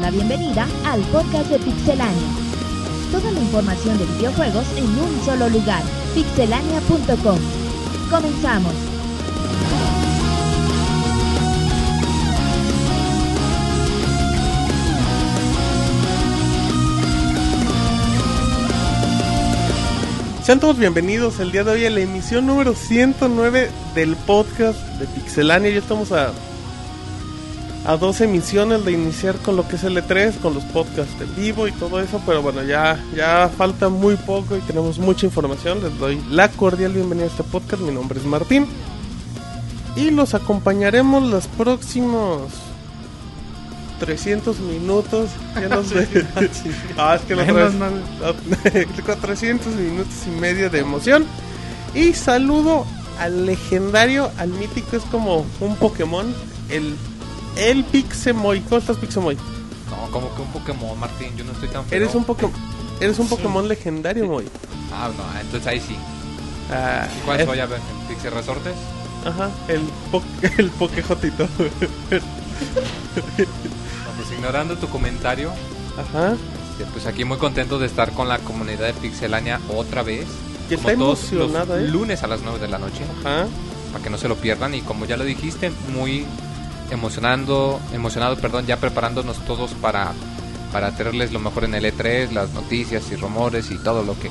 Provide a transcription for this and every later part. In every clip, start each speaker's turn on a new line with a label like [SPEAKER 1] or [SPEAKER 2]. [SPEAKER 1] la bienvenida al podcast de Pixelania. Toda la información de videojuegos en un solo lugar, pixelania.com. Comenzamos.
[SPEAKER 2] Sean todos bienvenidos el día de hoy a la emisión número 109 del podcast de Pixelania. Ya estamos a, a dos emisiones de iniciar con lo que es L3, con los podcasts en vivo y todo eso, pero bueno, ya, ya falta muy poco y tenemos mucha información. Les doy la cordial bienvenida a este podcast. Mi nombre es Martín y los acompañaremos los próximos 300 minutos. Ya no sé. ah, es que la otra vez- 400 minutos y medio de emoción. Y saludo al legendario, al mítico, es como un Pokémon. El, el Pixemoy. ¿Cómo estás, Pixemoy?
[SPEAKER 3] No, como que un Pokémon, Martín, yo no estoy tan feo.
[SPEAKER 2] Eres un Pokémon. Eres un Pokémon legendario, Moy.
[SPEAKER 3] Ah, no, entonces ahí sí.
[SPEAKER 2] Ah,
[SPEAKER 3] ¿Y cuál
[SPEAKER 2] eh,
[SPEAKER 3] soy? A ver, ¿el Pixie Resortes?
[SPEAKER 2] Ajá, el, po el Pokejotito.
[SPEAKER 3] No, pues ignorando tu comentario,
[SPEAKER 2] Ajá.
[SPEAKER 3] este, pues aquí muy contento de estar con la comunidad de Pixelania otra vez.
[SPEAKER 2] Que está
[SPEAKER 3] todos los
[SPEAKER 2] emocionada, ¿eh?
[SPEAKER 3] lunes a las 9 de la noche,
[SPEAKER 2] Ajá.
[SPEAKER 3] para que no se lo pierdan. Y como ya lo dijiste, muy emocionando, emocionado, perdón, ya preparándonos todos para, para traerles lo mejor en el E3, las noticias y rumores y todo lo que,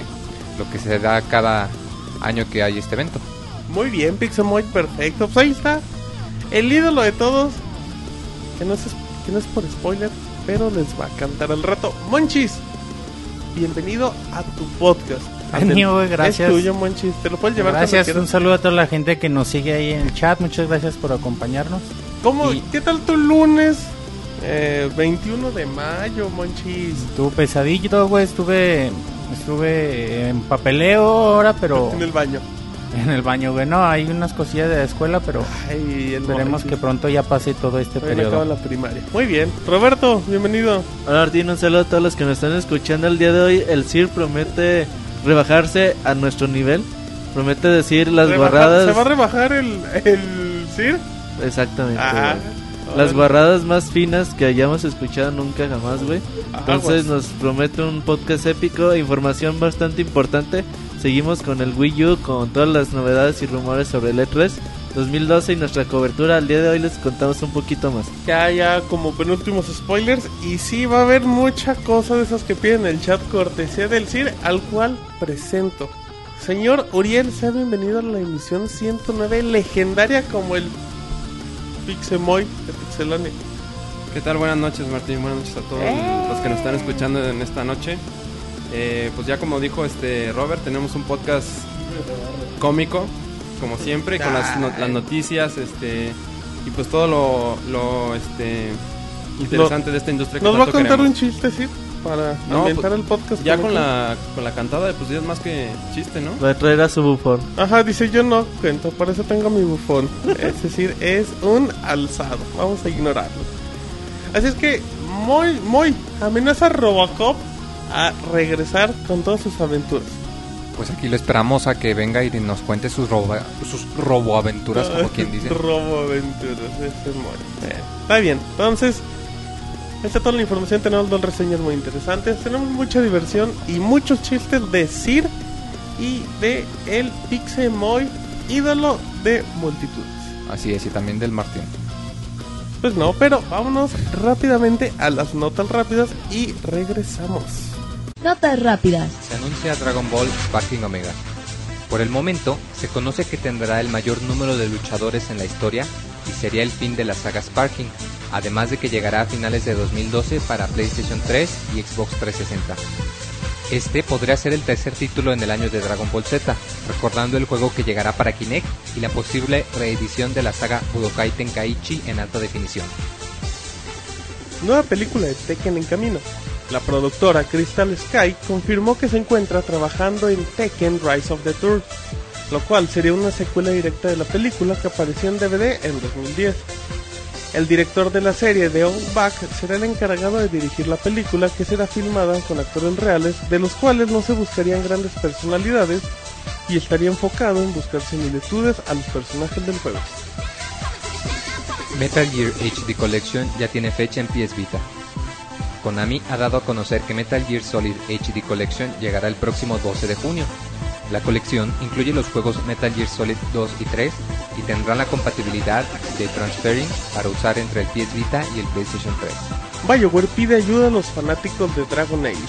[SPEAKER 3] lo que se da cada año que hay este evento.
[SPEAKER 2] Muy bien, Pixemoy, perfecto. Pues ahí está. El ídolo de todos. Que no es, que no es por spoiler, pero les va a cantar al rato. Monchis, bienvenido a tu podcast.
[SPEAKER 4] Amigo, gracias.
[SPEAKER 2] Es tuyo, Monchis. Te lo puedes llevar cuando
[SPEAKER 4] Gracias, un
[SPEAKER 2] quieras.
[SPEAKER 4] saludo a toda la gente que nos sigue ahí en el chat. Muchas gracias por acompañarnos.
[SPEAKER 2] ¿Cómo,
[SPEAKER 4] y-
[SPEAKER 2] ¿Qué tal tu lunes? eh, 21 de mayo, Monchis.
[SPEAKER 4] Estuvo pesadito, güey. Estuve, estuve en papeleo ahora, pero
[SPEAKER 2] En el baño.
[SPEAKER 4] en el baño, güey. No, hay unas cosillas de la escuela, pero
[SPEAKER 2] Ay, el
[SPEAKER 4] esperemos
[SPEAKER 2] Monchis.
[SPEAKER 4] que pronto ya pase todo este
[SPEAKER 2] Todavía no acaba
[SPEAKER 4] periodo.
[SPEAKER 2] la primaria. Muy bien. Roberto, bienvenido.
[SPEAKER 5] Hola Martín, un saludo a todos los que nos están escuchando el día de hoy. El CIR promete rebajarse a nuestro nivel. Promete decir las
[SPEAKER 2] Rebaja-
[SPEAKER 5] guarradas.
[SPEAKER 2] ¿Se va a rebajar el, el Ah. CIR?
[SPEAKER 5] Exactamente.
[SPEAKER 2] Ajá.
[SPEAKER 5] güey. Las guarradas más finas que hayamos escuchado nunca jamás, güey. Entonces nos promete un podcast épico, información bastante importante. Seguimos con el Wii U, con todas las novedades y rumores sobre el E E3 2012 y nuestra cobertura. Al día de hoy les contamos un poquito más.
[SPEAKER 2] Ya, ya, como penúltimos spoilers. Y sí, va a haber mucha cosa de esas que piden el chat cortesía del CIR, al cual presento. Señor Uriel, sea bienvenido a la emisión 109, legendaria como el Pixemoy de Pixelone.
[SPEAKER 6] ¿Qué tal? Buenas noches, Martín. Buenas noches a todos los que nos están escuchando en esta noche. Eh, pues ya como dijo este Robert, tenemos un podcast cómico, como siempre, con las, no- las noticias, este y pues todo lo, lo, este interesante de esta industria. Que
[SPEAKER 2] Nos va a
[SPEAKER 6] tanto
[SPEAKER 2] contar
[SPEAKER 6] queremos.
[SPEAKER 2] un chiste, CIR, para
[SPEAKER 6] No,
[SPEAKER 2] ambientar
[SPEAKER 6] pues,
[SPEAKER 2] el podcast.
[SPEAKER 6] Ya
[SPEAKER 2] como
[SPEAKER 6] con
[SPEAKER 2] que-
[SPEAKER 6] la con la cantada de pues ya es más que chiste, ¿no?
[SPEAKER 5] Va a traer a su bufón.
[SPEAKER 2] Ajá, dice yo no cuento, por eso tengo mi bufón. Es decir, es un alzado. Vamos a ignorarlo. Así es que, muy, muy, amenaza a Robocop a regresar con todas sus aventuras.
[SPEAKER 3] Pues aquí lo esperamos a que venga y nos cuente sus, roba- sus roboaventuras, como quien dice.
[SPEAKER 2] Roboaventuras, ese es muy. eh, está bien, entonces, esta es toda la información. Tenemos dos reseñas muy interesantes. Tenemos mucha diversión y muchos chistes de Sir y de el Pixemoy, ídolo de multitudes.
[SPEAKER 3] Así es, y también del Martín.
[SPEAKER 2] Pues no, pero vámonos rápidamente a las notas rápidas y regresamos.
[SPEAKER 1] Notas rápidas.
[SPEAKER 3] Se anuncia Dragon Ball Backing Omega. Por el momento, se conoce que tendrá el mayor número de luchadores en la historia y sería el fin de la saga Sparking, además de que llegará a finales de 2012 para PlayStation 3 y Xbox 360. Este podría ser el tercer título en el año de Dragon Ball Z, recordando el juego que llegará para Kinect y la posible reedición de la saga Budokai Tenkaichi en alta definición.
[SPEAKER 2] Nueva película de Tekken en camino. La productora Crystal Sky confirmó que se encuentra trabajando en Tekken Rise of the Tour, lo cual sería una secuela directa de la película que apareció en DVD en 2010. El director de la serie de Old Back será el encargado de dirigir la película que será filmada con actores reales de los cuales no se buscarían grandes personalidades y estaría enfocado en buscar similitudes a los personajes del juego.
[SPEAKER 3] Metal Gear HD Collection ya tiene fecha en PS Vita. Konami ha dado a conocer que Metal Gear Solid HD Collection llegará el próximo 12 de junio. La colección incluye los juegos Metal Gear Solid 2 y 3 y tendrá la compatibilidad de transferring para usar entre el PS Vita y el PlayStation 3.
[SPEAKER 2] BioWare pide ayuda a los fanáticos de Dragon Age.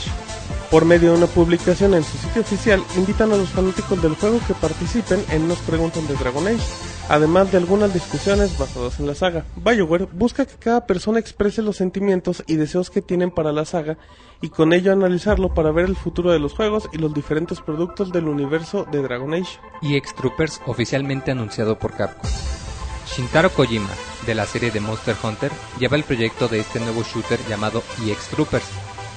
[SPEAKER 2] Por medio de una publicación en su sitio oficial, invitan a los fanáticos del juego que participen en unas preguntas de Dragon Age, además de algunas discusiones basadas en la saga. BioWare busca que cada persona exprese los sentimientos y deseos que tienen para la saga y con ello analizarlo para ver el futuro de los juegos y los diferentes productos del universo de Dragon Age.
[SPEAKER 3] Y Troopers oficialmente anunciado por Capcom. Shintaro Kojima, de la serie de Monster Hunter, lleva el proyecto de este nuevo shooter llamado EX Troopers,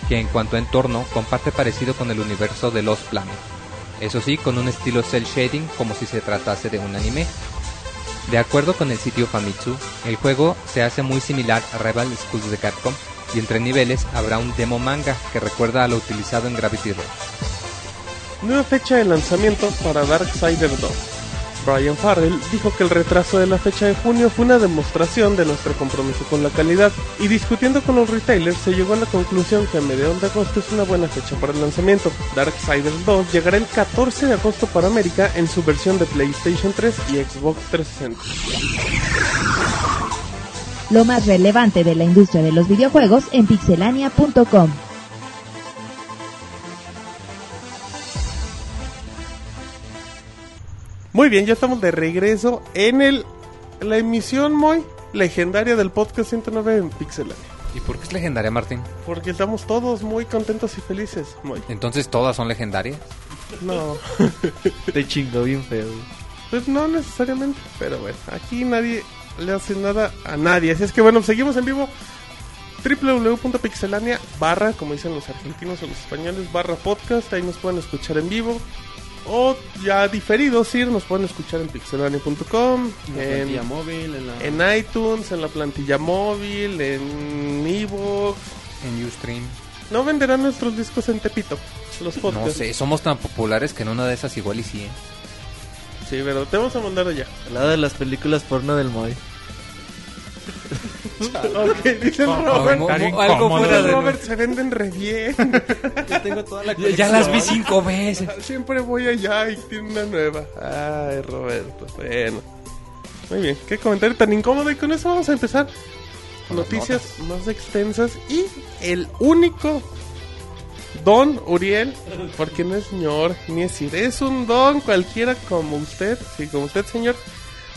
[SPEAKER 3] que en cuanto a entorno comparte parecido con el universo de Los Planet, eso sí con un estilo cel shading como si se tratase de un anime. De acuerdo con el sitio Famitsu, el juego se hace muy similar a Rival Schools de Capcom y entre niveles habrá un demo manga que recuerda a lo utilizado en Gravity Rush.
[SPEAKER 2] Nueva fecha de lanzamiento para Darksiders 2. Brian Farrell dijo que el retraso de la fecha de junio fue una demostración de nuestro compromiso con la calidad y discutiendo con los retailers se llegó a la conclusión que a mediados de agosto es una buena fecha para el lanzamiento. Darksiders 2 llegará el 14 de agosto para América en su versión de PlayStation 3 y Xbox 360.
[SPEAKER 1] Lo más relevante de la industria de los videojuegos en pixelania.com.
[SPEAKER 2] Muy bien, ya estamos de regreso en el la emisión muy legendaria del podcast 109 en Pixelania.
[SPEAKER 3] ¿Y por qué es legendaria, Martín?
[SPEAKER 2] Porque estamos todos muy contentos y felices, muy.
[SPEAKER 3] Entonces todas son legendarias.
[SPEAKER 2] No,
[SPEAKER 5] Te chingo bien feo. güey.
[SPEAKER 2] pues no necesariamente, pero bueno, aquí nadie le hace nada a nadie. Así es que bueno, seguimos en vivo www.pixelania barra, como dicen los argentinos o los españoles, barra podcast, ahí nos pueden escuchar en vivo. O ya diferidos, sí, nos pueden escuchar en pixelania.com,
[SPEAKER 6] En la
[SPEAKER 2] en
[SPEAKER 6] plantilla móvil, en la...
[SPEAKER 2] Em, en iTunes, en la plantilla móvil, en Evox.
[SPEAKER 3] En Ustream.
[SPEAKER 2] No venderán nuestros discos en Tepito, los
[SPEAKER 3] No
[SPEAKER 2] podcasts.
[SPEAKER 3] sé, somos tan populares que en una de esas igual y sí. ¿eh?
[SPEAKER 2] Sí, pero te vamos a mandar allá.
[SPEAKER 5] Al lado de las películas porno del Moy.
[SPEAKER 2] ok, dice el Robert.
[SPEAKER 3] Algo-
[SPEAKER 4] Alguien
[SPEAKER 3] algo
[SPEAKER 4] cómodo,
[SPEAKER 3] fuera
[SPEAKER 2] Los
[SPEAKER 3] de-
[SPEAKER 2] Robert se venden re bien.
[SPEAKER 3] Ya- Ya las vi cinco veces.
[SPEAKER 2] Siempre voy allá y tiene una nueva. Ay, Roberto, bueno. Muy bien, qué comentario tan incómodo. Y con eso vamos a empezar.
[SPEAKER 3] Con las
[SPEAKER 2] Noticias más extensas. Y el único don Uriel, porque no es señor ni es ir, es un don cualquiera como usted, sí, como usted, señor.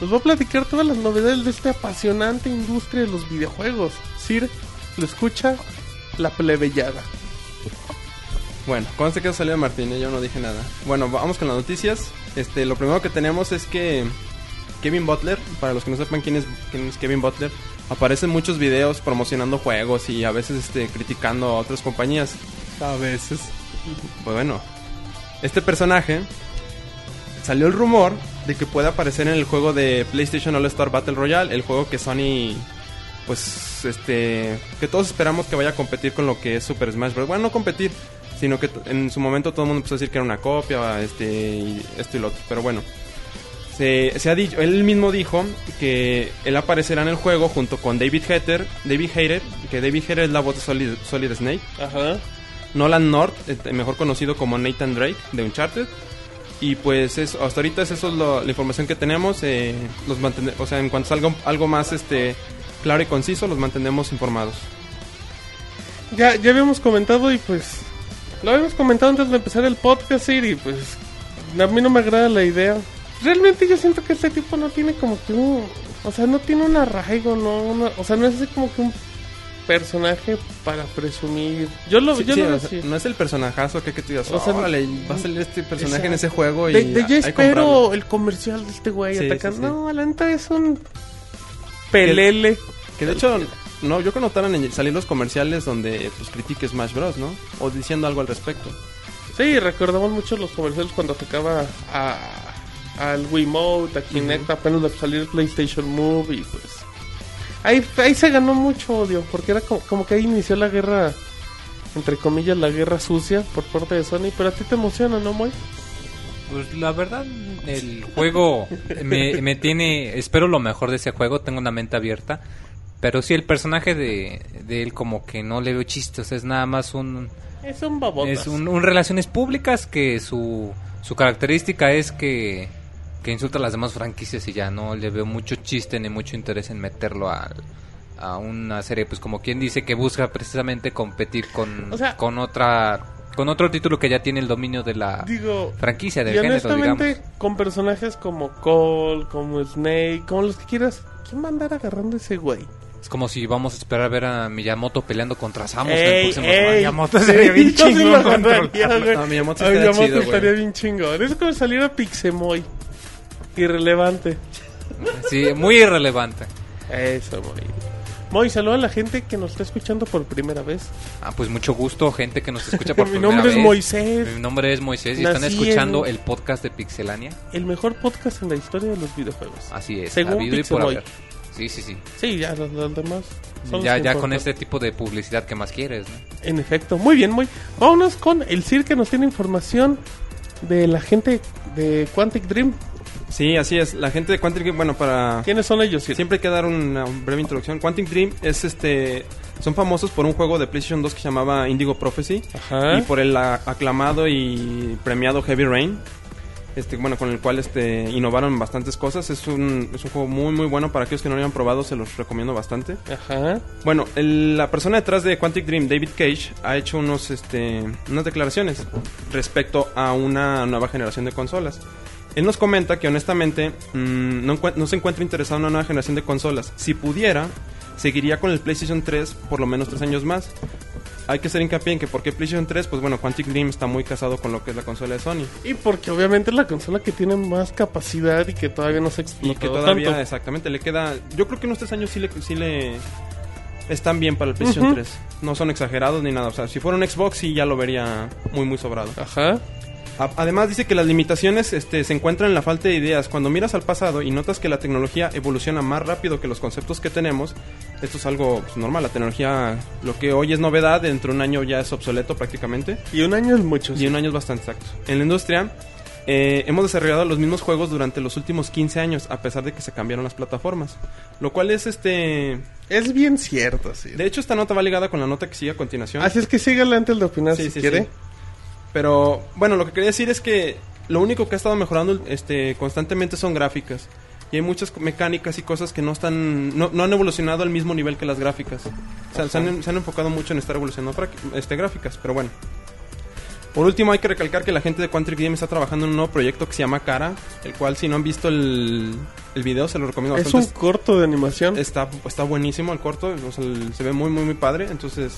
[SPEAKER 2] Nos va a platicar todas las novedades de esta apasionante industria de los videojuegos. Sir, lo escucha la plebeyada.
[SPEAKER 6] Bueno, conste que salió Martín, ¿eh? yo no dije nada. Bueno, vamos con las noticias. Este, lo primero que tenemos es que Kevin Butler, para los que no sepan quién es, quién es Kevin Butler, aparece en muchos videos promocionando juegos y a veces este, criticando a otras compañías.
[SPEAKER 2] A veces.
[SPEAKER 6] Pues bueno, este personaje salió el rumor de que puede aparecer en el juego de PlayStation All Star Battle Royale, el juego que Sony, pues, este, que todos esperamos que vaya a competir con lo que es Super Smash Bros. Bueno, no competir, sino que t- en su momento todo el mundo empezó a decir que era una copia, este, y esto y lo otro, pero bueno. Se, se ha dicho, él mismo dijo que él aparecerá en el juego junto con David Hater, David Hater, que David Hater es la voz de Solid- Solid Snake.
[SPEAKER 2] Ajá.
[SPEAKER 6] Nolan North, este, mejor conocido como Nathan Drake de Uncharted. Y pues eso, hasta ahorita es eso es lo- la información que tenemos. eh, los mantene- o sea, en cuanto salga un- algo más este claro y conciso, los mantendremos informados.
[SPEAKER 2] Ya, ya habíamos comentado y pues lo habíamos comentado antes de empezar el podcast Sir, y pues a mí no me agrada la idea. Realmente yo siento que este tipo no tiene como que un, o sea, no tiene un arraigo, no, una- o sea, no es así como que un personaje para presumir. Yo lo,
[SPEAKER 6] Sí,
[SPEAKER 2] yo
[SPEAKER 6] sí,
[SPEAKER 2] lo veo
[SPEAKER 6] o sea,
[SPEAKER 2] así.
[SPEAKER 6] no es el personajazo que, que tú digas,
[SPEAKER 2] O sea,
[SPEAKER 6] "Órale, va a salir este personaje
[SPEAKER 2] Exacto.
[SPEAKER 6] en ese juego y
[SPEAKER 2] De, de ya
[SPEAKER 6] hay que comprarlo".
[SPEAKER 2] espero el comercial de este güey
[SPEAKER 6] Sí,
[SPEAKER 2] atacando.
[SPEAKER 6] sí, sí.
[SPEAKER 2] No, la neta es un pelele.
[SPEAKER 6] Que de hecho, no, yo que notaran en salir los comerciales donde pues critique Smash Bros, ¿no? O diciendo algo al respecto.
[SPEAKER 2] Sí, recordamos mucho los comerciales cuando tocaba a, al Wiimote, a Kinect, apenas de salir el PlayStation Move y pues... Ahí, ahí se ganó mucho odio, porque era como, como que ahí inició la guerra, entre comillas, la guerra sucia por parte de Sony, pero a ti te emociona, ¿no, Moy?
[SPEAKER 3] Pues la verdad, el juego me, me tiene. Espero lo mejor de ese juego, tengo una mente abierta. Pero sí, el personaje de, de él como que no le veo chistes, es nada más un...
[SPEAKER 2] Es un babotas.
[SPEAKER 3] Es un, un relaciones públicas que su, su característica es que, que insulta a las demás franquicias y ya no le veo mucho chiste ni mucho interés en meterlo al, a una serie, pues como quien dice que busca precisamente competir con,
[SPEAKER 2] O sea-
[SPEAKER 3] con otra con otro título que ya tiene el dominio de la
[SPEAKER 2] Digo,
[SPEAKER 3] franquicia del
[SPEAKER 2] y
[SPEAKER 3] género, digamos.
[SPEAKER 2] honestamente, con personajes como Cole, como Snake, como los que quieras, ¿quién va a andar agarrando ese güey?
[SPEAKER 3] Es como si vamos a esperar a ver a Miyamoto peleando contra Samus
[SPEAKER 2] Ey,
[SPEAKER 3] el próximo
[SPEAKER 2] ey.
[SPEAKER 3] año.
[SPEAKER 4] Miyamoto sería bien
[SPEAKER 2] Yo sí
[SPEAKER 4] chingón
[SPEAKER 2] lo
[SPEAKER 4] controlarlo.
[SPEAKER 2] mandaría, güey.
[SPEAKER 6] No, Miyamoto
[SPEAKER 2] A
[SPEAKER 6] estaría
[SPEAKER 2] Miyamoto
[SPEAKER 6] chido, güey.
[SPEAKER 2] estaría bien chingón. Es como salir a Pixemoy. Irrelevante.
[SPEAKER 3] Sí, muy irrelevante.
[SPEAKER 2] Eso, Moy. Moy, saluda a la gente que nos está escuchando por primera vez.
[SPEAKER 3] Ah, pues mucho gusto, gente que nos escucha por
[SPEAKER 2] Mi
[SPEAKER 3] primera
[SPEAKER 2] nombre es
[SPEAKER 3] vez.
[SPEAKER 2] Moisés.
[SPEAKER 3] Mi nombre es Moisés y
[SPEAKER 2] Nací
[SPEAKER 3] están escuchando
[SPEAKER 2] en-
[SPEAKER 3] el podcast de Pixelania.
[SPEAKER 2] El mejor podcast en la historia de los videojuegos.
[SPEAKER 3] Así es,
[SPEAKER 2] Según
[SPEAKER 3] habido y por
[SPEAKER 2] Pixemoy.
[SPEAKER 3] haber. Sí, sí, sí.
[SPEAKER 2] Sí, ya los, los demás. son los
[SPEAKER 3] Ya,
[SPEAKER 2] que
[SPEAKER 3] ya
[SPEAKER 2] importan.
[SPEAKER 3] con este tipo de publicidad que más quieres, ¿no?
[SPEAKER 2] En efecto, muy bien, muy. Vámonos con el CIR que nos tiene información de la gente de Quantic Dream.
[SPEAKER 6] Sí, así es. La gente de Quantic Dream, bueno, para...
[SPEAKER 2] ¿Quiénes son ellos, Sir?
[SPEAKER 6] Siempre hay que dar una breve introducción. Quantic Dream es este... Son famosos por un juego de PlayStation 2 que se llamaba Indigo Prophecy.
[SPEAKER 2] Ajá.
[SPEAKER 6] y por el a- aclamado y premiado Heavy Rain. Este, bueno, con el cual este, innovaron bastantes cosas. Es un, es un juego muy, muy bueno. Para aquellos que no lo hayan probado, se los recomiendo bastante.
[SPEAKER 2] Ajá.
[SPEAKER 6] Bueno, el- la persona detrás de Quantic Dream, David Cage, ha hecho unos, este, unas declaraciones respecto a una nueva generación de consolas. Él nos comenta que honestamente mm, no, encuent- no se encuentra interesado en una nueva generación de consolas. Si pudiera, seguiría con el PlayStation 3 por lo menos tres años más. Hay que hacer hincapié en que porque PlayStation 3, pues bueno, Quantic Dream está muy casado con lo que es la consola de Sony.
[SPEAKER 2] Y porque obviamente es la consola que tiene más capacidad y que todavía no se
[SPEAKER 6] Y
[SPEAKER 2] explotó
[SPEAKER 6] que todavía,
[SPEAKER 2] tanto.
[SPEAKER 6] exactamente, le queda. Yo creo que unos tres años sí le, sí le- están bien para el PlayStation
[SPEAKER 2] Ujú.
[SPEAKER 6] 3. No son exagerados ni nada. O sea, si fuera un Xbox, sí ya lo vería muy, muy sobrado.
[SPEAKER 2] Ajá.
[SPEAKER 6] A- Además, dice que las limitaciones este, se encuentran en la falta de ideas. Cuando miras al pasado y notas que la tecnología evoluciona más rápido que los conceptos que tenemos, esto es algo pues, normal. La tecnología, lo que hoy es novedad, dentro de un año ya es obsoleto prácticamente.
[SPEAKER 2] Y un año es mucho.
[SPEAKER 6] Y
[SPEAKER 2] Sir.
[SPEAKER 6] un año es bastante exacto. En la industria eh, hemos desarrollado los mismos juegos durante los últimos 15 años, a pesar de que se cambiaron las plataformas. Lo cual es este...
[SPEAKER 2] Es bien cierto, sí.
[SPEAKER 6] De hecho, esta nota va ligada con la nota que sigue a continuación.
[SPEAKER 2] Así es que sígale antes de opinar
[SPEAKER 6] Sí,
[SPEAKER 2] si
[SPEAKER 6] sí,
[SPEAKER 2] quiere.
[SPEAKER 6] sí. Pero bueno, lo que quería decir es que lo único que ha estado mejorando este, constantemente son gráficas. Y hay muchas mecánicas y cosas que no están no, no han evolucionado al mismo nivel que las gráficas. O sea, se han, se han enfocado mucho en estar evolucionando fra- este, gráficas, pero bueno. Por último, hay que recalcar que la gente de Quantic Dream está trabajando en un nuevo proyecto que se llama Cara, el cual si no han visto el, el video se lo recomiendo
[SPEAKER 2] Es
[SPEAKER 6] bastante.
[SPEAKER 2] un corto de animación.
[SPEAKER 6] Está, está buenísimo el corto, o sea, el- se ve muy, muy, muy padre. Entonces,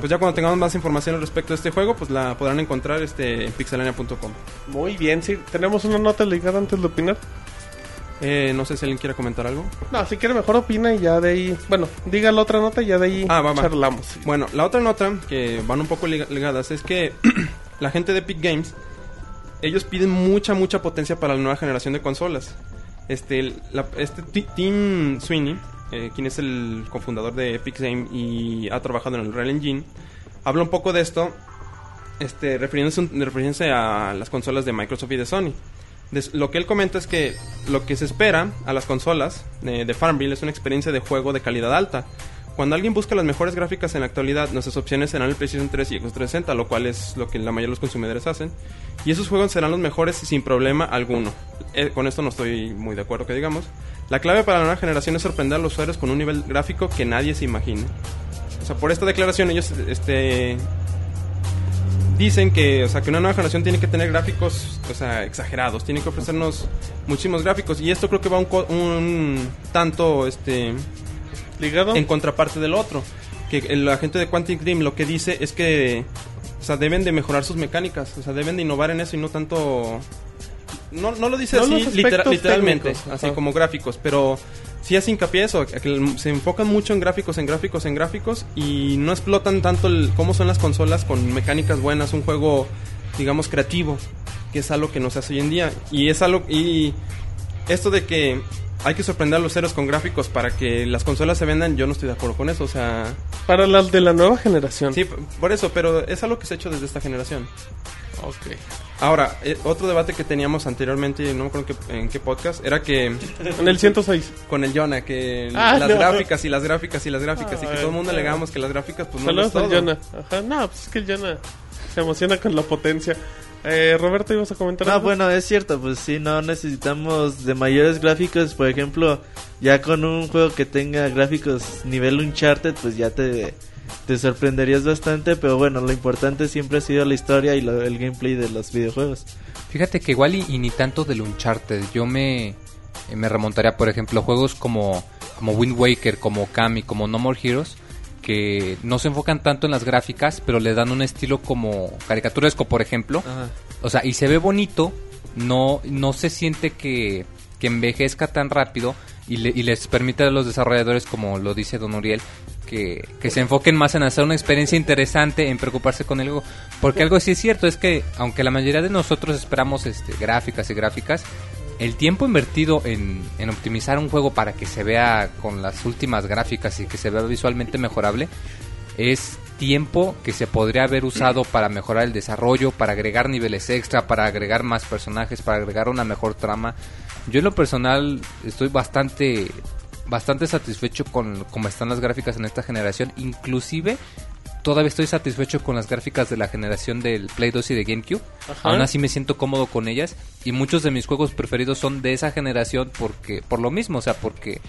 [SPEAKER 6] pues ya cuando tengamos más información al respecto de este juego, pues la podrán encontrar este, en pixelania.com.
[SPEAKER 2] Muy bien, sí. Tenemos una nota ligada antes de opinar.
[SPEAKER 6] Eh, no sé si alguien quiera comentar algo.
[SPEAKER 2] No, si quiere mejor opina y ya de ahí... Bueno, diga la otra nota y ya de ahí
[SPEAKER 6] Ah, va, va.
[SPEAKER 2] charlamos. sí.
[SPEAKER 6] Bueno, la otra nota que van un poco liga- ligadas es que la gente de Epic Games, ellos piden mucha, mucha potencia para la nueva generación de consolas. Este, el- la- este Ti- Tim Sweeney, eh, quien es el cofundador de Epic Games y ha trabajado en el Real Engine, habla un poco de esto, este, refiriéndose, refiriéndose a las consolas de Microsoft y de Sony. Des- lo que él comenta es que lo que se espera a las consolas eh, de Farmville es una experiencia de juego de calidad alta. Cuando alguien busca las mejores gráficas en la actualidad, nuestras opciones serán el PlayStation 3 y Xbox 360, lo cual es lo que la mayoría de los consumidores hacen. Y esos juegos serán los mejores sin problema alguno. Eh, con esto no estoy muy de acuerdo que digamos. La clave para la nueva generación es sorprender a los usuarios con un nivel gráfico que nadie se imagine. O sea, por esta declaración ellos este, dicen que, o sea, que una nueva generación tiene que tener gráficos, o sea, exagerados, tiene que ofrecernos muchísimos gráficos y esto creo que va un, co- un tanto este
[SPEAKER 2] ¿Ligado?
[SPEAKER 6] en contraparte del otro, que el agente de Quantic Dream lo que dice es que o sea, deben de mejorar sus mecánicas, o sea, deben de innovar en eso y no tanto no, no lo dice
[SPEAKER 2] No
[SPEAKER 6] así
[SPEAKER 2] los
[SPEAKER 6] litera-
[SPEAKER 2] aspectos
[SPEAKER 6] literalmente,
[SPEAKER 2] técnicos,
[SPEAKER 6] así
[SPEAKER 2] ajá.
[SPEAKER 6] como gráficos, pero sí hace hincapié eso, que el- se enfocan mucho en gráficos, en gráficos, en gráficos y no explotan tanto el, cómo son las consolas con mecánicas buenas, un juego, digamos, creativo, que es algo que no se hace hoy en día. Y es algo, y esto de que hay que sorprender a los ceros con gráficos para que las consolas se vendan, yo no estoy de acuerdo con eso, o sea,
[SPEAKER 2] Para las de la nueva generación.
[SPEAKER 6] sí, p- por eso, pero es algo que se ha hecho desde esta generación.
[SPEAKER 2] Ok.
[SPEAKER 6] Ahora, eh, otro debate que teníamos anteriormente, no me acuerdo en qué, en qué podcast, era que
[SPEAKER 2] En el 106.
[SPEAKER 6] con el Jonah, que
[SPEAKER 2] Ah,
[SPEAKER 6] las
[SPEAKER 2] no.
[SPEAKER 6] gráficas y las gráficas y las gráficas, y que
[SPEAKER 2] Ay,
[SPEAKER 6] todo el mundo
[SPEAKER 2] no.
[SPEAKER 6] alegamos que las gráficas pues no lo es
[SPEAKER 2] Saludos al
[SPEAKER 6] todo.
[SPEAKER 2] Jonah. Ajá, no, pues es que el Jonah se emociona con la potencia. Eh, Roberto, ibas a comentar
[SPEAKER 5] No,
[SPEAKER 2] algo?
[SPEAKER 5] bueno, es cierto, pues sí, no necesitamos de mayores gráficos, por ejemplo, ya con un juego que tenga gráficos nivel Uncharted, pues ya te, te sorprenderías bastante, pero bueno, lo importante siempre ha sido la historia y lo- el gameplay de los videojuegos.
[SPEAKER 3] Fíjate que igual y, y ni tanto del Uncharted. Yo me, eh, me remontaría, por ejemplo, a juegos como, como Wind Waker, como Kami, como No More Heroes, que no se enfocan tanto en las gráficas, pero le dan un estilo como caricaturesco, por ejemplo.
[SPEAKER 6] Ajá.
[SPEAKER 3] O sea, y se ve bonito, no, no se siente que, que envejezca tan rápido y, le- y les permite a los desarrolladores, como lo dice Don Uriel, que, que se enfoquen más en hacer una experiencia interesante, en preocuparse con el juego. Porque algo sí es cierto, es que aunque la mayoría de nosotros esperamos este, gráficas y gráficas, el tiempo invertido en, en optimizar un juego para que se vea con las últimas gráficas y que se vea visualmente mejorable, es tiempo que se podría haber usado para mejorar el desarrollo, para agregar niveles extra, para agregar más personajes, para agregar una mejor trama. Yo en lo personal estoy bastante bastante satisfecho con cómo están las gráficas en esta generación, inclusive todavía estoy satisfecho con las gráficas de la generación del Play 2 y de GameCube.
[SPEAKER 2] Ajá.
[SPEAKER 3] Aún así me siento cómodo con ellas y muchos de mis juegos preferidos son de esa generación porque por lo mismo, o sea, porque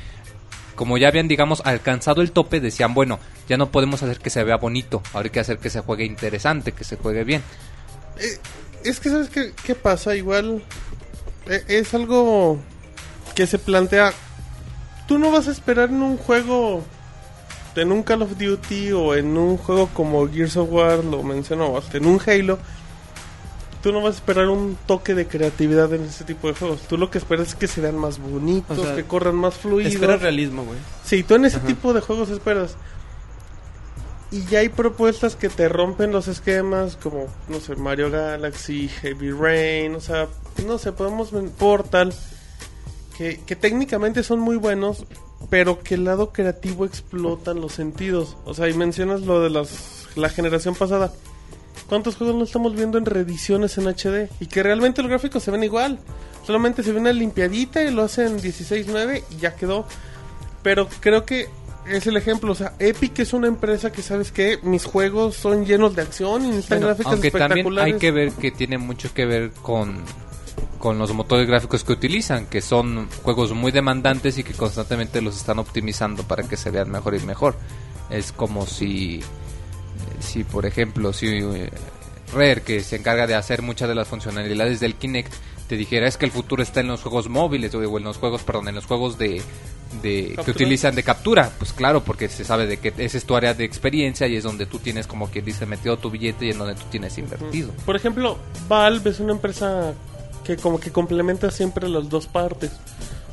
[SPEAKER 3] como ya habían, digamos, alcanzado el tope, decían, bueno, ya no podemos hacer que se vea bonito, ahora hay que hacer que se juegue interesante, que se juegue bien.
[SPEAKER 2] Es que, ¿sabes qué, qué pasa? Igual eh, es algo que se plantea. Tú no vas a esperar en un juego, en un Call of Duty o en un juego como Gears of War, lo mencionó, hasta en un Halo. Tú no vas a esperar un toque de creatividad en ese tipo de juegos. Tú lo que esperas es que se vean más bonitos,
[SPEAKER 6] O sea,
[SPEAKER 2] que corran más fluidos.
[SPEAKER 6] Espera realismo, güey.
[SPEAKER 2] Sí, tú en ese
[SPEAKER 6] Ajá.
[SPEAKER 2] tipo de juegos esperas. Y ya hay propuestas que te rompen los esquemas, como, no sé, Mario Galaxy, Heavy Rain, o sea, no sé, podemos ver Portal, que, que técnicamente son muy buenos, pero que el lado creativo explotan los sentidos. O sea, y mencionas lo de las, la generación pasada. ¿Cuántos juegos no estamos viendo en reediciones en HD? Y que realmente los gráficos se ven igual. Solamente se ve una limpiadita y lo hacen 16.9 y ya quedó. Pero creo que es el ejemplo. O sea, Epic es una empresa que, ¿sabes que Mis juegos son llenos de acción y necesitan
[SPEAKER 3] Bueno,
[SPEAKER 2] gráficas
[SPEAKER 3] aunque
[SPEAKER 2] espectaculares.
[SPEAKER 3] también hay que ver que tiene mucho que ver con, con los motores gráficos que utilizan, que son juegos muy demandantes y que constantemente los están optimizando para que se vean mejor y mejor. Es como si, si por ejemplo, si eh, Rare, que se encarga de hacer muchas de las funcionalidades del Kinect, te dijera es que el futuro está en los juegos móviles, o en los juegos, perdón, en los juegos de, de- que
[SPEAKER 2] Captura.
[SPEAKER 3] utilizan de captura, pues claro, porque se sabe de que esa es tu área de experiencia y es donde tú tienes como quien dice metido tu billete y en donde tú tienes invertido.
[SPEAKER 2] Por ejemplo, Valve es una empresa que como que complementa siempre las dos partes.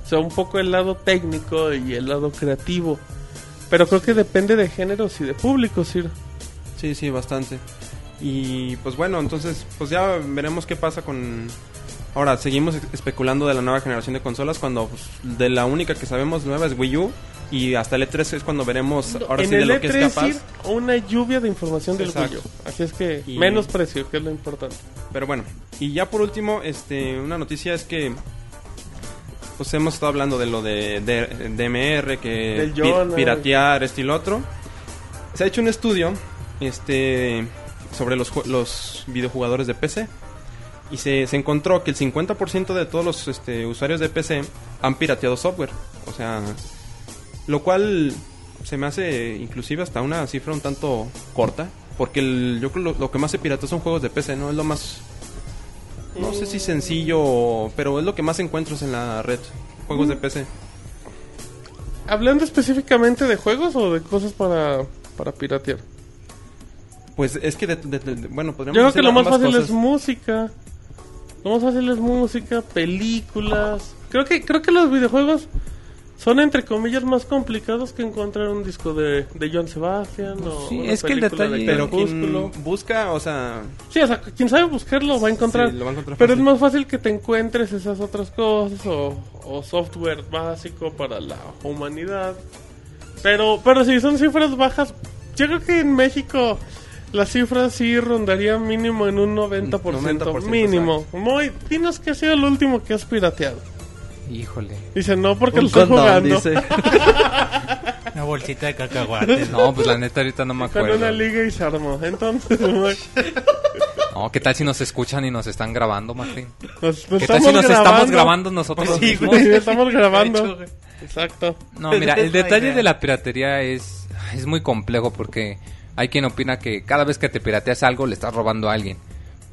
[SPEAKER 2] O sea, un poco el lado técnico y el lado creativo. Pero creo que depende de géneros y de públicos, Sir.
[SPEAKER 6] Sí, sí, bastante. Y pues bueno, entonces, pues ya veremos qué pasa con. Ahora, seguimos es- especulando de la nueva generación de consolas cuando pues, de la única que sabemos nueva es Wii U. Y hasta el E3 es cuando veremos ahora
[SPEAKER 2] en
[SPEAKER 6] sí de
[SPEAKER 2] el E
[SPEAKER 6] lo que es
[SPEAKER 2] E3,
[SPEAKER 6] capaz.
[SPEAKER 2] Sir, una lluvia de información del Wii
[SPEAKER 6] Exacto.
[SPEAKER 2] U. Así es que
[SPEAKER 6] Y-
[SPEAKER 2] menos precio, que es lo importante.
[SPEAKER 6] Pero bueno, y ya por último, este, una noticia es que pues hemos estado hablando de lo de, de- DMR, que
[SPEAKER 2] Del
[SPEAKER 6] pi-
[SPEAKER 2] Jonah.
[SPEAKER 6] piratear, este y lo otro. Se ha hecho un estudio este, sobre los, ju- los videojugadores de PC. Y se, se encontró que el 50% de todos los este, usuarios de PC han pirateado software. O sea, lo cual se me hace inclusive hasta una cifra un tanto corta. Porque el- yo creo lo, lo que más se pirata son juegos de PC, ¿no? Es lo más... No sé si sencillo, o- pero es lo que más encuentras en la red. Juegos
[SPEAKER 2] Mm.
[SPEAKER 6] de PC.
[SPEAKER 2] Hablando específicamente de juegos o de cosas para, para piratear.
[SPEAKER 6] Pues es que, de, de- de- de- bueno,
[SPEAKER 2] Yo
[SPEAKER 6] podríamos...
[SPEAKER 2] creo
[SPEAKER 6] decir
[SPEAKER 2] que lo más
[SPEAKER 6] ambas
[SPEAKER 2] fácil es
[SPEAKER 6] cosas.
[SPEAKER 2] música. Lo más fácil es música, películas. Creo que creo que los videojuegos son entre comillas más complicados que encontrar un disco de, de John Sebastian o
[SPEAKER 3] Pues Sí,
[SPEAKER 2] una
[SPEAKER 3] es que el
[SPEAKER 2] película
[SPEAKER 3] detalle-
[SPEAKER 2] de
[SPEAKER 6] Pero
[SPEAKER 2] Crepúsculo.
[SPEAKER 6] quien busca, o sea...
[SPEAKER 2] Sí, o sea, quien sabe buscarlo va a encontrar.
[SPEAKER 6] sí, lo va a encontrar
[SPEAKER 2] pero es
[SPEAKER 6] fácil.
[SPEAKER 2] más fácil que te encuentres esas otras cosas o, o software básico para la humanidad. Pero pero si son cifras bajas, yo creo que en México La cifra sí rondaría mínimo en un 90%.
[SPEAKER 6] 90%,
[SPEAKER 2] mínimo. Muy, dinos que ha sido el último que has pirateado. Mm.
[SPEAKER 3] Híjole.
[SPEAKER 2] Dice, no, porque
[SPEAKER 5] Un
[SPEAKER 2] lo estoy
[SPEAKER 5] condón,
[SPEAKER 2] jugando.
[SPEAKER 5] dice.
[SPEAKER 4] Una bolsita de cacahuates.
[SPEAKER 3] No, pues la neta ahorita no me
[SPEAKER 2] Con
[SPEAKER 3] acuerdo.
[SPEAKER 2] una liga y se armó. Entonces, muy-
[SPEAKER 3] No, ¿qué tal si nos escuchan y nos están grabando, Martín?
[SPEAKER 2] nos, nos
[SPEAKER 3] ¿Qué tal si nos estamos grabando nosotros
[SPEAKER 2] Sí,
[SPEAKER 3] mismos?
[SPEAKER 2] güey, Este estamos grabando. Exacto.
[SPEAKER 3] No, mira, el detalle de la piratería es, es muy complejo porque hay quien opina que cada vez que te pirateas algo le estás robando a alguien.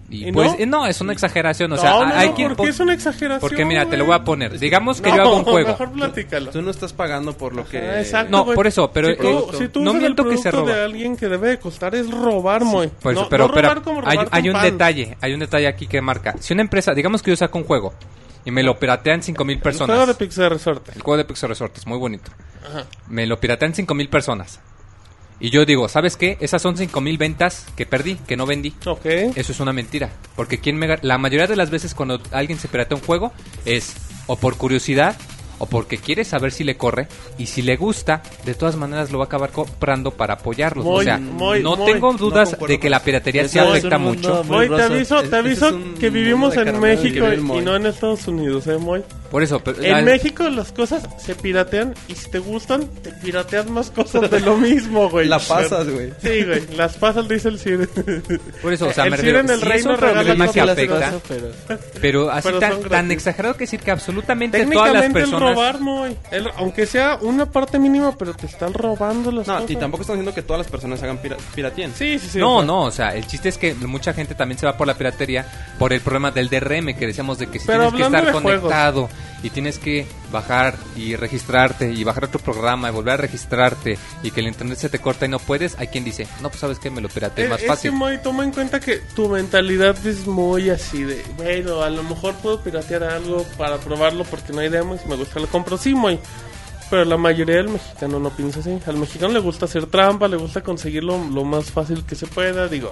[SPEAKER 3] Y,
[SPEAKER 2] ¿Y
[SPEAKER 3] pues,
[SPEAKER 2] no?
[SPEAKER 3] eh, no? es una exageración. O sea,
[SPEAKER 2] no, no,
[SPEAKER 3] hay
[SPEAKER 2] no,
[SPEAKER 3] quien.
[SPEAKER 2] porque
[SPEAKER 3] po-
[SPEAKER 2] es una exageración.
[SPEAKER 3] porque mira, te lo voy a poner. Digamos que
[SPEAKER 2] No,
[SPEAKER 3] yo hago un juego.
[SPEAKER 2] Mejor platícalo.
[SPEAKER 6] Tú no estás pagando por lo que...
[SPEAKER 2] Ah, exacto,
[SPEAKER 3] No,
[SPEAKER 2] güey.
[SPEAKER 3] por eso, pero,
[SPEAKER 2] si tú,
[SPEAKER 3] eh,
[SPEAKER 2] si tú
[SPEAKER 3] no
[SPEAKER 2] usas el
[SPEAKER 3] miento que se
[SPEAKER 2] producto de
[SPEAKER 3] roba.
[SPEAKER 2] alguien que debe de costar es robar, muy.
[SPEAKER 3] Por eso,
[SPEAKER 2] no,
[SPEAKER 3] pero,
[SPEAKER 2] no robar
[SPEAKER 3] pero
[SPEAKER 2] como
[SPEAKER 3] hay,
[SPEAKER 2] robarte
[SPEAKER 3] hay un
[SPEAKER 2] pan.
[SPEAKER 3] detalle, hay un detalle aquí que marca. Si una empresa, digamos que yo saco un juego y me lo piratean 5000
[SPEAKER 2] El juego de
[SPEAKER 3] personas.
[SPEAKER 2] Pixar Resort.
[SPEAKER 3] El juego de Pixel Resort es muy bonito. Me lo piratean 5000 personas. Y yo digo, ¿sabes qué? Esas son 5000 ventas que perdí, que no vendí.
[SPEAKER 2] Ok.
[SPEAKER 3] Eso es una mentira, porque quien me ga- la mayoría de las veces cuando alguien se piratea un juego es o por curiosidad o porque quiere saber si le corre y si le gusta, de todas maneras lo va a acabar comprando para apoyarlos. o
[SPEAKER 2] Muy,
[SPEAKER 3] sea,
[SPEAKER 2] muy,
[SPEAKER 3] no
[SPEAKER 2] muy.
[SPEAKER 3] tengo
[SPEAKER 2] No
[SPEAKER 3] dudas
[SPEAKER 6] concuerdo
[SPEAKER 3] de que
[SPEAKER 6] con
[SPEAKER 3] la
[SPEAKER 6] eso.
[SPEAKER 3] piratería se
[SPEAKER 5] Eso es
[SPEAKER 3] afecta
[SPEAKER 5] un mundo
[SPEAKER 3] mucho.
[SPEAKER 5] muy
[SPEAKER 2] Moy, te
[SPEAKER 5] rosa.
[SPEAKER 2] aviso, te
[SPEAKER 6] Ese pues, es
[SPEAKER 2] aviso
[SPEAKER 6] un
[SPEAKER 2] que vivimos
[SPEAKER 6] mundo de
[SPEAKER 2] en
[SPEAKER 6] carnal que
[SPEAKER 2] México
[SPEAKER 6] vive el
[SPEAKER 2] y
[SPEAKER 6] Moy.
[SPEAKER 2] no en Estados Unidos, ¿eh, Moy?
[SPEAKER 3] Por eso, pero-
[SPEAKER 2] En
[SPEAKER 3] la-
[SPEAKER 2] México las cosas se piratean y si te gustan, te piratean más cosas de lo mismo, güey.
[SPEAKER 6] La pasas, güey.
[SPEAKER 2] Sí, güey, las pasas, dice el CIR.
[SPEAKER 3] por eso, o sea,
[SPEAKER 2] Eh, el
[SPEAKER 3] me
[SPEAKER 2] Ciro
[SPEAKER 3] refiero,
[SPEAKER 2] en el
[SPEAKER 3] sí es
[SPEAKER 2] reino
[SPEAKER 3] un
[SPEAKER 2] regala
[SPEAKER 3] problema que
[SPEAKER 2] cosas,
[SPEAKER 3] afecta,
[SPEAKER 5] pero...
[SPEAKER 3] pero así
[SPEAKER 2] pero son
[SPEAKER 3] tan, tan
[SPEAKER 2] gratis.
[SPEAKER 3] exagerado que decir que absolutamente todas las
[SPEAKER 2] Técnicamente el
[SPEAKER 3] personas
[SPEAKER 2] robar, Moy. El- aunque sea una parte mínima, pero te están robando las
[SPEAKER 6] No,
[SPEAKER 2] cosas.
[SPEAKER 6] y tampoco estamos diciendo que todas las personas hagan pira- piratien.
[SPEAKER 2] Sí, sí, sí. o
[SPEAKER 3] No,
[SPEAKER 2] sea,
[SPEAKER 3] no, o sea, el chiste es que mucha gente también se va por la piratería por el problema del DRM que decíamos de que si
[SPEAKER 2] Pero
[SPEAKER 3] tienes que
[SPEAKER 2] hablando
[SPEAKER 3] estar
[SPEAKER 2] de juegos.
[SPEAKER 3] conectado y tienes que bajar y registrarte y bajar otro programa y volver a registrarte y que el internet se te corta y no puedes, hay quien dice, no, pues sabes que me lo pirateé
[SPEAKER 2] Eh, Es,
[SPEAKER 3] más
[SPEAKER 2] es
[SPEAKER 3] fácil.
[SPEAKER 2] que, Moy, toma en cuenta que tu mentalidad es muy así de, bueno, a lo mejor puedo piratear algo para probarlo porque no hay demo y si me gusta lo compro. Sí, Moy. Pero la mayoría del mexicano no piensa así. Al mexicano le gusta hacer trampa, le gusta conseguirlo lo más fácil que se pueda. Digo,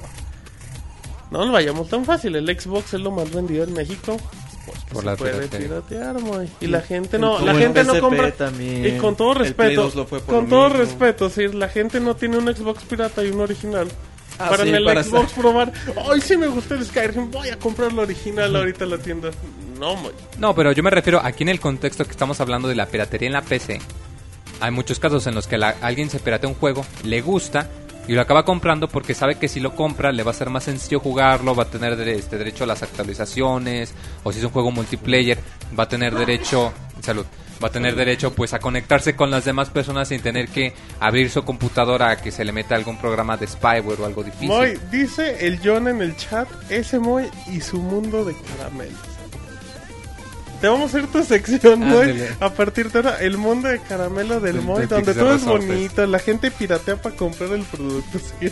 [SPEAKER 2] no lo vayamos tan fácil. El Xbox es lo más vendido en México. Porque
[SPEAKER 3] Por
[SPEAKER 2] se
[SPEAKER 3] la
[SPEAKER 2] puede
[SPEAKER 3] piratería.
[SPEAKER 2] piratear, Moy. Y la gente
[SPEAKER 5] el-
[SPEAKER 2] no,
[SPEAKER 5] como
[SPEAKER 2] la
[SPEAKER 5] el
[SPEAKER 2] gente no
[SPEAKER 5] PSP
[SPEAKER 2] compra.
[SPEAKER 5] también.
[SPEAKER 2] Y con todo
[SPEAKER 6] El Play
[SPEAKER 2] respeto,
[SPEAKER 6] 2 lo fue por
[SPEAKER 2] con
[SPEAKER 6] lo
[SPEAKER 2] todo
[SPEAKER 6] mismo.
[SPEAKER 2] respeto, si la gente no tiene un Xbox pirata y un original.
[SPEAKER 6] Ah,
[SPEAKER 2] para
[SPEAKER 6] sí,
[SPEAKER 2] en el
[SPEAKER 6] para
[SPEAKER 2] Xbox
[SPEAKER 6] hacer-
[SPEAKER 2] probar, hoy sí me gusta el Skyrim, voy a comprar el original ahorita en la tienda. No, muy.
[SPEAKER 3] No, pero yo me refiero aquí en el contexto que estamos hablando de la piratería en la PC. Hay muchos casos en los que la- alguien se piratea un juego, le gusta y lo acaba comprando porque sabe que si lo compra le va a ser más sencillo jugarlo, va a tener dere- este, derecho a las actualizaciones, o si es un juego multiplayer, va a tener derecho, salud, va a tener derecho pues a conectarse con las demás personas sin tener que abrir su computadora a que se le meta algún programa de spyware o algo difícil.
[SPEAKER 2] Moy, dice el John en el chat, ese Moy y su mundo de caramelos. Te vamos a hacer tu sección,
[SPEAKER 6] Ah,
[SPEAKER 2] Moy,
[SPEAKER 3] Ándale.
[SPEAKER 2] a partir de ahora, el mundo de caramelo del
[SPEAKER 3] Del-
[SPEAKER 2] Moy,
[SPEAKER 3] del
[SPEAKER 2] donde
[SPEAKER 3] Pixel
[SPEAKER 2] todo es
[SPEAKER 3] Resortes.
[SPEAKER 2] bonito, la gente piratea para comprar el producto. ¿sí?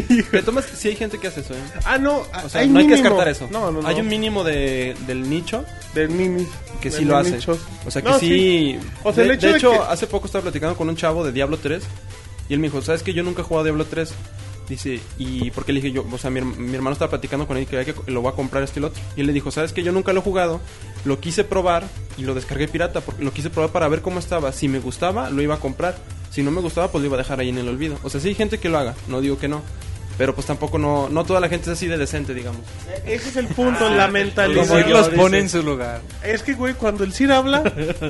[SPEAKER 6] Órale. Pero tomas, sí hay gente que hace eso, ¿eh?
[SPEAKER 2] Ah, no,
[SPEAKER 6] O sea,
[SPEAKER 2] hay
[SPEAKER 6] no hay
[SPEAKER 2] mínimo.
[SPEAKER 6] que descartar eso.
[SPEAKER 2] No, no, no.
[SPEAKER 6] Hay un mínimo de, del nicho
[SPEAKER 2] Del mini.
[SPEAKER 6] que sí
[SPEAKER 2] del
[SPEAKER 6] lo hace.
[SPEAKER 2] nicho.
[SPEAKER 6] O sea, que
[SPEAKER 2] No,
[SPEAKER 6] sí...
[SPEAKER 2] O sea, el
[SPEAKER 6] de,
[SPEAKER 2] hecho
[SPEAKER 6] de
[SPEAKER 2] de
[SPEAKER 6] hecho,
[SPEAKER 2] que-
[SPEAKER 6] hace poco estaba platicando con un chavo de Diablo 3 y él me dijo, ¿sabes que Yo nunca he jugado a Diablo 3. Dice, ¿y por qué le dije yo? O sea, mi, her- mi hermano estaba platicando con él que, había que lo voy a comprar este y el otro. Y él le dijo, ¿sabes que Yo nunca lo he jugado, lo quise probar y lo descargué pirata. Porque lo quise probar para ver cómo estaba. Si me gustaba, lo iba a comprar. Si no me gustaba, pues lo iba a dejar ahí en el olvido. O sea, sí hay gente que lo haga, no digo que no. Pero pues tampoco no, no toda la gente es así de decente, digamos.
[SPEAKER 2] Ese es el punto, la mentalidad.
[SPEAKER 3] Como los pone en su lugar.
[SPEAKER 2] Es que, güey, cuando el Cir habla,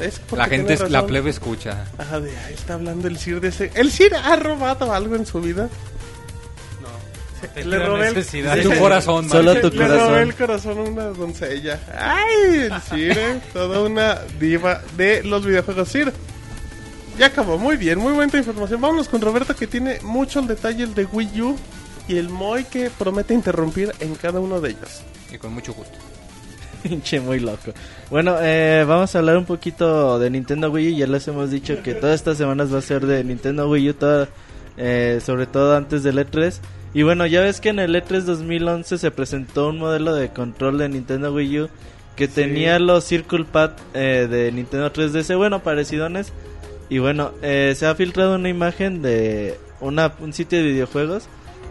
[SPEAKER 2] es porque
[SPEAKER 3] La gente,
[SPEAKER 2] tiene
[SPEAKER 3] es- la
[SPEAKER 2] razón.
[SPEAKER 3] plebe escucha.
[SPEAKER 2] Ajá, de, ahí está hablando el Cir de ese. ¿El Cir ha robado algo en su vida? Le robé el-
[SPEAKER 4] necesidad.
[SPEAKER 2] Dice-
[SPEAKER 3] Tu corazón,
[SPEAKER 5] Solo
[SPEAKER 3] Martín.
[SPEAKER 5] tu
[SPEAKER 2] Le robé el
[SPEAKER 5] corazón.
[SPEAKER 2] corazón a una doncella. ¡Ay! El Cir, ¿eh? Toda una diva de los videojuegos. Cir, ya acabó. Muy bien, muy buena información. Vámonos con Roberto que tiene mucho el detalle el de Wii U y el Moy que promete interrumpir en cada uno de ellos.
[SPEAKER 3] Y con mucho gusto.
[SPEAKER 5] Pinche muy loco. Bueno, eh, vamos a hablar un poquito de Nintendo Wii U. Ya les hemos dicho que todas estas semanas va a ser de Nintendo Wii U, toda- eh, sobre todo antes del E3. Y bueno, ya ves que en el E E3 2011 se presentó un modelo de control de Nintendo Wii U que tenía los Circle Pad eh, de Nintendo 3DS, bueno, parecidones. Y bueno, eh, se ha filtrado una imagen de una, un sitio de videojuegos.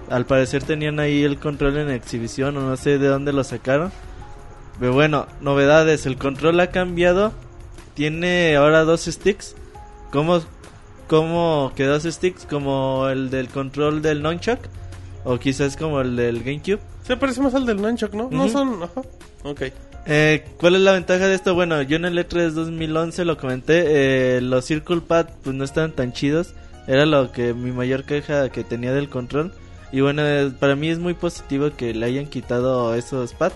[SPEAKER 5] Al parecer tenían ahí el control en exhibición o no sé de dónde lo sacaron. Pero bueno, novedades, el control ha cambiado. Tiene ahora dos sticks. ¿Cómo, cómo que dos sticks? Como el del control del Nunchuck. O quizás como el del GameCube.
[SPEAKER 2] Se parece más al del Nunchuk, ¿no? No
[SPEAKER 5] Ujú.
[SPEAKER 2] son. Ajá. Ok.
[SPEAKER 5] Eh, ¿Cuál es la ventaja de esto? Bueno, yo en el E E3 2011 lo comenté, eh, los Circle Pad pues no estaban tan chidos, era lo que mi mayor queja que tenía del control y bueno, eh, para mí es muy positivo que le hayan quitado esos pad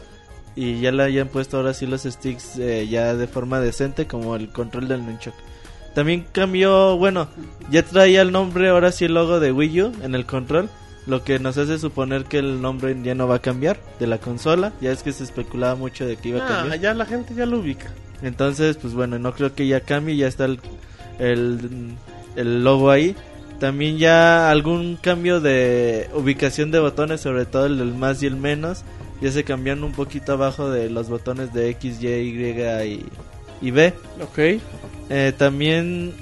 [SPEAKER 5] y ya le hayan puesto ahora sí los sticks eh, ya de forma decente como el control del Nunchuk. También cambió, bueno, ya traía el nombre, ahora sí el logo de Wii U en el control, lo que nos hace suponer que el nombre ya no va a cambiar de la consola, ya es que se especulaba mucho de que iba a
[SPEAKER 2] Ah,
[SPEAKER 5] cambiar.
[SPEAKER 2] ya la gente ya lo ubica.
[SPEAKER 5] Entonces, pues bueno, no creo que ya cambie, ya está el, el, el logo ahí. También ya algún cambio de ubicación de botones, sobre todo el del más y el menos, ya se cambiaron un poquito abajo de los botones de X, Y, Y y, y B.
[SPEAKER 2] Ok.
[SPEAKER 5] Eh, también,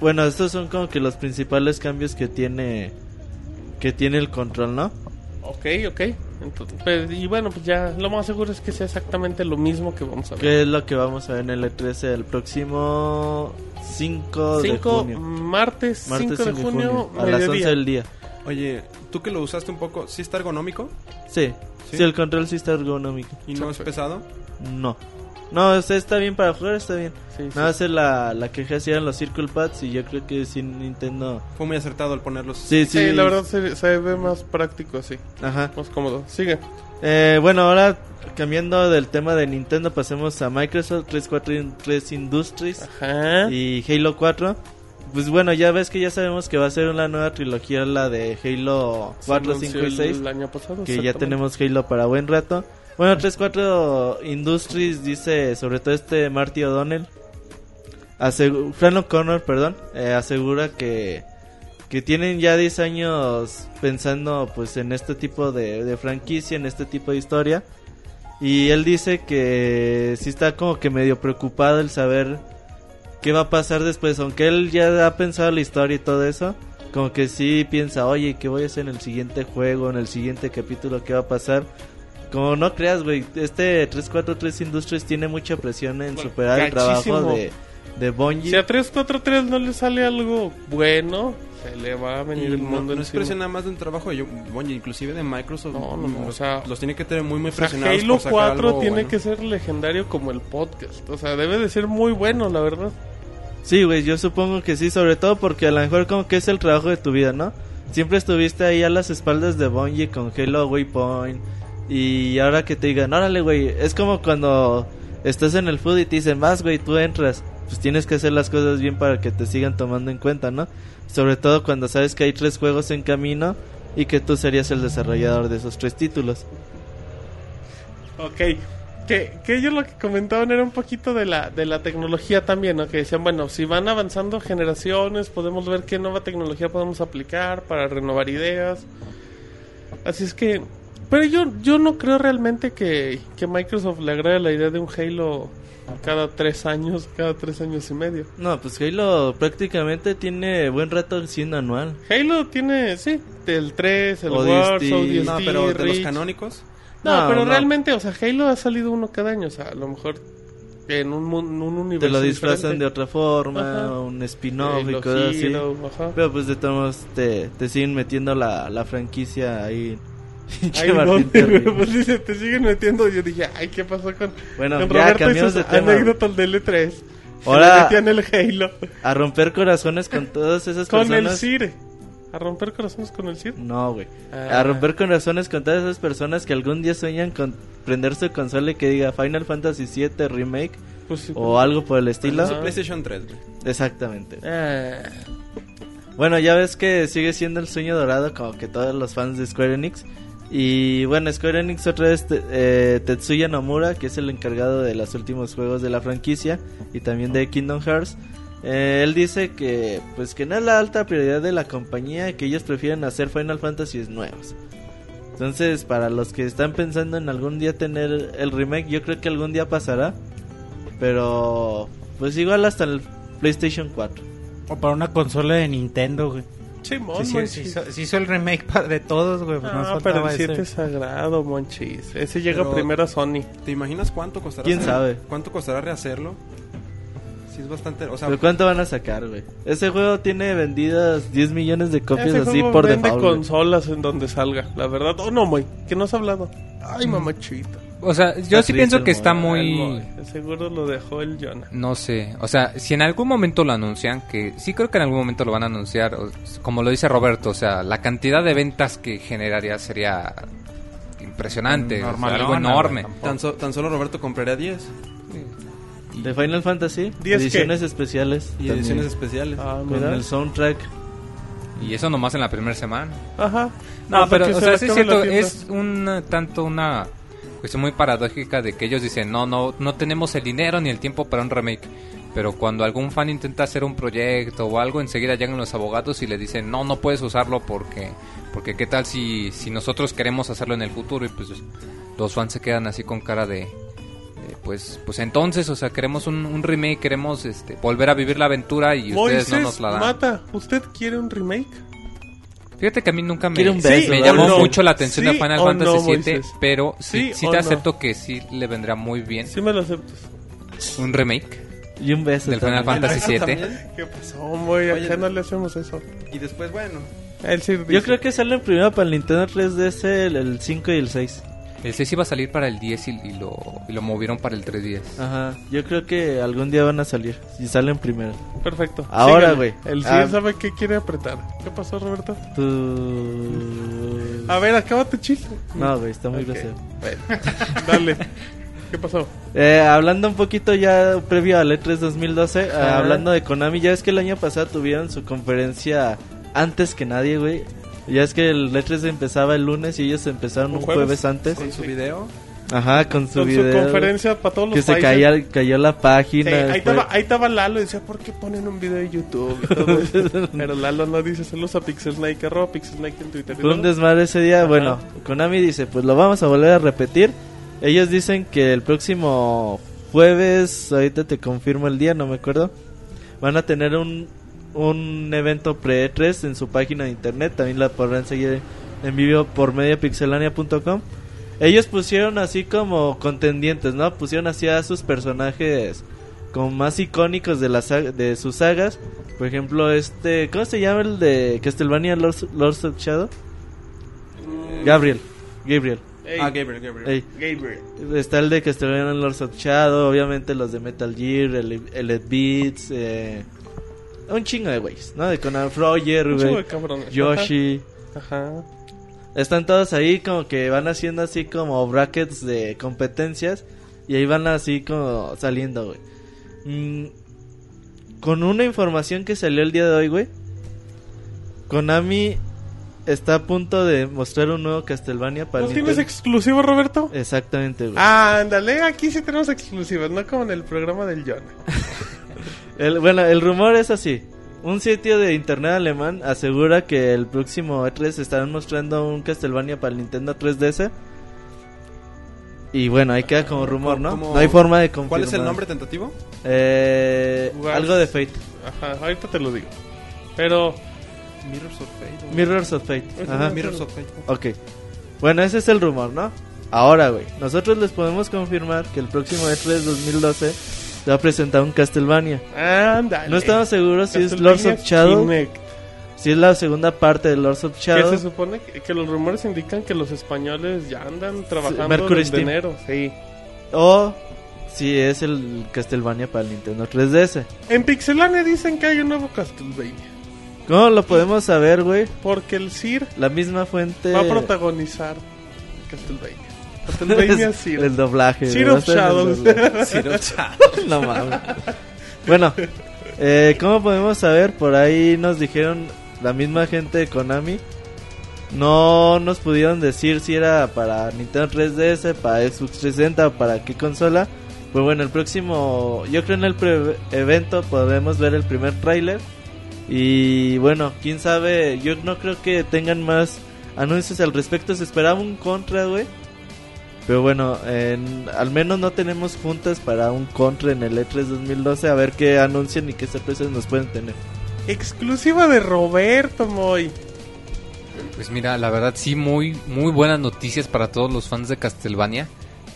[SPEAKER 5] bueno, estos son como que los principales cambios que tiene que tiene el control, ¿no?
[SPEAKER 2] Ok, ok. Entonces, pues, y bueno, pues ya lo más seguro es que sea exactamente lo mismo que vamos a ver.
[SPEAKER 5] Que es lo que vamos a ver en el E3 el próximo 5 de
[SPEAKER 2] 5
[SPEAKER 5] junio.
[SPEAKER 2] martes,
[SPEAKER 5] Martes
[SPEAKER 2] 5 de junio,
[SPEAKER 5] a las 11
[SPEAKER 2] mediodía.
[SPEAKER 5] del día.
[SPEAKER 6] Oye, tú que lo usaste un poco, ¿sí está ergonómico?
[SPEAKER 5] Sí,
[SPEAKER 6] ¿Sí?
[SPEAKER 5] sí, el control sí está ergonómico.
[SPEAKER 6] ¿Y no es pesado?
[SPEAKER 5] No. No, o sea, está bien para jugar, está bien.
[SPEAKER 2] Sí, sí.
[SPEAKER 5] Nada más es la, la queja si eran los Circle Pads y yo creo que sin Nintendo...
[SPEAKER 6] Fue muy acertado al ponerlos.
[SPEAKER 5] Sí, sí.
[SPEAKER 2] Sí, la verdad se, se ve más práctico así,
[SPEAKER 5] Ajá.
[SPEAKER 2] más cómodo. Sigue.
[SPEAKER 5] Eh, bueno, ahora cambiando del tema de Nintendo, pasemos a Microsoft 343 Industries
[SPEAKER 2] Ajá.
[SPEAKER 5] y Halo 4. Pues bueno, ya ves que ya sabemos que va a ser una nueva trilogía la de Halo
[SPEAKER 2] Se
[SPEAKER 5] 4,
[SPEAKER 2] anunció
[SPEAKER 5] 5 y 6.
[SPEAKER 2] El año pasado.
[SPEAKER 5] que ya
[SPEAKER 2] exactamente.
[SPEAKER 5] tenemos Halo para buen rato. Bueno, 3-4 Industries dice, sobre todo este Marty O'Donnell, asegu- Fran O'Connor, perdón, eh, asegura que, que tienen ya 10 años pensando pues en este tipo de, de franquicia, en este tipo de historia. Y él dice que sí está como que medio preocupado el saber qué va a pasar después, aunque él ya ha pensado la historia y todo eso como que sí piensa, oye, ¿qué voy a hacer en el siguiente juego, en el siguiente capítulo? ¿Qué va a pasar? Como no creas, güey, este 343 Industries tiene mucha presión en
[SPEAKER 2] Bueno,
[SPEAKER 5] superar el
[SPEAKER 2] gachísimo.
[SPEAKER 5] trabajo de, de Bungie.
[SPEAKER 2] Si a 343 no le sale algo bueno, se le va a venir
[SPEAKER 6] Y
[SPEAKER 2] el
[SPEAKER 6] no,
[SPEAKER 2] mundo
[SPEAKER 6] no es
[SPEAKER 2] encima.
[SPEAKER 6] presión nada más de un trabajo de yo, bueno, inclusive de Microsoft.
[SPEAKER 2] No, no, no,
[SPEAKER 6] los-
[SPEAKER 2] o sea-
[SPEAKER 6] los tiene que tener muy, muy
[SPEAKER 2] O sea,
[SPEAKER 6] presionados.
[SPEAKER 2] Halo
[SPEAKER 6] por sacar
[SPEAKER 2] 4
[SPEAKER 6] algo
[SPEAKER 2] tiene
[SPEAKER 6] bueno.
[SPEAKER 2] que ser legendario como el podcast. O sea, debe de ser muy bueno, la verdad.
[SPEAKER 5] Sí, güey, yo supongo que sí, sobre todo porque a lo mejor como que es el trabajo de tu vida, ¿no? Siempre estuviste ahí a las espaldas de Bungie con Halo Waypoint y ahora que te digan, órale, güey, es como cuando estás en el food y te dicen, vas, güey, tú entras. Pues tienes que hacer las cosas bien para que te sigan tomando en cuenta, ¿no? Sobre todo cuando sabes que hay tres juegos en camino y que tú serías el desarrollador de esos tres títulos.
[SPEAKER 2] Ok. Que, que ellos lo que comentaban era un poquito de la, de la tecnología también, ¿no? Que decían, bueno, si van avanzando generaciones, podemos ver qué nueva tecnología podemos aplicar para renovar ideas. Así es que... Pero yo, yo no creo realmente que, que Microsoft le agrade la idea de un Halo cada tres años, cada tres años y medio.
[SPEAKER 5] No, pues Halo prácticamente tiene buen rato siendo anual.
[SPEAKER 2] Halo tiene, sí, el 3, el
[SPEAKER 5] ODST.
[SPEAKER 2] Wars, ODST,
[SPEAKER 6] No, pero de los
[SPEAKER 2] Reach.
[SPEAKER 6] canónicos.
[SPEAKER 2] No,
[SPEAKER 5] No,
[SPEAKER 2] pero
[SPEAKER 5] no.
[SPEAKER 2] realmente, o sea, Halo ha salido uno cada año, o sea, a lo mejor en un, mu- en un universo
[SPEAKER 5] te lo disfrazan
[SPEAKER 2] diferente.
[SPEAKER 5] de otra forma,
[SPEAKER 2] Ajá.
[SPEAKER 5] un spin-off y
[SPEAKER 2] Halo
[SPEAKER 5] cosas así.
[SPEAKER 2] Hero, ajá.
[SPEAKER 5] Pero pues de todos modos te, te siguen metiendo la, la franquicia ahí. Che,
[SPEAKER 2] Ay,
[SPEAKER 5] Martín,
[SPEAKER 2] no,
[SPEAKER 5] te
[SPEAKER 2] güey,
[SPEAKER 5] ríes.
[SPEAKER 2] pues dice, te siguen metiendo. Yo dije, ay, ¿qué pasó con,
[SPEAKER 5] Bueno,
[SPEAKER 2] con
[SPEAKER 5] ya
[SPEAKER 2] Roberto y
[SPEAKER 5] cambiamos
[SPEAKER 2] sus
[SPEAKER 5] de tema.
[SPEAKER 2] anécdotas del E3? Se
[SPEAKER 5] Ahora-
[SPEAKER 2] le metían el Halo.
[SPEAKER 5] a romper corazones con todas esas
[SPEAKER 2] Con el
[SPEAKER 5] personas.
[SPEAKER 2] Cire. A romper corazones con el Cire.
[SPEAKER 5] No, güey.
[SPEAKER 2] Ah.
[SPEAKER 5] A romper corazones con todas esas personas que algún día sueñan con prender su consola y que diga Final Fantasy VII Remake
[SPEAKER 2] Pues sí.
[SPEAKER 5] o algo por el estilo.
[SPEAKER 6] Pero su PlayStation 3, güey.
[SPEAKER 5] Exactamente.
[SPEAKER 2] Ah,
[SPEAKER 5] Bueno, ya ves que sigue siendo el sueño dorado como que todos los fans de Square Enix. Y bueno, Square Enix otra vez te- eh, Tetsuya Nomura, que es el encargado de los últimos juegos de la franquicia y también de Kingdom Hearts. eh, él dice que pues que no es la alta prioridad de la compañía y que ellos prefieren hacer Final Fantasy nuevos. Entonces, para los que están pensando en algún día tener el remake, yo creo que algún día pasará. Pero pues igual hasta el PlayStation 4.
[SPEAKER 4] O para una consola de Nintendo, güey.
[SPEAKER 2] Simón,
[SPEAKER 4] Sí, sí, sí,
[SPEAKER 2] Monchis.
[SPEAKER 4] hizo, sí hizo el remake pa- de todos, güey. pues nos
[SPEAKER 2] Oh, Ah, pero
[SPEAKER 4] faltaba
[SPEAKER 2] el
[SPEAKER 4] ese.
[SPEAKER 2] 7 es sagrado, Monchis. Ese llega
[SPEAKER 6] Pero-
[SPEAKER 2] primero a Sony.
[SPEAKER 6] ¿Te imaginas cuánto costará?
[SPEAKER 5] ¿Quién
[SPEAKER 6] hacer-
[SPEAKER 5] sabe?
[SPEAKER 6] ¿Cuánto costará rehacerlo? sí es bastante. O sea,
[SPEAKER 5] ¿Pero cuánto van a sacar, güey? Ese juego tiene vendidas 10 millones de copias
[SPEAKER 2] Ese
[SPEAKER 5] así
[SPEAKER 2] juego
[SPEAKER 5] por
[SPEAKER 2] vende
[SPEAKER 5] default. güey.
[SPEAKER 2] consolas en donde salga, la verdad. Oh, no, Moy, que no has hablado. Ay, mamachita.
[SPEAKER 3] O sea, yo sí
[SPEAKER 5] triste
[SPEAKER 3] pienso
[SPEAKER 5] el
[SPEAKER 3] que está
[SPEAKER 2] Ay,
[SPEAKER 3] muy...
[SPEAKER 2] Moy, Seguro lo dejó el Jonah.
[SPEAKER 3] No sé, o sea, si en algún momento lo anuncian, que sí creo que en algún momento lo van a anunciar, o- como lo dice Roberto, o sea, la cantidad de ventas que generaría sería impresionante, o sea,
[SPEAKER 4] Normalona,
[SPEAKER 3] algo enorme.
[SPEAKER 4] güey,
[SPEAKER 6] tan, so- tan solo Roberto compraría 10
[SPEAKER 5] De Final Fantasy,
[SPEAKER 2] 10 qué?
[SPEAKER 5] ediciones especiales.
[SPEAKER 6] y
[SPEAKER 5] también,
[SPEAKER 6] ediciones especiales.
[SPEAKER 2] Ah,
[SPEAKER 5] Con
[SPEAKER 2] mira.
[SPEAKER 5] el soundtrack.
[SPEAKER 3] Y eso nomás en la primera semana.
[SPEAKER 2] Ajá.
[SPEAKER 3] No,
[SPEAKER 2] Hasta que
[SPEAKER 3] pero o
[SPEAKER 2] se
[SPEAKER 3] sea,
[SPEAKER 2] le
[SPEAKER 3] sí es
[SPEAKER 2] acabe la
[SPEAKER 3] cierto,
[SPEAKER 2] tienda.
[SPEAKER 3] es un eh, tanto una cuestión muy paradójica de que ellos dicen, no, no, no tenemos el dinero ni el tiempo para un remake. Pero cuando algún fan intenta hacer un proyecto o algo, enseguida llegan los abogados y le dicen, no, no puedes usarlo porque, porque qué tal si, si nosotros queremos hacerlo en el futuro y pues los fans se quedan así con cara de, eh, pues, pues entonces, o sea, queremos un, un remake, queremos este, volver a vivir la aventura y ustedes
[SPEAKER 2] Moisés,
[SPEAKER 3] no nos la dan.
[SPEAKER 2] Mata, ¿usted quiere un remake?
[SPEAKER 3] Fíjate que a mí nunca me,
[SPEAKER 5] Quiero un beso,
[SPEAKER 3] me
[SPEAKER 5] ¿no?
[SPEAKER 3] llamó
[SPEAKER 5] ¿O no?
[SPEAKER 3] mucho la atención
[SPEAKER 2] Sí
[SPEAKER 3] de
[SPEAKER 2] o
[SPEAKER 3] Final
[SPEAKER 2] no,
[SPEAKER 3] Fantasy VII,
[SPEAKER 2] Moisés.
[SPEAKER 3] pero sí,
[SPEAKER 2] Sí
[SPEAKER 3] sí
[SPEAKER 2] o
[SPEAKER 3] te
[SPEAKER 2] no.
[SPEAKER 3] acepto que sí le vendrá muy bien
[SPEAKER 2] Sí me lo aceptas.
[SPEAKER 3] un remake
[SPEAKER 5] Y un beso.
[SPEAKER 3] del
[SPEAKER 5] también.
[SPEAKER 3] Final Fantasy
[SPEAKER 6] Eso
[SPEAKER 3] VII.
[SPEAKER 6] también.
[SPEAKER 2] ¿Qué pasó, Moy? Acá
[SPEAKER 6] Oye.
[SPEAKER 2] no le hacemos eso.
[SPEAKER 6] Y después, bueno,
[SPEAKER 2] El Sir dice,
[SPEAKER 5] Yo creo que salen primero para el Nintendo 3DS el, el 5 y el 6.
[SPEAKER 3] El 6 iba a salir para el 10 y, y lo, y lo movieron para el 310.
[SPEAKER 5] Ajá. Yo creo que algún día van a salir. Si salen primero.
[SPEAKER 2] Perfecto.
[SPEAKER 5] Ahora,
[SPEAKER 2] sígale.
[SPEAKER 5] güey.
[SPEAKER 2] El Sir
[SPEAKER 5] Ah.
[SPEAKER 2] sabe qué quiere apretar. ¿Qué pasó, Roberto?
[SPEAKER 5] Tú...
[SPEAKER 2] A ver, acaba tu chiste.
[SPEAKER 5] No, güey, está muy
[SPEAKER 2] Ah. Ok.
[SPEAKER 5] grosero.
[SPEAKER 2] Bueno, dale. ¿Qué pasó?
[SPEAKER 5] Eh, hablando un poquito ya previo al E3 2012, eh,
[SPEAKER 2] Ajá.
[SPEAKER 5] hablando de Konami, ya es que el año pasado tuvieron su conferencia antes que nadie, güey. Ya es que el E3 empezaba el lunes y ellos empezaron
[SPEAKER 2] ¿Un
[SPEAKER 5] un
[SPEAKER 2] jueves?
[SPEAKER 5] jueves, antes.
[SPEAKER 6] con su video.
[SPEAKER 5] Ajá, con su
[SPEAKER 2] Con
[SPEAKER 5] video.
[SPEAKER 2] su
[SPEAKER 5] güey,
[SPEAKER 2] conferencia para todos los
[SPEAKER 5] que se
[SPEAKER 2] países.
[SPEAKER 5] caía, cayó la
[SPEAKER 2] Sí,
[SPEAKER 5] página.
[SPEAKER 2] ahí,
[SPEAKER 5] fue-
[SPEAKER 2] estaba, ahí estaba Lalo y decía, ¿por qué ponen un video de YouTube? y todo eso? Pero Lalo no dice, saludos a Pixel Snake, arroba Pixel Snake en Twitter.
[SPEAKER 5] Fue un desmadre ese día.
[SPEAKER 2] Ajá.
[SPEAKER 5] Bueno, Konami dice, pues lo vamos a volver a repetir. Ellos dicen que el próximo jueves, ahorita te confirmo el día, no me acuerdo. Van a tener un, un evento pre-3 en su página de internet. También la podrán seguir en vivo por mediapixelania.com. Ellos pusieron así como contendientes, ¿no? Pusieron así a sus personajes como más icónicos de, las sa- de sus sagas. Por ejemplo, este, ¿cómo se llama el de Castlevania Lords, Lords of Shadow? Gabriel, Gabriel.
[SPEAKER 2] Ey,
[SPEAKER 6] Ah, Gabriel, Gabriel.
[SPEAKER 5] ey.
[SPEAKER 2] Gabriel.
[SPEAKER 5] Está el de Castlevania Lords of Shadow, obviamente los de Metal Gear, el, el Ed Beats, eh, un chingo de güeyes, ¿no? De Conan Frogger,
[SPEAKER 2] Un chingo de
[SPEAKER 5] güey,
[SPEAKER 2] cabrones.
[SPEAKER 5] Yoshi.
[SPEAKER 2] Ajá. Ajá.
[SPEAKER 5] Están todos ahí como que van haciendo así como brackets de competencias y ahí van así como saliendo, güey. Mm, con una información que salió el día de hoy, güey. Konami está a punto de mostrar un nuevo Castlevania para
[SPEAKER 2] ¿No
[SPEAKER 5] el
[SPEAKER 2] tienes
[SPEAKER 5] Nintendo. Eh.
[SPEAKER 2] exclusivo, Roberto?
[SPEAKER 5] Exactamente, güey.
[SPEAKER 2] Ah, ándale, aquí sí tenemos exclusivas, no como en el programa del John.
[SPEAKER 5] El- bueno, el rumor es así. Un sitio de internet alemán asegura que el próximo E3 estarán mostrando un Castlevania para el Nintendo 3DS. Y bueno, ahí queda como rumor, ¿no?
[SPEAKER 6] ¿Cómo-
[SPEAKER 5] No hay forma de confirmar.
[SPEAKER 6] ¿Cuál es el nombre tentativo?
[SPEAKER 5] Eh,
[SPEAKER 2] Guas.
[SPEAKER 5] algo de Fate.
[SPEAKER 2] Ajá, ahorita te lo digo. Pero,
[SPEAKER 6] Mirrors of Fate. ¿no?
[SPEAKER 5] Mirrors of Fate.
[SPEAKER 2] Ese
[SPEAKER 5] Ajá.
[SPEAKER 2] no-
[SPEAKER 6] Mirrors of Fate.
[SPEAKER 5] Ok. Bueno, ese es el rumor, ¿no? Ahora, güey. Nosotros les podemos confirmar que el próximo E E3 2012 se va a presentar un Castlevania.
[SPEAKER 2] ándale.
[SPEAKER 5] No estamos seguros si es
[SPEAKER 2] Castlevania
[SPEAKER 5] Lords of Shadow,
[SPEAKER 2] Kinect.
[SPEAKER 5] si es la segunda parte de Lords of
[SPEAKER 2] Que
[SPEAKER 5] Shadow.
[SPEAKER 2] se supone que, que los rumores indican que los españoles ya andan trabajando
[SPEAKER 5] Mercury
[SPEAKER 2] desde
[SPEAKER 5] Steam.
[SPEAKER 2] enero. Sí.
[SPEAKER 5] O si es el Castlevania para el Nintendo 3DS.
[SPEAKER 2] En Pixelania dicen que hay un nuevo Castlevania.
[SPEAKER 5] ¿Cómo lo podemos saber, güey?
[SPEAKER 2] Porque el Sir
[SPEAKER 5] La misma fuente.
[SPEAKER 2] va a protagonizar Castlevania. Castlevania Sir.
[SPEAKER 5] Pues, El doblaje.
[SPEAKER 2] Sir
[SPEAKER 5] güey,
[SPEAKER 2] of
[SPEAKER 5] va a estar en el
[SPEAKER 2] Shadows.
[SPEAKER 5] doblaje.
[SPEAKER 6] Zero Chat.
[SPEAKER 5] no mames. Bueno, eh, ¿cómo podemos saber? Por ahí nos dijeron la misma gente de Konami. No nos pudieron decir si era para Nintendo 3DS, para Xbox 360 o para qué consola. Pues bueno, el próximo, yo creo en el pre- evento podremos ver el primer tráiler. Y bueno, quién sabe, yo no creo que tengan más anuncios al respecto. Se esperaba un contra, güey. Pero bueno, en- al menos no tenemos juntas para un contra en el E E3 2012. A ver qué anuncian y qué sorpresas nos pueden tener.
[SPEAKER 2] Exclusiva de Roberto Moy.
[SPEAKER 3] Pues mira, la verdad sí muy muy buenas noticias para todos los fans de Castlevania,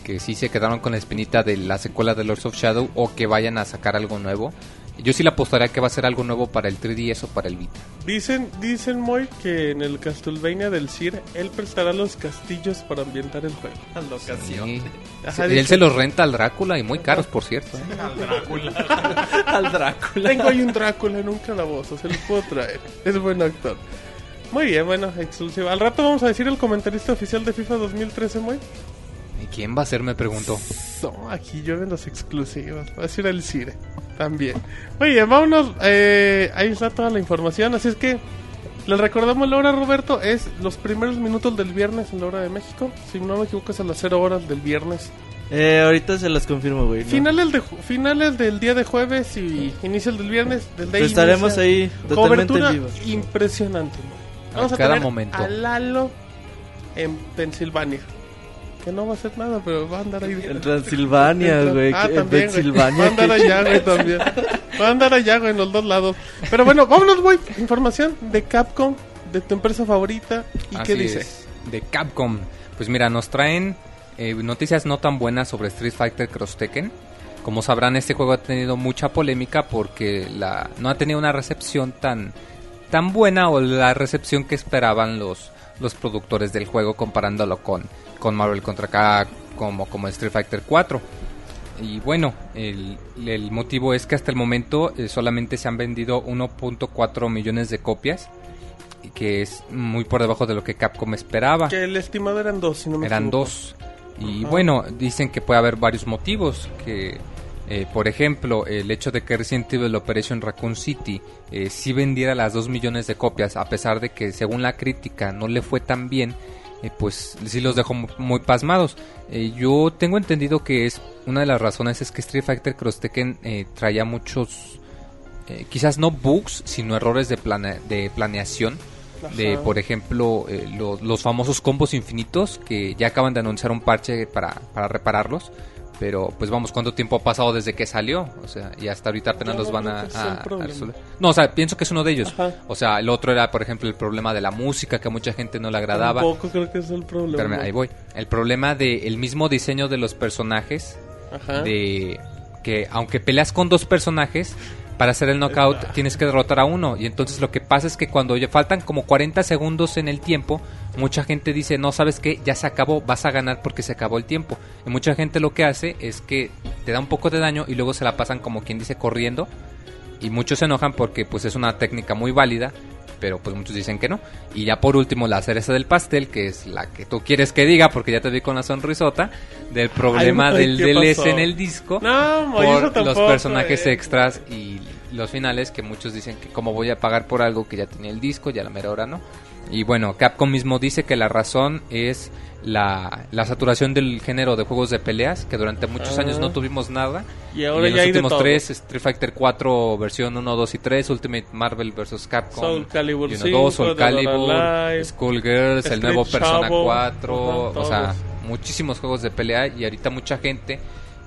[SPEAKER 3] que sí se quedaron con la espinita de la secuela de Lords of Shadow o que vayan a sacar algo nuevo. Yo sí le apostaría que va a ser algo nuevo para el 3DS o para el Vita.
[SPEAKER 2] Dicen, dicen Moy que en el Castlevania del CIR él prestará los castillos para ambientar el juego.
[SPEAKER 7] A lo que
[SPEAKER 3] Sí.
[SPEAKER 7] hacía.
[SPEAKER 2] Ajá,
[SPEAKER 3] él
[SPEAKER 2] dice-
[SPEAKER 3] se los renta al Drácula y muy caros, por cierto. ¿eh?
[SPEAKER 7] Al Drácula. Al Drácula.
[SPEAKER 2] Tengo ahí un Drácula en un calabozo, se los puedo traer. Es buen actor. Muy bien, bueno, exclusiva. Al rato vamos a decir el comentarista oficial de FIFA 2013, Moy.
[SPEAKER 3] ¿Y quién va a ser? Me preguntó.
[SPEAKER 2] No, aquí llueven las exclusivas. Va a ser el CIRE también. Muy bien, vámonos. eh, ahí está toda la información. Así es que les recordamos la hora, Roberto. Es los primeros minutos del viernes en la hora de México. Si no me equivoco, es a las 0 horas del viernes.
[SPEAKER 5] Eh, ahorita se las confirmo, güey. ¿no?
[SPEAKER 2] Finales, de, ju- finales del día de jueves y inicio del viernes. Del día
[SPEAKER 5] Pero Pues estaremos
[SPEAKER 2] inicia-
[SPEAKER 5] ahí totalmente
[SPEAKER 2] Cobertura
[SPEAKER 5] en vivo.
[SPEAKER 2] impresionante. ¿no?
[SPEAKER 3] A
[SPEAKER 2] Vamos a,
[SPEAKER 3] cada
[SPEAKER 2] tener
[SPEAKER 3] momento.
[SPEAKER 2] a Lalo en Pensilvania. Que no va a hacer nada, pero va a andar ahí.
[SPEAKER 5] En Transilvania, güey.
[SPEAKER 2] Ah,
[SPEAKER 5] que- en
[SPEAKER 2] también, güey. Va a
[SPEAKER 5] Pensilvania.
[SPEAKER 2] andar
[SPEAKER 5] que-
[SPEAKER 2] allá, güey, también. Va a andar allá, güey, en los dos lados. Pero bueno, vámonos, güey. Información de Capcom, de tu empresa favorita. ¿Y
[SPEAKER 3] Así
[SPEAKER 2] qué dice?
[SPEAKER 3] es, de Capcom. Pues mira, nos traen eh, noticias no tan buenas sobre Street Fighter Cross Tekken. Como sabrán, este juego ha tenido mucha polémica porque la, no ha tenido una recepción tan, tan buena o la recepción que esperaban los, los productores del juego comparándolo con, con Marvel contra K como, como Street Fighter 4. Y bueno, el, el motivo es que hasta el momento eh, solamente se han vendido 1.4 millones de copias, y que es muy por debajo de lo que Capcom esperaba.
[SPEAKER 2] Que el estimado eran dos, si no me
[SPEAKER 3] Eran
[SPEAKER 2] equivoco.
[SPEAKER 3] dos. Y
[SPEAKER 2] Ajá.
[SPEAKER 3] bueno, dicen que puede haber varios motivos, que eh, por ejemplo, el hecho de que Resident Evil Operation Raccoon City eh, sí vendiera las 2 millones de copias, a pesar de que según la crítica no le fue tan bien, eh, pues sí los dejó mu- muy pasmados. Eh, yo tengo entendido que es una de las razones es que Street Fighter Cross Tekken eh, traía muchos, eh, quizás no bugs, sino errores de, plane- de planeación de
[SPEAKER 2] Ajá.
[SPEAKER 3] por ejemplo eh, lo- los famosos combos infinitos que ya acaban de anunciar un parche para, para repararlos pero pues vamos cuánto tiempo ha pasado desde que salió o sea y hasta ahorita apenas
[SPEAKER 2] No,
[SPEAKER 3] los
[SPEAKER 2] no
[SPEAKER 3] van
[SPEAKER 2] creo
[SPEAKER 3] a,
[SPEAKER 2] que sea un
[SPEAKER 3] a- a
[SPEAKER 2] problema.
[SPEAKER 3] resolver no o sea pienso que es uno de ellos
[SPEAKER 2] Ajá.
[SPEAKER 3] o sea el otro era por ejemplo el problema de la música que a mucha gente no le agradaba
[SPEAKER 2] Tampoco creo que es el problema.
[SPEAKER 3] Espérame, ahí voy el problema del mismo diseño de los personajes
[SPEAKER 2] Ajá.
[SPEAKER 3] de que aunque peleas con dos personajes, para hacer el knockout tienes que derrotar a uno. Y entonces lo que pasa es que cuando ya faltan como 40 segundos en el tiempo, mucha gente dice, no sabes qué, ya se acabó, vas a ganar porque se acabó el tiempo. Y mucha gente lo que hace es que te da un poco de daño y luego se la pasan como quien dice corriendo. Y muchos se enojan porque pues es una técnica muy válida, pero pues muchos dicen que no. Y ya por último la cereza del pastel, que es la que tú quieres que diga porque ya te vi con la sonrisota, del problema
[SPEAKER 2] Ay,
[SPEAKER 3] del
[SPEAKER 2] ¿qué
[SPEAKER 3] DLC
[SPEAKER 2] pasó?
[SPEAKER 3] en el disco
[SPEAKER 2] No, Moy, eso
[SPEAKER 3] por los
[SPEAKER 2] tampoco,
[SPEAKER 3] personajes
[SPEAKER 2] eh.
[SPEAKER 3] extras y los finales que muchos dicen que como voy a pagar por algo que ya tenía el disco, ya la mera hora no. Y bueno, Capcom mismo dice que la razón es la, la saturación del género de juegos de peleas, que durante muchos
[SPEAKER 2] Ah.
[SPEAKER 3] años no tuvimos nada.
[SPEAKER 2] Y ahora
[SPEAKER 3] en
[SPEAKER 2] ya
[SPEAKER 3] los
[SPEAKER 2] hay de
[SPEAKER 3] últimos
[SPEAKER 2] todo.
[SPEAKER 3] tres, Street Fighter 4 versión 1, 2 y 3, Ultimate Marvel vs. Capcom.
[SPEAKER 2] Soul Calibur
[SPEAKER 3] 1,
[SPEAKER 2] 5,
[SPEAKER 3] 2, Soul
[SPEAKER 2] Dead or
[SPEAKER 3] Calibur,
[SPEAKER 2] Alive,
[SPEAKER 3] Skullgirls, el
[SPEAKER 2] Street
[SPEAKER 3] nuevo Persona
[SPEAKER 2] Chavo,
[SPEAKER 3] 4,
[SPEAKER 2] ajá,
[SPEAKER 3] o sea,
[SPEAKER 2] todos.
[SPEAKER 3] muchísimos juegos de pelea y ahorita mucha gente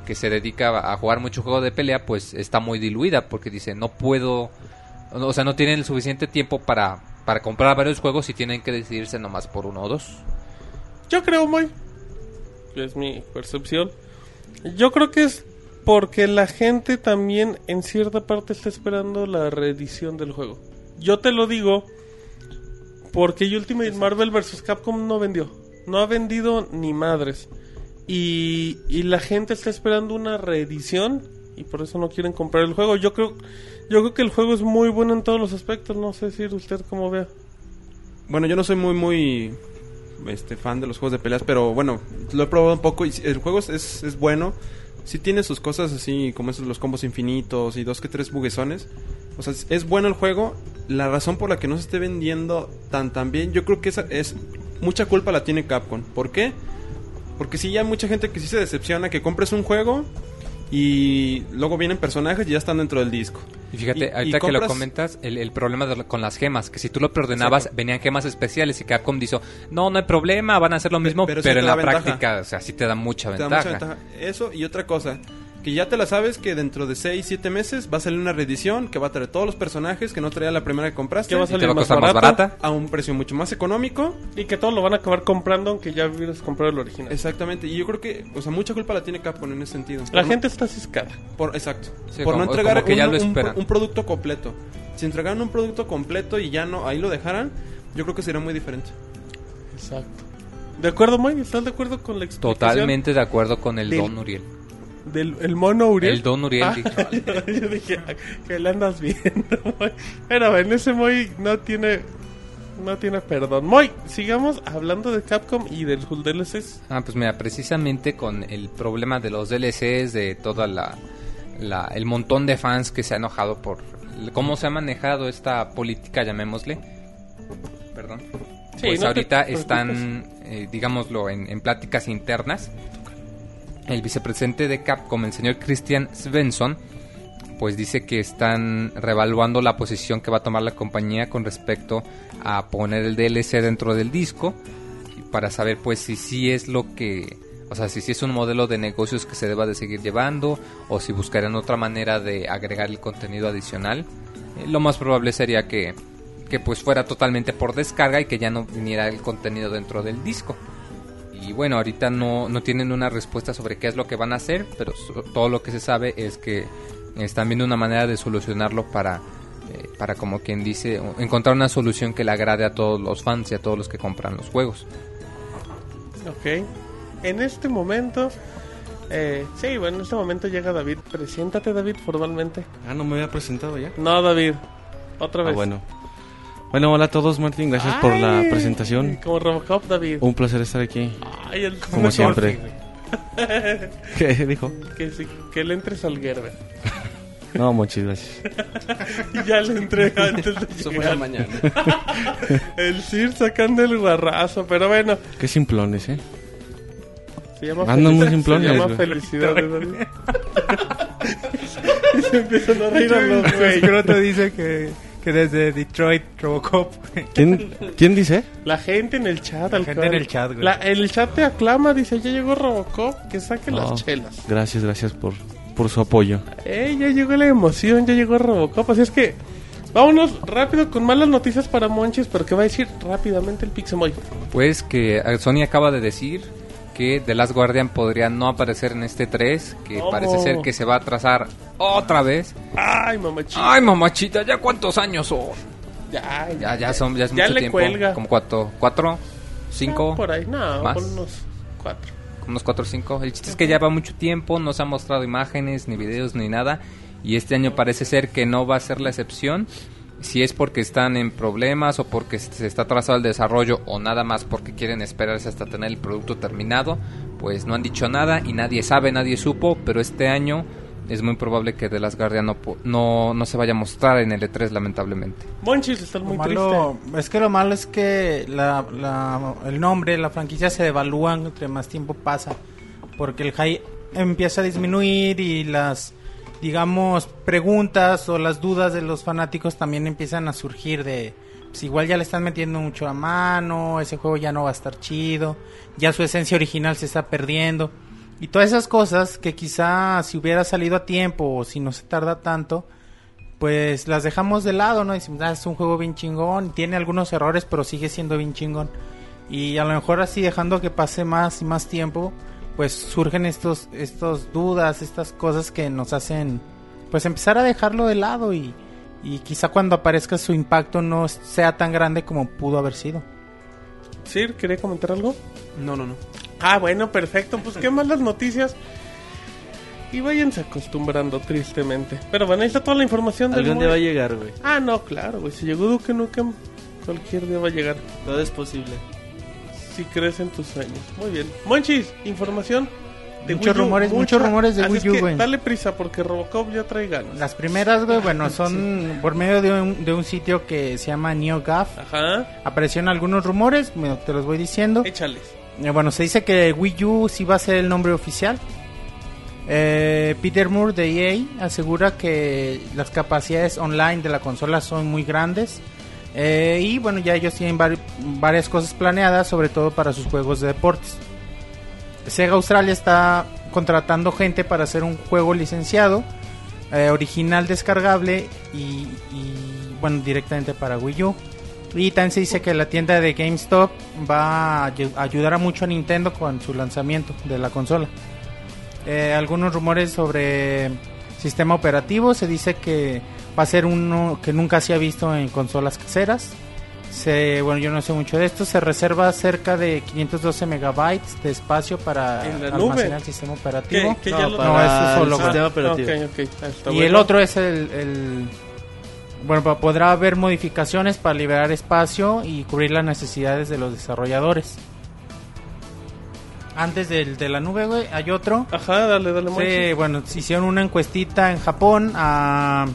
[SPEAKER 3] que se dedica a jugar mucho juego de pelea pues está muy diluida porque dice no puedo, o sea, no tienen el suficiente tiempo para, para comprar varios juegos y tienen que decidirse nomás por uno o dos.
[SPEAKER 2] Yo creo, Moy. Es mi percepción. Yo creo que es porque la gente también en cierta parte está esperando la reedición del juego. Yo te lo digo porque Ultimate Marvel vs. Capcom no vendió. No ha vendido ni madres. Y, y la gente está esperando una reedición y por eso no quieren comprar el juego. Yo creo, yo creo que el juego es muy bueno en todos los aspectos. No sé si usted cómo vea.
[SPEAKER 6] Bueno, yo no soy muy, muy este, fan de los juegos de peleas, pero bueno, lo he probado un poco y sí, el juego es, es, es bueno. Sí tiene sus cosas así, como esos los combos infinitos y dos que tres buguesones. O sea, es, es bueno el juego. La razón por la que no se esté vendiendo tan tan bien, yo creo que esa es mucha culpa la tiene Capcom. ¿Por qué? Porque sí, ya hay mucha gente que sí se decepciona que compres un juego y luego vienen personajes y ya están dentro del disco.
[SPEAKER 3] Y fíjate,
[SPEAKER 6] Y- y
[SPEAKER 3] ahorita que lo
[SPEAKER 6] compras-
[SPEAKER 3] comentas, el, el problema de lo- con las gemas, que si tú lo preordenabas,
[SPEAKER 6] Exacto.
[SPEAKER 3] venían gemas especiales y Capcom dijo, no, no hay problema, van a hacer lo mismo, pero,
[SPEAKER 6] pero sí te
[SPEAKER 3] en la
[SPEAKER 6] da ventaja.
[SPEAKER 3] práctica, o sea, sí te da mucha
[SPEAKER 6] Te da
[SPEAKER 3] ventaja.
[SPEAKER 6] mucha ventaja. Eso y otra cosa. que ya te la sabes que dentro de 6, 7 meses va a salir una reedición que va a traer todos los personajes que no traía la primera que compraste.
[SPEAKER 2] Que va a
[SPEAKER 3] Y
[SPEAKER 2] salir
[SPEAKER 3] te va a
[SPEAKER 2] más
[SPEAKER 3] costar más
[SPEAKER 2] barato.
[SPEAKER 3] barata.
[SPEAKER 6] a un precio mucho más económico.
[SPEAKER 2] Y que todos lo van a acabar comprando aunque ya hubieras comprado el original.
[SPEAKER 6] Exactamente. Y yo creo que, o sea, mucha culpa la tiene Capcom en ese sentido.
[SPEAKER 2] La
[SPEAKER 6] Por-
[SPEAKER 2] gente está ciscada.
[SPEAKER 6] Por, exacto.
[SPEAKER 3] Sí,
[SPEAKER 6] por
[SPEAKER 3] como-
[SPEAKER 6] no entregar
[SPEAKER 3] como que ya
[SPEAKER 6] un,
[SPEAKER 3] lo
[SPEAKER 6] un-
[SPEAKER 3] esperan.
[SPEAKER 6] un producto completo. Si entregaran un producto completo y ya no ahí lo dejaran, yo creo que sería muy diferente.
[SPEAKER 2] Exacto. ¿De acuerdo, Mike? ¿Estás de acuerdo con la explicación?
[SPEAKER 3] Totalmente de acuerdo con el
[SPEAKER 2] Del-
[SPEAKER 3] Don Uriel.
[SPEAKER 2] Del el mono Uriel.
[SPEAKER 3] El Don Uriel,
[SPEAKER 2] Ah,
[SPEAKER 3] dije.
[SPEAKER 2] yo dije, "Ah, que le andas viendo, Moy". Pero en ese Moy no tiene. No tiene perdón. Moy, sigamos hablando de Capcom y del Hull DLCs.
[SPEAKER 3] Ah, pues mira, precisamente con el problema de los DLCs, de toda la, la- el montón de fans que se ha enojado por cómo se ha manejado esta política, llamémosle. Perdón.
[SPEAKER 2] Sí, no
[SPEAKER 3] pues
[SPEAKER 2] te
[SPEAKER 3] ahorita
[SPEAKER 2] preocupes.
[SPEAKER 3] están, eh, digámoslo, en, en pláticas internas. El vicepresidente de Capcom, el señor Christian Svensson, pues dice que están revaluando la posición que va a tomar la compañía con respecto a poner el DLC dentro del disco y para saber pues si sí es lo que, o sea, si sí es un modelo de negocios que se deba de seguir llevando o si buscarían otra manera de agregar el contenido adicional. Eh, lo más probable sería que, que pues fuera totalmente por descarga y que ya no viniera el contenido dentro del disco. Y bueno, ahorita no, no tienen una respuesta sobre qué es lo que van a hacer, pero so- todo lo que se sabe es que están viendo una manera de solucionarlo para, eh, para como quien dice, o- encontrar una solución que le agrade a todos los fans y a todos los que compran los juegos.
[SPEAKER 2] Ok. En este momento. eh, sí, bueno, en este momento llega David. Preséntate, David, formalmente.
[SPEAKER 7] Ah, no me había presentado ya.
[SPEAKER 2] No, David. Otra
[SPEAKER 7] Ah,
[SPEAKER 2] vez.
[SPEAKER 7] bueno. Bueno, hola a todos, Martín. Gracias por la
[SPEAKER 2] Ay,
[SPEAKER 7] presentación.
[SPEAKER 2] Como Robocop, David.
[SPEAKER 7] Un placer estar aquí.
[SPEAKER 2] Ay, el-
[SPEAKER 7] Como siempre. ¿Qué dijo?
[SPEAKER 2] Que, sí, que le entres al Gerber.
[SPEAKER 7] No, muchas gracias.
[SPEAKER 2] Y ya le entré antes de
[SPEAKER 6] Eso fue
[SPEAKER 2] llegar.
[SPEAKER 6] la mañana.
[SPEAKER 2] El Sir sacando el guarrazo, pero bueno.
[SPEAKER 7] Qué simplones, ¿eh?
[SPEAKER 2] Se llama
[SPEAKER 7] Andan muy
[SPEAKER 2] felicidad.
[SPEAKER 7] simplones,
[SPEAKER 2] Se llama
[SPEAKER 7] eh, güey.
[SPEAKER 2] felicidad. de David. y se empiezan a reír a los güey.
[SPEAKER 8] Escroto dice que, que desde Detroit Robocop.
[SPEAKER 7] ¿Quién, ¿quién dice?
[SPEAKER 2] La gente en el chat. La
[SPEAKER 8] gente en el chat, güey.
[SPEAKER 2] el chat te aclama, dice, ya llegó Robocop, que saque
[SPEAKER 7] No.
[SPEAKER 2] las chelas.
[SPEAKER 7] Gracias, gracias por, por su apoyo.
[SPEAKER 2] Eh, ya llegó la emoción, ya llegó Robocop. Así es que, vámonos rápido con malas noticias para Monchis, pero que va a decir rápidamente el Pixemoy.
[SPEAKER 3] Pues que eh, Sony acaba de decir que The Last Guardian podría no aparecer en este 3, que
[SPEAKER 2] ¿Cómo?
[SPEAKER 3] parece ser que se va a atrasar otra vez.
[SPEAKER 2] Ay, mamachita.
[SPEAKER 5] Ah.
[SPEAKER 3] Ay, mamachita, ¿ya cuántos años son?
[SPEAKER 2] Ya,
[SPEAKER 3] Ya, ya son, ya es
[SPEAKER 2] Ya
[SPEAKER 3] mucho
[SPEAKER 2] le
[SPEAKER 3] tiempo.
[SPEAKER 2] cuelga.
[SPEAKER 3] Como cuatro, cuatro, cinco,
[SPEAKER 5] Oh.
[SPEAKER 2] Ah, Por ahí, no,
[SPEAKER 3] más.
[SPEAKER 2] por unos cuatro.
[SPEAKER 3] unos cuatro o cinco. El chiste es que ya va mucho tiempo, no se han mostrado imágenes, ni videos, ni nada. Y este año parece ser que no va a ser la excepción. Si es porque están en problemas o porque se está atrasado el desarrollo o nada más porque quieren esperarse hasta tener el producto terminado, pues no han dicho nada y nadie sabe, nadie supo, pero este año es muy probable que The Last Guardian no, po- no, no se vaya a mostrar en el E3 lamentablemente.
[SPEAKER 2] Monchis, estás muy
[SPEAKER 8] Lo malo-
[SPEAKER 2] triste.
[SPEAKER 8] es que lo malo es que la- la- el nombre, la franquicia se devalúan entre más tiempo pasa. Porque el hype empieza a disminuir y las, digamos, preguntas o las dudas de los fanáticos también empiezan a surgir de... Pues igual ya le están metiendo mucho a mano, ese juego ya no va a estar chido, ya su esencia original se está perdiendo. Y todas esas cosas que quizá si hubiera salido a tiempo o si no se tarda tanto, pues las dejamos de lado, ¿no? Decimos, ah, es un juego bien chingón, tiene algunos errores, pero sigue siendo bien chingón. Y a lo mejor así dejando que pase más y más tiempo, pues surgen estos, estos dudas, estas cosas que nos hacen, pues empezar a dejarlo de lado y, y quizá cuando aparezca su impacto no sea tan grande como pudo haber sido.
[SPEAKER 2] Sir, ¿quería comentar algo?
[SPEAKER 6] No, no, no.
[SPEAKER 2] Ah, bueno, perfecto. Pues qué malas noticias. Y váyanse acostumbrando, tristemente. Pero bueno, ahí está toda la información del
[SPEAKER 5] Algún día va a
[SPEAKER 2] mundo.
[SPEAKER 5] llegar, güey.
[SPEAKER 2] Ah, no, claro, güey. Si llegó Duke Nukem, cualquier día va a llegar.
[SPEAKER 5] Todo es posible.
[SPEAKER 2] Si crees en tus sueños. Muy bien. Monchis, información. de
[SPEAKER 8] Muchos
[SPEAKER 2] Wii U,
[SPEAKER 8] rumores,
[SPEAKER 2] mucha.
[SPEAKER 8] muchos rumores de
[SPEAKER 2] Así
[SPEAKER 8] Wii
[SPEAKER 2] es
[SPEAKER 8] U,
[SPEAKER 2] que
[SPEAKER 8] güey.
[SPEAKER 2] Dale prisa porque Robocop ya trae ganas.
[SPEAKER 8] Las primeras, güey, bueno, son por medio de un, de un sitio que se llama NeoGAF.
[SPEAKER 2] Ajá,
[SPEAKER 8] Aparecieron algunos rumores, me- te los voy diciendo.
[SPEAKER 2] échales.
[SPEAKER 8] Eh, Bueno, se dice que Wii U sí va a ser el nombre oficial. Eh, Peter Moore de EA asegura que las capacidades online de la consola son muy grandes. Eh, y bueno, ya ellos tienen vari- varias cosas planeadas, sobre todo para sus juegos de deportes. Sega Australia está contratando gente para hacer un juego licenciado, eh, original descargable y, y, bueno, directamente para Wii U. Y también se dice que la tienda de GameStop va a ayu- ayudar a mucho a Nintendo con su lanzamiento de la consola. Eh, algunos rumores sobre sistema operativo, se dice que va a ser uno que nunca se ha visto en consolas caseras. Se, bueno, yo no sé mucho de esto. Se reserva cerca de 512 megabytes de espacio para
[SPEAKER 2] En la nube.
[SPEAKER 8] almacenar el sistema operativo.
[SPEAKER 2] ¿Qué? ¿Qué
[SPEAKER 5] No,
[SPEAKER 2] ya lo-
[SPEAKER 5] para
[SPEAKER 8] No, eso solo
[SPEAKER 5] el
[SPEAKER 8] con-
[SPEAKER 5] sistema
[SPEAKER 2] Ah,
[SPEAKER 5] operativo.
[SPEAKER 2] ok, ok, ah, está
[SPEAKER 8] Y
[SPEAKER 2] bueno.
[SPEAKER 8] el otro es el, el- Bueno, pa- podrá haber modificaciones para liberar espacio y cubrir las necesidades de los desarrolladores. Antes del, de la nube, güey, hay otro.
[SPEAKER 2] Ajá, dale, dale,
[SPEAKER 8] Sí,
[SPEAKER 2] Monchis.
[SPEAKER 8] bueno, se hicieron una encuestita en Japón a,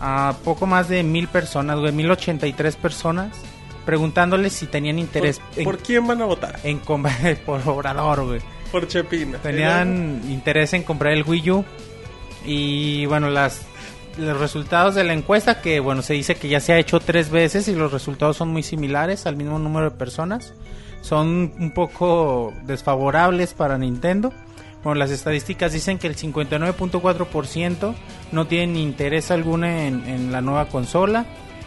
[SPEAKER 8] a poco más de mil personas, güey, 1083 personas, preguntándoles si tenían interés
[SPEAKER 2] ¿Por,
[SPEAKER 8] en,
[SPEAKER 2] por quién van a votar?
[SPEAKER 8] en comprar por Obrador, güey.
[SPEAKER 2] Por Chepina.
[SPEAKER 8] Tenían interés en comprar el Wii U. Y bueno, las, los resultados de la encuesta, que bueno, se dice que ya se ha hecho tres veces y los resultados son muy similares al mismo número de personas. Son un poco desfavorables para Nintendo. Bueno, las estadísticas dicen que el 59.4% no tienen interés alguno en, en la nueva consola.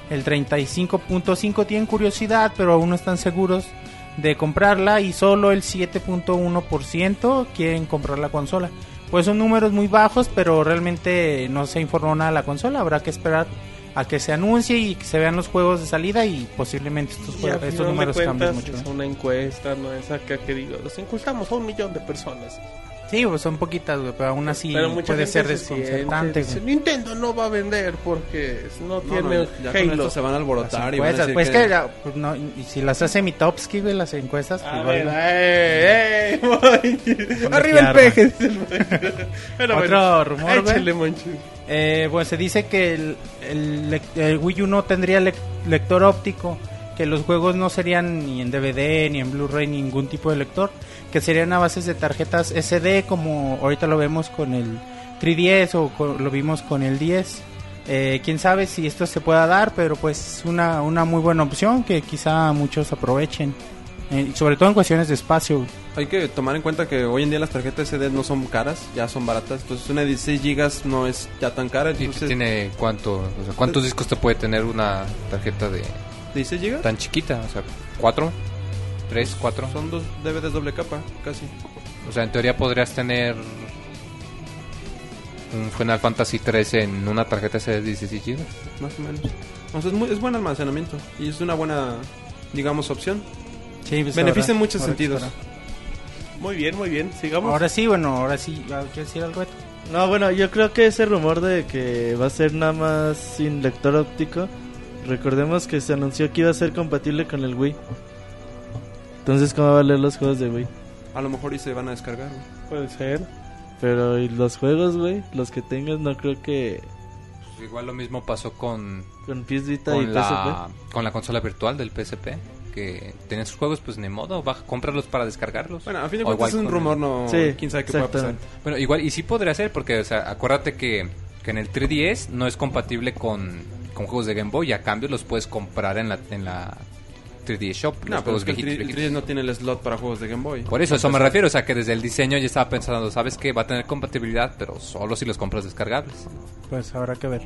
[SPEAKER 8] El 35.5% tienen curiosidad, pero aún no están seguros de comprarla y solo el 7.1% quieren comprar la consola. Pues son números muy bajos, pero realmente no se informó nada de la consola. Habrá que esperar a que se anuncie y que se vean los juegos de salida y posiblemente estos,
[SPEAKER 2] Y al
[SPEAKER 8] jue- estos
[SPEAKER 2] final de
[SPEAKER 8] números cambien
[SPEAKER 2] cuentas,
[SPEAKER 8] mucho.
[SPEAKER 2] Es
[SPEAKER 8] ¿eh?
[SPEAKER 2] una encuesta, no es acá que digo, los encuestamos a un millón de personas.
[SPEAKER 8] Sí, pues son poquitas, güey, pero aún así
[SPEAKER 2] Pero mucha
[SPEAKER 8] puede
[SPEAKER 2] gente
[SPEAKER 8] ser
[SPEAKER 2] se siente,
[SPEAKER 8] desconcertante.
[SPEAKER 2] dice,
[SPEAKER 8] güey.
[SPEAKER 2] Nintendo no va a vender porque no
[SPEAKER 6] No, no,
[SPEAKER 2] tiene
[SPEAKER 6] ya con
[SPEAKER 2] Halo.
[SPEAKER 6] esto se van a alborotar y van a
[SPEAKER 8] Pues,
[SPEAKER 6] decir
[SPEAKER 8] pues
[SPEAKER 6] que-
[SPEAKER 8] que, ya, pues, no, y si las hace Mitowski, güey, las encuestas,
[SPEAKER 2] A
[SPEAKER 8] pues,
[SPEAKER 2] ver,
[SPEAKER 8] bueno.
[SPEAKER 2] ¡eh, eh, Monchis!
[SPEAKER 8] Con
[SPEAKER 2] Arriba el
[SPEAKER 8] este arma.
[SPEAKER 2] peje. dice el Monchis. Pero
[SPEAKER 8] Otro rumor, güey.
[SPEAKER 2] échale, Monchis.
[SPEAKER 8] Eh, bueno, se dice que el, el lec- el Wii U no tendría lec- lector óptico, que los juegos no serían ni en DVD, ni en Blu-ray, ni ningún tipo de lector, que serían a bases de tarjetas SD, como ahorita lo vemos con el 3DS o co- lo vimos con el 10. Eh, quién sabe si esto se pueda dar, pero pues es una, una muy buena opción que quizá muchos aprovechen, Eh, sobre todo en cuestiones de espacio.
[SPEAKER 6] Hay que tomar en cuenta que hoy en día las tarjetas SD no son caras, ya son baratas. Entonces una de 16 GB no es ya tan cara.
[SPEAKER 3] ¿Y
[SPEAKER 6] Entonces,
[SPEAKER 3] tiene cuánto? O sea, ¿Cuántos discos te puede tener una tarjeta de
[SPEAKER 6] 16 GB
[SPEAKER 3] tan chiquita? O sea, ¿cuatro? ¿Tres, cuatro?
[SPEAKER 6] son dos DVDs doble capa, casi.
[SPEAKER 3] O sea, en teoría podrías tener un Final Fantasy 3 en una tarjeta SD de 16 GB.
[SPEAKER 6] más o menos. O sea, es, muy- es buen almacenamiento y es una buena, digamos, opción.
[SPEAKER 8] Sí, pues,
[SPEAKER 6] Beneficia en
[SPEAKER 8] habrá-
[SPEAKER 6] muchos
[SPEAKER 8] habrá que
[SPEAKER 6] sentidos.
[SPEAKER 8] esperar.
[SPEAKER 2] Muy bien, muy bien, sigamos.
[SPEAKER 8] Ahora sí, bueno, ahora sí, ah, ¿quieres ir al reto?
[SPEAKER 5] No, bueno, yo creo que ese rumor de que va a ser nada más sin lector óptico, recordemos que se anunció que iba a ser compatible con el Wii. Entonces, ¿cómo va a leer los juegos de Wii?
[SPEAKER 6] A lo mejor y se van a descargar. güey.
[SPEAKER 2] Puede ser.
[SPEAKER 5] Pero ¿y los juegos, güey, los que tengas, no creo que
[SPEAKER 3] Pues igual lo mismo pasó con,
[SPEAKER 5] con PS Vita y
[SPEAKER 3] con,
[SPEAKER 5] PSP.
[SPEAKER 3] la, con la consola virtual del PSP. Que tienen sus juegos, pues ni modo, baja, cómpralos para descargarlos.
[SPEAKER 6] Bueno, a fin de
[SPEAKER 3] O
[SPEAKER 6] cuentas
[SPEAKER 3] igual
[SPEAKER 6] es un
[SPEAKER 3] con
[SPEAKER 6] rumor, no.
[SPEAKER 5] Sí,
[SPEAKER 6] quién sabe qué pueda pasar.
[SPEAKER 5] exactamente.
[SPEAKER 3] Bueno, igual, y sí podría ser, porque, o sea, acuérdate que, que en el 3DS no es compatible con, con juegos de Game Boy, y a cambio los puedes comprar en la, en la 3DS Shop, los
[SPEAKER 6] No, pero
[SPEAKER 3] juegos
[SPEAKER 6] es que el
[SPEAKER 3] viejitos,
[SPEAKER 6] tri- el
[SPEAKER 3] viejitos.
[SPEAKER 6] 3DS no tiene el slot para juegos de Game Boy.
[SPEAKER 3] Por eso, eso me refiero, o sea, que desde el diseño ya estaba pensando, sabes que va a tener compatibilidad, pero solo si los compras descargables.
[SPEAKER 8] Pues habrá que ver.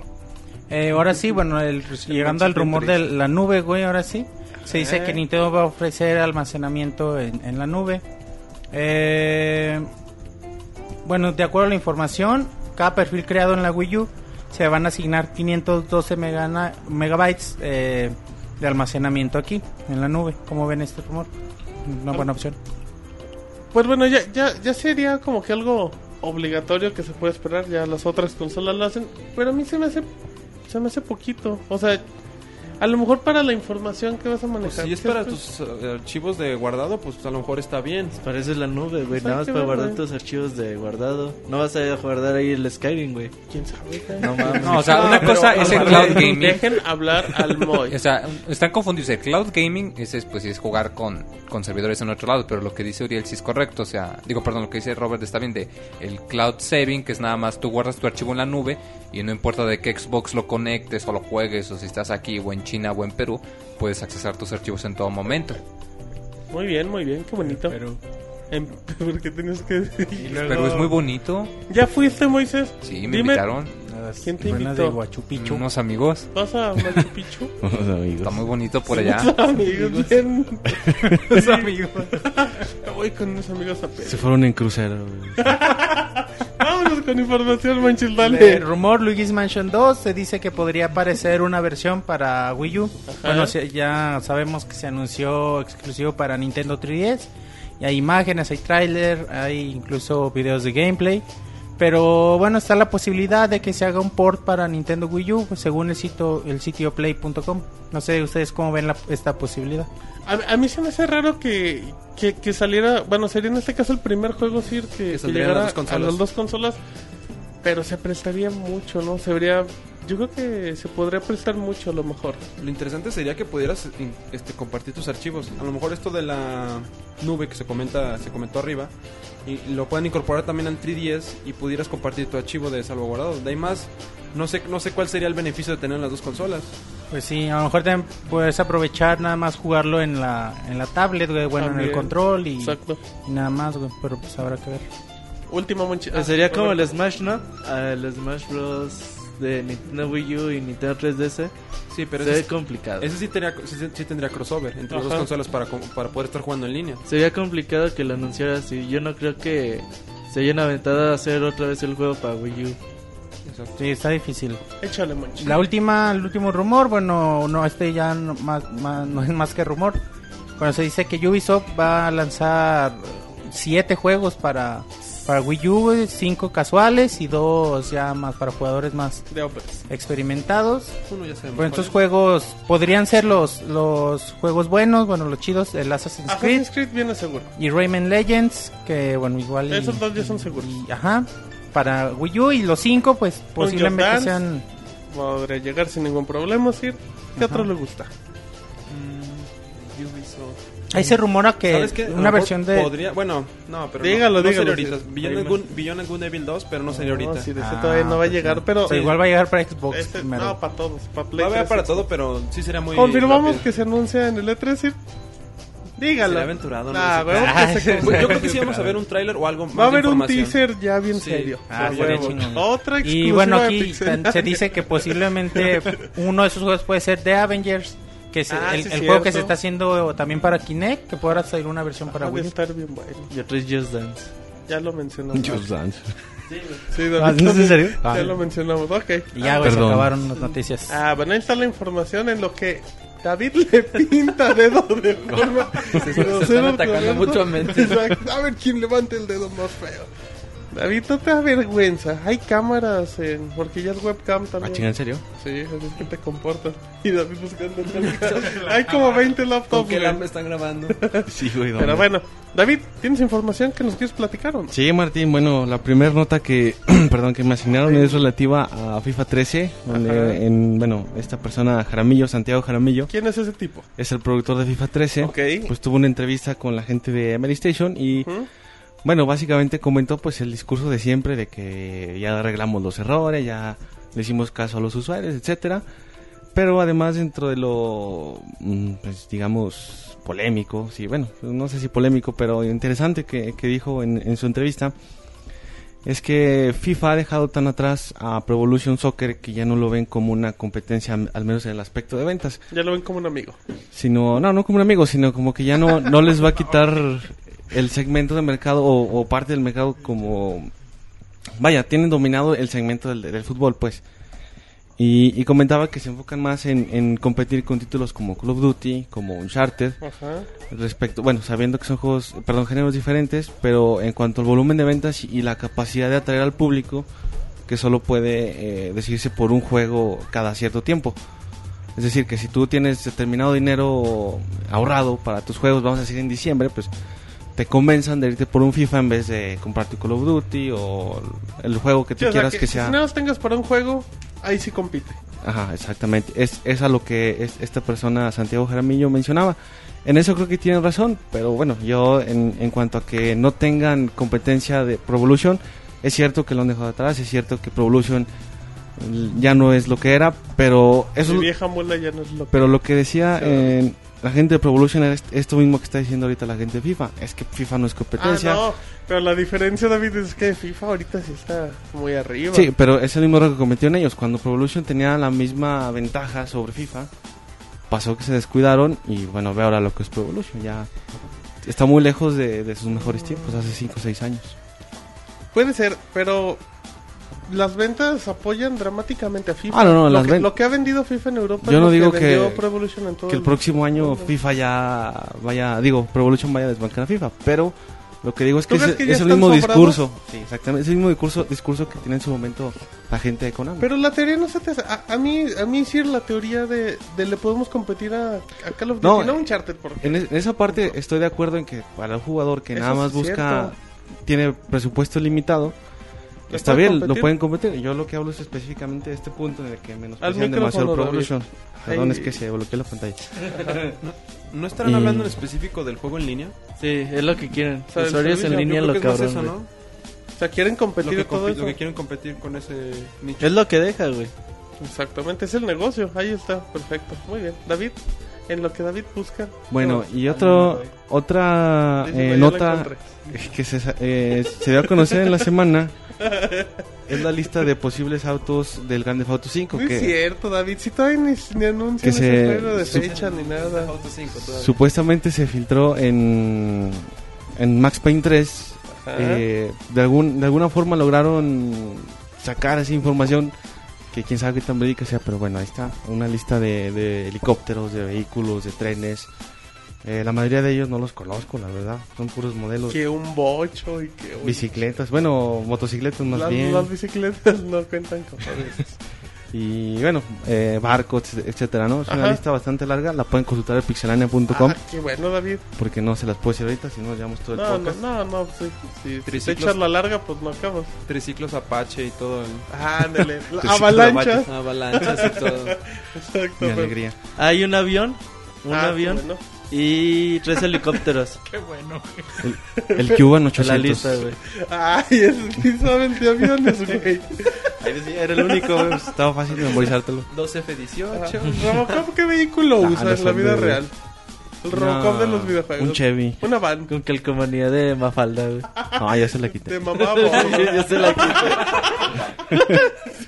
[SPEAKER 8] Eh, ahora sí, bueno, el- llegando al rumor de la nube, güey, ahora sí. Se dice
[SPEAKER 2] Eh.
[SPEAKER 8] que Nintendo va a ofrecer almacenamiento en, en la nube. Eh, bueno, de acuerdo a la información, cada perfil creado en la Wii U se van a asignar 512 megana- megabytes eh, de almacenamiento aquí, en la nube. ¿Cómo ven este rumor? Una buena opción.
[SPEAKER 2] Pues bueno, ya, ya, ya sería como que algo obligatorio que se puede esperar. Ya las otras consolas lo hacen. Pero a mí se me hace, se me hace poquito. O sea, a lo mejor para la información que vas a
[SPEAKER 6] Pues,
[SPEAKER 2] manejar.
[SPEAKER 6] si es para tus eh, archivos de guardado, pues a lo mejor está bien.
[SPEAKER 5] Parece la nube, güey,
[SPEAKER 2] Pues hay
[SPEAKER 5] nada más
[SPEAKER 2] que
[SPEAKER 5] para
[SPEAKER 2] ver, güey.
[SPEAKER 5] guardar tus archivos de guardado. No vas a guardar ahí el Skyrim, güey.
[SPEAKER 2] ¿Quién sabe? güey?
[SPEAKER 5] No mames.
[SPEAKER 3] No, o sea, una
[SPEAKER 2] pero-
[SPEAKER 3] cosa es el
[SPEAKER 2] pero-
[SPEAKER 3] cloud gaming.
[SPEAKER 2] Dejen hablar al Moy.
[SPEAKER 3] O sea, están confundidos. El cloud gaming ese es, pues, sí es jugar con, con servidores en otro lado, pero lo que dice Uriel sí es correcto. O sea, digo, perdón, lo que dice Robert está bien de el cloud saving, que es nada más tú guardas tu archivo en la nube y no importa de qué Xbox lo conectes o lo juegues o si estás aquí o en China o en Perú, puedes accesar tus archivos en todo momento.
[SPEAKER 2] Muy bien, muy bien, qué bonito. Em- Porque tenías que
[SPEAKER 8] Y
[SPEAKER 2] decir.
[SPEAKER 8] luego-
[SPEAKER 3] Pero es muy bonito.
[SPEAKER 2] ¿Ya fuiste, Moisés?
[SPEAKER 3] Sí, me invitaron
[SPEAKER 8] Las
[SPEAKER 2] ¿Quién te
[SPEAKER 8] ruinas
[SPEAKER 2] invitó?
[SPEAKER 8] de Huachu Picchu.
[SPEAKER 3] unos amigos.
[SPEAKER 2] ¿Vas a Machu Picchu?
[SPEAKER 7] Vamos,
[SPEAKER 3] Está
[SPEAKER 7] amigos.
[SPEAKER 3] muy bonito por
[SPEAKER 2] Unos
[SPEAKER 3] allá.
[SPEAKER 2] amigos, bien.
[SPEAKER 8] Los amigos.
[SPEAKER 2] Me voy con unos amigos a pe...
[SPEAKER 7] Se fueron en crucero. güey.
[SPEAKER 2] Vámonos con información, manches, dale.
[SPEAKER 8] El rumor Luigi's Mansion 2 se dice que podría aparecer una versión para Wii U. Bueno, se- ya sabemos que se anunció exclusivo para Nintendo 3DS. Y hay imágenes, hay tráiler, hay incluso videos de gameplay. Pero bueno, está la posibilidad de que se haga un port para Nintendo Wii U, pues, según el sitio, el sitio play.com. No sé ustedes cómo ven la- esta posibilidad.
[SPEAKER 2] A, a mí se me hace raro que, que, que saliera. Bueno, sería en este caso el primer juego, Sir, que,
[SPEAKER 6] Que
[SPEAKER 2] que
[SPEAKER 6] saldría en
[SPEAKER 2] llegara
[SPEAKER 6] las dos
[SPEAKER 2] a las
[SPEAKER 6] consolas.
[SPEAKER 2] dos consolas. Pero se prestaría mucho, ¿no? Se vería. Yo creo que se podría prestar mucho a lo mejor.
[SPEAKER 6] Lo interesante sería que pudieras in- este, compartir tus archivos. A lo mejor esto de la nube que se comenta, se comentó arriba, y lo pueden incorporar también al 3DS y pudieras compartir tu archivo de salvaguardados. De ahí más, no sé, no sé cuál sería el beneficio de tener las dos consolas.
[SPEAKER 8] Pues sí, a lo mejor también puedes aprovechar nada más jugarlo en la, en la tablet, güey, bueno, en
[SPEAKER 2] También.
[SPEAKER 8] el control y,
[SPEAKER 2] Exacto.
[SPEAKER 8] y nada más, güey, pero pues habrá que ver.
[SPEAKER 2] Última manches.
[SPEAKER 5] Pues sería como el Smash, ¿no? Ah, El Smash Bros. de Nintendo Wii U y Nintendo 3DS.
[SPEAKER 6] Sí, pero
[SPEAKER 5] se
[SPEAKER 6] ese,
[SPEAKER 5] ve complicado.
[SPEAKER 6] ese sí, tenía- sí- sí tendría crossover entre las dos
[SPEAKER 2] Ajá.
[SPEAKER 6] consolas para, com- para poder estar jugando en línea.
[SPEAKER 5] Sería complicado que lo anunciara así. Yo no creo que se hayan aventado a hacer otra vez el juego para Wii U.
[SPEAKER 8] Sí, está difícil.
[SPEAKER 2] Échale, manches.
[SPEAKER 8] La última, el último rumor, bueno, no, este ya no, más, más- no es más que rumor. Bueno, se dice que Ubisoft va a lanzar siete juegos para, para Wii U, güey, cinco casuales y dos ya más para jugadores más
[SPEAKER 2] De Opers.
[SPEAKER 8] experimentados.
[SPEAKER 6] Uno ya sabemos
[SPEAKER 8] Bueno,
[SPEAKER 6] cuál
[SPEAKER 8] estos juegos podrían ser los, los juegos buenos, bueno, los chidos, el Assassin's Creed
[SPEAKER 2] Assassin's Creed viene seguro.
[SPEAKER 8] y Rayman Legends, que bueno, igual... y-
[SPEAKER 2] Esos dos ya son seguros.
[SPEAKER 8] y- ajá, para Wii U y los cinco, pues posiblemente
[SPEAKER 2] Dance.
[SPEAKER 8] sean...
[SPEAKER 2] Podría llegar sin ningún problema, Sir. ¿Qué otro le gusta?
[SPEAKER 8] Ahí se rumora
[SPEAKER 2] Eh,
[SPEAKER 8] que
[SPEAKER 6] ¿Sabes qué? A lo
[SPEAKER 8] una
[SPEAKER 2] Ah,
[SPEAKER 6] mejor
[SPEAKER 8] versión de...
[SPEAKER 6] Podría, bueno, no, pero.
[SPEAKER 2] Dígalo,
[SPEAKER 6] no, no
[SPEAKER 2] dígalo,
[SPEAKER 6] Sería
[SPEAKER 2] sí.
[SPEAKER 6] ahorita. Beyond,
[SPEAKER 2] Ahí
[SPEAKER 6] and Good, Beyond and Good Evil 2, pero no sería ahorita.
[SPEAKER 2] No, Sir, ese
[SPEAKER 8] Ah,
[SPEAKER 2] todavía no va a
[SPEAKER 8] pues
[SPEAKER 2] llegar,
[SPEAKER 8] sí.
[SPEAKER 2] pero.
[SPEAKER 8] O sea, igual va a llegar para Xbox
[SPEAKER 2] Este-
[SPEAKER 8] primero.
[SPEAKER 2] no, para todos. Para Play
[SPEAKER 6] Va a haber
[SPEAKER 2] 3.
[SPEAKER 6] para todo, pero sí sería muy.
[SPEAKER 2] Confirmamos
[SPEAKER 6] rápido.
[SPEAKER 2] que se anuncia en el E3, Sir. Dígalo.
[SPEAKER 6] Sería aventurado, ¿no?
[SPEAKER 2] Nah,
[SPEAKER 6] Sí.
[SPEAKER 2] huevo que se
[SPEAKER 6] Pues
[SPEAKER 2] confirma.
[SPEAKER 6] yo creo que sí vamos a ver un tráiler o algo más.
[SPEAKER 2] Va a
[SPEAKER 6] de
[SPEAKER 2] haber un
[SPEAKER 6] información.
[SPEAKER 2] teaser ya bien
[SPEAKER 6] Sí.
[SPEAKER 2] serio.
[SPEAKER 8] Ah,
[SPEAKER 2] O sea,
[SPEAKER 8] estaría
[SPEAKER 2] huevo.
[SPEAKER 8] chingón.
[SPEAKER 2] Otra exclusiva
[SPEAKER 8] y bueno,
[SPEAKER 2] de
[SPEAKER 8] aquí
[SPEAKER 2] Pixel.
[SPEAKER 8] se dice que posiblemente uno de esos juegos puede ser The Avengers, que es
[SPEAKER 2] Ah, sí,
[SPEAKER 8] el, el
[SPEAKER 2] cierto.
[SPEAKER 8] juego que se está haciendo también para Kinect, que podrá salir una versión para
[SPEAKER 2] Va a
[SPEAKER 8] Wii. U.
[SPEAKER 2] estar bien bueno.
[SPEAKER 5] Y otro es Just Dance.
[SPEAKER 2] Ya lo mencionamos.
[SPEAKER 7] Just Dance.
[SPEAKER 2] Sí, David,
[SPEAKER 7] Ah, ¿no es en serio?
[SPEAKER 2] Ya
[SPEAKER 7] Ah.
[SPEAKER 2] lo mencionamos. Ok.
[SPEAKER 8] Y ya, güey, se
[SPEAKER 7] Perdón.
[SPEAKER 8] acabaron las noticias.
[SPEAKER 2] Ah, bueno, ahí está la información en lo que David le pinta dedo de forma. se,
[SPEAKER 6] están atacando mutuamente.
[SPEAKER 2] A ver quién levanta el dedo más feo. David, no te avergüenza. Hay cámaras en. Porque ya es webcam
[SPEAKER 7] Ah,
[SPEAKER 2] también.
[SPEAKER 7] chinga, ¿en serio?
[SPEAKER 2] Sí, así es que te comportas. Y David buscando el Hay como 20
[SPEAKER 6] ¿Con
[SPEAKER 2] laptops.
[SPEAKER 6] qué
[SPEAKER 2] güey.
[SPEAKER 6] LAM están grabando?
[SPEAKER 7] Sí, güey. no,
[SPEAKER 2] Pero
[SPEAKER 7] no.
[SPEAKER 2] bueno, David, ¿tienes información que nos quieres platicar o no?
[SPEAKER 7] Sí, Martín, bueno, la primera nota que, perdón, que me asignaron es relativa a FIFA 13,
[SPEAKER 2] Ajá.
[SPEAKER 7] donde en, bueno, esta persona, Jaramillo, Santiago Jaramillo,
[SPEAKER 2] ¿Quién es ese tipo?
[SPEAKER 7] es el productor de FIFA 13,
[SPEAKER 2] Ok.
[SPEAKER 7] pues tuvo una entrevista con la gente de Mary Station y,
[SPEAKER 2] Ujú.
[SPEAKER 7] bueno, básicamente comentó pues el discurso de siempre de que ya arreglamos los errores, ya le hicimos caso a los usuarios, etcétera, pero además dentro de lo, mm, pues digamos, polémico, sí, bueno, no sé si polémico, pero interesante que, que dijo en, en su entrevista, es que FIFA ha dejado tan atrás a Pro Evolution Soccer que ya no lo ven como una competencia, al menos en el aspecto de ventas
[SPEAKER 2] Ya lo ven como un amigo.
[SPEAKER 7] sino no no como un amigo sino como que ya no no les va a quitar el segmento de mercado o, o parte del mercado como vaya tienen dominado el segmento del, del fútbol pues y, y comentaba que se enfocan más en, en competir con títulos como Call of Duty como Uncharted
[SPEAKER 2] Ajá.
[SPEAKER 7] respecto bueno sabiendo que son juegos perdón géneros diferentes pero en cuanto al volumen de ventas y la capacidad de atraer al público que solo puede eh, decidirse por un juego cada cierto tiempo es decir, que si tú tienes determinado dinero ahorrado para tus juegos, vamos a decir en diciembre, pues te convenzan de irte por un FIFA en vez de comprar tu Call of Duty o el juego que tú
[SPEAKER 2] Sí, o sea,
[SPEAKER 7] quieras
[SPEAKER 2] que,
[SPEAKER 7] que,
[SPEAKER 2] que
[SPEAKER 7] sea.
[SPEAKER 2] Si no los tengas para un juego, ahí sí compite.
[SPEAKER 7] Ajá, exactamente. Es, es a lo que es- esta persona, Santiago Jaramillo, mencionaba. En eso creo que tiene razón, pero bueno, yo en, en cuanto a que no tengan competencia de Pro Evolution, es cierto que lo han dejado atrás, es cierto que Pro Evolution mm, ya no es lo que era, pero eso...
[SPEAKER 2] Mi vieja mula ya no es lo que...
[SPEAKER 7] Pero lo que decía
[SPEAKER 2] Sí.
[SPEAKER 7] en, la gente de Pro Evolution era est- esto mismo que está diciendo ahorita la gente de FIFA. Es que FIFA no es
[SPEAKER 2] Ah,
[SPEAKER 7] competencia.
[SPEAKER 2] no, pero la diferencia, David, es que FIFA ahorita sí está muy arriba.
[SPEAKER 7] Sí, pero es el mismo error que cometieron ellos. Cuando Pro Evolution tenía la misma ventaja sobre FIFA, pasó que se descuidaron y bueno, ve ahora lo que es Pro Evolution. Ya está muy lejos de, de sus mejores tiempos, hace 5 o 6 años.
[SPEAKER 2] Puede ser, pero las ventas apoyan dramáticamente a FIFA.
[SPEAKER 7] Ah, no, no,
[SPEAKER 2] lo,
[SPEAKER 7] las
[SPEAKER 2] que,
[SPEAKER 7] ven-
[SPEAKER 2] lo que ha vendido FIFA en Europa
[SPEAKER 7] Yo
[SPEAKER 2] es
[SPEAKER 7] no
[SPEAKER 2] lo
[SPEAKER 7] digo
[SPEAKER 2] que
[SPEAKER 7] que-
[SPEAKER 2] vendió Pro Evolution en todo
[SPEAKER 7] Que el
[SPEAKER 2] el-
[SPEAKER 7] próximo año FIFA ya vaya, digo, Pro Evolution vaya a desbancar a FIFA, pero lo que digo es
[SPEAKER 2] ¿Tú
[SPEAKER 7] que es,
[SPEAKER 2] crees que ya
[SPEAKER 7] es el
[SPEAKER 2] están
[SPEAKER 7] mismo
[SPEAKER 2] sobrados?
[SPEAKER 7] discurso. Sí, exactamente, es el mismo discurso, discurso que tiene en su momento la gente de Konami.
[SPEAKER 2] Pero la teoría no se te hace- a, a mí a mí sí la teoría de, de le podemos competir a, a Call of Duty,
[SPEAKER 7] No, eh,
[SPEAKER 2] no, a Uncharted porque
[SPEAKER 7] En, es- en esa parte estoy de acuerdo en que para el jugador que
[SPEAKER 2] Eso
[SPEAKER 7] nada
[SPEAKER 2] sí
[SPEAKER 7] más
[SPEAKER 2] es
[SPEAKER 7] busca,
[SPEAKER 2] cierto.
[SPEAKER 7] tiene presupuesto limitado,
[SPEAKER 2] Lo
[SPEAKER 7] está
[SPEAKER 2] pueden
[SPEAKER 7] bien, lo
[SPEAKER 2] competir.
[SPEAKER 7] pueden competir. Yo lo que hablo es específicamente de este punto en el que menos
[SPEAKER 2] micrófono,
[SPEAKER 7] demasiado Pro
[SPEAKER 2] David.
[SPEAKER 7] Evolution.
[SPEAKER 2] Ay.
[SPEAKER 7] Perdón, es que se bloqueó la pantalla.
[SPEAKER 6] ¿No estarán
[SPEAKER 7] Y-
[SPEAKER 6] hablando en específico del juego en línea?
[SPEAKER 5] Sí, es lo que quieren.
[SPEAKER 2] sea, el
[SPEAKER 5] Usuarios en
[SPEAKER 2] servicio,
[SPEAKER 5] línea
[SPEAKER 6] Yo creo
[SPEAKER 5] lo
[SPEAKER 6] que es más
[SPEAKER 5] cabrón.
[SPEAKER 6] eso,
[SPEAKER 5] güey.
[SPEAKER 6] ¿no?
[SPEAKER 2] o sea, quieren
[SPEAKER 6] Lo
[SPEAKER 2] competir
[SPEAKER 6] que,
[SPEAKER 2] Pues todo
[SPEAKER 6] compi- lo
[SPEAKER 2] eso.
[SPEAKER 6] que quieren competir con ese nicho.
[SPEAKER 5] Es lo que deja, güey.
[SPEAKER 2] Exactamente, es el negocio, ahí está, perfecto. Muy bien, David, en lo que David busca.
[SPEAKER 7] Bueno,
[SPEAKER 2] no,
[SPEAKER 7] y otro, otra
[SPEAKER 2] dice, no,
[SPEAKER 7] eh,
[SPEAKER 2] ya la
[SPEAKER 7] nota
[SPEAKER 2] encontré.
[SPEAKER 7] que se, sa- eh, se dio a conocer en la semana es la lista de posibles autos del Grand Theft Auto 5
[SPEAKER 2] No es
[SPEAKER 7] que
[SPEAKER 2] cierto, David, si todavía ni, ni anuncian
[SPEAKER 7] que
[SPEAKER 2] ese
[SPEAKER 7] se-
[SPEAKER 2] juego de
[SPEAKER 7] su-
[SPEAKER 2] fecha ni nada.
[SPEAKER 6] Auto 5 todavía.
[SPEAKER 7] supuestamente se filtró en, en Max Payne 3.
[SPEAKER 2] Ajá.
[SPEAKER 7] Eh, de, algún, de alguna forma lograron sacar esa información que quién sabe qué tan verídica sea, pero bueno, ahí está. Una lista de, de helicópteros, de vehículos, de trenes. Eh, la mayoría de ellos no los conozco, la verdad. Son puros modelos.
[SPEAKER 2] Que un bocho y que un-
[SPEAKER 7] Bicicletas, bueno, motocicletas más
[SPEAKER 2] las,
[SPEAKER 7] bien.
[SPEAKER 2] las bicicletas no cuentan con
[SPEAKER 7] Y bueno, eh, barcos, etcétera, ¿no? Es una
[SPEAKER 2] Ajá.
[SPEAKER 7] lista bastante larga. La pueden consultar en pixelania.com
[SPEAKER 2] Ah, qué bueno, David.
[SPEAKER 7] porque no se las puedo decir ahorita, si no, llevamos todo el
[SPEAKER 2] No, no,
[SPEAKER 7] podcast.
[SPEAKER 2] no, no, pues, sí, sí, si te
[SPEAKER 6] Triciclos.
[SPEAKER 2] echas la larga, pues no acabas. Ah,
[SPEAKER 6] Triciclos Apache y todo. el-
[SPEAKER 2] Ándale, la
[SPEAKER 6] Triciclos
[SPEAKER 2] avalancha.
[SPEAKER 6] Apache, Avalanchas y todo.
[SPEAKER 2] Exacto,
[SPEAKER 7] Mi
[SPEAKER 2] pero-
[SPEAKER 7] alegría.
[SPEAKER 5] Hay un avión, un
[SPEAKER 2] Ah,
[SPEAKER 5] avión
[SPEAKER 2] bueno.
[SPEAKER 5] y tres helicópteros.
[SPEAKER 7] El Cuba en
[SPEAKER 5] en
[SPEAKER 7] 800.
[SPEAKER 5] la lista, güey.
[SPEAKER 2] Ay, es que saben de aviones, güey.
[SPEAKER 7] Ahí decía, era el único, güey, pues, estaba fácil de memorizártelo.
[SPEAKER 6] Dos F-18.
[SPEAKER 2] Ajá. Robocop, ¿qué vehículo
[SPEAKER 7] Ah,
[SPEAKER 2] usa en
[SPEAKER 7] no
[SPEAKER 2] la
[SPEAKER 7] son
[SPEAKER 2] vida
[SPEAKER 7] de-
[SPEAKER 2] real? El Robocop
[SPEAKER 7] Una-
[SPEAKER 2] de los videojuegos.
[SPEAKER 7] Un Chevy.
[SPEAKER 2] Una van.
[SPEAKER 5] Con calcomanía de Mafalda, güey.
[SPEAKER 7] No, ya se la
[SPEAKER 2] De
[SPEAKER 7] quité.
[SPEAKER 2] mamá, bobo.
[SPEAKER 5] Yo se la quité.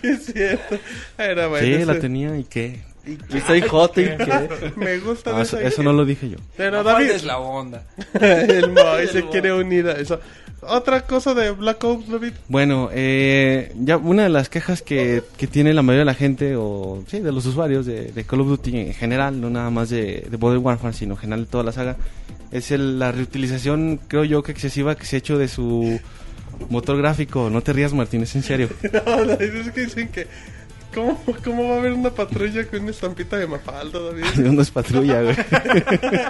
[SPEAKER 2] sí, es cierto. Era bueno.
[SPEAKER 7] Sí, la
[SPEAKER 2] ese.
[SPEAKER 7] tenía y qué.
[SPEAKER 5] Y soy Joto y qué.
[SPEAKER 2] Me gusta
[SPEAKER 7] No,
[SPEAKER 2] de
[SPEAKER 7] Ah, eso,
[SPEAKER 2] esa
[SPEAKER 7] eso
[SPEAKER 2] idea.
[SPEAKER 7] no lo dije yo.
[SPEAKER 2] Pero David,
[SPEAKER 6] es la onda?
[SPEAKER 2] el Moy se quiere unir a eso. Otra cosa de Black Ops, David.
[SPEAKER 7] Bueno, eh, ya una de las quejas que, que tiene la mayoría de la gente, o sí, de los usuarios de, de Call of Duty en general, no nada más de, de Modern Warfare, sino en general de toda la saga, es el- la reutilización, creo yo, que excesiva que se ha hecho de su motor gráfico. No te rías, Martín, es en serio.
[SPEAKER 2] No, David, es que dicen que. ¿Cómo, ¿Cómo va a haber una patrulla con una estampita de mafalda, David?
[SPEAKER 7] No es patrulla, güey.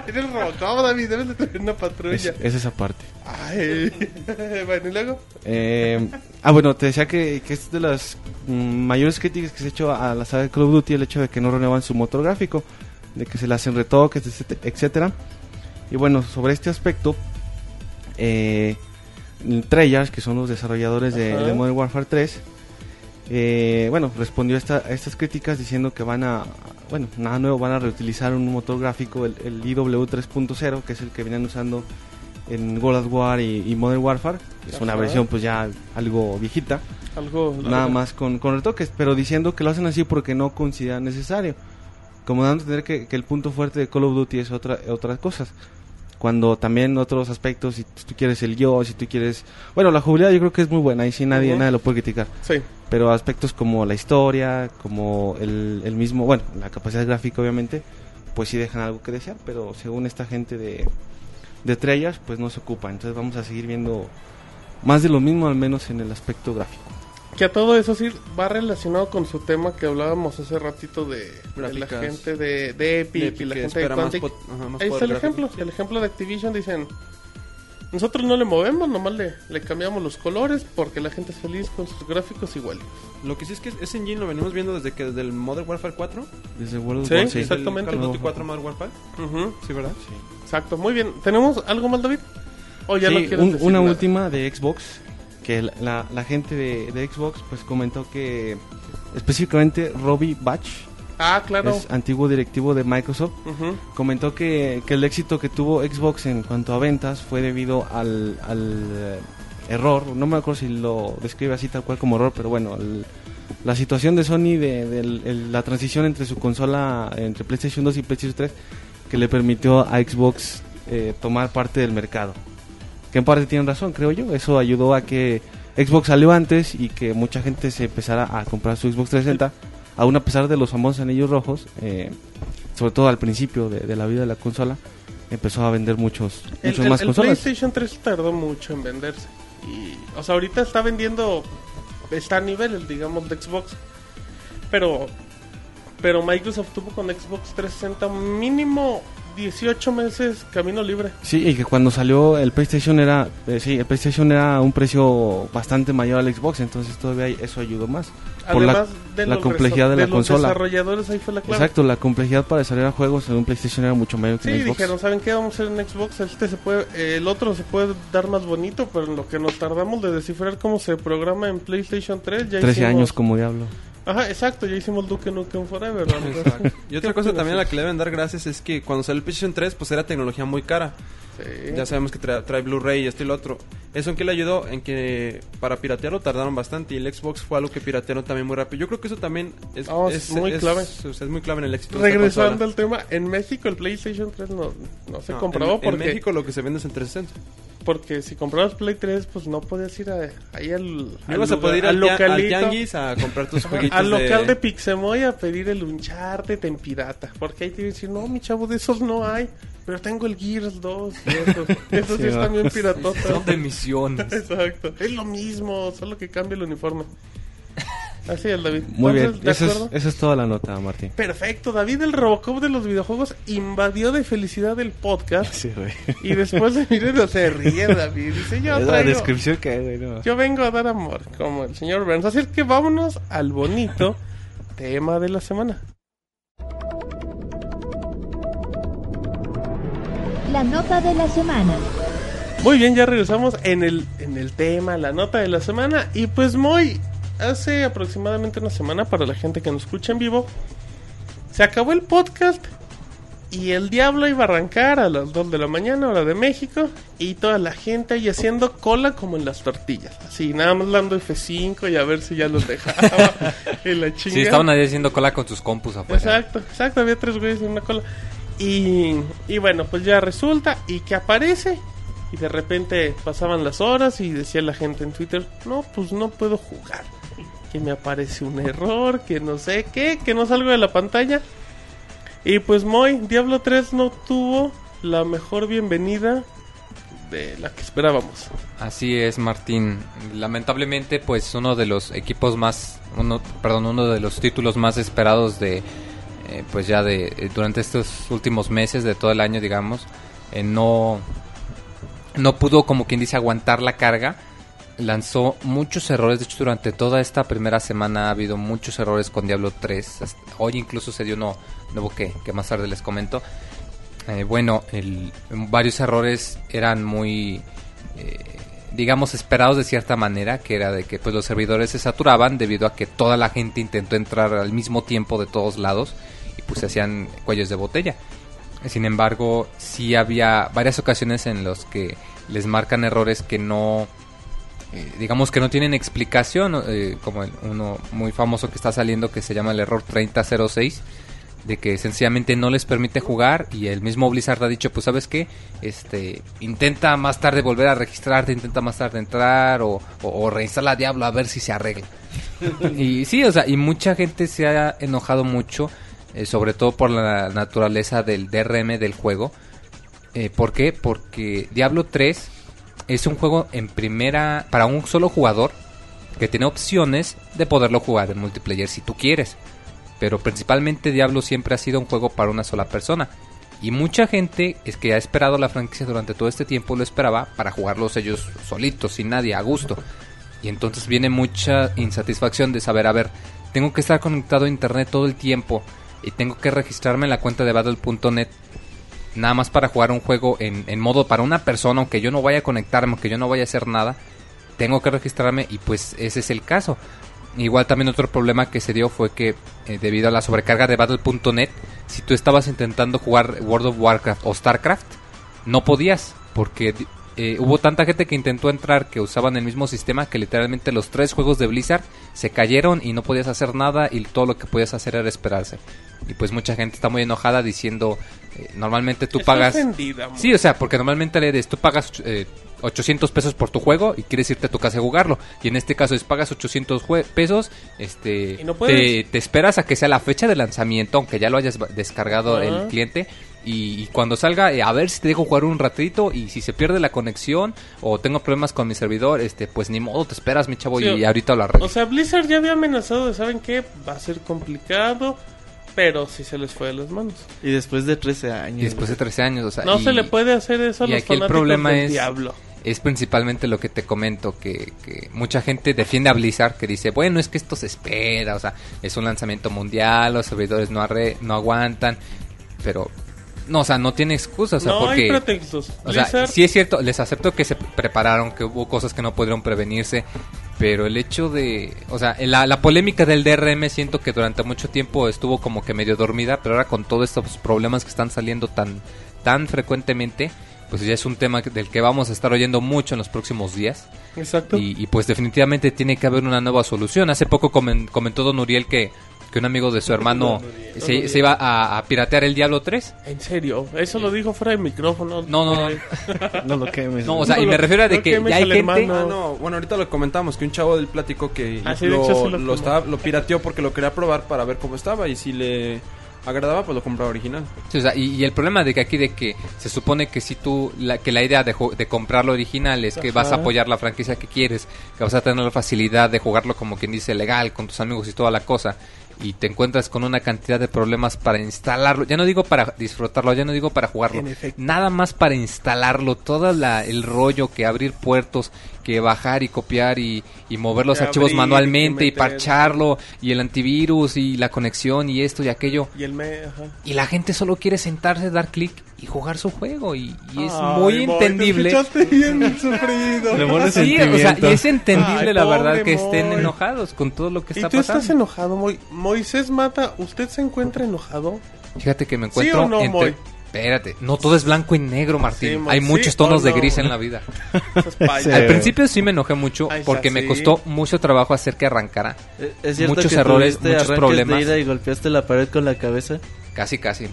[SPEAKER 2] Eres Robocop, David, debes de tener una
[SPEAKER 7] Es,
[SPEAKER 2] patrulla.
[SPEAKER 7] es esa parte.
[SPEAKER 2] Ay, bueno, y luego.
[SPEAKER 7] Eh, ah, bueno, te decía que, que es de las mm, mayores críticas que se ha hecho a la saga de Call of Duty el hecho de que no renuevan su motor gráfico, de que se le hacen retoques, etcétera- etcétera. Y bueno, sobre este aspecto, eh, Treyarch, que son los desarrolladores de,
[SPEAKER 2] Ajá.
[SPEAKER 7] de Modern Warfare 3, eh, bueno, respondió a, esta- a estas críticas diciendo que van a, bueno, nada nuevo, van a reutilizar un motor gráfico, el, el IW 3.0, que es el que venían usando en World of War y, y Modern Warfare. Es una
[SPEAKER 2] Ajá.
[SPEAKER 7] versión pues ya algo viejita,
[SPEAKER 2] Algo.
[SPEAKER 7] nada más con, con retoques, pero diciendo que lo hacen así porque no consideran necesario. Como dando a entender que, que el punto fuerte de Call of Duty es otra, otras cosas. Cuando también otros aspectos, si tú quieres el yo, si tú quieres... Bueno, la jugabilidad yo creo que es muy buena, y si nadie,
[SPEAKER 2] Ujú.
[SPEAKER 7] nadie lo puede criticar
[SPEAKER 2] Sí.
[SPEAKER 7] pero aspectos como la historia, como el, el mismo, bueno, la capacidad gráfica obviamente, pues sí dejan algo que desear, pero según esta gente de, de Treyarch, pues no se ocupa, entonces vamos a seguir viendo más de lo mismo, al menos en el aspecto gráfico.
[SPEAKER 2] Que a todo eso sí va relacionado con su tema que hablábamos hace ratito de, de la
[SPEAKER 6] Gráficas.
[SPEAKER 2] gente de, de Epic
[SPEAKER 6] De Epic,
[SPEAKER 2] y la
[SPEAKER 6] que
[SPEAKER 2] gente de
[SPEAKER 6] espera más
[SPEAKER 2] Quantic.
[SPEAKER 6] pot- ajá, más
[SPEAKER 2] Ahí está
[SPEAKER 6] poder
[SPEAKER 2] el
[SPEAKER 6] gráfico.
[SPEAKER 2] ejemplo. El ejemplo de Activision dicen: Nosotros no le movemos, nomás le, le cambiamos los colores porque la gente es feliz con sus gráficos igual.
[SPEAKER 6] Lo que sí es que ese engine lo venimos viendo desde que desde el Modern Warfare 4.
[SPEAKER 7] Desde World of
[SPEAKER 2] Sí,
[SPEAKER 7] War,
[SPEAKER 6] Desde el
[SPEAKER 2] exactamente.
[SPEAKER 6] Call of Duty 4 Modern Warfare.
[SPEAKER 2] Ujú,
[SPEAKER 6] Sí, ¿verdad?
[SPEAKER 2] Exacto, muy bien. ¿Tenemos algo más, David? O ya
[SPEAKER 7] Sí,
[SPEAKER 2] no quieres
[SPEAKER 7] un-
[SPEAKER 2] decir
[SPEAKER 7] una
[SPEAKER 2] nada?
[SPEAKER 7] última de Xbox, que la, la- la gente de, de Xbox pues comentó que específicamente Robbie Batch,
[SPEAKER 2] Ah, claro.
[SPEAKER 7] es antiguo directivo de Microsoft,
[SPEAKER 2] Ujú.
[SPEAKER 7] comentó que, que el éxito que tuvo Xbox en cuanto a ventas fue debido al, al, eh, error, no me acuerdo si lo describe así tal cual como error, pero bueno, el- la situación de Sony de, del- el- la transición entre su consola, entre PlayStation 2 y PlayStation 3, que le permitió a Xbox eh, tomar parte del mercado. Que en parte tienen razón, creo yo, eso ayudó a que Xbox salió antes y que mucha gente se empezara a comprar su Xbox 360, aún a pesar de los famosos anillos rojos. eh, sobre todo al principio de, de la vida de la consola, empezó a vender muchos,
[SPEAKER 2] El,
[SPEAKER 7] muchas
[SPEAKER 2] el-
[SPEAKER 7] más
[SPEAKER 2] el
[SPEAKER 7] consolas.
[SPEAKER 2] PlayStation 3 tardó mucho en venderse. Y, o sea, ahorita está vendiendo. Está a nivel, el, digamos, de Xbox. Pero. Pero Microsoft tuvo con Xbox 360 mínimo 18 meses camino libre.
[SPEAKER 7] Sí, y que cuando salió el PlayStation era, eh, sí, el PlayStation era un precio bastante mayor al Xbox, entonces todavía eso ayudó más. Por la-
[SPEAKER 2] Además de
[SPEAKER 7] la
[SPEAKER 2] los
[SPEAKER 7] complejidad de la
[SPEAKER 2] los
[SPEAKER 7] consola.
[SPEAKER 2] desarrolladores, ahí fue la clave.
[SPEAKER 7] Exacto, la complejidad para salir a juegos en un PlayStation era mucho mayor que
[SPEAKER 2] Sí,
[SPEAKER 7] en Xbox.
[SPEAKER 2] dijeron, ¿saben qué? Vamos a hacer en Xbox. Este se puede, eh, el otro se puede dar más bonito, pero en lo que nos tardamos de descifrar cómo se programa en PlayStation 3, ya
[SPEAKER 7] 13
[SPEAKER 2] hicimos-
[SPEAKER 7] años como diablo.
[SPEAKER 2] Ajá, exacto, ya hicimos Duke Nukem Forever. ¿no?
[SPEAKER 6] Y otra cosa también a la que le deben dar gracias es que cuando salió el PlayStation 3, pues era tecnología muy cara.
[SPEAKER 2] Sí.
[SPEAKER 6] Ya sabemos que tra- trae Blu-ray y esto y lo otro. ¿Eso en qué le ayudó? En que para piratearlo tardaron bastante y el Xbox fue algo que piratearon también muy rápido. Yo creo que eso también es,
[SPEAKER 2] Ah, es muy clave.
[SPEAKER 6] Es, o sea, es muy clave en el éxito. de esta
[SPEAKER 2] Regresando
[SPEAKER 6] consola.
[SPEAKER 2] al tema, en México el PlayStation 3 no, no se
[SPEAKER 6] No,
[SPEAKER 2] comprobó
[SPEAKER 6] en, en
[SPEAKER 2] porque,
[SPEAKER 6] México lo que se vende es en 360.
[SPEAKER 2] porque si comprabas Play 3 pues no podías ir a, ahí al,
[SPEAKER 6] No
[SPEAKER 2] al
[SPEAKER 6] ibas a
[SPEAKER 2] lugar-
[SPEAKER 6] poder ir al, tia- al
[SPEAKER 2] localito,
[SPEAKER 6] tianguis a comprar tus
[SPEAKER 2] ajá,
[SPEAKER 6] jueguitos.
[SPEAKER 2] al local de
[SPEAKER 6] de...
[SPEAKER 2] Pixemoy a pedir el Uncharted en pirata, porque ahí te iban a decir, no mi chavo de esos no hay, pero tengo el Gears 2, y esos, esos sí,
[SPEAKER 7] Sí,
[SPEAKER 2] están
[SPEAKER 7] va.
[SPEAKER 2] bien piratotas.
[SPEAKER 3] Son de misiones.
[SPEAKER 2] Exacto, es lo mismo, solo que cambia el uniforme. Así es, David.
[SPEAKER 7] Muy bien,
[SPEAKER 2] Entonces, ¿de
[SPEAKER 7] esa es,
[SPEAKER 2] acuerdo?
[SPEAKER 7] esa es toda la nota, Martín.
[SPEAKER 2] Perfecto, David, el Robocop de los videojuegos invadió de felicidad el podcast
[SPEAKER 7] Sí, güey.
[SPEAKER 2] y después de miren, se ríe David. Dice, yo,
[SPEAKER 7] Es la
[SPEAKER 2] traigo-
[SPEAKER 7] descripción que hay, güey. no.
[SPEAKER 2] yo vengo a dar amor, como el señor Burns. Así es que vámonos al bonito tema de la semana.
[SPEAKER 1] La nota de la semana.
[SPEAKER 2] Muy bien, ya regresamos en el, en el tema, la nota de la semana. Y pues muy, hace aproximadamente una semana para la gente que nos escucha en vivo, se acabó el podcast y el diablo iba a arrancar a las 2 de la mañana, hora de México, y toda la gente ahí haciendo cola como en las tortillas. Así, nada más dando F5 y a ver si ya los dejaba. y la
[SPEAKER 3] Sí,
[SPEAKER 2] chingada.
[SPEAKER 3] estaban ahí haciendo cola con sus compus afuera.
[SPEAKER 2] Exacto, exacto, había tres güeyes en una cola. Y, y bueno, pues ya resulta y que aparece. Y de repente pasaban las horas y decía la gente en Twitter, no, pues no puedo jugar. Que me aparece un error, que no sé qué, que no salgo de la pantalla. Y pues Moy, Diablo 3 no tuvo la mejor bienvenida de la que esperábamos.
[SPEAKER 3] Así es, Martín. Lamentablemente, pues uno de los equipos más, uno, perdón, uno de los títulos más esperados de, eh, pues ya de eh, durante estos últimos meses de todo el año, digamos, eh, no, no pudo como quien dice aguantar la carga. Lanzó muchos errores, de hecho durante toda esta primera semana ha habido muchos errores con Diablo 3. Hasta- Hoy incluso se dio uno nuevo que, que más tarde les comento. Eh, bueno, el- varios errores eran muy, eh, digamos, esperados de cierta manera, que era de que pues, los servidores se saturaban debido a que toda la gente intentó entrar al mismo tiempo de todos lados y pues se hacían cuellos de botella. Sin embargo, sí había varias ocasiones en las que les marcan errores que no, eh, digamos que no tienen explicación, eh, como el- uno muy famoso que está saliendo que se llama el error 3006, de que sencillamente no les permite jugar y el mismo Blizzard ha dicho, pues sabes qué, este, intenta más tarde volver a registrarte, intenta más tarde entrar o, o, o reinstala Diablo a ver si se arregla. y sí, o sea, y mucha gente se ha enojado mucho, eh, sobre todo por la naturaleza del DRM del juego. Eh, ¿Por qué? Porque Diablo 3 es un juego en primera para un solo jugador que tiene opciones de poderlo jugar en multiplayer si tú quieres. Pero principalmente Diablo siempre ha sido un juego para una sola persona. Y mucha gente es que ha esperado la franquicia durante todo este tiempo, lo esperaba para jugarlos ellos solitos, sin nadie, a gusto. Y entonces viene mucha insatisfacción de saber, a ver, tengo que estar conectado a internet todo el tiempo y tengo que registrarme en la cuenta de battle.net nada más para jugar un juego en, en modo para una persona, aunque yo no vaya a conectarme, aunque yo no vaya a hacer nada, tengo que registrarme y pues ese es el caso. Igual también otro problema que se dio fue que eh, debido a la sobrecarga de Battle.net, si tú estabas intentando jugar World of Warcraft o Starcraft, no podías, porque eh, hubo tanta gente que intentó entrar que usaban el mismo sistema que literalmente los tres juegos de Blizzard se cayeron y no podías hacer nada y todo lo que podías hacer era esperarse. Y pues mucha gente está muy enojada diciendo, eh, normalmente tú
[SPEAKER 2] Está
[SPEAKER 3] pagas...
[SPEAKER 2] ofendida, amor.
[SPEAKER 3] Sí, o sea, porque normalmente le des, tú pagas eh, 800 pesos por tu juego y quieres irte a tu casa a jugarlo. Y en este caso es pagas 800 jue- pesos, este,
[SPEAKER 2] Y no
[SPEAKER 3] te,
[SPEAKER 2] puedes.
[SPEAKER 3] te esperas a que sea la fecha de lanzamiento, aunque ya lo hayas ba- descargado
[SPEAKER 2] Ajá.
[SPEAKER 3] el cliente. Y, y cuando salga, eh, a ver si te dejo jugar un ratito y si se pierde la conexión o tengo problemas con mi servidor, este, pues ni modo, te esperas, mi chavo,
[SPEAKER 2] Sí,
[SPEAKER 3] y
[SPEAKER 2] o-
[SPEAKER 3] ahorita lo arreglo.
[SPEAKER 2] O sea, Blizzard ya había amenazado de, ¿saben qué? Va a ser complicado, pero sí se les fue de las manos.
[SPEAKER 5] Y después de 13 años.
[SPEAKER 3] y después de 13 años, o sea,
[SPEAKER 2] No
[SPEAKER 3] y-
[SPEAKER 2] se le puede hacer eso a
[SPEAKER 3] y
[SPEAKER 2] los
[SPEAKER 3] aquí el
[SPEAKER 2] fanáticos
[SPEAKER 3] problema
[SPEAKER 2] del
[SPEAKER 3] es-
[SPEAKER 2] diablo.
[SPEAKER 3] es principalmente lo que te comento, que, que mucha gente defiende a Blizzard, que dice, bueno, es que esto se espera, o sea, es un lanzamiento mundial, los servidores no, arre- no aguantan, pero, no, o sea, no tiene excusa, o sea,
[SPEAKER 2] no hay
[SPEAKER 3] porque...
[SPEAKER 2] pretextos.
[SPEAKER 3] O sea,
[SPEAKER 2] Blizzard,
[SPEAKER 3] sí es cierto, les acepto que se prepararon, que hubo cosas que no pudieron prevenirse, pero el hecho de, o sea, la, la polémica del DRM siento que durante mucho tiempo estuvo como que medio dormida, pero ahora con todos estos problemas que están saliendo tan, tan frecuentemente, pues ya es un tema que- del que vamos a estar oyendo mucho en los próximos días.
[SPEAKER 2] exacto.
[SPEAKER 3] Y, y, pues definitivamente tiene que haber una nueva solución. Hace poco comen- comentó Don Uriel que, que un amigo de su hermano
[SPEAKER 2] Uriel, Don
[SPEAKER 3] se,
[SPEAKER 2] Uriel.
[SPEAKER 3] se iba a, a piratear el Diablo 3.
[SPEAKER 2] En serio, eso lo dijo fuera de micrófono.
[SPEAKER 3] No, no, no.
[SPEAKER 5] No lo quemes.
[SPEAKER 3] No, o sea,
[SPEAKER 2] No
[SPEAKER 3] y
[SPEAKER 2] lo-
[SPEAKER 3] me refiero a de
[SPEAKER 2] no
[SPEAKER 3] que
[SPEAKER 2] quemes
[SPEAKER 3] ya hay
[SPEAKER 2] al
[SPEAKER 3] gente...
[SPEAKER 2] hermano.
[SPEAKER 6] Ah, no, bueno, ahorita lo comentamos, que un chavo del plático que
[SPEAKER 2] Ah, sí, de
[SPEAKER 6] lo,
[SPEAKER 2] hecho, sí lo
[SPEAKER 6] lo
[SPEAKER 2] comentó.
[SPEAKER 6] estaba, lo pirateó porque lo quería probar para ver cómo estaba y si le agradaba, pues lo compraba original.
[SPEAKER 3] Sí, o sea, y, y el problema de que aquí de que se supone que si tú la, que la idea de, ju- de comprar lo original es que vas a
[SPEAKER 2] Ajá.
[SPEAKER 3] apoyar la franquicia que quieres, que vas a tener la facilidad de jugarlo como quien dice legal con tus amigos y toda la cosa y te encuentras con una cantidad de problemas para instalarlo, ya no digo para disfrutarlo, ya no digo para jugarlo,
[SPEAKER 2] En efecto.
[SPEAKER 3] nada más para instalarlo, todo el rollo que abrir puertos, que bajar y copiar y, y mover los
[SPEAKER 2] Que
[SPEAKER 3] archivos
[SPEAKER 2] abrir,
[SPEAKER 3] manualmente
[SPEAKER 2] que
[SPEAKER 3] y
[SPEAKER 2] meter.
[SPEAKER 3] parcharlo y el antivirus y la conexión y esto y aquello.
[SPEAKER 2] Y el me... Ajá.
[SPEAKER 3] Y la gente solo quiere sentarse, dar clic y jugar su juego. Y, y es
[SPEAKER 2] Ay,
[SPEAKER 3] muy
[SPEAKER 2] Moy, te
[SPEAKER 3] entendible.
[SPEAKER 2] escuchaste bien sufrido.
[SPEAKER 5] Le pones
[SPEAKER 3] Sí, o sea,
[SPEAKER 5] sentimiento.
[SPEAKER 3] y es entendible
[SPEAKER 2] Ay,
[SPEAKER 3] la verdad
[SPEAKER 2] pobre
[SPEAKER 3] que estén
[SPEAKER 2] Moy.
[SPEAKER 3] enojados con todo lo que
[SPEAKER 2] Y
[SPEAKER 3] está
[SPEAKER 2] tú estás
[SPEAKER 3] pasando.
[SPEAKER 2] enojado, Moy. Moisés Mata, ¿usted se encuentra enojado?
[SPEAKER 3] Fíjate que me
[SPEAKER 2] ¿Sí
[SPEAKER 3] encuentro
[SPEAKER 2] o no,
[SPEAKER 3] entre-
[SPEAKER 2] Moy?
[SPEAKER 3] Espérate, no todo es blanco y negro, Martín.
[SPEAKER 2] Sí, Moy,
[SPEAKER 3] Hay
[SPEAKER 2] ¿sí
[SPEAKER 3] muchos
[SPEAKER 2] o
[SPEAKER 3] tonos de
[SPEAKER 2] no?
[SPEAKER 3] gris en la vida.
[SPEAKER 2] Esas payas.
[SPEAKER 5] Sí.
[SPEAKER 3] Al principio sí me enojé mucho
[SPEAKER 2] Ay,
[SPEAKER 3] porque
[SPEAKER 2] sí.
[SPEAKER 3] me costó mucho trabajo hacer que arrancara.
[SPEAKER 5] Eh, Es cierto
[SPEAKER 3] Muchos
[SPEAKER 5] que
[SPEAKER 3] errores,
[SPEAKER 5] tuviste
[SPEAKER 3] muchos
[SPEAKER 5] arranques
[SPEAKER 3] problemas.
[SPEAKER 5] de ida y golpeaste la pared con la cabeza.
[SPEAKER 3] Casi, casi.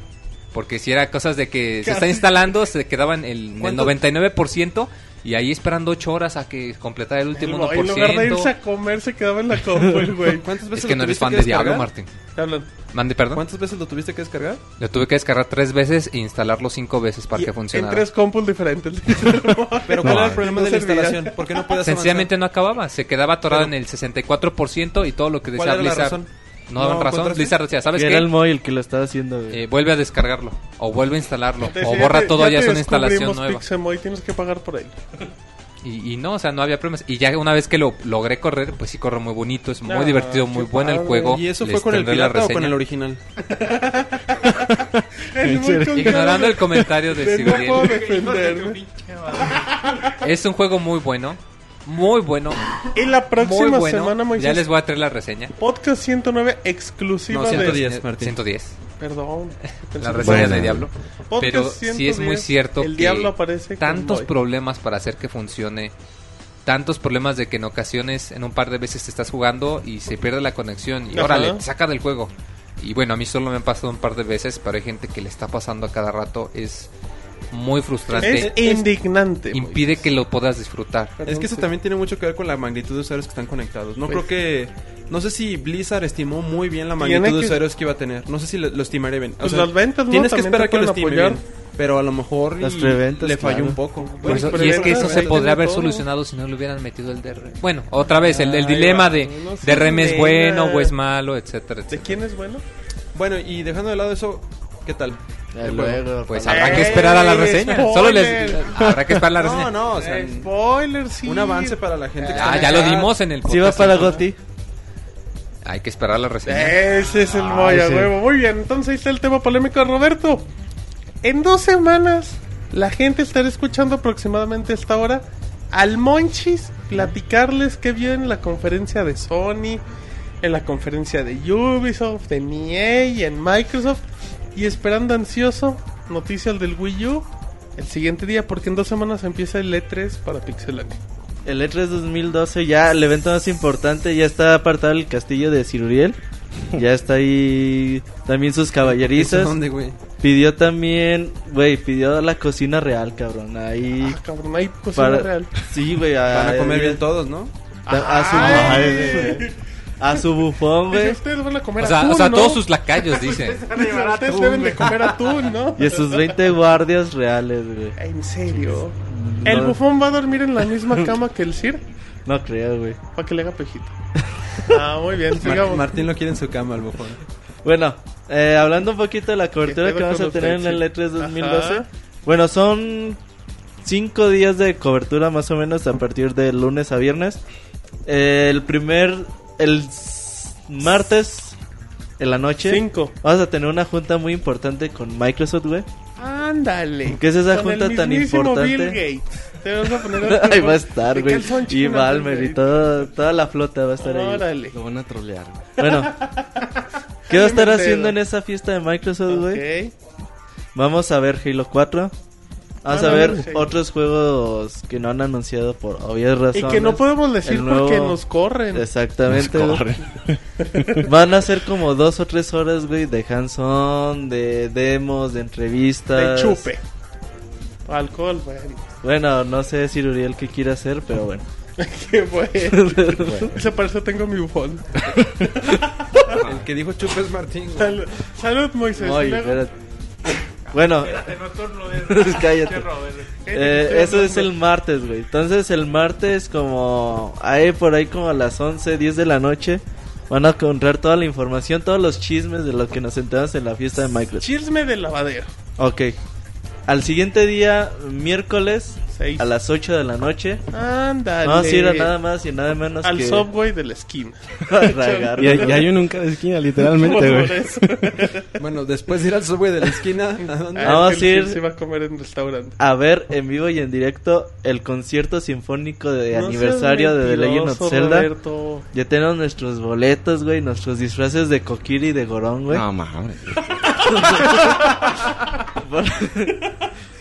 [SPEAKER 3] Porque si era cosas de que se está instalando, se quedaban el, en el 99% y ahí esperando 8 horas a que completara el
[SPEAKER 2] El
[SPEAKER 3] último
[SPEAKER 2] Moy,
[SPEAKER 3] 1%.
[SPEAKER 2] en lugar de irse a comer, se quedaba en la compu el güey.
[SPEAKER 6] ¿Cuántas veces
[SPEAKER 3] Es que
[SPEAKER 6] lo
[SPEAKER 3] no eres
[SPEAKER 6] tuviste
[SPEAKER 3] fan
[SPEAKER 6] que
[SPEAKER 3] de Diablo,
[SPEAKER 6] descargar?
[SPEAKER 3] Martín.
[SPEAKER 2] Te hablan.
[SPEAKER 3] Mande, perdón.
[SPEAKER 6] ¿Cuántas veces lo tuviste que descargar?
[SPEAKER 3] Lo tuve que descargar tres veces e instalarlo cinco veces para
[SPEAKER 2] Y-
[SPEAKER 3] que funcionara.
[SPEAKER 2] En tres compus diferentes.
[SPEAKER 6] Pero
[SPEAKER 2] Pero
[SPEAKER 6] ¿cuál
[SPEAKER 3] No,
[SPEAKER 6] era el problema
[SPEAKER 2] no
[SPEAKER 6] de la
[SPEAKER 2] servía.
[SPEAKER 6] instalación? ¿Por qué no podías
[SPEAKER 3] Sencillamente no acababa, se quedaba atorado
[SPEAKER 6] Pero-
[SPEAKER 3] en el 64% y todo lo que
[SPEAKER 6] ¿Cuál
[SPEAKER 3] decía
[SPEAKER 6] era la
[SPEAKER 3] Blizzard.
[SPEAKER 6] razón?
[SPEAKER 3] No daban
[SPEAKER 6] ¿No
[SPEAKER 3] razón.
[SPEAKER 6] encontraste?
[SPEAKER 3] Blizzard decía, ¿sabes
[SPEAKER 5] Pues Que era el
[SPEAKER 3] qué?
[SPEAKER 5] Moy el que lo estaba haciendo, güey.
[SPEAKER 3] Eh, vuelve a descargarlo, o vuelve a instalarlo,
[SPEAKER 2] Te
[SPEAKER 3] o
[SPEAKER 2] decía,
[SPEAKER 3] borra
[SPEAKER 2] te-
[SPEAKER 3] todo, ya
[SPEAKER 2] te
[SPEAKER 3] es una instalación
[SPEAKER 2] descubrimos
[SPEAKER 3] nueva.
[SPEAKER 2] Pixemoy, tienes que pagar por él.
[SPEAKER 3] Y, y no, o sea, no había problemas. Y ya una vez que lo logré correr, pues sí corre muy bonito, es muy
[SPEAKER 2] Ah,
[SPEAKER 3] divertido,
[SPEAKER 2] qué
[SPEAKER 3] muy bueno el
[SPEAKER 2] padre.
[SPEAKER 3] juego.
[SPEAKER 6] avanzar? ¿Y eso
[SPEAKER 3] Les
[SPEAKER 6] fue con el
[SPEAKER 3] tendré la
[SPEAKER 6] pirata o con
[SPEAKER 3] reseña.
[SPEAKER 6] el original?
[SPEAKER 2] El Moy con cara
[SPEAKER 3] Ignorando
[SPEAKER 2] de-
[SPEAKER 3] el comentario de
[SPEAKER 2] de no
[SPEAKER 3] Siburiel.
[SPEAKER 2] puedo defender. güey.
[SPEAKER 3] Es un juego muy bueno, muy bueno,
[SPEAKER 2] Y la
[SPEAKER 3] muy
[SPEAKER 2] próxima
[SPEAKER 3] bueno.
[SPEAKER 2] semana, Moisés.
[SPEAKER 3] ya les voy a traer la reseña.
[SPEAKER 2] Podcast 109 exclusiva
[SPEAKER 3] No,
[SPEAKER 2] de...
[SPEAKER 6] 110,
[SPEAKER 3] 110,
[SPEAKER 6] Martín.
[SPEAKER 3] 110.
[SPEAKER 2] Perdón.
[SPEAKER 3] La reseña
[SPEAKER 7] Bueno.
[SPEAKER 3] de Diablo.
[SPEAKER 2] Podcast
[SPEAKER 3] Pero sí es
[SPEAKER 2] 110,
[SPEAKER 3] muy cierto
[SPEAKER 2] el
[SPEAKER 3] que
[SPEAKER 2] diablo aparece con
[SPEAKER 3] tantos
[SPEAKER 2] Moy.
[SPEAKER 3] problemas para hacer que funcione, tantos problemas de que en ocasiones, en un par de veces te estás jugando y se pierde la conexión y
[SPEAKER 2] Ajá.
[SPEAKER 3] órale, te saca del juego. Y bueno, a mí solo me han pasado un par de veces, pero hay gente que le está pasando a cada rato. Es muy
[SPEAKER 2] Es
[SPEAKER 3] frustrante.
[SPEAKER 2] indignante. Moy.
[SPEAKER 3] Impide que lo puedas disfrutar.
[SPEAKER 6] Es que eso también tiene mucho que ver con la magnitud de usuarios que están conectados. No creo que... No sé si Blizzard estimó muy bien la
[SPEAKER 2] Tiene
[SPEAKER 6] magnitud de
[SPEAKER 2] que-
[SPEAKER 6] usuarios que iba a tener. No sé si lo, lo estimaré bien. O
[SPEAKER 2] Pues
[SPEAKER 6] sea,
[SPEAKER 2] las ventas, ¿no?
[SPEAKER 6] Tienes que
[SPEAKER 2] También te
[SPEAKER 6] esperar que lo
[SPEAKER 2] pueden
[SPEAKER 6] estime
[SPEAKER 2] apoyar.
[SPEAKER 6] bien. Pero a lo mejor y
[SPEAKER 5] Las preventas,
[SPEAKER 6] le falló
[SPEAKER 5] claro.
[SPEAKER 6] un poco.
[SPEAKER 3] Por
[SPEAKER 2] Bueno,
[SPEAKER 3] eso-
[SPEAKER 2] pero
[SPEAKER 3] y es
[SPEAKER 2] ya
[SPEAKER 3] que
[SPEAKER 2] no se
[SPEAKER 3] eso se
[SPEAKER 2] vende
[SPEAKER 3] podría haber
[SPEAKER 2] todo.
[SPEAKER 3] solucionado si no le hubieran metido el DRM. Bueno, otra vez, el, el
[SPEAKER 2] Ahí
[SPEAKER 3] dilema
[SPEAKER 2] va.
[SPEAKER 3] de
[SPEAKER 2] No sé,
[SPEAKER 3] DRM es
[SPEAKER 2] dilema.
[SPEAKER 3] bueno o es malo, etcétera,
[SPEAKER 2] ¿De
[SPEAKER 3] etcétera.
[SPEAKER 2] quién es bueno?
[SPEAKER 6] Bueno, y dejando de lado eso, ¿qué tal?
[SPEAKER 5] Ya
[SPEAKER 6] El
[SPEAKER 5] luego,
[SPEAKER 6] juego.
[SPEAKER 3] Pues
[SPEAKER 5] para-
[SPEAKER 3] habrá que
[SPEAKER 2] ¡Ey,
[SPEAKER 3] esperar a la reseña.
[SPEAKER 2] spoiler!
[SPEAKER 3] Solo les habrá que esperar la reseña.
[SPEAKER 6] No, no, o sea,
[SPEAKER 2] Spoiler, sí.
[SPEAKER 6] un avance para la gente. que
[SPEAKER 3] Ah,
[SPEAKER 6] está
[SPEAKER 3] ya lo
[SPEAKER 6] acá.
[SPEAKER 3] dimos en el
[SPEAKER 5] Si va
[SPEAKER 3] podcast.
[SPEAKER 5] para Goti.
[SPEAKER 3] Hay que esperar la
[SPEAKER 2] Eh,
[SPEAKER 3] reseña.
[SPEAKER 2] Ese es el
[SPEAKER 5] Ah,
[SPEAKER 2] Moya,
[SPEAKER 5] ese.
[SPEAKER 2] huevo. Muy bien, entonces ahí está el tema polémico, Roberto. En dos semanas, la gente estará escuchando aproximadamente a esta hora al Monchis platicarles qué vio en la conferencia de Sony, en la conferencia de Ubisoft, de EA y en Microsoft. Y esperando ansioso noticias del Wii U el siguiente día, porque en dos semanas empieza el E3 para Pixelania.
[SPEAKER 5] El E E3 2012 ya, el evento más importante, ya está apartado el castillo de Ciruriel. Ya está ahí también sus caballerizas.
[SPEAKER 6] ¿Dónde, güey?
[SPEAKER 5] Pidió también, güey, pidió la cocina real, cabrón. Ahí.
[SPEAKER 2] Ah, cabrón, hay cocina
[SPEAKER 5] para-
[SPEAKER 2] real.
[SPEAKER 5] Sí, güey.
[SPEAKER 3] Ah,
[SPEAKER 6] Van a comer bien todos, ¿no?
[SPEAKER 5] A, a su,
[SPEAKER 2] Ay.
[SPEAKER 5] a su bufón,
[SPEAKER 2] Dice,
[SPEAKER 5] güey.
[SPEAKER 2] ustedes van a comer
[SPEAKER 3] O sea,
[SPEAKER 2] atún,
[SPEAKER 3] o sea,
[SPEAKER 2] ¿no?
[SPEAKER 3] todos sus lacayos dicen.
[SPEAKER 2] Ustedes deben de comer atún, ¿no?
[SPEAKER 5] Y a sus 20 guardias reales, güey.
[SPEAKER 2] En serio.
[SPEAKER 5] No.
[SPEAKER 2] ¿El bufón va a dormir en la misma cama que el Sir?
[SPEAKER 5] No creo, güey.
[SPEAKER 2] Para que le haga pejito. Ah, muy bien,
[SPEAKER 6] Mar-
[SPEAKER 2] sigamos.
[SPEAKER 6] Martín lo quiere en su cama, al bufón.
[SPEAKER 5] Bueno, eh, hablando un poquito de la cobertura
[SPEAKER 2] pedo
[SPEAKER 5] que vamos
[SPEAKER 2] con
[SPEAKER 5] a
[SPEAKER 2] los
[SPEAKER 5] tener en el E E3
[SPEAKER 2] Texas?
[SPEAKER 5] 2012.
[SPEAKER 2] Ajá.
[SPEAKER 5] Bueno, son cinco días de cobertura más o menos a partir de lunes a viernes. Eh, el primer, el s- martes en la noche.
[SPEAKER 2] Cinco.
[SPEAKER 5] Vamos a tener una junta muy importante con Microsoft, güey.
[SPEAKER 2] Ándale.
[SPEAKER 5] ¿Qué es esa
[SPEAKER 2] Con
[SPEAKER 5] junta
[SPEAKER 2] el
[SPEAKER 5] tan
[SPEAKER 2] mismísimo
[SPEAKER 5] importante?
[SPEAKER 2] Bill Gates. Te vas a poner
[SPEAKER 5] Ahí va a estar,
[SPEAKER 2] de
[SPEAKER 5] güey.
[SPEAKER 2] calzón
[SPEAKER 5] Y
[SPEAKER 2] chino,
[SPEAKER 5] Balmer y
[SPEAKER 2] Bill
[SPEAKER 5] todo- toda la flota va a
[SPEAKER 2] Gates.
[SPEAKER 5] estar ahí.
[SPEAKER 2] Órale.
[SPEAKER 7] Lo van a trolear. güey.
[SPEAKER 5] Bueno, ¿qué va a estar
[SPEAKER 2] me entero.
[SPEAKER 5] haciendo en esa fiesta de Microsoft, güey?
[SPEAKER 2] Ok.
[SPEAKER 5] Vamos a ver Halo 4. Vamos
[SPEAKER 2] Van
[SPEAKER 5] a
[SPEAKER 2] a
[SPEAKER 5] ver
[SPEAKER 2] ver Halo.
[SPEAKER 5] otros juegos que no han anunciado por obvias razones.
[SPEAKER 2] Y que no podemos decir
[SPEAKER 5] El nuevo-
[SPEAKER 2] porque nos corren.
[SPEAKER 5] Exactamente. güey. Van a ser como dos o tres horas, güey, de hands-on, de demos, de
[SPEAKER 2] De
[SPEAKER 5] entrevistas.
[SPEAKER 2] chupe. Alcohol, bueno.
[SPEAKER 5] Bueno, no sé si Uriel qué quiere hacer, pero bueno.
[SPEAKER 2] Qué bueno. Ese para eso tengo mi bufón.
[SPEAKER 6] El que dijo chup es Martín, güey.
[SPEAKER 2] Salud, salud, Moisés.
[SPEAKER 5] Ay,
[SPEAKER 2] Luego-
[SPEAKER 5] espérate. Bueno, cállate. Eh, eso es el martes, güey. Entonces el martes como ahí por ahí como a las 11, 10 de la noche van a encontrar toda la información, todos los chismes de lo que nos enteramos en la fiesta de Microsoft.
[SPEAKER 2] Chisme del lavadero.
[SPEAKER 5] Ok. Al siguiente día, miércoles,
[SPEAKER 2] Seis.
[SPEAKER 5] a las 8 de la noche,
[SPEAKER 2] Ándale.
[SPEAKER 5] vamos a ir a nada más y nada menos
[SPEAKER 2] Al
[SPEAKER 5] que
[SPEAKER 2] subway de la esquina.
[SPEAKER 5] a Ragar,
[SPEAKER 7] Y, hay-
[SPEAKER 5] güey.
[SPEAKER 7] y hay uno en cada esquina,
[SPEAKER 2] Por
[SPEAKER 7] literalmente, güey.
[SPEAKER 2] eso.
[SPEAKER 6] Bueno, después de ir al subway de la esquina, ¿a dónde?
[SPEAKER 5] Ah. Vamos
[SPEAKER 2] Es
[SPEAKER 5] a
[SPEAKER 2] que el
[SPEAKER 5] ir-
[SPEAKER 2] Gil se va a comer en un restaurante.
[SPEAKER 5] a ver en vivo y en directo el concierto sinfónico de
[SPEAKER 2] No
[SPEAKER 5] aniversario
[SPEAKER 2] seas
[SPEAKER 5] de The Legend of
[SPEAKER 2] mentiroso,
[SPEAKER 5] Zelda.
[SPEAKER 2] Roberto.
[SPEAKER 5] Ya tenemos nuestros boletos, güey, nuestros disfraces de Kokiri y de Gorón, güey.
[SPEAKER 7] No, mames.
[SPEAKER 5] Por,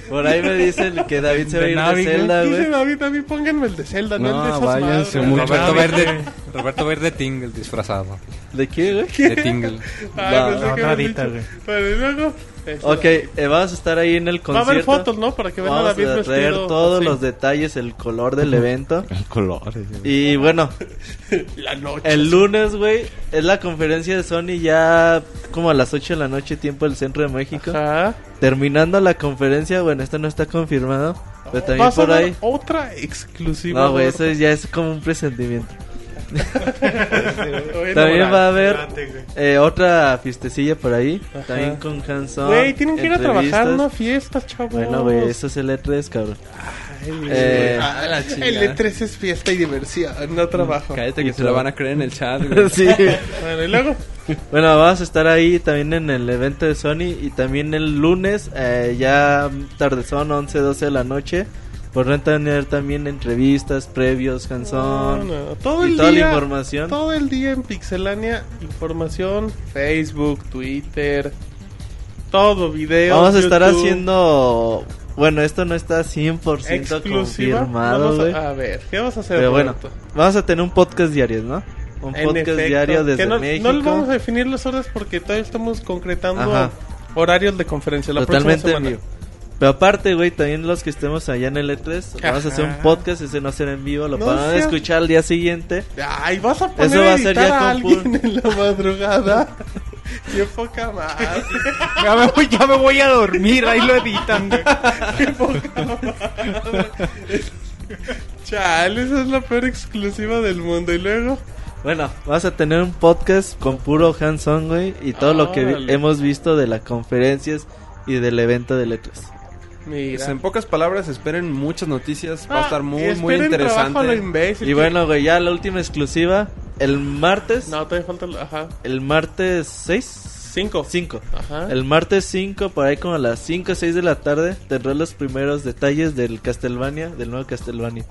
[SPEAKER 5] por ahí me dicen que David se va a
[SPEAKER 8] De
[SPEAKER 5] ir
[SPEAKER 8] Navi,
[SPEAKER 5] de Zelda,
[SPEAKER 2] Dice
[SPEAKER 5] güey.
[SPEAKER 2] David, a mí pónganme el de Zelda, no, el
[SPEAKER 7] No,
[SPEAKER 2] de esas
[SPEAKER 7] váyanse
[SPEAKER 2] madres.
[SPEAKER 7] mucho.
[SPEAKER 3] Roberto Verde, Roberto Verde Tingle disfrazado.
[SPEAKER 5] ¿De qué, güey?
[SPEAKER 3] De Tingle.
[SPEAKER 2] Ay,
[SPEAKER 5] No,
[SPEAKER 2] pensé
[SPEAKER 8] no,
[SPEAKER 2] que
[SPEAKER 8] no,
[SPEAKER 2] habías
[SPEAKER 8] ahorita,
[SPEAKER 2] dicho.
[SPEAKER 8] güey.
[SPEAKER 2] Pero y luego... eh,
[SPEAKER 5] Ok, eh, vamos a estar ahí en el
[SPEAKER 2] Va a
[SPEAKER 5] concierto.
[SPEAKER 2] haber fotos, ¿no? Para que vean a
[SPEAKER 5] Vamos
[SPEAKER 2] David
[SPEAKER 5] a traer
[SPEAKER 2] vestido
[SPEAKER 5] todos
[SPEAKER 2] así.
[SPEAKER 5] los detalles, el color del evento.
[SPEAKER 7] El color. eh. ese, güey.
[SPEAKER 5] Y bueno,
[SPEAKER 2] La noche.
[SPEAKER 5] el lunes, güey, es la conferencia de Sony ya como a las 8 de la noche, tiempo del centro de México.
[SPEAKER 2] Ajá.
[SPEAKER 5] Terminando la conferencia, bueno, esto no está confirmado, pero también
[SPEAKER 2] Vas a
[SPEAKER 5] por
[SPEAKER 2] dar
[SPEAKER 5] ahí.
[SPEAKER 2] otra exclusiva.
[SPEAKER 5] No, güey,
[SPEAKER 2] Roberto.
[SPEAKER 5] eso ya es como un presentimiento.
[SPEAKER 2] Te voy a
[SPEAKER 5] También
[SPEAKER 2] enamorar.
[SPEAKER 5] va a haber eh, otra fiestecilla por ahí. También con Hanson.
[SPEAKER 2] Güey, tienen que ir a trabajar,
[SPEAKER 5] entrevistas.
[SPEAKER 2] no fiestas, chavos.
[SPEAKER 5] Bueno, güey, eso es el E3, cabrón.
[SPEAKER 2] Ay, güey.
[SPEAKER 5] eh,
[SPEAKER 2] Ah,
[SPEAKER 6] la
[SPEAKER 2] el
[SPEAKER 6] chingada.
[SPEAKER 2] E3 es fiesta y diversión, no trabajo.
[SPEAKER 6] Cállate que se lo van a creer en el chat, güey.
[SPEAKER 5] sí.
[SPEAKER 2] Bueno, y luego,
[SPEAKER 5] Bueno, vamos a estar ahí también en el evento de Sony y también el lunes, eh, ya tardezón, 11, 12 de la noche. Podrán tener también entrevistas, previos, Hanson.
[SPEAKER 2] No, no, todo
[SPEAKER 5] y
[SPEAKER 2] el
[SPEAKER 5] toda
[SPEAKER 2] día,
[SPEAKER 5] la información.
[SPEAKER 2] Todo el día en Pixelania, información, Facebook, Twitter, todo video.
[SPEAKER 5] Vamos a estar
[SPEAKER 2] YouTube,
[SPEAKER 5] haciendo... Bueno, esto no está 100%
[SPEAKER 2] exclusiva.
[SPEAKER 5] confirmado,
[SPEAKER 2] Vamos a- ah,
[SPEAKER 5] güey.
[SPEAKER 2] a, ver, ¿qué vamos a hacer?
[SPEAKER 5] Pero bueno,
[SPEAKER 2] Roberto?
[SPEAKER 5] vamos a tener un podcast diario, ¿no? Un
[SPEAKER 2] En
[SPEAKER 5] podcast
[SPEAKER 2] efecto,
[SPEAKER 5] diario desde
[SPEAKER 2] que no,
[SPEAKER 5] México.
[SPEAKER 2] No les vamos a definir las horas porque todavía estamos concretando
[SPEAKER 5] Ajá.
[SPEAKER 2] horarios de conferencia. La
[SPEAKER 5] Totalmente
[SPEAKER 2] próxima
[SPEAKER 5] en
[SPEAKER 2] semana.
[SPEAKER 5] vivo. Pero aparte, güey, también los que estemos allá en el E3, vamos a hacer un
[SPEAKER 2] Ajá.
[SPEAKER 5] podcast, ese no será en vivo, lo
[SPEAKER 2] No
[SPEAKER 5] podrán
[SPEAKER 2] sea-
[SPEAKER 5] escuchar al día siguiente.
[SPEAKER 2] Ay, vas a poner
[SPEAKER 5] Eso va
[SPEAKER 2] a
[SPEAKER 5] a ser
[SPEAKER 2] editar
[SPEAKER 5] ya
[SPEAKER 2] a
[SPEAKER 5] con
[SPEAKER 2] alguien en la madrugada. Qué poca madre.
[SPEAKER 8] Ya me voy, ya me voy a dormir, ahí lo editan, güey.
[SPEAKER 2] Chale, esa es la peor exclusiva del mundo. Y luego,
[SPEAKER 5] Bueno, vas a tener un podcast con puro hands-on, güey, y todo lo que vi-
[SPEAKER 2] Órale.
[SPEAKER 5] hemos visto de las conferencias y del evento del E E3.
[SPEAKER 6] Pues
[SPEAKER 2] mira.
[SPEAKER 6] en pocas palabras, esperen muchas noticias. Va a estar
[SPEAKER 2] Ah,
[SPEAKER 6] muy,
[SPEAKER 2] esperen
[SPEAKER 6] muy
[SPEAKER 2] trabajo a lo
[SPEAKER 6] interesante.
[SPEAKER 2] imbécil.
[SPEAKER 5] Y bueno, güey, ya la última exclusiva, el martes,
[SPEAKER 2] No, todavía falta. el- Ajá.
[SPEAKER 5] el martes 6,
[SPEAKER 2] Cinco.
[SPEAKER 5] 5.
[SPEAKER 2] Ajá.
[SPEAKER 5] El martes 5, por ahí como a las 5 o 6 de la tarde, tendrá los primeros detalles del Castlevania, del nuevo Castlevania.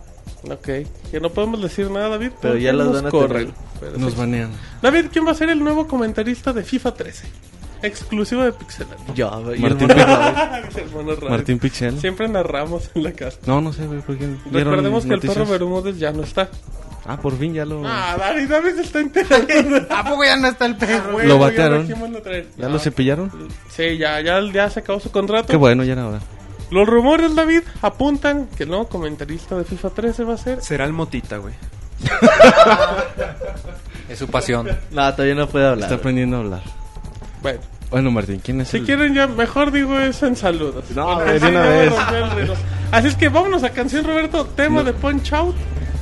[SPEAKER 2] Ok, que no podemos decir nada, David.
[SPEAKER 5] Pero ya
[SPEAKER 2] porque
[SPEAKER 5] las
[SPEAKER 2] nos
[SPEAKER 5] van a
[SPEAKER 2] corren.
[SPEAKER 5] tener.
[SPEAKER 2] Pero
[SPEAKER 7] Nos
[SPEAKER 2] sí.
[SPEAKER 7] banean.
[SPEAKER 2] David, ¿quién va a ser el nuevo comentarista de FIFA 13? Exclusivo de Pixelania.
[SPEAKER 5] Yo, güey, y el
[SPEAKER 7] Martín
[SPEAKER 5] mono
[SPEAKER 7] Pérez.
[SPEAKER 5] Raúl.
[SPEAKER 2] El mono raro.
[SPEAKER 7] Martín Pichel.
[SPEAKER 2] Siempre narramos en la casa.
[SPEAKER 7] No, no sé, güey, ¿por qué? ¿Vieron
[SPEAKER 2] Recordemos que
[SPEAKER 7] noticias? Mm.
[SPEAKER 2] el perro Bermúdez ya no está.
[SPEAKER 7] Ah, por fin ya lo...
[SPEAKER 2] Ah, David, David se está enterando.
[SPEAKER 3] Ah,
[SPEAKER 8] ¿A
[SPEAKER 3] pues
[SPEAKER 8] poco ya no está el perro?
[SPEAKER 2] Ah, Bueno,
[SPEAKER 7] Lo
[SPEAKER 2] ya
[SPEAKER 7] batearon.
[SPEAKER 2] dijimos la otra vez.
[SPEAKER 7] ¿Ya
[SPEAKER 2] No.
[SPEAKER 7] lo cepillaron?
[SPEAKER 2] Sí, ya, ya, ya se acabó su contrato.
[SPEAKER 7] Qué bueno, ya nada.
[SPEAKER 2] Los rumores, David, apuntan que el nuevo comentarista de FIFA 13 va a ser.
[SPEAKER 6] Será el motita, güey.
[SPEAKER 3] Es su pasión.
[SPEAKER 5] No, todavía no puede hablar.
[SPEAKER 7] Está aprendiendo a hablar.
[SPEAKER 2] Bueno,
[SPEAKER 7] Bueno, Martín, ¿quién es
[SPEAKER 2] si
[SPEAKER 7] el-
[SPEAKER 2] quieren, ya mejor digo eso en saludos.
[SPEAKER 7] No,
[SPEAKER 2] Porque
[SPEAKER 7] de
[SPEAKER 2] así
[SPEAKER 7] una
[SPEAKER 2] no me
[SPEAKER 7] vez.
[SPEAKER 2] rompió el reloj. Así es que vámonos a canción, Roberto. Tema de Punch Out.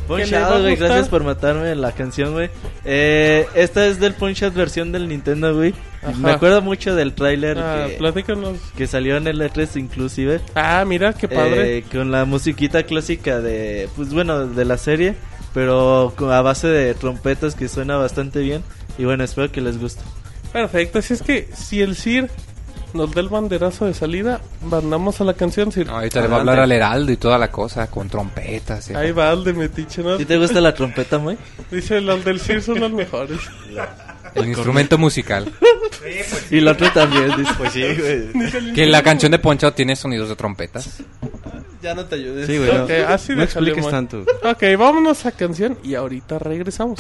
[SPEAKER 5] Punch
[SPEAKER 2] que les va a
[SPEAKER 5] Out, güey,
[SPEAKER 2] gustar.
[SPEAKER 5] gracias por matarme la canción, güey. Eh, esta es del Punch Out versión del Nintendo, güey.
[SPEAKER 2] Ajá.
[SPEAKER 5] Me acuerdo mucho del tráiler
[SPEAKER 2] Ah,
[SPEAKER 5] que,
[SPEAKER 2] platícanos.
[SPEAKER 5] que salió en el E3 inclusive.
[SPEAKER 2] Ah, mira, qué padre.
[SPEAKER 5] eh, con la musiquita clásica de, pues bueno, de la serie, pero con- a base de trompetas que suena bastante bien. Y bueno, espero que les guste.
[SPEAKER 2] Perfecto. Así es que si el Sir nos da el banderazo de salida, mandamos a la canción, Sir.
[SPEAKER 3] No, ahorita le va a hablar al heraldo y toda la cosa, con trompetas. y-
[SPEAKER 2] Ahí va el de Metiche, ¿no?
[SPEAKER 5] ¿Sí te gusta la trompeta, muy?
[SPEAKER 2] Dice, los del Sir son los mejores.
[SPEAKER 3] El instrumento musical.
[SPEAKER 5] Y la otra también, dice. Pues sí,
[SPEAKER 3] Que la canción de Poncho tiene sonidos de trompetas.
[SPEAKER 5] Ya no te ayudes.
[SPEAKER 7] Sí, güey. no.
[SPEAKER 2] Ok, así
[SPEAKER 7] no
[SPEAKER 2] déjale,
[SPEAKER 7] expliques
[SPEAKER 2] man.
[SPEAKER 7] tanto.
[SPEAKER 2] Ok, vámonos a canción y ahorita regresamos.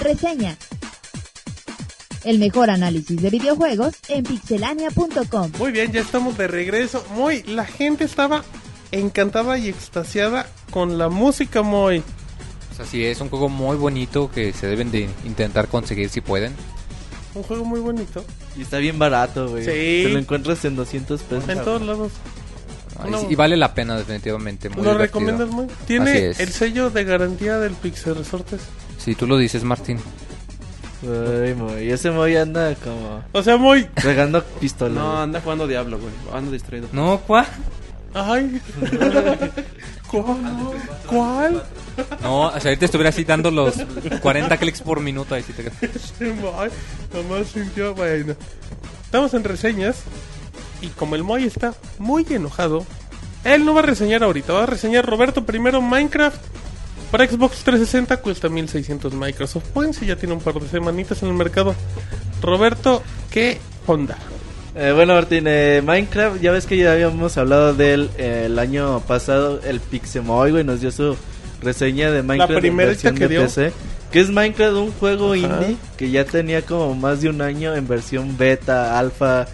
[SPEAKER 1] Reseña. El mejor análisis de videojuegos en pixelania.com.
[SPEAKER 2] Muy bien, ya estamos de regreso. Muy, la gente estaba encantada y extasiada con la música, Muy.
[SPEAKER 3] Pues así es, un juego muy bonito que se deben de intentar conseguir si pueden.
[SPEAKER 2] Un juego muy bonito.
[SPEAKER 5] Y está bien barato, güey.
[SPEAKER 2] Sí.
[SPEAKER 5] Te lo encuentras en 200 pesos.
[SPEAKER 2] En todos lados.
[SPEAKER 3] Ay,
[SPEAKER 2] No.
[SPEAKER 3] sí, Y vale la pena definitivamente. Muy
[SPEAKER 2] ¿Lo
[SPEAKER 3] divertido.
[SPEAKER 2] recomiendas, Muy?
[SPEAKER 3] Así
[SPEAKER 2] Tiene
[SPEAKER 3] es.
[SPEAKER 2] el sello de garantía del Pixel Resortes.
[SPEAKER 3] Si tú lo dices, Martín.
[SPEAKER 5] Ay, Moy, ese Moy anda como
[SPEAKER 2] O sea, Muy.
[SPEAKER 5] regando pistolas.
[SPEAKER 6] No, anda jugando Diablo, güey. Ando distraído.
[SPEAKER 3] No, ¿cuál?
[SPEAKER 2] Ay. ¿Cuál? ¿Cuál?
[SPEAKER 3] No, o sea, ahorita estuviera así dando los 40 clics por minuto. Ahí sí te...
[SPEAKER 2] Ay, nomás sintió. Bueno. Estamos en reseñas. Y como el Moy está muy enojado, él no va a reseñar ahorita. Va a reseñar Roberto primero Minecraft. Para Xbox 360 cuesta 1600 Microsoft Points y ya tiene un par de semanitas en el mercado. Roberto, ¿qué onda?
[SPEAKER 5] Eh, bueno, Martín, eh, Minecraft, ya ves que ya habíamos hablado de él eh, el año pasado. El Pixemoy, güey, nos dio su reseña de Minecraft. en
[SPEAKER 2] primerita
[SPEAKER 5] versión
[SPEAKER 2] que
[SPEAKER 5] de
[SPEAKER 2] dio.
[SPEAKER 5] PC, que es Minecraft, un juego
[SPEAKER 2] Ajá.
[SPEAKER 5] indie que ya tenía como más de un año en versión beta, alfa.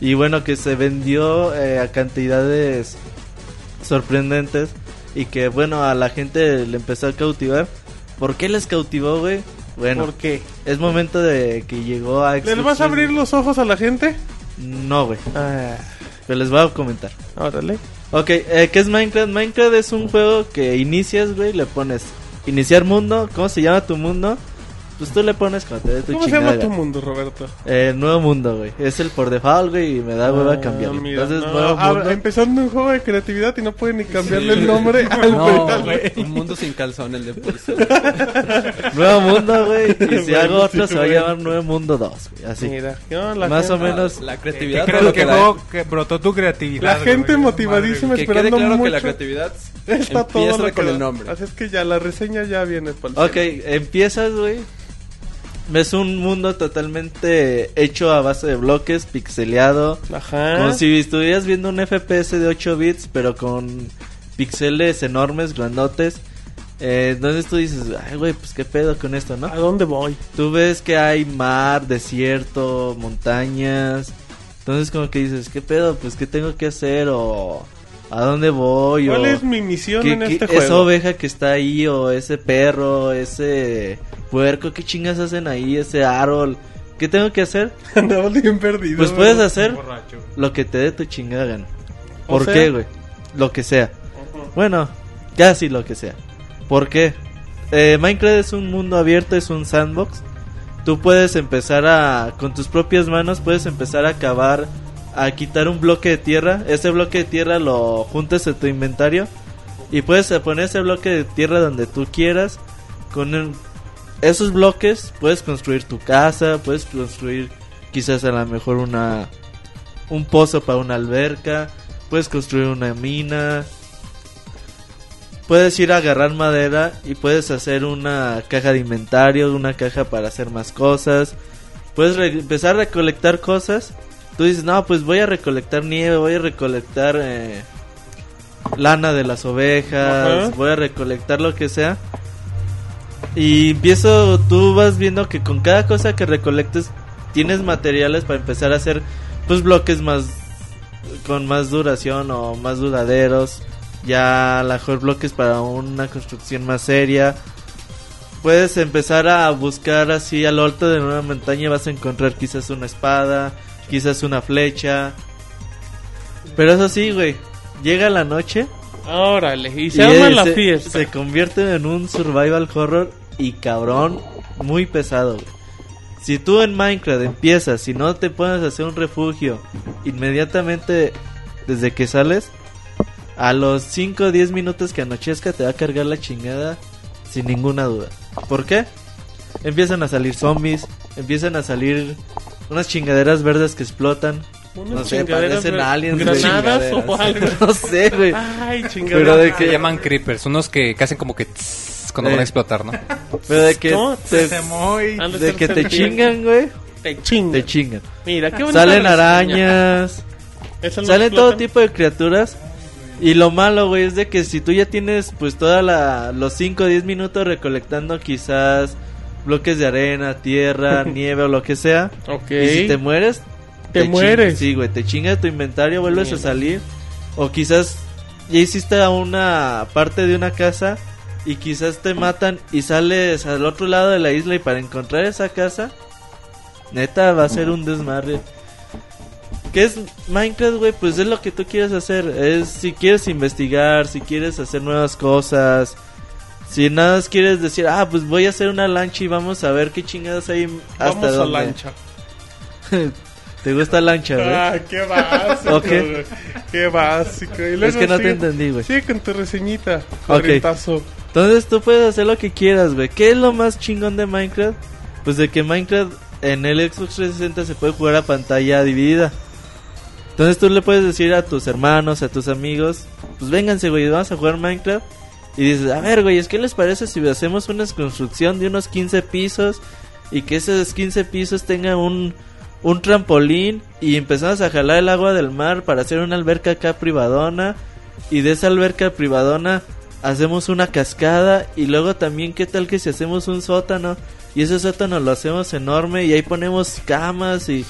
[SPEAKER 5] Y bueno, que se vendió eh, a cantidades sorprendentes. Y que bueno, a la gente le empezó a cautivar. ¿Por qué les cautivó, güey? Bueno,
[SPEAKER 2] ¿Por qué?
[SPEAKER 5] es momento de que llegó a.
[SPEAKER 2] ¿Les vas a abrir los ojos a la gente?
[SPEAKER 5] No, güey.
[SPEAKER 2] Ah,
[SPEAKER 5] Pero les voy a comentar.
[SPEAKER 2] órale.
[SPEAKER 5] Ok, eh, ¿qué es Minecraft? Minecraft es un juego que inicias, güey, le pones iniciar mundo, ¿cómo se llama tu mundo? Pues tú le pones cuando te dé tu
[SPEAKER 2] ¿Cómo se
[SPEAKER 5] chingada
[SPEAKER 2] llama tu
[SPEAKER 5] gana.
[SPEAKER 2] mundo, Roberto?
[SPEAKER 5] Eh, nuevo mundo, güey. Es el por default, güey, y me da hueva cambiarlo.
[SPEAKER 2] Ah, mira,
[SPEAKER 5] Entonces,
[SPEAKER 2] no,
[SPEAKER 5] nuevo
[SPEAKER 2] ah,
[SPEAKER 5] mundo.
[SPEAKER 2] empezando un juego de creatividad y no puede ni cambiarle el nombre al
[SPEAKER 6] No,
[SPEAKER 2] pedal.
[SPEAKER 6] güey. Un mundo sin calzón, el de Pulse.
[SPEAKER 5] Nuevo mundo, güey. Y si
[SPEAKER 2] Bueno,
[SPEAKER 5] hago otro,
[SPEAKER 2] sí,
[SPEAKER 5] se va a
[SPEAKER 2] bueno.
[SPEAKER 5] llamar Nuevo Mundo 2, güey. Así.
[SPEAKER 2] Mira, no, la
[SPEAKER 5] Más o
[SPEAKER 2] gente-
[SPEAKER 5] menos.
[SPEAKER 6] La
[SPEAKER 8] Yo
[SPEAKER 6] creatividad.
[SPEAKER 8] creo
[SPEAKER 6] lo
[SPEAKER 8] que,
[SPEAKER 6] que la-
[SPEAKER 8] luego que brotó tu creatividad.
[SPEAKER 2] La gente
[SPEAKER 8] güey.
[SPEAKER 2] motivadísima
[SPEAKER 6] que quede
[SPEAKER 2] esperando
[SPEAKER 6] claro que
[SPEAKER 2] mucho.
[SPEAKER 6] la creatividad
[SPEAKER 2] Está todo
[SPEAKER 6] empieza
[SPEAKER 2] lo que
[SPEAKER 6] con
[SPEAKER 2] da.
[SPEAKER 6] el nombre.
[SPEAKER 2] Así es que ya la reseña ya viene para el
[SPEAKER 5] Ok, empiezas, güey. Ves un mundo totalmente hecho a base de bloques, pixeleado.
[SPEAKER 2] Ajá.
[SPEAKER 5] Como si estuvieras viendo un FPS de 8 bits, pero con píxeles enormes, grandotes. Eh, entonces tú dices, ay, güey, pues qué pedo con esto, ¿no?
[SPEAKER 2] ¿A dónde voy?
[SPEAKER 5] Tú ves que hay mar, desierto, montañas. Entonces como que dices, qué pedo, pues qué tengo que hacer o a dónde voy
[SPEAKER 2] ¿Cuál
[SPEAKER 5] o
[SPEAKER 2] es mi misión
[SPEAKER 5] ¿qué-
[SPEAKER 2] en
[SPEAKER 5] qué-
[SPEAKER 2] este
[SPEAKER 5] esa
[SPEAKER 2] juego?
[SPEAKER 5] oveja que está ahí o ese perro, ese puerco, qué chingas hacen ahí, ese árbol. ¿Qué tengo que hacer?
[SPEAKER 2] Andaba bien perdido.
[SPEAKER 5] Pues
[SPEAKER 2] ¿verdad?
[SPEAKER 5] puedes hacer lo que te dé tu chingada gana.
[SPEAKER 2] O
[SPEAKER 5] ¿Por
[SPEAKER 2] sea-
[SPEAKER 5] qué, güey? Lo que sea. Bueno, casi lo que sea. ¿Por qué? Eh, Minecraft es un mundo abierto, es un sandbox. Tú puedes empezar a, con tus propias manos, puedes empezar a cavar, a quitar un bloque de tierra. Ese bloque de tierra lo juntas en tu inventario y puedes poner ese bloque de tierra donde tú quieras. Con el- esos bloques puedes construir tu casa, puedes construir quizás a lo mejor una un pozo para una alberca, puedes construir una mina, puedes ir a agarrar madera y puedes hacer una caja de inventario, una caja para hacer más cosas, puedes re- empezar a recolectar cosas. Tú dices, no, pues voy a recolectar nieve, voy a recolectar eh, lana de las ovejas,
[SPEAKER 2] Ajá.
[SPEAKER 5] voy a recolectar lo que sea. Y empiezo, tú vas viendo que con cada cosa que recolectes tienes materiales para empezar a hacer pues bloques más con más duración o más duraderos, ya a lo mejor bloques para una construcción más seria. Puedes empezar a buscar así al alto de una montaña y vas a encontrar quizás una espada, quizás una flecha. Pero eso sí, güey, llega la noche
[SPEAKER 2] Órale, y se arma
[SPEAKER 5] eh,
[SPEAKER 2] la
[SPEAKER 5] se-
[SPEAKER 2] fiesta.
[SPEAKER 5] se convierte en un survival horror y cabrón, muy pesado. güey. Si tú en Minecraft empiezas y no te pones a hacer un refugio inmediatamente desde que sales, a los 5 o 10 minutos que anochezca te va a cargar la chingada sin ninguna duda. ¿Por qué? Empiezan a salir zombies, empiezan a salir unas chingaderas verdes que explotan.
[SPEAKER 2] Unas
[SPEAKER 5] No sé,
[SPEAKER 2] chingaderas,
[SPEAKER 5] parecen
[SPEAKER 2] güey.
[SPEAKER 5] aliens. güey.
[SPEAKER 2] Granadas o algo. Ah,
[SPEAKER 5] No sé, güey.
[SPEAKER 2] Ay, chingaderas.
[SPEAKER 5] Pero de
[SPEAKER 3] Se
[SPEAKER 5] que
[SPEAKER 3] llaman creepers, unos que, que hacen como que tss cuando
[SPEAKER 5] Eh.
[SPEAKER 3] van a explotar, ¿no?
[SPEAKER 5] Pero de que
[SPEAKER 2] No,
[SPEAKER 5] te,
[SPEAKER 8] Muy-
[SPEAKER 2] Han
[SPEAKER 5] de
[SPEAKER 2] ser
[SPEAKER 5] que te
[SPEAKER 2] serpientes.
[SPEAKER 5] chingan, güey.
[SPEAKER 2] Te chingan.
[SPEAKER 5] Te chingan.
[SPEAKER 2] Mira, qué bonita
[SPEAKER 5] Salen
[SPEAKER 2] reseña.
[SPEAKER 5] arañas,
[SPEAKER 2] Esa no
[SPEAKER 5] salen todo
[SPEAKER 2] explotan.
[SPEAKER 5] tipo de criaturas. Y lo malo, güey, es de que si tú ya tienes pues toda la los 5 o 10 minutos recolectando quizás bloques de arena, tierra, nieve o lo que sea.
[SPEAKER 2] Ok.
[SPEAKER 5] Y si te mueres,
[SPEAKER 2] Te
[SPEAKER 5] chingas.
[SPEAKER 2] mueres.
[SPEAKER 5] Sí, güey, te chingas tu inventario, vuelves a salir. O quizás ya hiciste a una parte de una casa y quizás te matan y sales al otro lado de la isla y para encontrar esa casa, neta va a ser un desmadre. ¿Qué es Minecraft, güey? Pues es lo que tú quieres hacer. Es si quieres investigar, si quieres hacer nuevas cosas. Si nada más quieres decir, ah, pues voy a hacer una lancha y vamos a ver qué chingadas hay hasta
[SPEAKER 2] Vamos a
[SPEAKER 5] dónde.
[SPEAKER 2] lancha.
[SPEAKER 5] ¿Te gusta lancha, güey?
[SPEAKER 2] Ah, qué básico.
[SPEAKER 5] Ok.
[SPEAKER 2] güey. Qué básico. Y
[SPEAKER 5] Es
[SPEAKER 2] luego
[SPEAKER 5] que no te
[SPEAKER 2] sigue-
[SPEAKER 5] entendí, güey.
[SPEAKER 2] Sigue con tu reseñita. corrientazo.
[SPEAKER 5] Entonces tú puedes hacer lo que quieras, güey. ¿Qué es lo más chingón de Minecraft? Pues de que Minecraft en el Xbox 360 se puede jugar a pantalla dividida. Entonces tú le puedes decir a tus hermanos, a tus amigos, pues vénganse, güey, vamos a jugar Minecraft. Y dices, a ver, güey, ¿es ¿qué les parece si hacemos una construcción de unos 15 pisos y que esos 15 pisos tengan un, un trampolín y empezamos a jalar el agua del mar para hacer una alberca acá privadona? Y de esa alberca privadona hacemos una cascada y luego también qué tal que si hacemos un sótano y ese sótano lo hacemos enorme y ahí ponemos camas y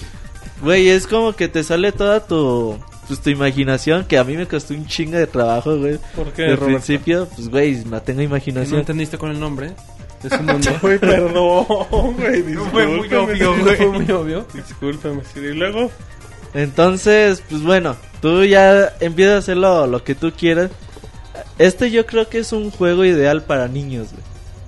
[SPEAKER 5] güey es como que te sale toda tu pues, tu imaginación que a mí me costó un chingo de trabajo güey
[SPEAKER 2] ¿Por qué,
[SPEAKER 5] al
[SPEAKER 2] Roberto?
[SPEAKER 5] principio pues güey no tengo
[SPEAKER 6] No
[SPEAKER 5] imaginación
[SPEAKER 6] entendiste con el nombre. Es un mundo.
[SPEAKER 2] Uy, perdón, güey.
[SPEAKER 6] No fue muy
[SPEAKER 2] discúlpeme,
[SPEAKER 6] obvio,
[SPEAKER 2] sí,
[SPEAKER 6] güey.
[SPEAKER 2] Fue muy obvio. Discúlpeme, sí. Y luego,
[SPEAKER 5] entonces pues bueno tú ya empiezas a hacer lo, lo que tú quieras este yo creo que es un juego ideal para niños güey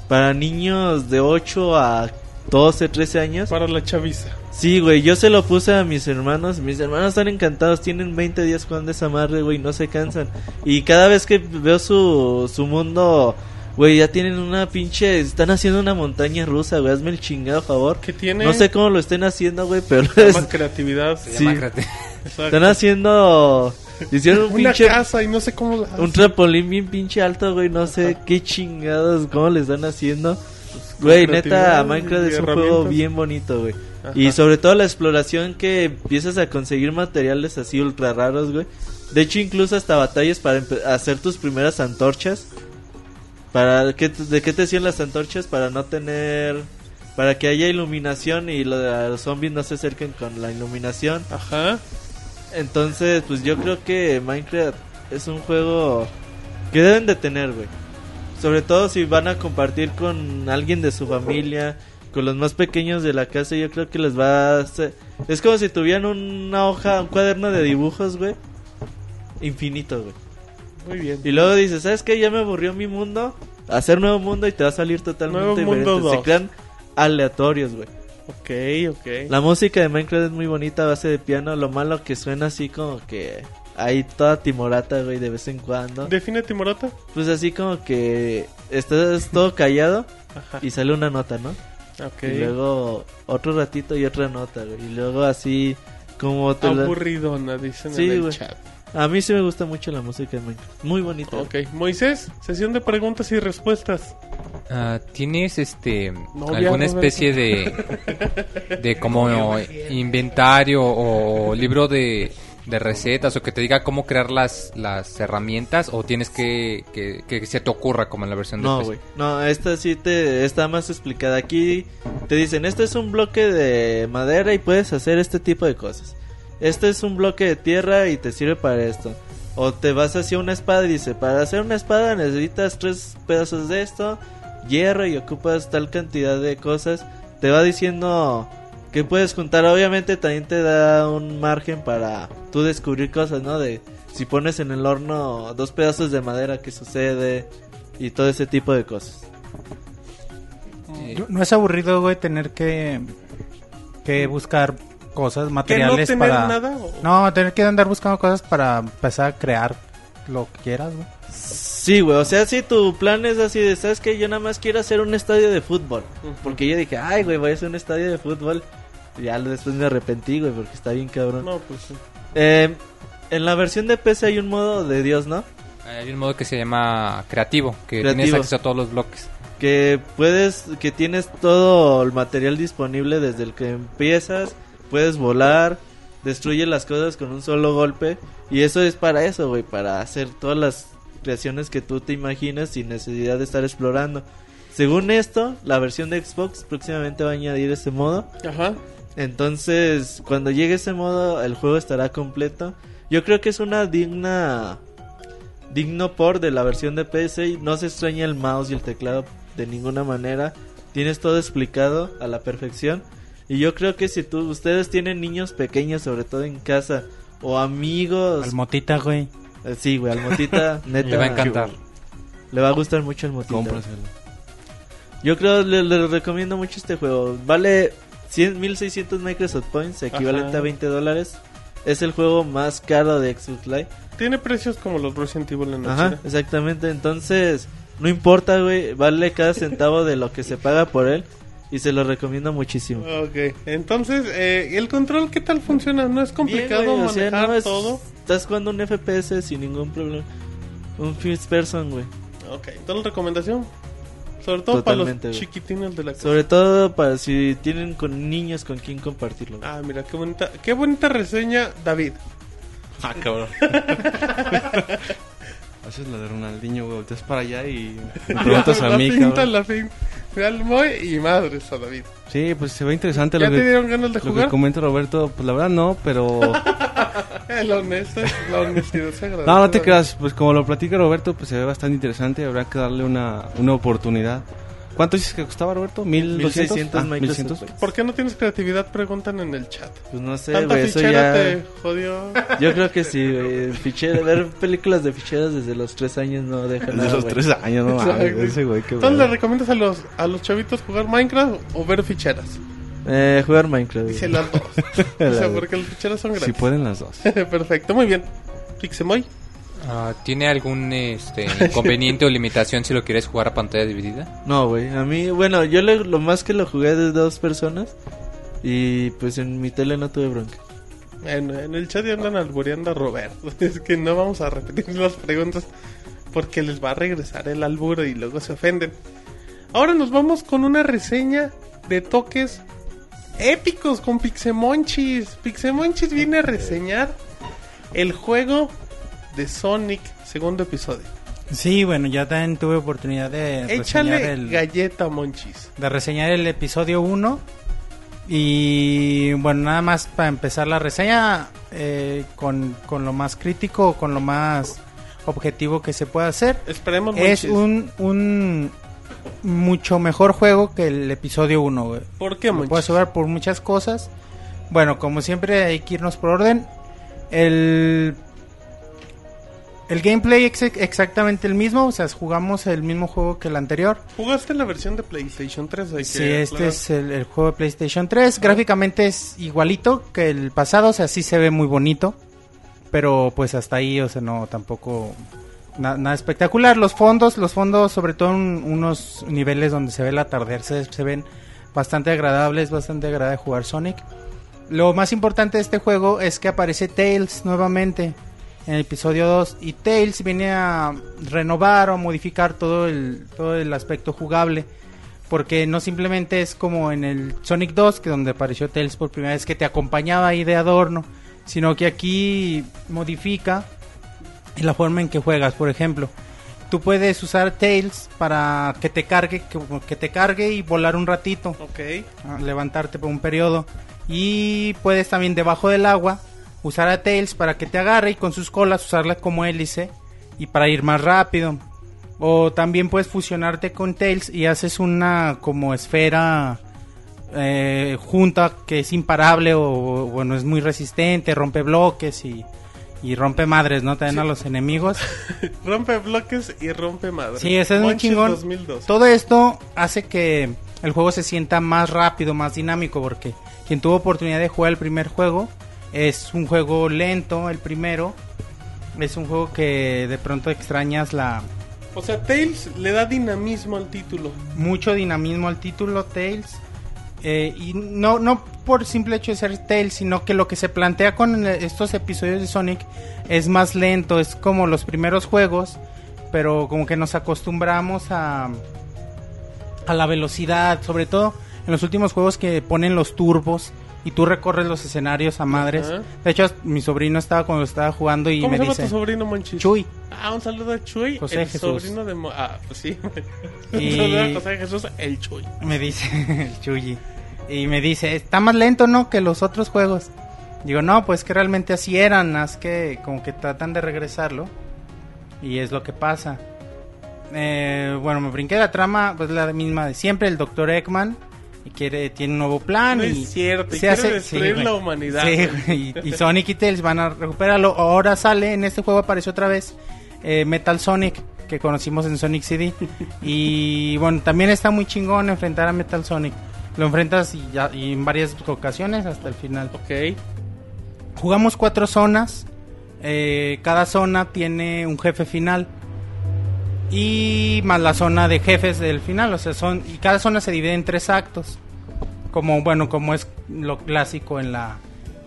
[SPEAKER 5] para niños de 8 a 12, 13 años
[SPEAKER 2] para la chaviza.
[SPEAKER 5] Sí, güey, yo se lo puse a mis hermanos. Mis hermanos están encantados. Tienen 20 días jugando esa madre, güey. No se cansan. Y cada vez que veo su, su mundo, güey, ya tienen una pinche. Están haciendo una montaña rusa, güey. Hazme el chingado favor.
[SPEAKER 2] ¿Qué tiene?
[SPEAKER 5] No sé cómo lo estén haciendo, güey, pero es-
[SPEAKER 2] Más creatividad.
[SPEAKER 5] Sí.
[SPEAKER 3] Mácrate.
[SPEAKER 2] Exacto.
[SPEAKER 5] están haciendo. Hicieron un
[SPEAKER 2] Una
[SPEAKER 5] pinche.
[SPEAKER 2] casa y no sé cómo la
[SPEAKER 5] Un
[SPEAKER 2] hacen.
[SPEAKER 5] trampolín bien pinche alto, güey. No sé qué chingados, cómo le están haciendo. Güey, neta,
[SPEAKER 2] Pues, creatividad
[SPEAKER 5] Minecraft
[SPEAKER 2] y
[SPEAKER 5] es un juego
[SPEAKER 2] herramientas.
[SPEAKER 5] bien bonito, güey.
[SPEAKER 2] Ajá.
[SPEAKER 5] Y sobre todo la exploración que empiezas a conseguir materiales así ultra raros, güey. De hecho, incluso hasta batallas para empe- hacer tus primeras antorchas. Para que, ¿De qué te sirven las antorchas? Para no tener... Para que haya iluminación y lo- los zombies no se acerquen con la iluminación.
[SPEAKER 2] Ajá.
[SPEAKER 5] Entonces, pues yo creo que Minecraft es un juego que deben de tener, güey. Sobre todo si van a compartir con alguien de su familia, con los más pequeños de la casa, yo creo que les va a hacer- Es como si tuvieran una hoja, un cuaderno de dibujos, güey. Infinito, güey.
[SPEAKER 2] Muy bien.
[SPEAKER 5] Y luego dices, ¿sabes qué? Ya me aburrió mi mundo. Hacer nuevo mundo y te va a salir
[SPEAKER 2] Nuevo
[SPEAKER 5] totalmente
[SPEAKER 2] mundo
[SPEAKER 5] diferente. Se
[SPEAKER 2] dos.
[SPEAKER 5] crean aleatorios, güey.
[SPEAKER 2] Ok, ok.
[SPEAKER 5] La música de Minecraft es muy bonita a base de piano. Lo malo que suena así como que ahí toda timorata, güey, de vez en cuando.
[SPEAKER 2] Define Timorata.
[SPEAKER 5] Pues así como que estás todo callado
[SPEAKER 2] Ajá.
[SPEAKER 5] y sale una nota, ¿no?
[SPEAKER 2] Ok.
[SPEAKER 5] Y luego otro ratito y otra nota, güey. Y luego así como te la-
[SPEAKER 2] Aburridona, dicen
[SPEAKER 5] Sí,
[SPEAKER 2] en el
[SPEAKER 5] güey.
[SPEAKER 2] chat.
[SPEAKER 5] A mí sí me gusta mucho la música de Minecraft. Muy bonita. güey.
[SPEAKER 2] Ok. Moisés, sesión de preguntas y respuestas.
[SPEAKER 3] Ah, ¿Tienes este
[SPEAKER 2] Novia, Roberto.
[SPEAKER 3] alguna especie de de como inventario o libro de, de recetas o que te diga cómo crear las las herramientas o tienes que que, que se te ocurra como en la versión de
[SPEAKER 5] No,
[SPEAKER 3] PC?
[SPEAKER 5] güey. No, esta sí te está más explicada. Aquí te dicen, este es un bloque de madera y puedes hacer este tipo de cosas. Este es un bloque de tierra y te sirve para esto. O te vas hacia una espada y dice, para hacer una espada necesitas tres pedazos de esto, hierro y ocupas tal cantidad de cosas. Te va diciendo que puedes juntar. Obviamente también te da un margen para tú descubrir cosas, ¿no? De si pones en el horno dos pedazos de madera, ¿qué sucede? y todo ese tipo de cosas.
[SPEAKER 3] Eh,
[SPEAKER 8] No- No es aburrido, güey, tener que, que buscar cosas,
[SPEAKER 2] ¿Que no
[SPEAKER 8] materiales
[SPEAKER 2] tener
[SPEAKER 8] para...
[SPEAKER 2] nada? o-
[SPEAKER 8] No, tener que andar buscando cosas para empezar a crear lo que quieras, güey.
[SPEAKER 5] Sí, güey, o sea, si tu plan es así de, ¿sabes que Yo nada más quiero hacer un estadio de fútbol. Porque yo dije, ay, güey, voy a hacer un estadio de fútbol. Y ya después me arrepentí, güey, porque está bien cabrón.
[SPEAKER 2] No, pues sí.
[SPEAKER 5] Eh, en la versión de PC hay un modo de Dios, ¿no?
[SPEAKER 3] Hay un modo que se llama creativo, que tienes
[SPEAKER 5] Creativo.
[SPEAKER 3] acceso a todos los bloques.
[SPEAKER 5] que puedes, que tienes todo el material disponible desde el que empiezas, puedes volar, destruye las cosas con un solo golpe y eso es para eso, güey, para hacer todas las creaciones que tú te imagines sin necesidad de estar explorando. Según esto, la versión de Xbox próximamente va a añadir este modo.
[SPEAKER 2] Ajá.
[SPEAKER 5] Entonces, cuando llegue ese modo, el juego estará completo. Yo creo que es una digna. Digno por de la versión de PC. No se extraña el mouse y el teclado de ninguna manera. Tienes todo explicado a la perfección. Y yo creo que si tú, ustedes tienen niños pequeños, sobre todo en casa, o
[SPEAKER 2] Pues,
[SPEAKER 5] amigos.
[SPEAKER 8] Al motita, güey.
[SPEAKER 5] Eh, sí, güey, al motita, neta.
[SPEAKER 3] Le va a encantar.
[SPEAKER 5] Le va a gustar mucho el motita.
[SPEAKER 7] Cómpraselo.
[SPEAKER 5] Yo creo, le, le recomiendo mucho este juego. Vale 100, 1600 Microsoft Points, equivalente
[SPEAKER 2] Ajá.
[SPEAKER 5] a 20 dólares. Es el juego más caro de Xbox Live.
[SPEAKER 2] Tiene precios como los Resident Evil en la
[SPEAKER 5] Ajá,
[SPEAKER 2] China.
[SPEAKER 5] exactamente. Entonces, no importa, güey. Vale cada centavo de lo que se paga por él. Y se lo recomiendo muchísimo.
[SPEAKER 2] Ok, entonces, eh, ¿el control qué tal funciona? ¿No es complicado
[SPEAKER 5] Bien, güey, o sea,
[SPEAKER 2] manejar
[SPEAKER 5] no es-
[SPEAKER 2] todo?
[SPEAKER 5] Estás jugando un FPS sin ningún problema. Un first person, güey.
[SPEAKER 2] Ok, entonces recomendación. Sobre todo
[SPEAKER 5] Totalmente,
[SPEAKER 2] para los
[SPEAKER 5] güey.
[SPEAKER 2] chiquitines de la casa.
[SPEAKER 5] Sobre todo para si tienen con niños con quien compartirlo. güey.
[SPEAKER 2] Ah, mira, qué bonita, qué bonita reseña, David.
[SPEAKER 7] Ah, cabrón. Haces la de Ronaldinho, güey. Volteas para allá y me preguntas
[SPEAKER 2] la
[SPEAKER 7] a mí,
[SPEAKER 2] finta,
[SPEAKER 7] cabrón.
[SPEAKER 2] la finta. Mira al Moy y madres a David.
[SPEAKER 7] Sí, pues se ve interesante
[SPEAKER 2] ¿Ya
[SPEAKER 7] lo
[SPEAKER 2] te
[SPEAKER 7] que,
[SPEAKER 2] dieron ganas de
[SPEAKER 7] lo que
[SPEAKER 2] jugar?
[SPEAKER 7] comenta Roberto. Pues la verdad no, pero...
[SPEAKER 2] El honesto, la honestidad se agradece.
[SPEAKER 7] No, no te creas. Pues como lo platica Roberto, pues se ve bastante interesante. Habrá que darle una, una oportunidad. ¿Cuánto dices que costaba, Roberto? ¿1200?
[SPEAKER 5] 1600
[SPEAKER 7] Ah,
[SPEAKER 5] Microsoft
[SPEAKER 7] 1600.
[SPEAKER 5] Points.
[SPEAKER 2] ¿Por qué no tienes creatividad? Preguntan en el chat.
[SPEAKER 5] Pues no sé,
[SPEAKER 2] Tanta
[SPEAKER 5] güey. Eso
[SPEAKER 2] fichera
[SPEAKER 5] ya.
[SPEAKER 2] te jodió.
[SPEAKER 5] Yo creo que sí, güey. Fichera- ver películas de ficheras desde los tres años no deja nada.
[SPEAKER 7] De los
[SPEAKER 5] güey.
[SPEAKER 7] tres años, no mames.
[SPEAKER 2] Exacto.
[SPEAKER 7] Ese güey, qué
[SPEAKER 2] Entonces, ¿le
[SPEAKER 7] bueno.
[SPEAKER 2] recomiendas a los, a los chavitos jugar Minecraft o ver ficheras?
[SPEAKER 5] Eh, jugar Minecraft. güey.
[SPEAKER 2] Dice las dos. o sea, porque las ficheras son
[SPEAKER 7] Si
[SPEAKER 2] gratis.
[SPEAKER 7] pueden las dos.
[SPEAKER 2] Perfecto, muy bien. Pixemoy.
[SPEAKER 3] Ah, ¿Tiene algún este, inconveniente o limitación si lo quieres jugar a pantalla dividida?
[SPEAKER 5] No, güey. A mí, bueno, yo le- lo más que lo jugué de dos personas. Y pues en mi tele no tuve bronca.
[SPEAKER 2] En, en el chat ya andan albureando a Roberto. Es que no vamos a repetir las preguntas porque les va a regresar el albur y luego se ofenden. Ahora nos vamos con una reseña de toques épicos con Pixemonchis. Pixemonchis viene a reseñar el juego de Sonic, segundo episodio.
[SPEAKER 8] Sí, bueno, ya también tuve oportunidad de reseñar
[SPEAKER 2] Échale
[SPEAKER 8] el,
[SPEAKER 2] galleta, Monchis.
[SPEAKER 8] de reseñar el episodio 1. Y bueno, nada más para empezar la reseña eh, con, con lo más crítico, con lo más objetivo que se pueda hacer.
[SPEAKER 2] Esperemos,
[SPEAKER 8] Es
[SPEAKER 2] Monchis.
[SPEAKER 8] un, un mucho mejor juego que el episodio 1.
[SPEAKER 2] ¿Por qué,
[SPEAKER 8] Lo puedo
[SPEAKER 2] Monchis?
[SPEAKER 8] asegurar por muchas cosas. Bueno, como siempre hay que irnos por orden. El, el gameplay es ex- exactamente el mismo. O sea, jugamos el mismo juego que el anterior.
[SPEAKER 2] ¿Jugaste la versión de PlayStation 3? Hay que
[SPEAKER 8] Sí, este
[SPEAKER 2] aclarar.
[SPEAKER 8] es el, el juego de PlayStation 3. Gráficamente es igualito que el pasado, o sea, sí se ve muy bonito. Pero pues hasta ahí, o sea, no, tampoco na- nada espectacular. Los fondos, los fondos, sobre todo en unos niveles donde se ve el atardecer, se, se ven bastante agradables, bastante agradable jugar Sonic. Lo más importante de este juego es que aparece Tails nuevamente en el episodio 2 y Tails viene a renovar o modificar todo el, todo el aspecto jugable. Porque no simplemente es como en el Sonic 2, que donde apareció Tails por primera vez, que te acompañaba ahí de adorno, sino que aquí modifica en la forma en que juegas. Por ejemplo, tú puedes usar Tails para que te cargue, que, que te cargue y volar un ratito,
[SPEAKER 2] Ok.
[SPEAKER 8] ah, levantarte por un periodo. Y puedes también debajo del agua usar a Tails para que te agarre y con sus colas usarla como hélice y para ir más rápido. O también puedes fusionarte con Tails y haces una como esfera eh, junta que es imparable o, o, bueno es muy resistente, rompe bloques y, y rompe madres, ¿no? También a los enemigos.
[SPEAKER 2] Rompe bloques y rompe madre.
[SPEAKER 8] Sí, ese es muy
[SPEAKER 2] Monchis
[SPEAKER 8] chingón.
[SPEAKER 2] 2002.
[SPEAKER 8] Todo esto hace que el juego se sienta más rápido, más dinámico, porque quien tuvo oportunidad de jugar el primer juego, es un juego lento, el primero, es un juego que de pronto extrañas la,
[SPEAKER 2] O sea, Tails le da dinamismo al título.
[SPEAKER 8] mucho dinamismo al título Tales. eh, y no, no por simple hecho de ser Tales, sino que lo que se plantea con estos episodios de Sonic es más lento, es como los primeros juegos, pero como que nos acostumbramos a, a la velocidad, sobre todo en los últimos juegos que ponen los turbos y tú recorres los escenarios a madres.
[SPEAKER 2] Ajá.
[SPEAKER 8] De hecho, mi sobrino estaba cuando estaba jugando y
[SPEAKER 2] ¿Cómo
[SPEAKER 8] me
[SPEAKER 2] se llama
[SPEAKER 8] dice,
[SPEAKER 2] tu sobrino, Monchis?
[SPEAKER 8] Chuy,
[SPEAKER 2] Ah, un saludo a Chuy,
[SPEAKER 8] José
[SPEAKER 2] el
[SPEAKER 8] Jesús.
[SPEAKER 2] sobrino de... Mo- Ah, pues sí.
[SPEAKER 8] Y-
[SPEAKER 2] Un saludo a José Jesús, el Chuy.
[SPEAKER 8] me dice el Chuyi, y me dice, está más lento, ¿no? Que los otros juegos. Digo, no, pues que realmente así eran, es que como que tratan de regresarlo y es lo que pasa. Eh, bueno, me brinqué la trama, pues la misma de siempre, el Dr. Eggman y quiere, tiene un nuevo plan
[SPEAKER 2] No
[SPEAKER 8] y
[SPEAKER 2] es cierto, y
[SPEAKER 8] se
[SPEAKER 2] quiere
[SPEAKER 8] hace-
[SPEAKER 2] destruir
[SPEAKER 8] sí,
[SPEAKER 2] la
[SPEAKER 8] güey.
[SPEAKER 2] humanidad.
[SPEAKER 8] Sí, güey, y, y Sonic y Tails van a recuperarlo. Ahora sale, en este juego apareció otra vez eh, Metal Sonic, que conocimos en Sonic CD. Y bueno, también está muy chingón enfrentar a Metal Sonic. Lo enfrentas y, ya- y en varias ocasiones hasta el final.
[SPEAKER 2] Ok.
[SPEAKER 8] Jugamos cuatro zonas. eh, cada zona tiene un jefe final. Y más la zona de jefes del final. O sea, son. Y cada zona se divide en tres actos. Como, bueno, como es lo clásico en la.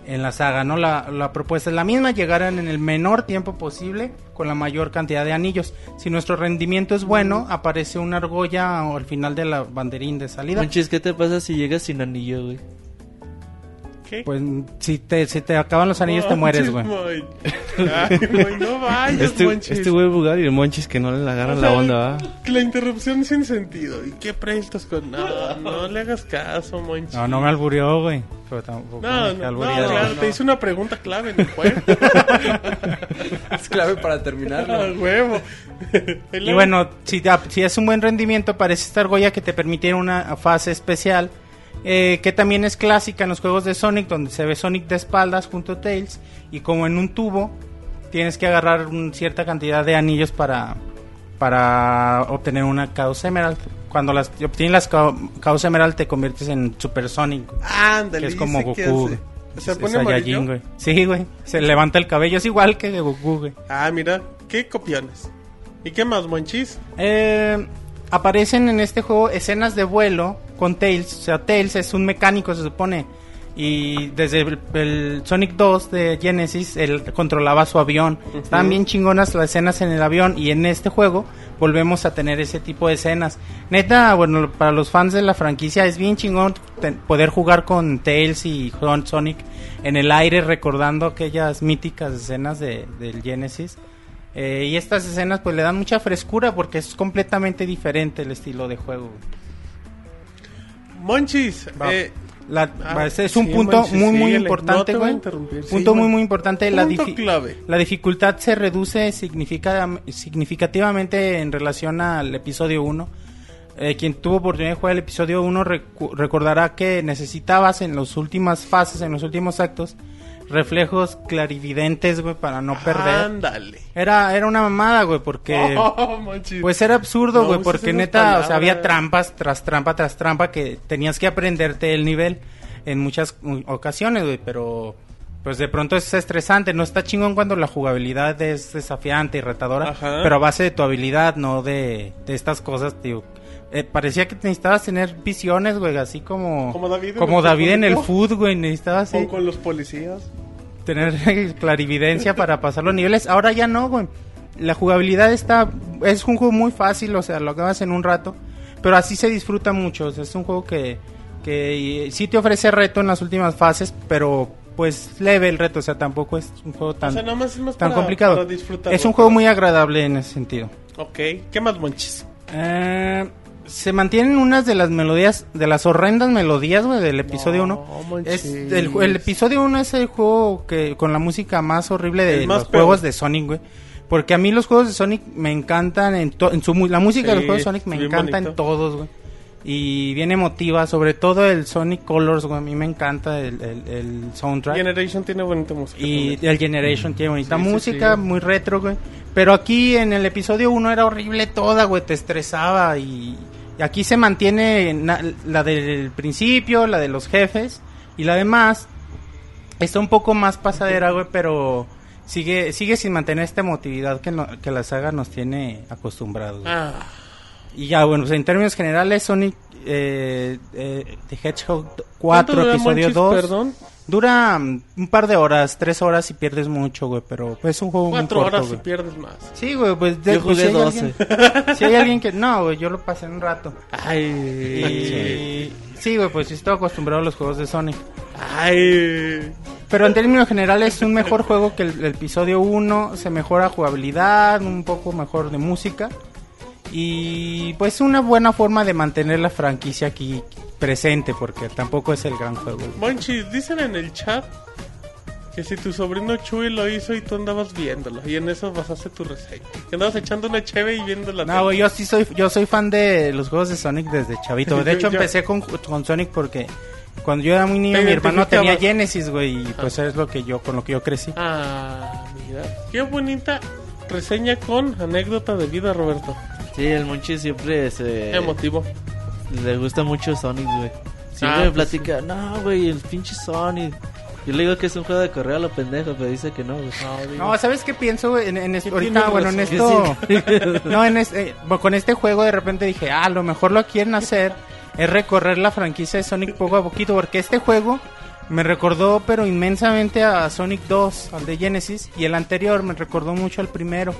[SPEAKER 8] En la saga, ¿no? La, la propuesta es la misma, llegarán en el menor tiempo posible con la mayor cantidad de anillos. Si nuestro rendimiento es bueno, aparece una argolla al final de la banderín de salida.
[SPEAKER 5] Monchis, ¿qué te pasa si llegas sin anillo, güey?
[SPEAKER 2] ¿Qué?
[SPEAKER 8] Pues si te, si te acaban los anillos,
[SPEAKER 2] Ah,
[SPEAKER 8] te mueres, güey.
[SPEAKER 2] Monchis, Mon. Ay, güey, no vayas,
[SPEAKER 7] Este,
[SPEAKER 2] Monchis.
[SPEAKER 7] este güey vulgar y el Monchis que no le agarran
[SPEAKER 2] O sea,
[SPEAKER 7] la onda, ¿va?
[SPEAKER 2] La interrupción sin sentido. ¿Y qué prestas con.? No, no le hagas caso, Monchi.
[SPEAKER 8] No, no me albureó, güey. Pero tampoco
[SPEAKER 2] No, no,
[SPEAKER 8] me
[SPEAKER 2] no,
[SPEAKER 8] alburearon.
[SPEAKER 2] claro, te hice una pregunta clave en el juego.
[SPEAKER 3] Es clave para
[SPEAKER 2] Ah,
[SPEAKER 3] terminarlo.
[SPEAKER 2] huevo.
[SPEAKER 8] Y bueno, si, da- si es un buen rendimiento, parece esta argolla que te permite una fase especial. eh, que también es clásica en los juegos de Sonic, donde se ve Sonic de espaldas junto a Tails. Y como en un tubo, tienes que agarrar un- cierta cantidad de anillos para, para obtener una Chaos Emerald. Cuando las, obtienes las Chao- Chaos Emerald, te conviertes en Super Sonic. güey.
[SPEAKER 2] Ándale,
[SPEAKER 8] que es como
[SPEAKER 2] dice que
[SPEAKER 8] Goku,
[SPEAKER 2] hace-
[SPEAKER 8] Es-
[SPEAKER 2] Se
[SPEAKER 8] es
[SPEAKER 2] pone
[SPEAKER 8] Saiyajin,
[SPEAKER 2] amarillo.
[SPEAKER 8] güey. Sí, güey. Se levanta el cabello, es igual que de Goku, güey.
[SPEAKER 2] Ah, mira, qué copiones. ¿Y qué más, Monchis?
[SPEAKER 8] Eh, aparecen en este juego escenas de vuelo con Tails. O sea, Tails es un mecánico, se supone. Y desde el, el Sonic 2 de Genesis, él controlaba su avión. Están bien chingonas las escenas en el avión. Y en este juego volvemos a tener ese tipo de escenas. Neta, bueno, para los fans de la franquicia es bien chingón ten- poder jugar con Tails y con Sonic en el aire, recordando aquellas míticas escenas de, del Genesis. Eh, y estas escenas pues le dan mucha frescura porque es completamente diferente el estilo de juego.
[SPEAKER 2] Monchis,
[SPEAKER 8] Va.
[SPEAKER 2] eh,
[SPEAKER 8] La-
[SPEAKER 2] Ah,
[SPEAKER 8] va, ese es un
[SPEAKER 2] sí,
[SPEAKER 8] punto
[SPEAKER 2] manches,
[SPEAKER 8] muy muy
[SPEAKER 2] síguele.
[SPEAKER 8] importante,
[SPEAKER 2] No te voy a
[SPEAKER 8] güey.
[SPEAKER 2] interrumpir,
[SPEAKER 8] punto
[SPEAKER 2] sí,
[SPEAKER 8] muy
[SPEAKER 2] man.
[SPEAKER 8] muy importante. La,
[SPEAKER 2] Punto
[SPEAKER 8] difi-
[SPEAKER 2] clave.
[SPEAKER 8] la dificultad se reduce significa- significativamente en relación al episodio 1. Eh, quien tuvo oportunidad de jugar el episodio 1 recu- recordará que necesitabas en las últimas fases, en los últimos actos, reflejos clarividentes, güey, para no perder.
[SPEAKER 2] ándale.
[SPEAKER 8] Era, era una mamada, güey, porque...
[SPEAKER 2] Ah, Oh, Monchis.
[SPEAKER 8] Pues era absurdo,
[SPEAKER 2] No
[SPEAKER 8] güey,
[SPEAKER 2] uses
[SPEAKER 8] porque
[SPEAKER 2] esas
[SPEAKER 8] neta, o sea, había
[SPEAKER 2] palabras.
[SPEAKER 8] trampas tras trampa tras trampa que tenías que aprenderte el nivel en muchas mm, ocasiones, güey, pero pues de pronto es estresante, no está chingón cuando la jugabilidad es desafiante y retadora,
[SPEAKER 2] Ajá.
[SPEAKER 8] pero a base de tu habilidad, no de, de estas cosas, tío. Eh, parecía que necesitabas tener visiones, güey, así como
[SPEAKER 2] Como David en
[SPEAKER 8] como
[SPEAKER 2] el
[SPEAKER 8] David en el
[SPEAKER 2] Profundico.
[SPEAKER 8] food, güey, necesitabas
[SPEAKER 2] O
[SPEAKER 8] así
[SPEAKER 2] con los policías.
[SPEAKER 8] tener clarividencia para pasar los niveles. Ahora ya no, güey. La jugabilidad está. Es un juego muy fácil, o sea, lo acabas en un rato. Pero así se disfruta mucho. o sea, es un juego que, que eh, sí te ofrece reto en las últimas fases, pero pues leve el reto. O sea, tampoco es un juego tan,
[SPEAKER 2] o sea, nada más es más
[SPEAKER 8] tan
[SPEAKER 2] para-
[SPEAKER 8] complicado.
[SPEAKER 2] para disfrutarlo.
[SPEAKER 8] Es un juego muy agradable en ese sentido.
[SPEAKER 2] Ok, ¿qué más, Monchis?
[SPEAKER 8] Eh, se mantienen unas de las melodías, de las horrendas melodías, güey, del episodio
[SPEAKER 2] No,
[SPEAKER 8] 1.
[SPEAKER 2] manches.
[SPEAKER 8] Es el, ju- el episodio 1 es el juego que con la música más horrible de
[SPEAKER 2] El más
[SPEAKER 8] los
[SPEAKER 2] peor.
[SPEAKER 8] juegos de Sonic, güey. Porque a mí los juegos de Sonic me encantan en, to- en su mu- la música de los
[SPEAKER 2] Sí,
[SPEAKER 8] juegos de Sonic me
[SPEAKER 2] bien
[SPEAKER 8] encanta en
[SPEAKER 2] bonito.
[SPEAKER 8] todos, güey. Y bien emotiva, sobre todo el Sonic Colors, güey, a mí me encanta el, el- el soundtrack.
[SPEAKER 2] Generation tiene bonita música.
[SPEAKER 8] Y
[SPEAKER 2] también.
[SPEAKER 8] el Generation tiene bonita
[SPEAKER 2] Sí, sí,
[SPEAKER 8] música,
[SPEAKER 2] sí.
[SPEAKER 8] muy retro, güey. Pero aquí en el episodio 1 era horrible toda, güey, te estresaba y, y aquí se mantiene na- la del principio, la de los jefes y la demás está un poco más pasadera, güey, pero sigue sigue sin mantener esta emotividad que, no- que la saga nos tiene acostumbrados. güey.
[SPEAKER 2] Ah,
[SPEAKER 8] Y ya, bueno, pues en términos generales, Sonic eh, eh, The Hedgehog
[SPEAKER 2] ¿cuánto
[SPEAKER 8] 4,
[SPEAKER 2] dura,
[SPEAKER 8] episodio
[SPEAKER 2] Monchis?
[SPEAKER 8] 2.
[SPEAKER 2] Perdón.
[SPEAKER 8] Dura mm, un par de horas, tres horas y pierdes mucho, güey, pero pues, es un juego
[SPEAKER 2] Cuatro
[SPEAKER 8] muy corto,
[SPEAKER 2] horas y
[SPEAKER 8] güey.
[SPEAKER 2] pierdes más.
[SPEAKER 8] Sí, güey, pues de,
[SPEAKER 5] Yo
[SPEAKER 8] pues, si
[SPEAKER 5] jugué
[SPEAKER 8] hay
[SPEAKER 5] 12.
[SPEAKER 8] alguien- si hay alguien que no, güey, yo lo pasé en un rato.
[SPEAKER 2] Ay.
[SPEAKER 8] Y sí, güey, pues sí estoy acostumbrado a los juegos de Sony.
[SPEAKER 2] Ay.
[SPEAKER 8] Pero en términos generales es un mejor juego que el, el episodio 1, se mejora jugabilidad, un poco mejor de música y pues una buena forma de mantener la franquicia aquí presente porque tampoco es el gran juego.
[SPEAKER 2] Monchis, dicen en el chat que si tu sobrino Chuy lo hizo y tú andabas viéndolo, y en eso basaste tu reseña. Que andabas echando una cheve y viendo la
[SPEAKER 8] No, güey, yo sí soy yo soy fan de los juegos de Sonic desde chavito. De hecho
[SPEAKER 2] Yo-
[SPEAKER 8] empecé con, con Sonic porque cuando yo era muy niño
[SPEAKER 2] Te
[SPEAKER 8] mi hermano tenía
[SPEAKER 2] identificabas.
[SPEAKER 8] Genesis, güey, y pues es lo que yo con lo que yo crecí.
[SPEAKER 2] Ah, mira. Qué bonita reseña con anécdota de vida, Roberto.
[SPEAKER 5] Sí, el Monchi siempre se...
[SPEAKER 2] Emotivo.
[SPEAKER 5] Le gusta mucho Sonic, güey. Siempre
[SPEAKER 2] Ah,
[SPEAKER 5] me
[SPEAKER 2] pues
[SPEAKER 5] platica, no, güey, el pinche Sonic. Yo le digo que es un juego de correo a lo pendejo, pero dice que no, güey.
[SPEAKER 8] No, ¿sabes qué pienso, güey? En, en esto- ahorita,
[SPEAKER 2] tienes
[SPEAKER 8] bueno, en esto... no, en este, eh, bueno, con este juego de repente dije, ah, a lo mejor lo quieren hacer es recorrer la franquicia de Sonic poco a poquito, porque este juego me recordó, pero inmensamente a Sonic 2, al de Genesis, y el anterior me recordó mucho al primero.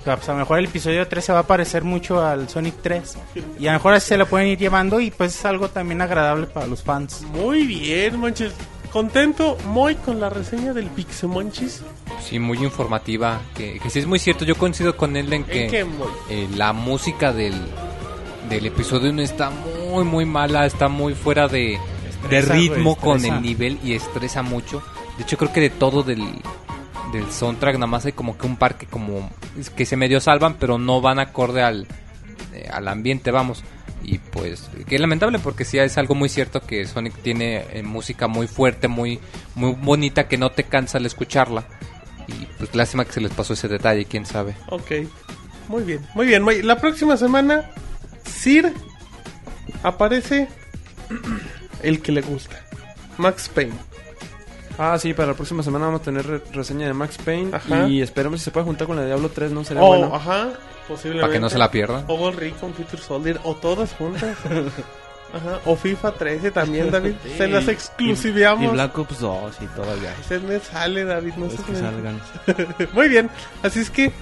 [SPEAKER 8] O sea, pues, a lo mejor el episodio 3 se va a parecer mucho al Sonic 3. Y a lo mejor así se lo pueden ir llevando y pues es algo también agradable para los fans.
[SPEAKER 2] Muy bien, Monchis. Contento, muy con la reseña del Pixemonchis.
[SPEAKER 3] Sí, muy informativa. Que, que sí es muy cierto. Yo coincido con él en que
[SPEAKER 2] ¿En qué, Moy?
[SPEAKER 3] eh, la música del, del episodio 1 está muy, muy mala. Está muy fuera de, de
[SPEAKER 8] Estresa, güey,
[SPEAKER 3] ritmo con
[SPEAKER 8] estresa.
[SPEAKER 3] el nivel y estresa mucho. De hecho, creo que de todo del, del soundtrack, nada más hay como que un par que, como, es que se medio salvan, pero no van acorde al, eh, al ambiente, vamos. Y pues, que es lamentable porque sí es algo muy cierto que Sonic tiene eh, música muy fuerte, muy, muy bonita, que no te cansa al escucharla. Y pues lástima que se les pasó ese detalle, quién sabe.
[SPEAKER 2] Ok. Muy bien, muy bien. Moy. La próxima semana, Sir aparece el que le gusta. Max Payne.
[SPEAKER 6] Ah, sí, para la próxima semana vamos a tener re- reseña de Max Payne.
[SPEAKER 2] Ajá.
[SPEAKER 6] Y esperemos si se puede juntar con la de Diablo 3, ¿no? Sería
[SPEAKER 2] Oh,
[SPEAKER 6] bueno.
[SPEAKER 2] ajá. Posiblemente.
[SPEAKER 3] Para que no se la pierdan.
[SPEAKER 2] O Gol Recon, Future Soldier, o todas juntas. Ajá. O FIFA 13 también, David. Se las
[SPEAKER 7] Y
[SPEAKER 2] exclusiveamos.
[SPEAKER 7] Black Ops 2 y todavía.
[SPEAKER 2] Se me sale, David. No sé
[SPEAKER 7] Es
[SPEAKER 2] qué
[SPEAKER 7] que
[SPEAKER 2] me-
[SPEAKER 7] salgan.
[SPEAKER 2] Muy bien. Así es que.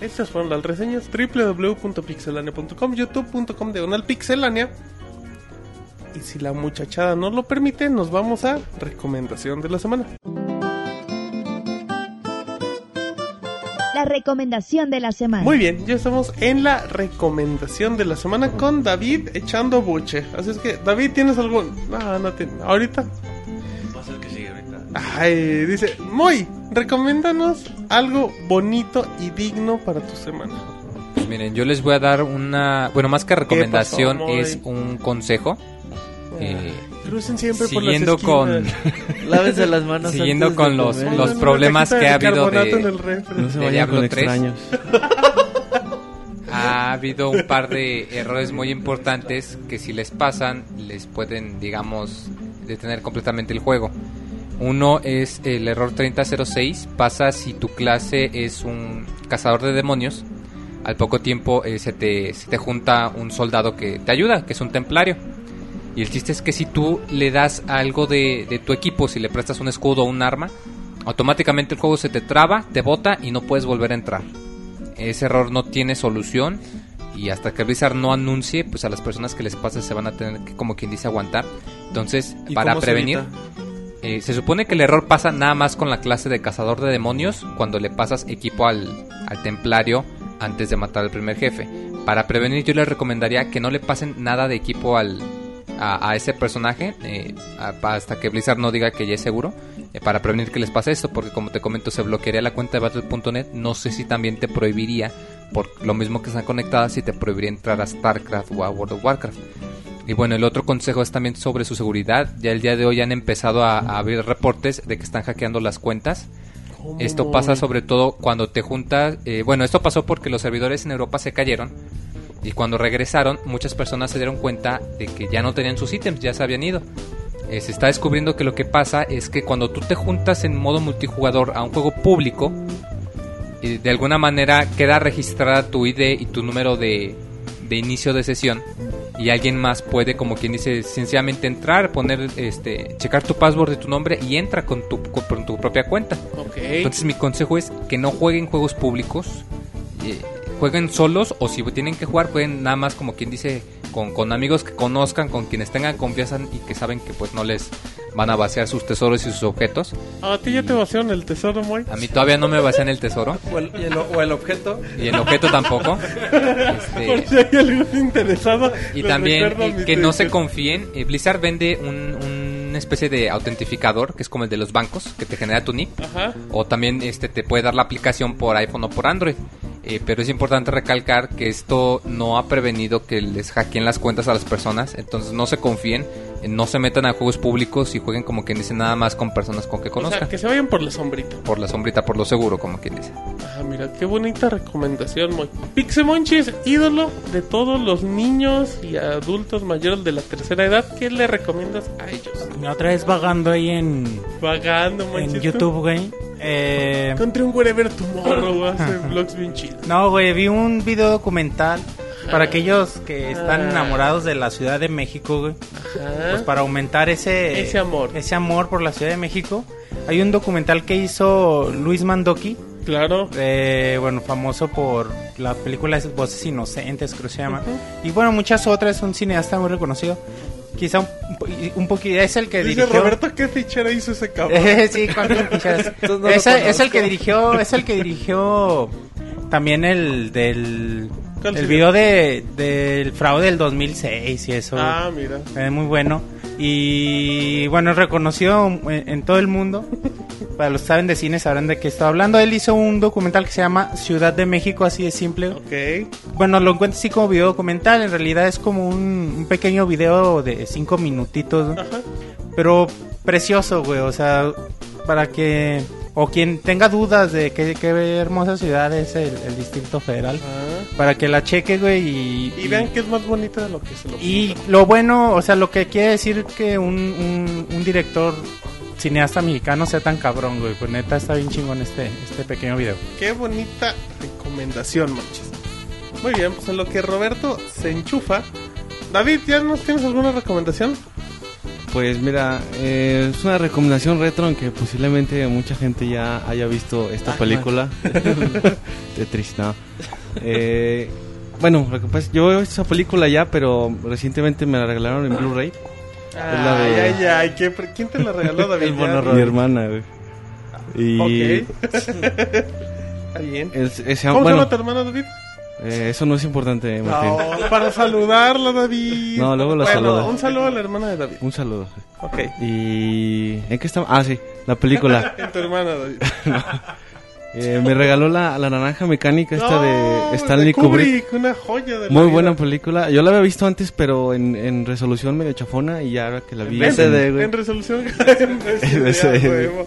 [SPEAKER 2] Estas fueron las reseñas. www.pixelania.com, youtube.com, diagonal pixelania. Y si la muchachada no lo permite, nos vamos a recomendación de la semana.
[SPEAKER 1] La recomendación de la semana.
[SPEAKER 2] Muy bien, ya estamos en la recomendación de la semana con David echando buche. Así es que, David, ¿tienes algo? No, no te... ¿Ahorita? Ay, dice, Moy, recomiéndanos algo bonito y digno para tu semana.
[SPEAKER 3] Pues miren, yo les voy a dar una. Bueno, más que recomendación,
[SPEAKER 2] pasó, Moy?
[SPEAKER 3] es un consejo. Eh,
[SPEAKER 2] Crucen siempre
[SPEAKER 3] siguiendo
[SPEAKER 2] por las
[SPEAKER 3] con,
[SPEAKER 2] esquinas.
[SPEAKER 5] Lávense las manos.
[SPEAKER 3] Siguiendo
[SPEAKER 5] antes
[SPEAKER 3] con
[SPEAKER 5] de
[SPEAKER 3] los-
[SPEAKER 5] comer.
[SPEAKER 2] Pongan
[SPEAKER 3] los
[SPEAKER 2] una
[SPEAKER 3] problemas
[SPEAKER 2] cajita
[SPEAKER 3] que ha
[SPEAKER 2] de
[SPEAKER 3] habido
[SPEAKER 2] bicarbonato
[SPEAKER 3] de-
[SPEAKER 2] en el refri.
[SPEAKER 7] No
[SPEAKER 3] De
[SPEAKER 7] se vayan
[SPEAKER 3] Diablo
[SPEAKER 7] con
[SPEAKER 3] 3.
[SPEAKER 7] extraños.
[SPEAKER 3] ha habido un par de errores muy importantes que si les pasan les pueden, digamos, detener completamente el juego. Uno es el error 3006, pasa si tu clase es un cazador de demonios. Al poco tiempo eh, se, te, se te junta un soldado que te ayuda, que es un templario. Y el chiste es que si tú le das algo de, de tu equipo, si le prestas un escudo o un arma, automáticamente el juego se te traba, te bota y no puedes volver a entrar ese error no tiene solución y hasta que Blizzard no anuncie, pues a las personas que les pasa se van a tener que, como quien dice, aguantar. Entonces,
[SPEAKER 6] ¿Y
[SPEAKER 3] para
[SPEAKER 6] cómo se
[SPEAKER 3] prevenir,
[SPEAKER 6] evita?
[SPEAKER 3] eh, se supone que el error pasa nada más con la clase de cazador de demonios cuando le pasas equipo al, al templario antes de matar al primer jefe. Para prevenir, yo les recomendaría que no le pasen nada de equipo al, a, a ese personaje eh, a- hasta que Blizzard no diga que ya es seguro. eh, para prevenir que les pase esto, porque como te comento, se bloquearía la cuenta de Battle.net. No sé si también te prohibiría, por lo mismo que están conectadas, si te prohibiría entrar a StarCraft o a World of Warcraft. Y bueno, el otro consejo es también sobre su seguridad. Ya el día de hoy han empezado a, a abrir reportes de que están hackeando las cuentas. Esto pasa sobre todo cuando te juntas. eh, bueno, esto pasó porque los servidores en Europa se cayeron. Y cuando regresaron, muchas personas se dieron cuenta de que ya no tenían sus ítems, ya se habían ido. Eh, se está descubriendo que lo que pasa es que cuando tú te juntas en modo multijugador a un juego público, eh, de alguna manera queda registrada tu ID y tu número de, de inicio de sesión. y alguien más puede, como quien dice, sencillamente entrar, poner, este, checar tu password de tu nombre y entra con tu, con tu propia cuenta.
[SPEAKER 2] Ok.
[SPEAKER 3] Entonces mi consejo es que no jueguen juegos públicos, eh, jueguen solos o si tienen que jugar jueguen nada más como quien dice con, con amigos que conozcan, con quienes tengan confianza y que saben que pues no les van a vaciar sus tesoros y sus objetos.
[SPEAKER 2] ¿A ti ya te vaciaron el tesoro, Moy?
[SPEAKER 3] A mí todavía no me vacían el tesoro
[SPEAKER 6] O el, y el- o el objeto.
[SPEAKER 3] y el objeto tampoco. Este,
[SPEAKER 2] Por si hay algún interesado.
[SPEAKER 3] y
[SPEAKER 2] les
[SPEAKER 3] también
[SPEAKER 2] recuerdo
[SPEAKER 3] eh,
[SPEAKER 2] mis
[SPEAKER 3] que no se
[SPEAKER 2] dientes.
[SPEAKER 3] confíen. eh, Blizzard vende un, una especie de autentificador que es como el de los bancos que te genera tu NIP.
[SPEAKER 2] Ajá.
[SPEAKER 3] o también este te puede dar la aplicación por iPhone o por Android. Eh, pero es importante recalcar que esto no ha prevenido que les hackeen las cuentas a las personas, entonces no se confíen, eh, no se metan a juegos públicos y jueguen como quien dice nada más con personas con que
[SPEAKER 2] O
[SPEAKER 3] conozcan.
[SPEAKER 2] sea, que se vayan por la sombrita.
[SPEAKER 3] Por la sombrita, por lo seguro, como quien dice.
[SPEAKER 2] Ah, mira, qué bonita recomendación, Moy. Pixemonchi es ídolo de todos los niños y adultos mayores de la tercera edad. ¿Qué le recomiendas a ellos?
[SPEAKER 8] La otra vez vagando ahí en,
[SPEAKER 2] Vagando, Monchis.
[SPEAKER 8] en
[SPEAKER 2] tú.
[SPEAKER 8] YouTube, güey. Eh,
[SPEAKER 2] Encontré un Wherever Tomorrow, hace vlogs bien chidos.
[SPEAKER 8] no, güey, vi un video documental para aquellos que están enamorados de la Ciudad de México, güey.
[SPEAKER 2] Ajá.
[SPEAKER 8] Pues para aumentar ese,
[SPEAKER 2] Ah. Ese amor.
[SPEAKER 8] ese amor por la Ciudad de México. Hay un documental que hizo Luis Mandoki,
[SPEAKER 2] Claro.
[SPEAKER 8] eh, bueno, famoso por la película Voces Inocentes, creo que se llama. Y bueno, muchas otras, un cineasta muy reconocido. Quizá un, un poquito, es el que
[SPEAKER 2] Dice
[SPEAKER 8] dirigió...
[SPEAKER 2] Roberto qué fichera hizo ese cabrón.
[SPEAKER 8] Eh, sí, Joaquín Pichares.
[SPEAKER 5] Entonces no lo
[SPEAKER 8] es, el- es el
[SPEAKER 5] conozco.
[SPEAKER 8] que dirigió, es el que dirigió también el del
[SPEAKER 2] ¿Cuál
[SPEAKER 8] el
[SPEAKER 2] sería?
[SPEAKER 8] video de del fraude del 2006 y eso.
[SPEAKER 2] Ah, mira.
[SPEAKER 8] Es muy bueno. Y bueno, es reconocido en, en todo el mundo. Para los que saben de cine sabrán de qué estoy hablando. Él hizo un documental que se llama Ciudad de México, así de simple.
[SPEAKER 2] Ok.
[SPEAKER 8] Bueno, lo encuentras así como video documental. En realidad es como un, un pequeño video de cinco minutitos. ¿no?
[SPEAKER 2] Ajá.
[SPEAKER 8] Pero precioso, güey. O sea, para que. O quien tenga dudas de qué, qué hermosa ciudad es el, el Distrito Federal.
[SPEAKER 2] Ah.
[SPEAKER 8] Para que la cheque, güey. Y,
[SPEAKER 2] Y vean que es más bonita de lo que se lo
[SPEAKER 8] y
[SPEAKER 2] pintan.
[SPEAKER 8] lo bueno, o sea, lo que quiere decir que un, un, un director cineasta mexicano sea tan cabrón, güey. Pues neta, está bien chingón este, este pequeño video.
[SPEAKER 2] Qué bonita recomendación, manches. Muy bien, pues en lo que Roberto se enchufa. David, ¿ya nos tienes alguna recomendación?
[SPEAKER 7] Pues mira, eh, es una recomendación retro aunque posiblemente mucha gente ya haya visto
[SPEAKER 2] Ah,
[SPEAKER 7] esta película. Tetris, no. Eh, bueno, lo que pasa es- yo veo esta película ya, pero recientemente me la regalaron en Blu-ray.
[SPEAKER 2] Ah,
[SPEAKER 7] la de-
[SPEAKER 2] Ay, ay, ay. ¿qué pre- ¿Quién te la regaló, David?
[SPEAKER 5] El
[SPEAKER 2] Ya,
[SPEAKER 5] monorroy.
[SPEAKER 7] Mi hermana, güey. Y
[SPEAKER 2] Ok. Está bien.
[SPEAKER 7] es- ese-
[SPEAKER 2] ¿Cómo se
[SPEAKER 7] bueno,
[SPEAKER 2] llama Ah, tu hermano, David?
[SPEAKER 7] eh, eso no es importante, Martín.
[SPEAKER 2] Ah, No, para saludarla, David.
[SPEAKER 7] No, luego la
[SPEAKER 2] bueno,
[SPEAKER 7] saluda.
[SPEAKER 2] un saludo a la hermana de David.
[SPEAKER 7] Un saludo.
[SPEAKER 2] Ok.
[SPEAKER 7] ¿Y en qué estamos? Ah, sí, la película.
[SPEAKER 2] En tu hermana, David.
[SPEAKER 7] Eh, me regaló la, la naranja mecánica esta
[SPEAKER 2] No,
[SPEAKER 7] de Stanley Kubrick.
[SPEAKER 2] Una joya de la
[SPEAKER 7] Muy
[SPEAKER 2] vida.
[SPEAKER 7] buena película. Yo la había visto antes, pero en, en resolución medio chafona. Y ya ahora que la vi.
[SPEAKER 2] En,
[SPEAKER 5] SD,
[SPEAKER 2] en-
[SPEAKER 5] güey.
[SPEAKER 2] en resolución. en SD,
[SPEAKER 7] SD,
[SPEAKER 2] a
[SPEAKER 7] güey.
[SPEAKER 2] huevo.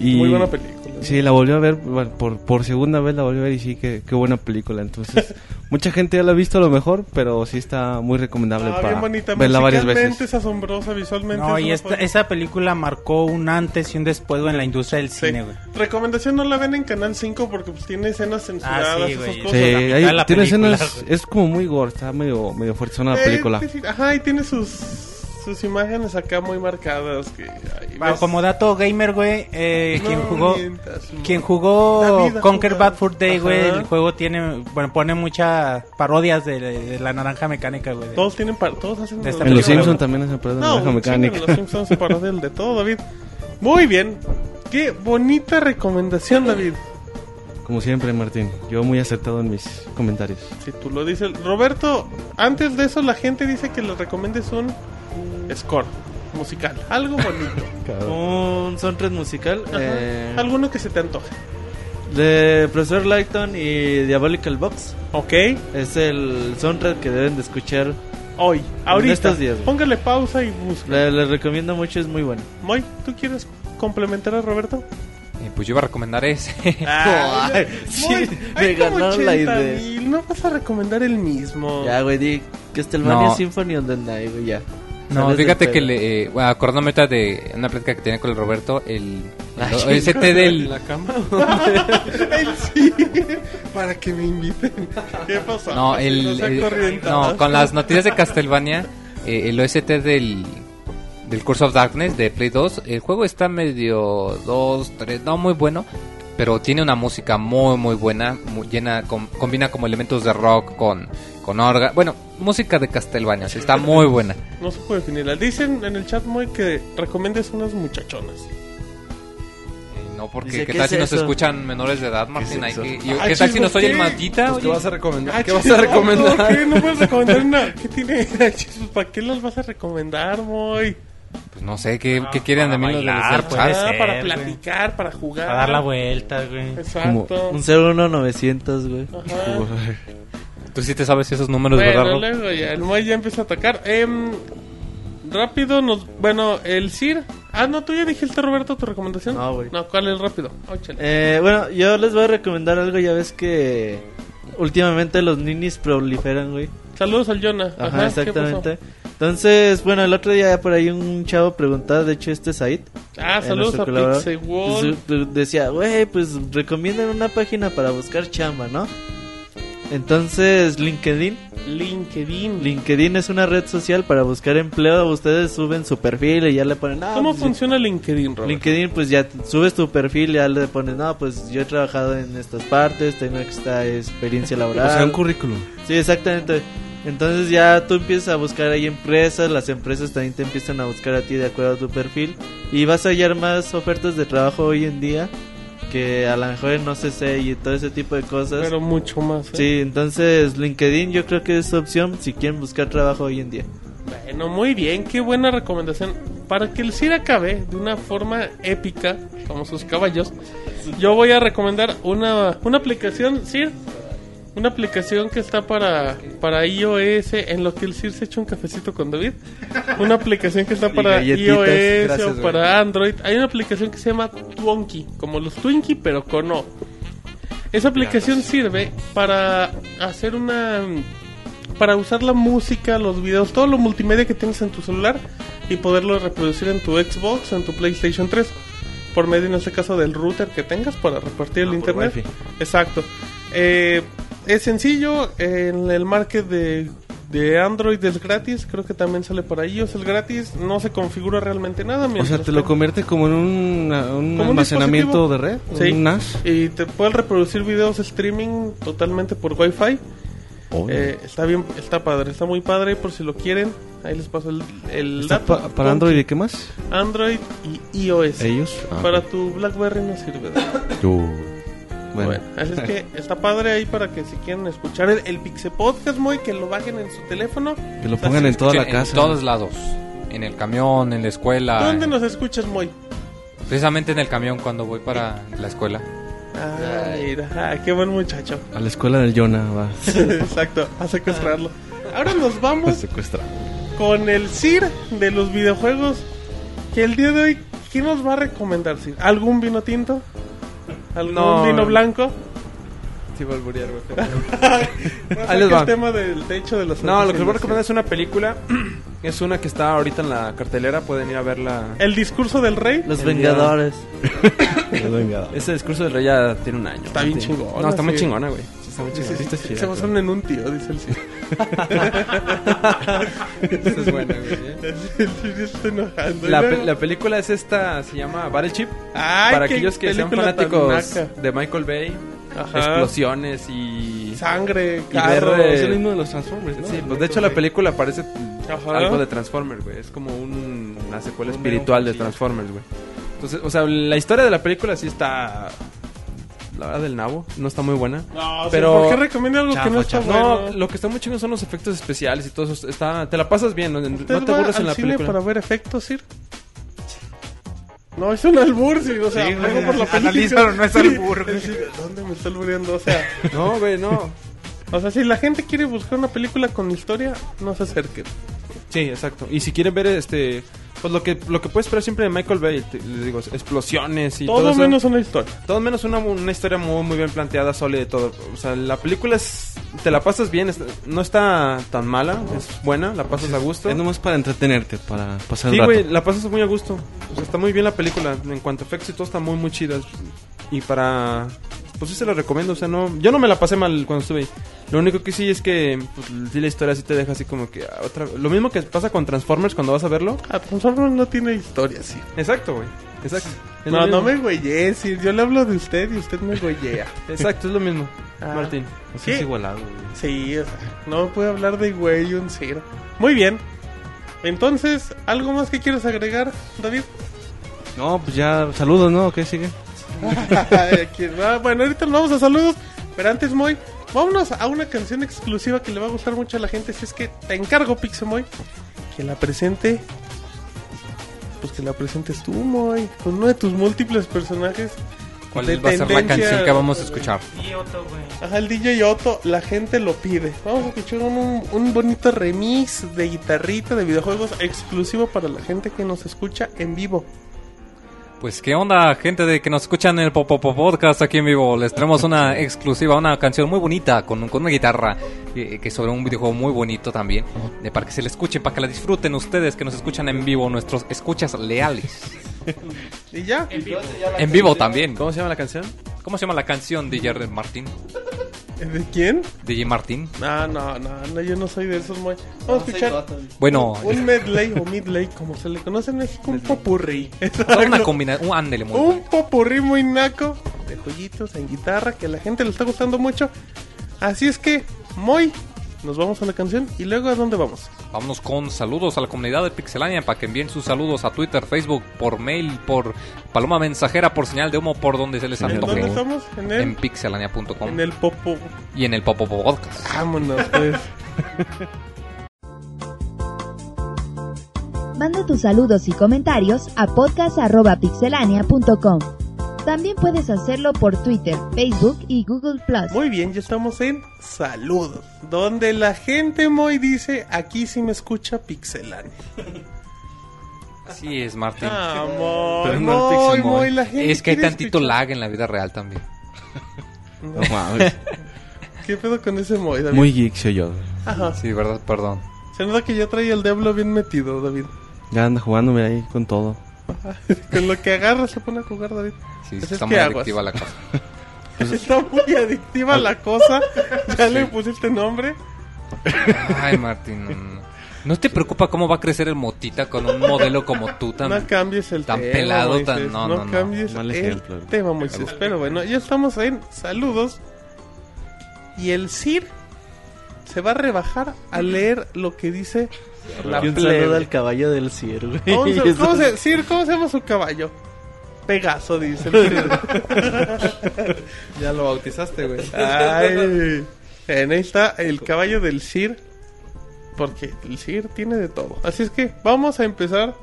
[SPEAKER 7] Y-
[SPEAKER 2] Muy buena película.
[SPEAKER 7] Sí, la volvió a ver. bueno, por, por segunda vez la volvió a ver. Y sí, qué, qué buena película. Entonces, mucha gente ya la ha visto a lo mejor. Pero sí está muy recomendable
[SPEAKER 2] Ah, bien
[SPEAKER 7] para
[SPEAKER 2] bonita.
[SPEAKER 7] verla varias
[SPEAKER 2] Musicalmente
[SPEAKER 7] veces.
[SPEAKER 2] es asombrosa, visualmente.
[SPEAKER 8] No,
[SPEAKER 2] es
[SPEAKER 8] y
[SPEAKER 2] una
[SPEAKER 8] esta,
[SPEAKER 2] joya.
[SPEAKER 8] esa película marcó un antes y un después güey, en la industria del
[SPEAKER 2] Sí.
[SPEAKER 8] cine, güey.
[SPEAKER 2] Recomendación: no la ven en Canal 5 porque pues, tiene escenas censuradas.
[SPEAKER 8] Ah, sí,
[SPEAKER 2] esas
[SPEAKER 8] güey.
[SPEAKER 7] Sí,
[SPEAKER 2] cosas.
[SPEAKER 8] la mitad
[SPEAKER 7] ahí
[SPEAKER 8] de la
[SPEAKER 7] tiene
[SPEAKER 8] película,
[SPEAKER 7] escenas.
[SPEAKER 8] güey.
[SPEAKER 7] Es como muy gore. Está medio, medio fuertezona la
[SPEAKER 2] Eh,
[SPEAKER 7] película.
[SPEAKER 2] es decir, ajá, y tiene sus, sus imágenes acá muy marcadas. Que, ay,
[SPEAKER 8] Ah,
[SPEAKER 2] ves-
[SPEAKER 8] Como dato gamer, güey, eh,
[SPEAKER 2] No
[SPEAKER 8] quien jugó,
[SPEAKER 2] mientas, no.
[SPEAKER 8] quien
[SPEAKER 2] La
[SPEAKER 8] jugó
[SPEAKER 2] vida
[SPEAKER 8] Conquer
[SPEAKER 2] jugada.
[SPEAKER 8] Bad Fur Day, güey,
[SPEAKER 2] Ajá.
[SPEAKER 8] el juego tiene, bueno, pone muchas parodias de, de la naranja mecánica, güey.
[SPEAKER 2] Todos tienen par- todos hacen
[SPEAKER 8] De esta
[SPEAKER 7] En Los
[SPEAKER 8] película.
[SPEAKER 7] Simpsons también se aparece la
[SPEAKER 2] No,
[SPEAKER 7] naranja
[SPEAKER 2] un chingo
[SPEAKER 7] mecánica.
[SPEAKER 2] de Los Simpsons se paró del de todo, David. Muy bien. Qué bonita recomendación, David.
[SPEAKER 7] Como siempre, Martín. Yo muy acertado en mis comentarios.
[SPEAKER 2] Si tú lo dices. Roberto, antes de eso la gente dice que le recomiendes un score musical. Algo bonito.
[SPEAKER 5] Un soundtrack musical
[SPEAKER 2] Ajá.
[SPEAKER 5] eh,
[SPEAKER 2] Alguno que se te antoje.
[SPEAKER 5] de Profesor Lighton y Diabolical Box.
[SPEAKER 2] Ok,
[SPEAKER 5] Es el soundtrack que deben de escuchar.
[SPEAKER 2] hoy, ahorita.
[SPEAKER 5] estos días, güey.
[SPEAKER 2] Póngale pausa y busca.
[SPEAKER 5] Le- Les recomiendo mucho, es muy bueno.
[SPEAKER 2] Moy, ¿tú quieres complementar a Roberto?
[SPEAKER 3] Eh, pues yo iba a recomendar ese.
[SPEAKER 2] Moy,
[SPEAKER 5] Ay, sí,
[SPEAKER 2] hay
[SPEAKER 5] me
[SPEAKER 2] como
[SPEAKER 5] ganaron la
[SPEAKER 2] 80
[SPEAKER 5] idea.
[SPEAKER 2] mil, No vas a recomendar el mismo.
[SPEAKER 5] Ya, güey, di Castlevania
[SPEAKER 3] No.
[SPEAKER 5] Symphony on the Night, güey, ya.
[SPEAKER 3] No,
[SPEAKER 5] Sales del
[SPEAKER 3] fíjate que
[SPEAKER 5] pedo.
[SPEAKER 3] le, eh, bueno, acordándome ahorita de una plática que tenía con el Roberto, el, El OST del...
[SPEAKER 6] ¿La cama?
[SPEAKER 2] Él sí, para que me inviten. ¿Qué pasó?
[SPEAKER 3] No, el,
[SPEAKER 2] No sea
[SPEAKER 3] el-
[SPEAKER 2] corrientadas.
[SPEAKER 3] no, con las noticias de Castlevania, eh, el OST del, del Curse of Darkness de Play 2, el juego está medio 2, 3, no muy bueno, pero tiene una música muy, muy buena, muy llena, com- combina como elementos de rock con, con orga, bueno, música de Castlevania, o sea, está muy buena. Eh,
[SPEAKER 2] No se puede definirla. Dicen en el chat muy que recomiendes unas muchachonas.
[SPEAKER 3] Eh, No, porque
[SPEAKER 5] Dice,
[SPEAKER 3] qué
[SPEAKER 5] ¿qué
[SPEAKER 3] tal
[SPEAKER 5] es
[SPEAKER 3] si nos
[SPEAKER 5] eso?
[SPEAKER 3] escuchan menores de edad, Martín. Hay
[SPEAKER 5] eso?
[SPEAKER 3] que- y-
[SPEAKER 2] Ah,
[SPEAKER 3] ¿Qué tal si
[SPEAKER 2] chingo,
[SPEAKER 3] no soy el
[SPEAKER 2] ¿qué?
[SPEAKER 3] maldita?
[SPEAKER 6] Pues, ¿Qué vas a recomendar?
[SPEAKER 2] Ah,
[SPEAKER 6] ¿Qué vas a
[SPEAKER 2] chingado,
[SPEAKER 6] recomendar?
[SPEAKER 2] ¿Qué? ¿No puedes recomendar una? ¿Qué tiene? Ay, chis, ¿Para qué las vas a recomendar, Moy?
[SPEAKER 3] Pues no sé, ¿qué, qué quieren de mí los de
[SPEAKER 4] bailar,
[SPEAKER 3] los del
[SPEAKER 4] pues.
[SPEAKER 3] chat?
[SPEAKER 2] Ah,
[SPEAKER 4] ser,
[SPEAKER 2] para
[SPEAKER 4] güey.
[SPEAKER 2] platicar, para jugar.
[SPEAKER 8] Para dar la vuelta, güey.
[SPEAKER 2] Exacto.
[SPEAKER 5] Un 01900, güey.
[SPEAKER 2] Ajá.
[SPEAKER 3] Tú sí te sabes esos números, ¿verdad,
[SPEAKER 2] Bueno,
[SPEAKER 3] Rob?
[SPEAKER 2] luego ya, el Moy ya empieza a atacar. Em, rápido, nos. Bueno, el Sir. Ah, no, tú ya dijiste, Roberto, tu recomendación.
[SPEAKER 5] No, güey.
[SPEAKER 2] No, ¿cuál es rápido? Óchale.
[SPEAKER 5] Eh, bueno, yo les voy a recomendar algo, ya ves que últimamente los ninis proliferan, güey.
[SPEAKER 2] Saludos al Jonah.
[SPEAKER 5] Ajá,
[SPEAKER 2] ¿qué
[SPEAKER 5] exactamente. Entonces, bueno, el otro día por ahí un chavo preguntaba, de hecho este Said,
[SPEAKER 2] pasó? Ah,
[SPEAKER 5] Eh,
[SPEAKER 2] saludos
[SPEAKER 5] nuestro
[SPEAKER 2] a
[SPEAKER 5] colaborador.
[SPEAKER 2] Pixie
[SPEAKER 5] pues,
[SPEAKER 2] Wall.
[SPEAKER 5] eh, decía, güey, pues recomiendan una página para buscar chamba, ¿no? Entonces, LinkedIn,
[SPEAKER 2] LinkedIn.
[SPEAKER 5] LinkedIn es una red social para buscar empleo, ustedes suben su perfil y ya le ponen, ah,
[SPEAKER 2] ¿Cómo
[SPEAKER 5] pues,
[SPEAKER 2] funciona LinkedIn, Robert?
[SPEAKER 5] LinkedIn, pues ya subes tu perfil, ya le pones, no, pues yo he trabajado en estas partes, tengo esta experiencia
[SPEAKER 7] O sea, un
[SPEAKER 5] laboral.
[SPEAKER 7] currículum.
[SPEAKER 5] sí, exactamente. Entonces ya tú empiezas a buscar ahí empresas, las empresas también te empiezan a buscar a ti de acuerdo a tu perfil y vas a hallar más ofertas de trabajo hoy en día que a lo mejor en no sé sé y todo ese tipo de cosas.
[SPEAKER 2] Pero mucho más. ¿eh?
[SPEAKER 5] sí, entonces LinkedIn yo creo que es opción si quieren buscar trabajo hoy en día.
[SPEAKER 2] Bueno, muy bien, qué buena recomendación. Para que el CIR acabe de una forma épica, como sus caballos, yo voy a recomendar una, una aplicación, CIR, una aplicación que está para, para iOS, en lo que el CIR se echa un cafecito con David. Una aplicación que está para
[SPEAKER 5] galletitas,
[SPEAKER 2] iOS
[SPEAKER 5] gracias,
[SPEAKER 2] o
[SPEAKER 5] güey.
[SPEAKER 2] para Android. Hay una aplicación que se llama Twonky, como los Twinkie, pero con O. Esa aplicación sirve para hacer una para usar la música, los videos, todo lo multimedia que tengas en tu celular y poderlo reproducir en tu Xbox o en tu PlayStation 3 por medio en este caso del router que tengas para repartir
[SPEAKER 7] Ah,
[SPEAKER 2] el internet. Exacto. Eh, es sencillo, en el market de, de Android es gratis, creo que también sale para iOS es gratis, no se configura realmente nada.
[SPEAKER 7] O sea,
[SPEAKER 2] mientras
[SPEAKER 7] te lo
[SPEAKER 2] tengas-
[SPEAKER 7] convierte como en un, un
[SPEAKER 2] Como un
[SPEAKER 7] almacenamiento
[SPEAKER 2] dispositivo.
[SPEAKER 7] de red,
[SPEAKER 2] Sí. Eh,
[SPEAKER 7] un NAS.
[SPEAKER 2] Y te puedes reproducir videos streaming totalmente por Wi-Fi. Eh, está bien, está padre, está muy padre. Por si lo quieren, ahí les paso el, el
[SPEAKER 7] Está
[SPEAKER 2] dato.
[SPEAKER 7] pa- para Android y qué más?
[SPEAKER 2] Android y iOS.
[SPEAKER 7] Ellos. Ah,
[SPEAKER 2] Para
[SPEAKER 7] ok.
[SPEAKER 2] tu BlackBerry no sirve.
[SPEAKER 7] Yo- Bueno,
[SPEAKER 2] Bueno. así es que está padre ahí para que si quieren escuchar el, el Pixel Podcast, muy que lo bajen en su teléfono.
[SPEAKER 7] que lo pongan en toda
[SPEAKER 3] Sí,
[SPEAKER 7] la
[SPEAKER 3] en
[SPEAKER 7] casa.
[SPEAKER 3] todos lados. En el camión, en la escuela.
[SPEAKER 2] ¿Dónde
[SPEAKER 3] en-
[SPEAKER 2] nos escuchas, Moy?
[SPEAKER 3] Precisamente en el camión cuando voy para la escuela.
[SPEAKER 2] Ah, mira, ah, qué buen muchacho.
[SPEAKER 7] A la escuela del Jonah va.
[SPEAKER 2] Exacto, a
[SPEAKER 7] Ah.
[SPEAKER 2] secuestrarlo. Ahora nos
[SPEAKER 7] Lo
[SPEAKER 2] vamos
[SPEAKER 7] secuestra.
[SPEAKER 2] con el Sir de los videojuegos. Que el día de hoy, ¿qué nos va a recomendar, Sir? ¿Algún vino tinto? ¿Algún
[SPEAKER 6] No.
[SPEAKER 2] vino blanco?
[SPEAKER 6] Sí, voy a alburear, güey, pero-
[SPEAKER 2] Ahí
[SPEAKER 6] Ahí les va.
[SPEAKER 2] el tema del techo de las
[SPEAKER 6] No, lo que les voy
[SPEAKER 2] oficinas,
[SPEAKER 6] a recomendar es una película. Es una que está ahorita en la cartelera. Pueden ir a verla.
[SPEAKER 2] Sir. El discurso del rey.
[SPEAKER 5] Los
[SPEAKER 6] El
[SPEAKER 5] Vengadores.
[SPEAKER 6] Ese discurso del rey ya tiene un año.
[SPEAKER 2] Está bien
[SPEAKER 6] Sí.
[SPEAKER 2] chingona,
[SPEAKER 6] No, está muy
[SPEAKER 2] sí.
[SPEAKER 6] chingona, güey. Sí, está muy chingona.
[SPEAKER 2] Se basan en un tío, dice el Sir.
[SPEAKER 6] Esa es buena, güey. ¿eh?
[SPEAKER 2] el Sir ya se está enojando.
[SPEAKER 6] La,
[SPEAKER 2] Y
[SPEAKER 6] pe-
[SPEAKER 2] luego-
[SPEAKER 6] la película es esta, se llama Battleship.
[SPEAKER 2] Ay,
[SPEAKER 6] Para
[SPEAKER 2] qué
[SPEAKER 6] aquellos que sean
[SPEAKER 2] película tan
[SPEAKER 6] fanáticos
[SPEAKER 2] naca.
[SPEAKER 6] de Michael Bay,
[SPEAKER 2] Ajá.
[SPEAKER 6] explosiones y...
[SPEAKER 2] Sangre,
[SPEAKER 6] y
[SPEAKER 2] carro.
[SPEAKER 6] ver, eh,
[SPEAKER 7] Es el mismo de los Transformers, ¿no?
[SPEAKER 6] Sí, pues de hecho la película parece
[SPEAKER 2] Ajá.
[SPEAKER 6] algo de Transformers, güey. Es como un- una secuela espiritual de Transformers, güey. Entonces, o sea, la historia de la película sí está... La verdad del nabo, no está muy buena.
[SPEAKER 2] No, pero...
[SPEAKER 6] pero-
[SPEAKER 2] ¿por qué recomienda algo que no está
[SPEAKER 6] No,
[SPEAKER 2] bueno?
[SPEAKER 6] lo que está muy chingón son los efectos especiales y todo eso. Está, te la pasas bien, no, no
[SPEAKER 2] ¿Usted
[SPEAKER 6] te
[SPEAKER 2] va
[SPEAKER 6] aburres
[SPEAKER 2] al
[SPEAKER 6] en la
[SPEAKER 2] cine
[SPEAKER 6] película.
[SPEAKER 2] para ver efectos, Sir? No, es un albur, Sir. O sea,
[SPEAKER 8] Sí,
[SPEAKER 2] pago
[SPEAKER 8] güey,
[SPEAKER 2] por la película.
[SPEAKER 8] analízalo, no es
[SPEAKER 2] Sí,
[SPEAKER 8] albur, güey.
[SPEAKER 2] es decir, ¿Dónde me está albureando? O sea,
[SPEAKER 6] No, güey, no.
[SPEAKER 2] o sea, si la gente quiere buscar una película con historia, no se acerquen.
[SPEAKER 6] Sí, exacto. Y si quieren ver este Pues lo que, lo que puedes esperar siempre de Michael Bay, te- les digo, explosiones y todo,
[SPEAKER 2] Todo,
[SPEAKER 6] eso.
[SPEAKER 2] menos una historia.
[SPEAKER 6] Todo menos una, una historia muy, muy bien planteada, sólida y todo. O sea, la película es. Te la pasas bien, es- no está tan mala, es buena, la pasas a gusto.
[SPEAKER 7] Es nomás para entretenerte, para pasar el
[SPEAKER 6] Sí,
[SPEAKER 7] rato.
[SPEAKER 6] güey, la pasas muy a gusto. O sea, está muy bien la película. En cuanto a efectos y todo, está muy, muy chida. Y para. Pues sí se la recomiendo. O sea, no. Yo no me la pasé mal cuando estuve ahí. Lo único que sí es que. Pues, sí, la historia sí te deja así como que. ah, otra- Lo mismo que pasa con Transformers cuando vas a verlo.
[SPEAKER 2] Ah, pues Arnold no tiene historia, sí.
[SPEAKER 6] Exacto, güey. Exacto. Es lo
[SPEAKER 2] No, no
[SPEAKER 6] mismo.
[SPEAKER 2] me güeyes. si Yo le hablo de usted y usted me güeyea.
[SPEAKER 6] Exacto, es lo mismo,
[SPEAKER 2] Ah.
[SPEAKER 6] Martín.
[SPEAKER 7] O sea, es
[SPEAKER 2] ¿Qué?
[SPEAKER 7] igualado, güey.
[SPEAKER 2] Sí, o sea, no puedo hablar de güey un cero. Muy bien. Entonces, ¿algo más que quieres agregar, David?
[SPEAKER 7] No, pues ya, saludos, ¿no? ¿Qué sigue?
[SPEAKER 2] Aquí- ah, bueno, ahorita nos vamos a saludos, pero antes, Moy, vámonos a una canción exclusiva que le va a gustar mucho a la gente. Si es que te encargo, Pixemoy, que la presente. Pues que la presentes tú, Moy, con uno de tus múltiples personajes.
[SPEAKER 3] ¿Cuál
[SPEAKER 2] de
[SPEAKER 3] va a ser la
[SPEAKER 2] tendencia-
[SPEAKER 3] canción que vamos a escuchar?
[SPEAKER 2] Ajá, el DJ Otto, la gente lo pide. Vamos a escuchar un, un bonito remix de guitarrita de videojuegos exclusivo para la gente que nos escucha en vivo.
[SPEAKER 3] Pues qué onda, gente de que nos escuchan en el Popopo Podcast aquí en vivo. Les traemos una exclusiva, una canción muy bonita con, con una guitarra eh, que es sobre un videojuego muy bonito también. De para que se la escuchen, para que la disfruten ustedes que nos escuchan en vivo, nuestros escuchas leales.
[SPEAKER 2] Y ya,
[SPEAKER 3] En vivo también.
[SPEAKER 6] ¿Cómo se llama la canción?
[SPEAKER 3] ¿Cómo se llama la canción DJ Martín?
[SPEAKER 2] ¿de quién?
[SPEAKER 3] DJ Martín.
[SPEAKER 2] No, no, no, no, yo no soy de esos, Moy. Vamos a escuchar
[SPEAKER 3] Bueno,
[SPEAKER 2] un medley o midley, como se le conoce en México, un popurrí.
[SPEAKER 3] toda una combinación, un ándele muy
[SPEAKER 2] Un
[SPEAKER 3] bueno.
[SPEAKER 2] popurrí muy naco de joyitos en guitarra que a la gente le está gustando mucho. Así es que, Moy, nos vamos a la canción y luego a dónde vamos.
[SPEAKER 3] Vámonos con saludos a la comunidad de Pixelania para que envíen sus saludos a Twitter, Facebook, por mail, por paloma mensajera, por señal de humo, por donde se les
[SPEAKER 2] ¿En dónde
[SPEAKER 3] antoje.
[SPEAKER 2] estamos? En
[SPEAKER 3] En
[SPEAKER 2] el,
[SPEAKER 3] pixelania.com
[SPEAKER 2] en el popo.
[SPEAKER 3] y en el Popo Podcast.
[SPEAKER 2] Vámonos, pues.
[SPEAKER 1] Manda tus saludos y comentarios a podcast.pixelania.com. También puedes hacerlo por Twitter, Facebook y Google Plus.
[SPEAKER 2] Muy bien, ya estamos en Saludos, donde la gente Moy dice, aquí sí me escucha Pixelania.
[SPEAKER 3] Así es, Martín.
[SPEAKER 2] Ah,
[SPEAKER 7] Pero
[SPEAKER 2] Moy,
[SPEAKER 7] no el
[SPEAKER 2] Moy,
[SPEAKER 7] Pixel Moy.
[SPEAKER 2] Moy, la gente
[SPEAKER 3] es que hay
[SPEAKER 2] quiere
[SPEAKER 3] tantito
[SPEAKER 2] escuchar-
[SPEAKER 3] lag en la vida real también.
[SPEAKER 7] No mames.
[SPEAKER 2] ¿Qué pedo con ese Moy, David?
[SPEAKER 7] Muy geek soy yo. güey.
[SPEAKER 2] Ajá.
[SPEAKER 3] Sí, verdad, perdón.
[SPEAKER 2] Se nota que ya trae el diablo bien metido, David.
[SPEAKER 7] Ya anda jugándome ahí con todo.
[SPEAKER 2] Con lo que agarra se pone a jugar, David.
[SPEAKER 3] Sí,
[SPEAKER 2] Pues
[SPEAKER 3] está
[SPEAKER 2] es
[SPEAKER 3] muy
[SPEAKER 2] que aguas.
[SPEAKER 3] adictiva la cosa.
[SPEAKER 2] Pues
[SPEAKER 3] Pues
[SPEAKER 2] Está muy adictiva la cosa. Ya le pusiste nombre.
[SPEAKER 3] Ay, Martín. no, no. ¿No te preocupa cómo va a crecer el motita con un modelo como tú tan...
[SPEAKER 2] no cambies el
[SPEAKER 3] tan
[SPEAKER 2] tema.
[SPEAKER 3] pelado,
[SPEAKER 2] Moisés.
[SPEAKER 3] tan- no, no, no.
[SPEAKER 2] cambies
[SPEAKER 7] Mal ejemplo.
[SPEAKER 2] el tema, Moisés. Pero bueno, ya estamos en saludos. Y el Sir se va a rebajar a leer lo que dice la
[SPEAKER 5] Y un
[SPEAKER 2] plebe.
[SPEAKER 5] saludo al caballo del cielo, güey.
[SPEAKER 2] ¿Cómo se, cómo se- Sir, ¿cómo se llama su caballo? Pegaso, dice el Sir.
[SPEAKER 6] Ya lo bautizaste, güey.
[SPEAKER 2] Ay. En ahí está el caballo del Sir. Porque el Sir tiene de todo. Así es que vamos a empezar.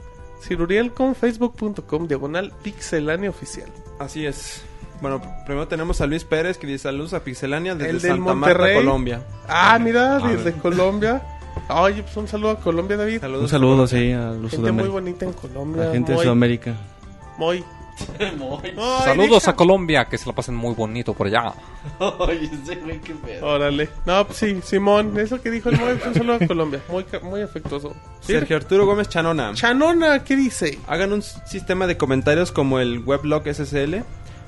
[SPEAKER 2] Sir Uriel con facebook.com diagonal pixelania oficial.
[SPEAKER 6] Así es. Bueno, primero tenemos a Luis Pérez que dice saludos a Pixelania desde
[SPEAKER 2] El del
[SPEAKER 6] Santa Marta,
[SPEAKER 2] Monterrey.
[SPEAKER 6] Colombia.
[SPEAKER 2] Ah, mira, desde Colombia. Oye, pues un saludo a Colombia, David.
[SPEAKER 6] Saludos.
[SPEAKER 7] Un saludo, sí, a los
[SPEAKER 2] Gente muy
[SPEAKER 7] Sudamérica.
[SPEAKER 2] bonita en Colombia.
[SPEAKER 7] La gente de
[SPEAKER 2] muy-
[SPEAKER 7] Sudamérica.
[SPEAKER 2] muy- Ay,
[SPEAKER 3] Saludos
[SPEAKER 2] deja-
[SPEAKER 3] a Colombia, que se la pasen muy bonito por allá.
[SPEAKER 5] Oye, ese güey, qué pedo.
[SPEAKER 2] Órale. No, pues sí, Simón. Eso que dijo el Moy, pues un saludo a Colombia. Muy, ca- muy afectuoso. Sir,
[SPEAKER 6] Sergio Arturo Gómez Chanona.
[SPEAKER 2] Chanona, ¿qué dice?
[SPEAKER 6] Hagan un s- sistema de comentarios como el weblog SSL.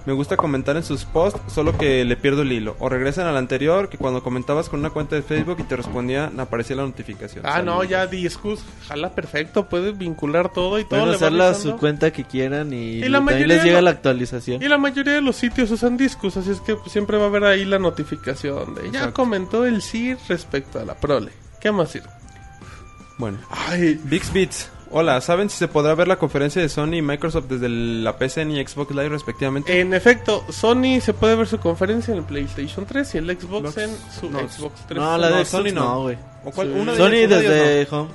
[SPEAKER 6] Me gusta comentar en sus posts, solo que le pierdo el hilo. O regresan al anterior, que cuando comentabas con una cuenta de Facebook y te respondían, aparecía la notificación.
[SPEAKER 2] Ah, no,
[SPEAKER 6] Saludos.
[SPEAKER 2] ya Discus. Jala perfecto. Puedes vincular todo y todo.
[SPEAKER 5] Pueden
[SPEAKER 2] le va
[SPEAKER 5] hacerla a
[SPEAKER 2] avisando.
[SPEAKER 5] su cuenta que quieran y,
[SPEAKER 2] Y la
[SPEAKER 5] ahí
[SPEAKER 2] mayoría
[SPEAKER 5] les llega
[SPEAKER 2] no-
[SPEAKER 5] la actualización.
[SPEAKER 2] Y la mayoría de los sitios usan discos, así es que pues, siempre va a haber ahí la notificación de ya
[SPEAKER 6] Exacto.
[SPEAKER 2] comentó el Sir respecto a la prole. ¿Qué más Sir?
[SPEAKER 6] Bueno.
[SPEAKER 2] Ay,
[SPEAKER 6] Bix Beats. Hola, ¿saben si se podrá ver la conferencia de Sony y Microsoft desde el- la PSN y Xbox Live respectivamente?
[SPEAKER 2] en efecto, Sony se puede ver su conferencia en el PlayStation 3 y el Xbox
[SPEAKER 6] Los-
[SPEAKER 2] en su
[SPEAKER 6] no,
[SPEAKER 2] Xbox 3.
[SPEAKER 5] No, la
[SPEAKER 6] No,
[SPEAKER 5] de
[SPEAKER 6] Sony
[SPEAKER 5] Sony
[SPEAKER 6] no.
[SPEAKER 5] no, güey.
[SPEAKER 6] ¿O
[SPEAKER 2] sí.
[SPEAKER 6] cuál? Uno de
[SPEAKER 5] Sony
[SPEAKER 6] ellos, uno de ellos
[SPEAKER 5] desde Home.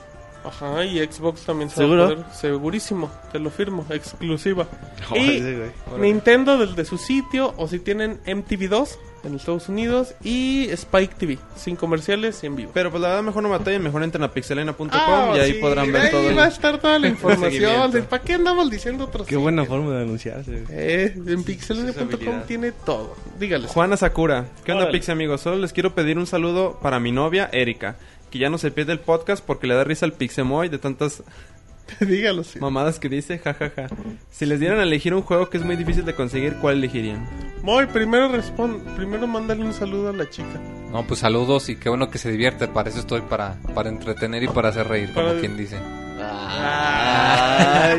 [SPEAKER 2] Ajá, y Xbox también se
[SPEAKER 5] ¿Seguro?
[SPEAKER 2] va a poder, segurísimo, te lo firmo, exclusiva.
[SPEAKER 5] Joder,
[SPEAKER 2] y
[SPEAKER 5] güey.
[SPEAKER 2] Nintendo desde su sitio o si tienen MTV2, en Estados Unidos y Spike TV, sin comerciales y en vivo.
[SPEAKER 6] Pero pues la verdad mejor no batallen, mejor entren a pixelena.com
[SPEAKER 2] Ah,
[SPEAKER 6] y ahí
[SPEAKER 2] sí,
[SPEAKER 6] podrán ver
[SPEAKER 2] ahí
[SPEAKER 6] todo. el-
[SPEAKER 2] va a estar toda la información.
[SPEAKER 6] seguimiento.
[SPEAKER 2] ¿Para qué andamos diciendo otras
[SPEAKER 7] Qué buena forma de anunciarse.
[SPEAKER 2] Eh, en pixelania.com
[SPEAKER 6] habilidad.
[SPEAKER 2] tiene todo. Dígales.
[SPEAKER 6] Juana Sakura, ¿qué onda
[SPEAKER 2] Órale.
[SPEAKER 6] Pixie amigos? Solo les quiero pedir un saludo para mi novia Erika, que ya no se pierde el podcast porque le da risa al Pixemoy de tantas
[SPEAKER 2] Dígalo, sí.
[SPEAKER 6] mamadas que dice, jajaja. Si les dieran a elegir un juego que es muy difícil de conseguir, ¿cuál elegirían?
[SPEAKER 2] Moy, primero respon primero mándale un saludo a la chica.
[SPEAKER 3] No, pues saludos y qué bueno que se divierte. Para eso estoy, para, para entretener y para hacer reír, como
[SPEAKER 2] Para-
[SPEAKER 3] quien dice.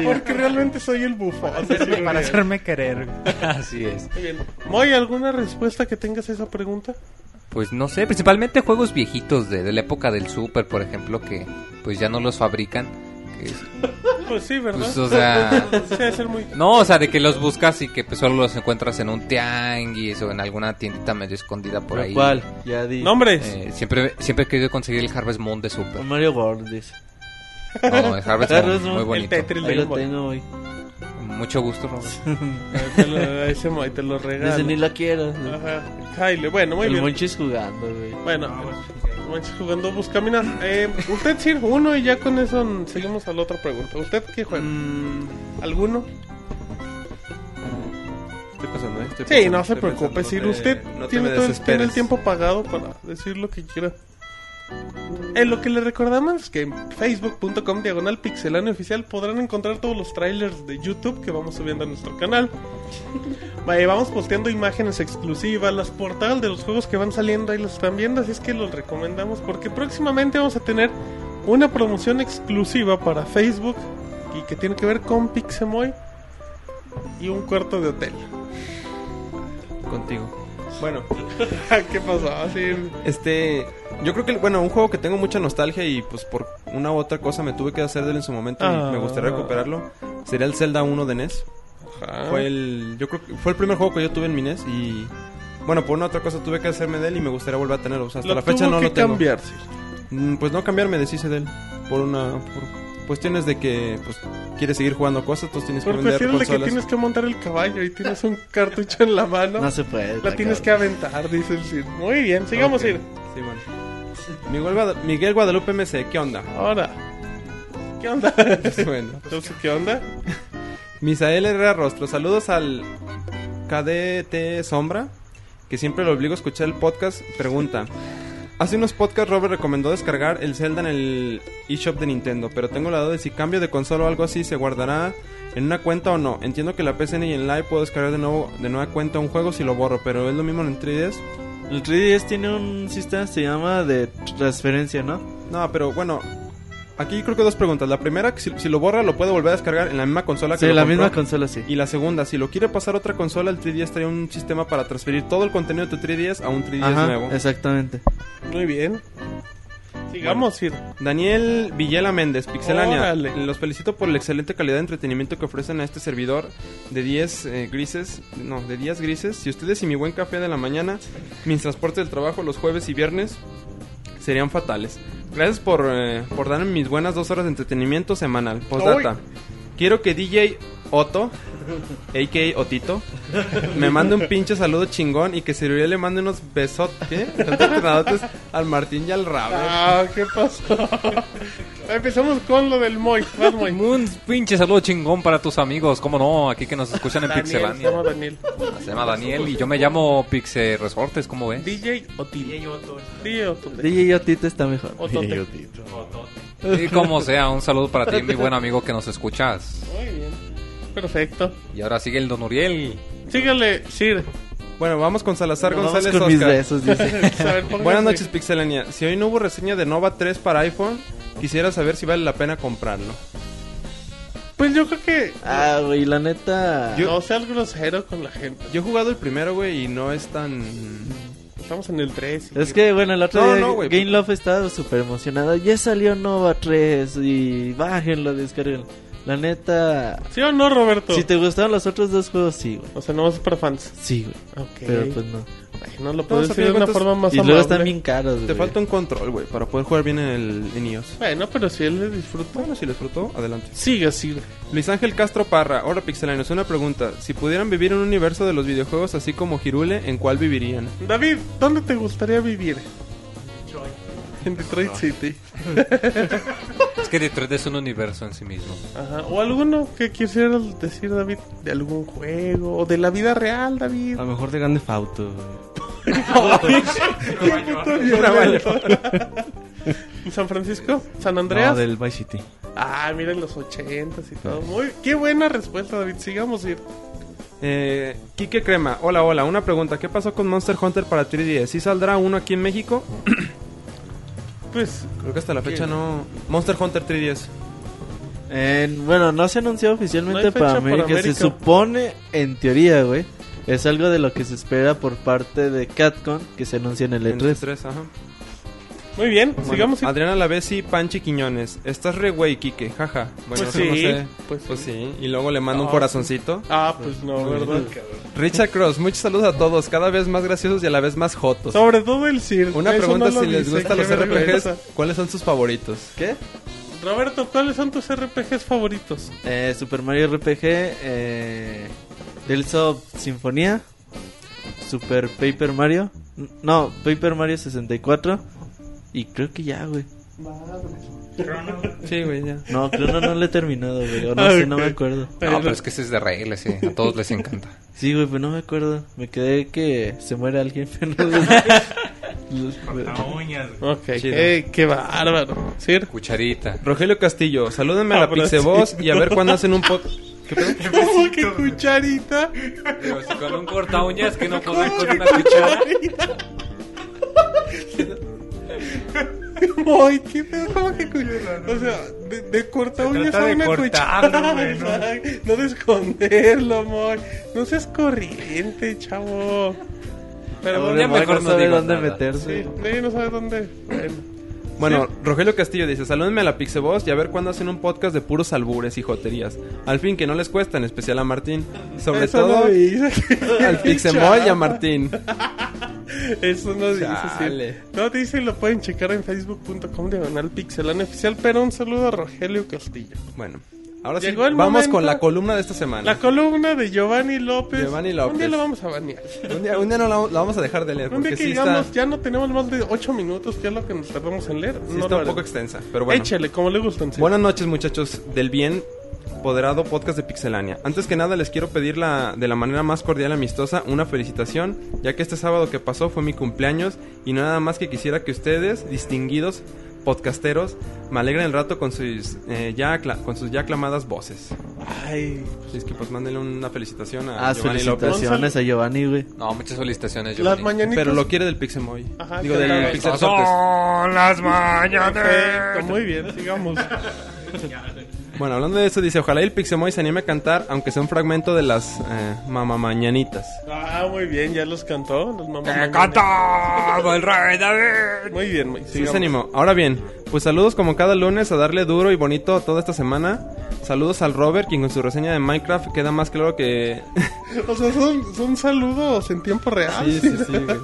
[SPEAKER 2] Porque realmente soy el bufón.
[SPEAKER 8] Para hacerme querer.
[SPEAKER 3] Así es.
[SPEAKER 2] Muy bien. Moy, ¿alguna respuesta que tengas a esa pregunta?
[SPEAKER 3] Pues no sé, principalmente juegos viejitos de, de la época del Super, por ejemplo, que pues ya no los fabrican. que es-
[SPEAKER 2] Pues sí, ¿verdad?
[SPEAKER 3] Pues, o sea-
[SPEAKER 2] Sí, debe ser muy...
[SPEAKER 3] No, o sea, de que los buscas y que pues, solo los encuentras en un tianguis o en alguna tiendita medio escondida por ahí.
[SPEAKER 5] ¿Cuál? Ya di.
[SPEAKER 2] Nombres.
[SPEAKER 3] Eh, siempre, siempre he querido conseguir el Harvest Moon de Super.
[SPEAKER 5] Mario World dice.
[SPEAKER 3] No, el Harvest Moon,
[SPEAKER 5] Harvest Moon,
[SPEAKER 3] muy
[SPEAKER 5] el
[SPEAKER 3] bonito.
[SPEAKER 2] Tetris de
[SPEAKER 5] Ahí lo
[SPEAKER 2] Game Boy.
[SPEAKER 5] tengo hoy.
[SPEAKER 3] Mucho gusto, Robert.
[SPEAKER 2] Ahí te lo, ahí se- ahí te lo regalo.
[SPEAKER 5] Dice ni la quiero.
[SPEAKER 2] Ajá. Jaile, bueno, muy
[SPEAKER 5] El
[SPEAKER 2] bien.
[SPEAKER 5] Monchis jugando, güey.
[SPEAKER 2] Bueno, Monchis jugando buscaminas. Eh, usted sí, uno y ya con eso mm, seguimos a la otra pregunta. ¿Usted qué juega?
[SPEAKER 5] Mm.
[SPEAKER 2] ¿Alguno?
[SPEAKER 6] Estoy pasando, ¿eh? Estoy
[SPEAKER 2] Sí,
[SPEAKER 6] pasando,
[SPEAKER 2] no se
[SPEAKER 6] estoy
[SPEAKER 2] preocupe,
[SPEAKER 6] pensando.
[SPEAKER 2] Sir.
[SPEAKER 6] Eh,
[SPEAKER 2] usted
[SPEAKER 6] no
[SPEAKER 2] tiene, todo
[SPEAKER 6] te me
[SPEAKER 2] el- tiene
[SPEAKER 6] desesperes.
[SPEAKER 2] el tiempo pagado para decir lo que quiera. En lo que le recordamos es que en facebook.com diagonal pixelano oficial podrán encontrar todos los trailers de YouTube que vamos subiendo a nuestro canal. Ahí vamos posteando imágenes exclusivas, las portadas de los juegos que van saliendo ahí los están viendo, así es que los recomendamos porque próximamente vamos a tener una promoción exclusiva para Facebook y que tiene que ver con Pixemoy y un cuarto de hotel.
[SPEAKER 6] Contigo. Bueno,
[SPEAKER 2] ¿Qué pasó? Así,
[SPEAKER 6] Este, yo creo que, bueno, un juego que tengo mucha nostalgia y pues por una u otra cosa me tuve que hacer de él en su momento
[SPEAKER 2] Ah.
[SPEAKER 6] y me gustaría recuperarlo, sería el Zelda 1 de NES.
[SPEAKER 2] ajá.
[SPEAKER 6] Fue el, yo creo que fue el primer juego que yo tuve en mi NES y, bueno, por una u otra cosa tuve que hacerme de él y me gustaría volver a tenerlo. O sea, hasta
[SPEAKER 2] Lo
[SPEAKER 6] la fecha
[SPEAKER 2] tuvo
[SPEAKER 6] no
[SPEAKER 2] que
[SPEAKER 6] lo tengo.
[SPEAKER 2] cambiar, sí.
[SPEAKER 6] Mm, Pues no cambiarme, deshice de él. Por una, por cuestiones de que, pues, quieres seguir jugando cosas, entonces tienes que
[SPEAKER 2] Por
[SPEAKER 6] vender
[SPEAKER 2] cuestiones de que
[SPEAKER 6] consolas.
[SPEAKER 2] tienes que montar el caballo y tienes un cartucho en la mano,
[SPEAKER 5] No se puede.
[SPEAKER 2] la tienes que
[SPEAKER 5] cabrón.
[SPEAKER 2] aventar, dice el Cid. Muy bien, sigamos
[SPEAKER 6] Ok.
[SPEAKER 2] ir.
[SPEAKER 6] Sí, bueno. Miguel, Guada- Miguel Guadalupe MC, ¿qué onda?
[SPEAKER 2] Ahora, ¿qué onda?
[SPEAKER 6] bueno.
[SPEAKER 2] Entonces, ¿qué onda?
[SPEAKER 6] Misael Herrera Rostro, saludos al KDT Sombra, que siempre lo obligo a escuchar el podcast. Pregunta: Hace unos podcasts Robert recomendó descargar el Zelda en el eShop de Nintendo, pero tengo la duda de si cambio de consola o algo así se guardará en una cuenta o no. Entiendo que la PSN y en Live puedo descargar de nuevo de nueva cuenta un juego si lo borro, pero es lo mismo en 3DS.
[SPEAKER 5] El 3DS tiene un sistema, se llama de transferencia, ¿no?
[SPEAKER 6] No, pero bueno. Aquí creo que dos preguntas. La primera, que si, si lo borra, lo puede volver a descargar en la misma
[SPEAKER 2] Ah,
[SPEAKER 6] consola que
[SPEAKER 5] Sí,
[SPEAKER 6] lo
[SPEAKER 5] la
[SPEAKER 6] compró.
[SPEAKER 5] misma consola, sí.
[SPEAKER 6] Y la segunda, si lo quiere pasar a otra consola, el 3DS trae un sistema para transferir todo el contenido de tu 3DS a un 3DS
[SPEAKER 5] Ajá,
[SPEAKER 6] nuevo.
[SPEAKER 5] exactamente.
[SPEAKER 2] Muy bien. Sigamos, Sir.
[SPEAKER 6] Daniel Villela Méndez, Pixelania.
[SPEAKER 2] Órale.
[SPEAKER 6] Los felicito por la excelente calidad de entretenimiento que ofrecen a este servidor de 10 eh, grises. No, de 10 grises. Si ustedes y mi buen café de la mañana, mis transportes del trabajo los jueves y viernes serían fatales. Gracias por, eh, por darme mis buenas dos horas de entretenimiento semanal. Postdata.
[SPEAKER 2] Uy.
[SPEAKER 6] Quiero que DJ Otto, a.k.a. Otito, me mande un pinche saludo chingón y que Cirulia le mande unos besotes ¿qué? Besotonadotes al Martín y al Rabe.
[SPEAKER 2] Ah, ¿qué pasó? Empezamos con lo del Moy. Vas, Moy.
[SPEAKER 3] Un pinche saludo chingón para tus amigos, cómo no, aquí que nos escuchan en
[SPEAKER 2] Daniel, se llama
[SPEAKER 3] Pixelania.
[SPEAKER 2] Daniel.
[SPEAKER 3] Se llama Daniel y yo me llamo Pixe Resortes, ¿cómo ves?
[SPEAKER 2] DJ Otil. DJ Otote.
[SPEAKER 5] DJ Yotito está mejor.
[SPEAKER 2] Otote.
[SPEAKER 3] Y como sea, un saludo para ti, mi buen amigo que nos escuchas.
[SPEAKER 2] Muy bien. Perfecto.
[SPEAKER 3] Y ahora sigue el Don Uriel.
[SPEAKER 2] Sígale, Sir.
[SPEAKER 6] Bueno, vamos con Salazar
[SPEAKER 5] Nos vamos
[SPEAKER 6] González
[SPEAKER 5] con mis
[SPEAKER 6] Oscar.
[SPEAKER 5] besos, dice.
[SPEAKER 2] A ver, póngase.
[SPEAKER 6] Buenas noches, Pixelania. Si hoy no hubo reseña de Nova 3 para iPhone, quisiera saber si vale la pena comprarlo.
[SPEAKER 2] Pues yo creo que
[SPEAKER 5] Ah, güey, la neta.
[SPEAKER 2] no seas grosero con la gente.
[SPEAKER 6] Yo he jugado el primero, güey, y no es tan...
[SPEAKER 2] Estamos en el 3.
[SPEAKER 5] Es que, bueno, el otro
[SPEAKER 6] No,
[SPEAKER 5] día
[SPEAKER 6] no, güey.
[SPEAKER 5] Game Love estaba súper emocionado. Ya salió Nova 3 y bájenlo, descarguenlo. La neta.
[SPEAKER 2] ¿Sí o no, Roberto?
[SPEAKER 5] Si te gustaron los otros dos juegos, sí, güey.
[SPEAKER 2] O sea, no vas para fans.
[SPEAKER 5] Sí, güey.
[SPEAKER 2] Ok.
[SPEAKER 5] Pero pues no.
[SPEAKER 2] Ay, no lo
[SPEAKER 6] Todos
[SPEAKER 2] puedes
[SPEAKER 6] a
[SPEAKER 2] decir
[SPEAKER 6] fin
[SPEAKER 2] de
[SPEAKER 6] de
[SPEAKER 2] una
[SPEAKER 6] cuentas-
[SPEAKER 2] forma más
[SPEAKER 5] Y luego están
[SPEAKER 2] amable.
[SPEAKER 5] bien caros,
[SPEAKER 6] Te
[SPEAKER 5] güey.
[SPEAKER 6] falta un control, güey, para poder jugar bien en, el, en iOS.
[SPEAKER 2] Bueno, pero si él le disfruta.
[SPEAKER 6] Bueno, si les frotó, adelante.
[SPEAKER 2] Sigue, sigue.
[SPEAKER 6] Luis Ángel Castro Parra, ahora Pixelanos, una pregunta. Si pudieran vivir en un universo de los videojuegos así como Girule, ¿en cuál vivirían?
[SPEAKER 2] David, ¿dónde te gustaría vivir? En Detroit City.
[SPEAKER 3] Es que Detroit es un universo en sí mismo.
[SPEAKER 2] Ajá. O alguno que quisieras decir, David, de algún juego o de la vida real, David.
[SPEAKER 7] A lo mejor de grande fauto.
[SPEAKER 2] Puto violento. San Francisco, San Andreas.
[SPEAKER 7] No, del Vice City.
[SPEAKER 2] Ah, miren los ochentas y todo. Muy, qué buena respuesta, David. Sigamos ir.
[SPEAKER 6] Eh, Quique Crema, hola, hola, una pregunta. ¿Qué pasó con Monster Hunter para 3DS? ¿Sí saldrá uno aquí en México?
[SPEAKER 2] Pues
[SPEAKER 6] Creo que hasta la fecha no... Monster Hunter 3DS.
[SPEAKER 5] Eh, bueno, no se anunció
[SPEAKER 2] No
[SPEAKER 5] oficialmente
[SPEAKER 2] hay fecha
[SPEAKER 5] para
[SPEAKER 2] para
[SPEAKER 5] América. Se
[SPEAKER 2] América.
[SPEAKER 5] supone, en teoría, güey, es algo de lo que se espera por parte de Catcon que se anuncia en el E
[SPEAKER 6] En
[SPEAKER 5] E3.
[SPEAKER 6] 3 ajá.
[SPEAKER 2] muy bien,
[SPEAKER 6] Bueno,
[SPEAKER 2] sigamos ir.
[SPEAKER 6] Adriana Lavesi, Panchi Quiñones. Estás re güey, Quique, jaja. Bueno,
[SPEAKER 2] Pues
[SPEAKER 6] eso no
[SPEAKER 2] sí,
[SPEAKER 6] sé.
[SPEAKER 2] pues
[SPEAKER 6] Pues
[SPEAKER 2] sí. Oh.
[SPEAKER 6] sí. Y luego le mando un
[SPEAKER 2] No.
[SPEAKER 6] corazoncito.
[SPEAKER 2] Ah, pues no, ¿verdad?
[SPEAKER 6] Richard Cross, muchos saludos a todos. Cada vez más graciosos y a la vez más jotos.
[SPEAKER 2] Sobre todo el Sir.
[SPEAKER 6] Una
[SPEAKER 2] Eso
[SPEAKER 6] pregunta
[SPEAKER 2] no lo
[SPEAKER 6] si les
[SPEAKER 2] dice,
[SPEAKER 6] gustan
[SPEAKER 2] qué
[SPEAKER 6] los RPGs,
[SPEAKER 2] vergüenza.
[SPEAKER 6] ¿cuáles son sus favoritos?
[SPEAKER 5] ¿Qué?
[SPEAKER 2] Roberto, ¿cuáles son tus RPGs favoritos?
[SPEAKER 5] Eh, Super Mario RPG, eh, Tales of Sinfonía, Super Paper Mario, n- no, Paper Mario 64 y creo que ya, güey.
[SPEAKER 6] Sí, güey, ya.
[SPEAKER 5] No, creo no, no le he terminado, güey. O no
[SPEAKER 2] Ah,
[SPEAKER 5] sé, no
[SPEAKER 2] ok.
[SPEAKER 5] me acuerdo.
[SPEAKER 3] No, pero es que ese es de reglas, sí. A todos les encanta.
[SPEAKER 5] Sí, güey, pero no me acuerdo. Me quedé que se muere alguien, pero no lo-
[SPEAKER 2] Ok,
[SPEAKER 6] Chido.
[SPEAKER 2] qué, qué bárbaro. Sir.
[SPEAKER 3] Cucharita.
[SPEAKER 6] Rogelio Castillo, salúdenme a
[SPEAKER 2] Ah,
[SPEAKER 6] la
[SPEAKER 2] pero
[SPEAKER 6] Pixeboss
[SPEAKER 2] sí.
[SPEAKER 6] y a ver cuándo hacen un pod... ¿Qué pedo?
[SPEAKER 2] ¿Cómo que cucharita?
[SPEAKER 3] con un corta uñas que no comen con una cuchara.
[SPEAKER 2] Ay, qué pedo, ¿cómo que cuchara? O sea, de, de corta uñas
[SPEAKER 8] trata
[SPEAKER 2] a
[SPEAKER 8] de
[SPEAKER 2] una
[SPEAKER 8] cortarlo,
[SPEAKER 2] cuchara.
[SPEAKER 8] güey, ¿no?
[SPEAKER 2] exacto. No de esconderlo, amor. No seas corriente, chavo. Perdón,
[SPEAKER 5] Ya mejor no sabe
[SPEAKER 3] digo
[SPEAKER 5] dónde
[SPEAKER 3] nada.
[SPEAKER 5] meterse.
[SPEAKER 2] Sí, nadie no sabe dónde. Bueno.
[SPEAKER 6] Bueno, Rogelio Castillo dice, salúdenme a la Pixeboss y a ver cuándo hacen un podcast de puros albures y joterías. Al fin que no les cuesta, en especial a Martín. Sobre
[SPEAKER 2] Eso
[SPEAKER 6] todo
[SPEAKER 2] no dice.
[SPEAKER 6] al Pixemoy y a Martín.
[SPEAKER 2] Eso no dice.
[SPEAKER 6] Chale.
[SPEAKER 2] sí. No te dice, lo pueden checar en facebook.com diagonal pixelán oficial. Pero un saludo a Rogelio Castillo.
[SPEAKER 6] Bueno, ahora sí,
[SPEAKER 2] Llegó el
[SPEAKER 6] vamos
[SPEAKER 2] momento.
[SPEAKER 6] con la columna de esta semana.
[SPEAKER 2] La columna de Giovanni López.
[SPEAKER 6] Giovanni
[SPEAKER 2] Un día
[SPEAKER 6] López.
[SPEAKER 2] lo vamos a banear.
[SPEAKER 6] Un día, un día no la, la vamos a dejar de leer
[SPEAKER 2] Un día
[SPEAKER 6] porque
[SPEAKER 2] que
[SPEAKER 6] sí está,
[SPEAKER 2] digamos, ya no tenemos más de 8 minutos, que es lo que nos tardamos en leer.
[SPEAKER 6] sí
[SPEAKER 2] no
[SPEAKER 6] está
[SPEAKER 2] lo
[SPEAKER 6] un poco
[SPEAKER 2] haremos.
[SPEAKER 6] extensa, pero bueno.
[SPEAKER 2] Échale, como le gustan. sí.
[SPEAKER 6] Buenas noches, muchachos del bien, poderado podcast de Pixelania. Antes que nada, les quiero pedir la, de la manera más cordial y amistosa una felicitación, ya que este sábado que pasó fue mi cumpleaños y nada más que quisiera que ustedes, distinguidos podcasteros, me alegren el rato con sus, eh, ya, acla- con sus ya aclamadas voces.
[SPEAKER 2] Ay,
[SPEAKER 6] Así es que pues mándenle una felicitación a
[SPEAKER 5] Ah,
[SPEAKER 6] Giovanni López.
[SPEAKER 5] felicitaciones a Giovanni, güey.
[SPEAKER 3] No, muchas felicitaciones,
[SPEAKER 2] las
[SPEAKER 3] Giovanni.
[SPEAKER 2] mañanitas.
[SPEAKER 6] Pero lo quiere del Pixemoy.
[SPEAKER 2] Ajá,
[SPEAKER 6] Digo,
[SPEAKER 2] que
[SPEAKER 6] del
[SPEAKER 2] la-
[SPEAKER 6] Pixel
[SPEAKER 2] Perfecto, Muy bien, sigamos.
[SPEAKER 6] Bueno, hablando de eso, dice, ojalá y el Pixemoy se anime a cantar, aunque sea un fragmento de las eh, mamamañanitas.
[SPEAKER 2] ah, muy bien, ya los cantó. Los mamás
[SPEAKER 6] Eh,
[SPEAKER 2] mañanitas.
[SPEAKER 3] el rey David!
[SPEAKER 2] Muy bien, muy
[SPEAKER 6] Sí,
[SPEAKER 2] sigamos.
[SPEAKER 6] se animó. Ahora bien, pues saludos como cada lunes a darle duro y bonito toda esta semana. Saludos al Robert, quien con su reseña de Minecraft queda más claro que...
[SPEAKER 2] O sea, son, son saludos en tiempo real.
[SPEAKER 6] Sí, sí, sí, güey.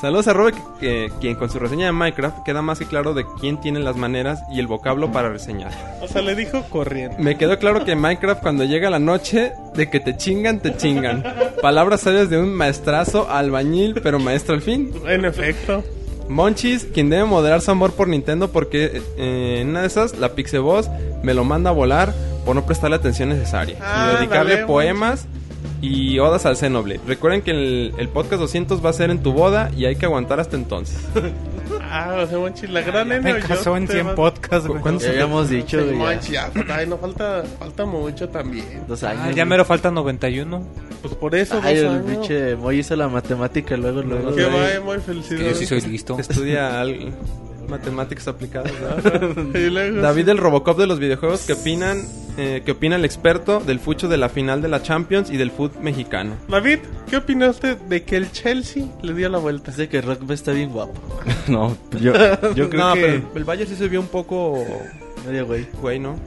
[SPEAKER 6] Saludos a Robert, que- quien con su reseña de Minecraft queda más que claro de quién tiene las maneras y el vocablo para reseñar.
[SPEAKER 2] O sea, le dijo corriente.
[SPEAKER 6] Me quedó claro que en Minecraft cuando llega la noche, de que te chingan, te chingan. Palabras sabias de un maestrazo, albañil, pero maestro al fin.
[SPEAKER 2] En efecto.
[SPEAKER 6] Monchis, quien debe moderar su amor por Nintendo porque eh, en una de esas la Pixeboss me lo manda a volar por no prestarle atención necesaria
[SPEAKER 2] Ah,
[SPEAKER 6] y dedicarle
[SPEAKER 2] dale,
[SPEAKER 6] poemas y odas al Xenoblade. Recuerden que el, el podcast 200 va a ser en tu boda y hay que aguantar hasta entonces.
[SPEAKER 2] Ah, o sea, Monchi, la gran N.
[SPEAKER 8] Me casó en 100 podcasts, güey.
[SPEAKER 5] Ya habíamos dicho, güey. ya.
[SPEAKER 2] Monchi, ya, pues, ay, no falta, falta mucho también.
[SPEAKER 5] Dos
[SPEAKER 8] Ah,
[SPEAKER 5] años.
[SPEAKER 9] Ah, ya
[SPEAKER 5] güey.
[SPEAKER 9] mero faltan 91.
[SPEAKER 2] Pues por eso,
[SPEAKER 5] Ay,
[SPEAKER 2] dos
[SPEAKER 5] el
[SPEAKER 2] años.
[SPEAKER 5] pinche Moy hizo la matemática luego, luego.
[SPEAKER 2] Que
[SPEAKER 5] güey.
[SPEAKER 2] va, muy
[SPEAKER 3] Que yo
[SPEAKER 2] felicidades.
[SPEAKER 3] sí soy listo.
[SPEAKER 6] Estudia al- matemáticas aplicadas. ¿verdad?
[SPEAKER 2] Y luego,
[SPEAKER 6] David el Robocop de los videojuegos, ¿qué opinan? eh, ¿Qué opina el experto del fucho de la final de la Champions y del fútbol mexicano?
[SPEAKER 2] David, ¿qué opinaste de que el Chelsea le dio la vuelta?
[SPEAKER 5] Dice que Rock Band está bien guapo.
[SPEAKER 7] No, yo, yo creo
[SPEAKER 6] no,
[SPEAKER 7] que...
[SPEAKER 6] pero el Bayern sí se vio un poco,
[SPEAKER 5] Medio güey.
[SPEAKER 6] güey, ¿no?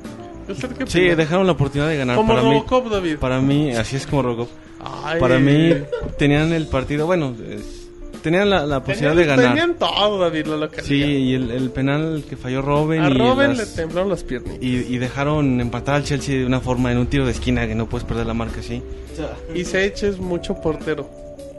[SPEAKER 2] ¿Usted qué
[SPEAKER 7] Sí,
[SPEAKER 2] opina?
[SPEAKER 7] dejaron la oportunidad de ganar
[SPEAKER 2] Como
[SPEAKER 7] para mí.
[SPEAKER 2] Robocop, David.
[SPEAKER 7] Para mí, pues, así es como Robocop.
[SPEAKER 2] Ay.
[SPEAKER 7] Para mí, tenían el partido, bueno, es- tenían la, la posibilidad
[SPEAKER 2] Tenían,
[SPEAKER 7] de ganar.
[SPEAKER 2] tenían todo, David, la localidad.
[SPEAKER 7] Sí, y el, el penal que falló Robben.
[SPEAKER 2] a
[SPEAKER 7] y
[SPEAKER 2] Robin
[SPEAKER 7] las-
[SPEAKER 2] le temblaron las piernas.
[SPEAKER 7] y, y dejaron empatar al Chelsea de una forma en un tiro de esquina que no puedes perder la marca así.
[SPEAKER 2] Y Seiche es mucho portero,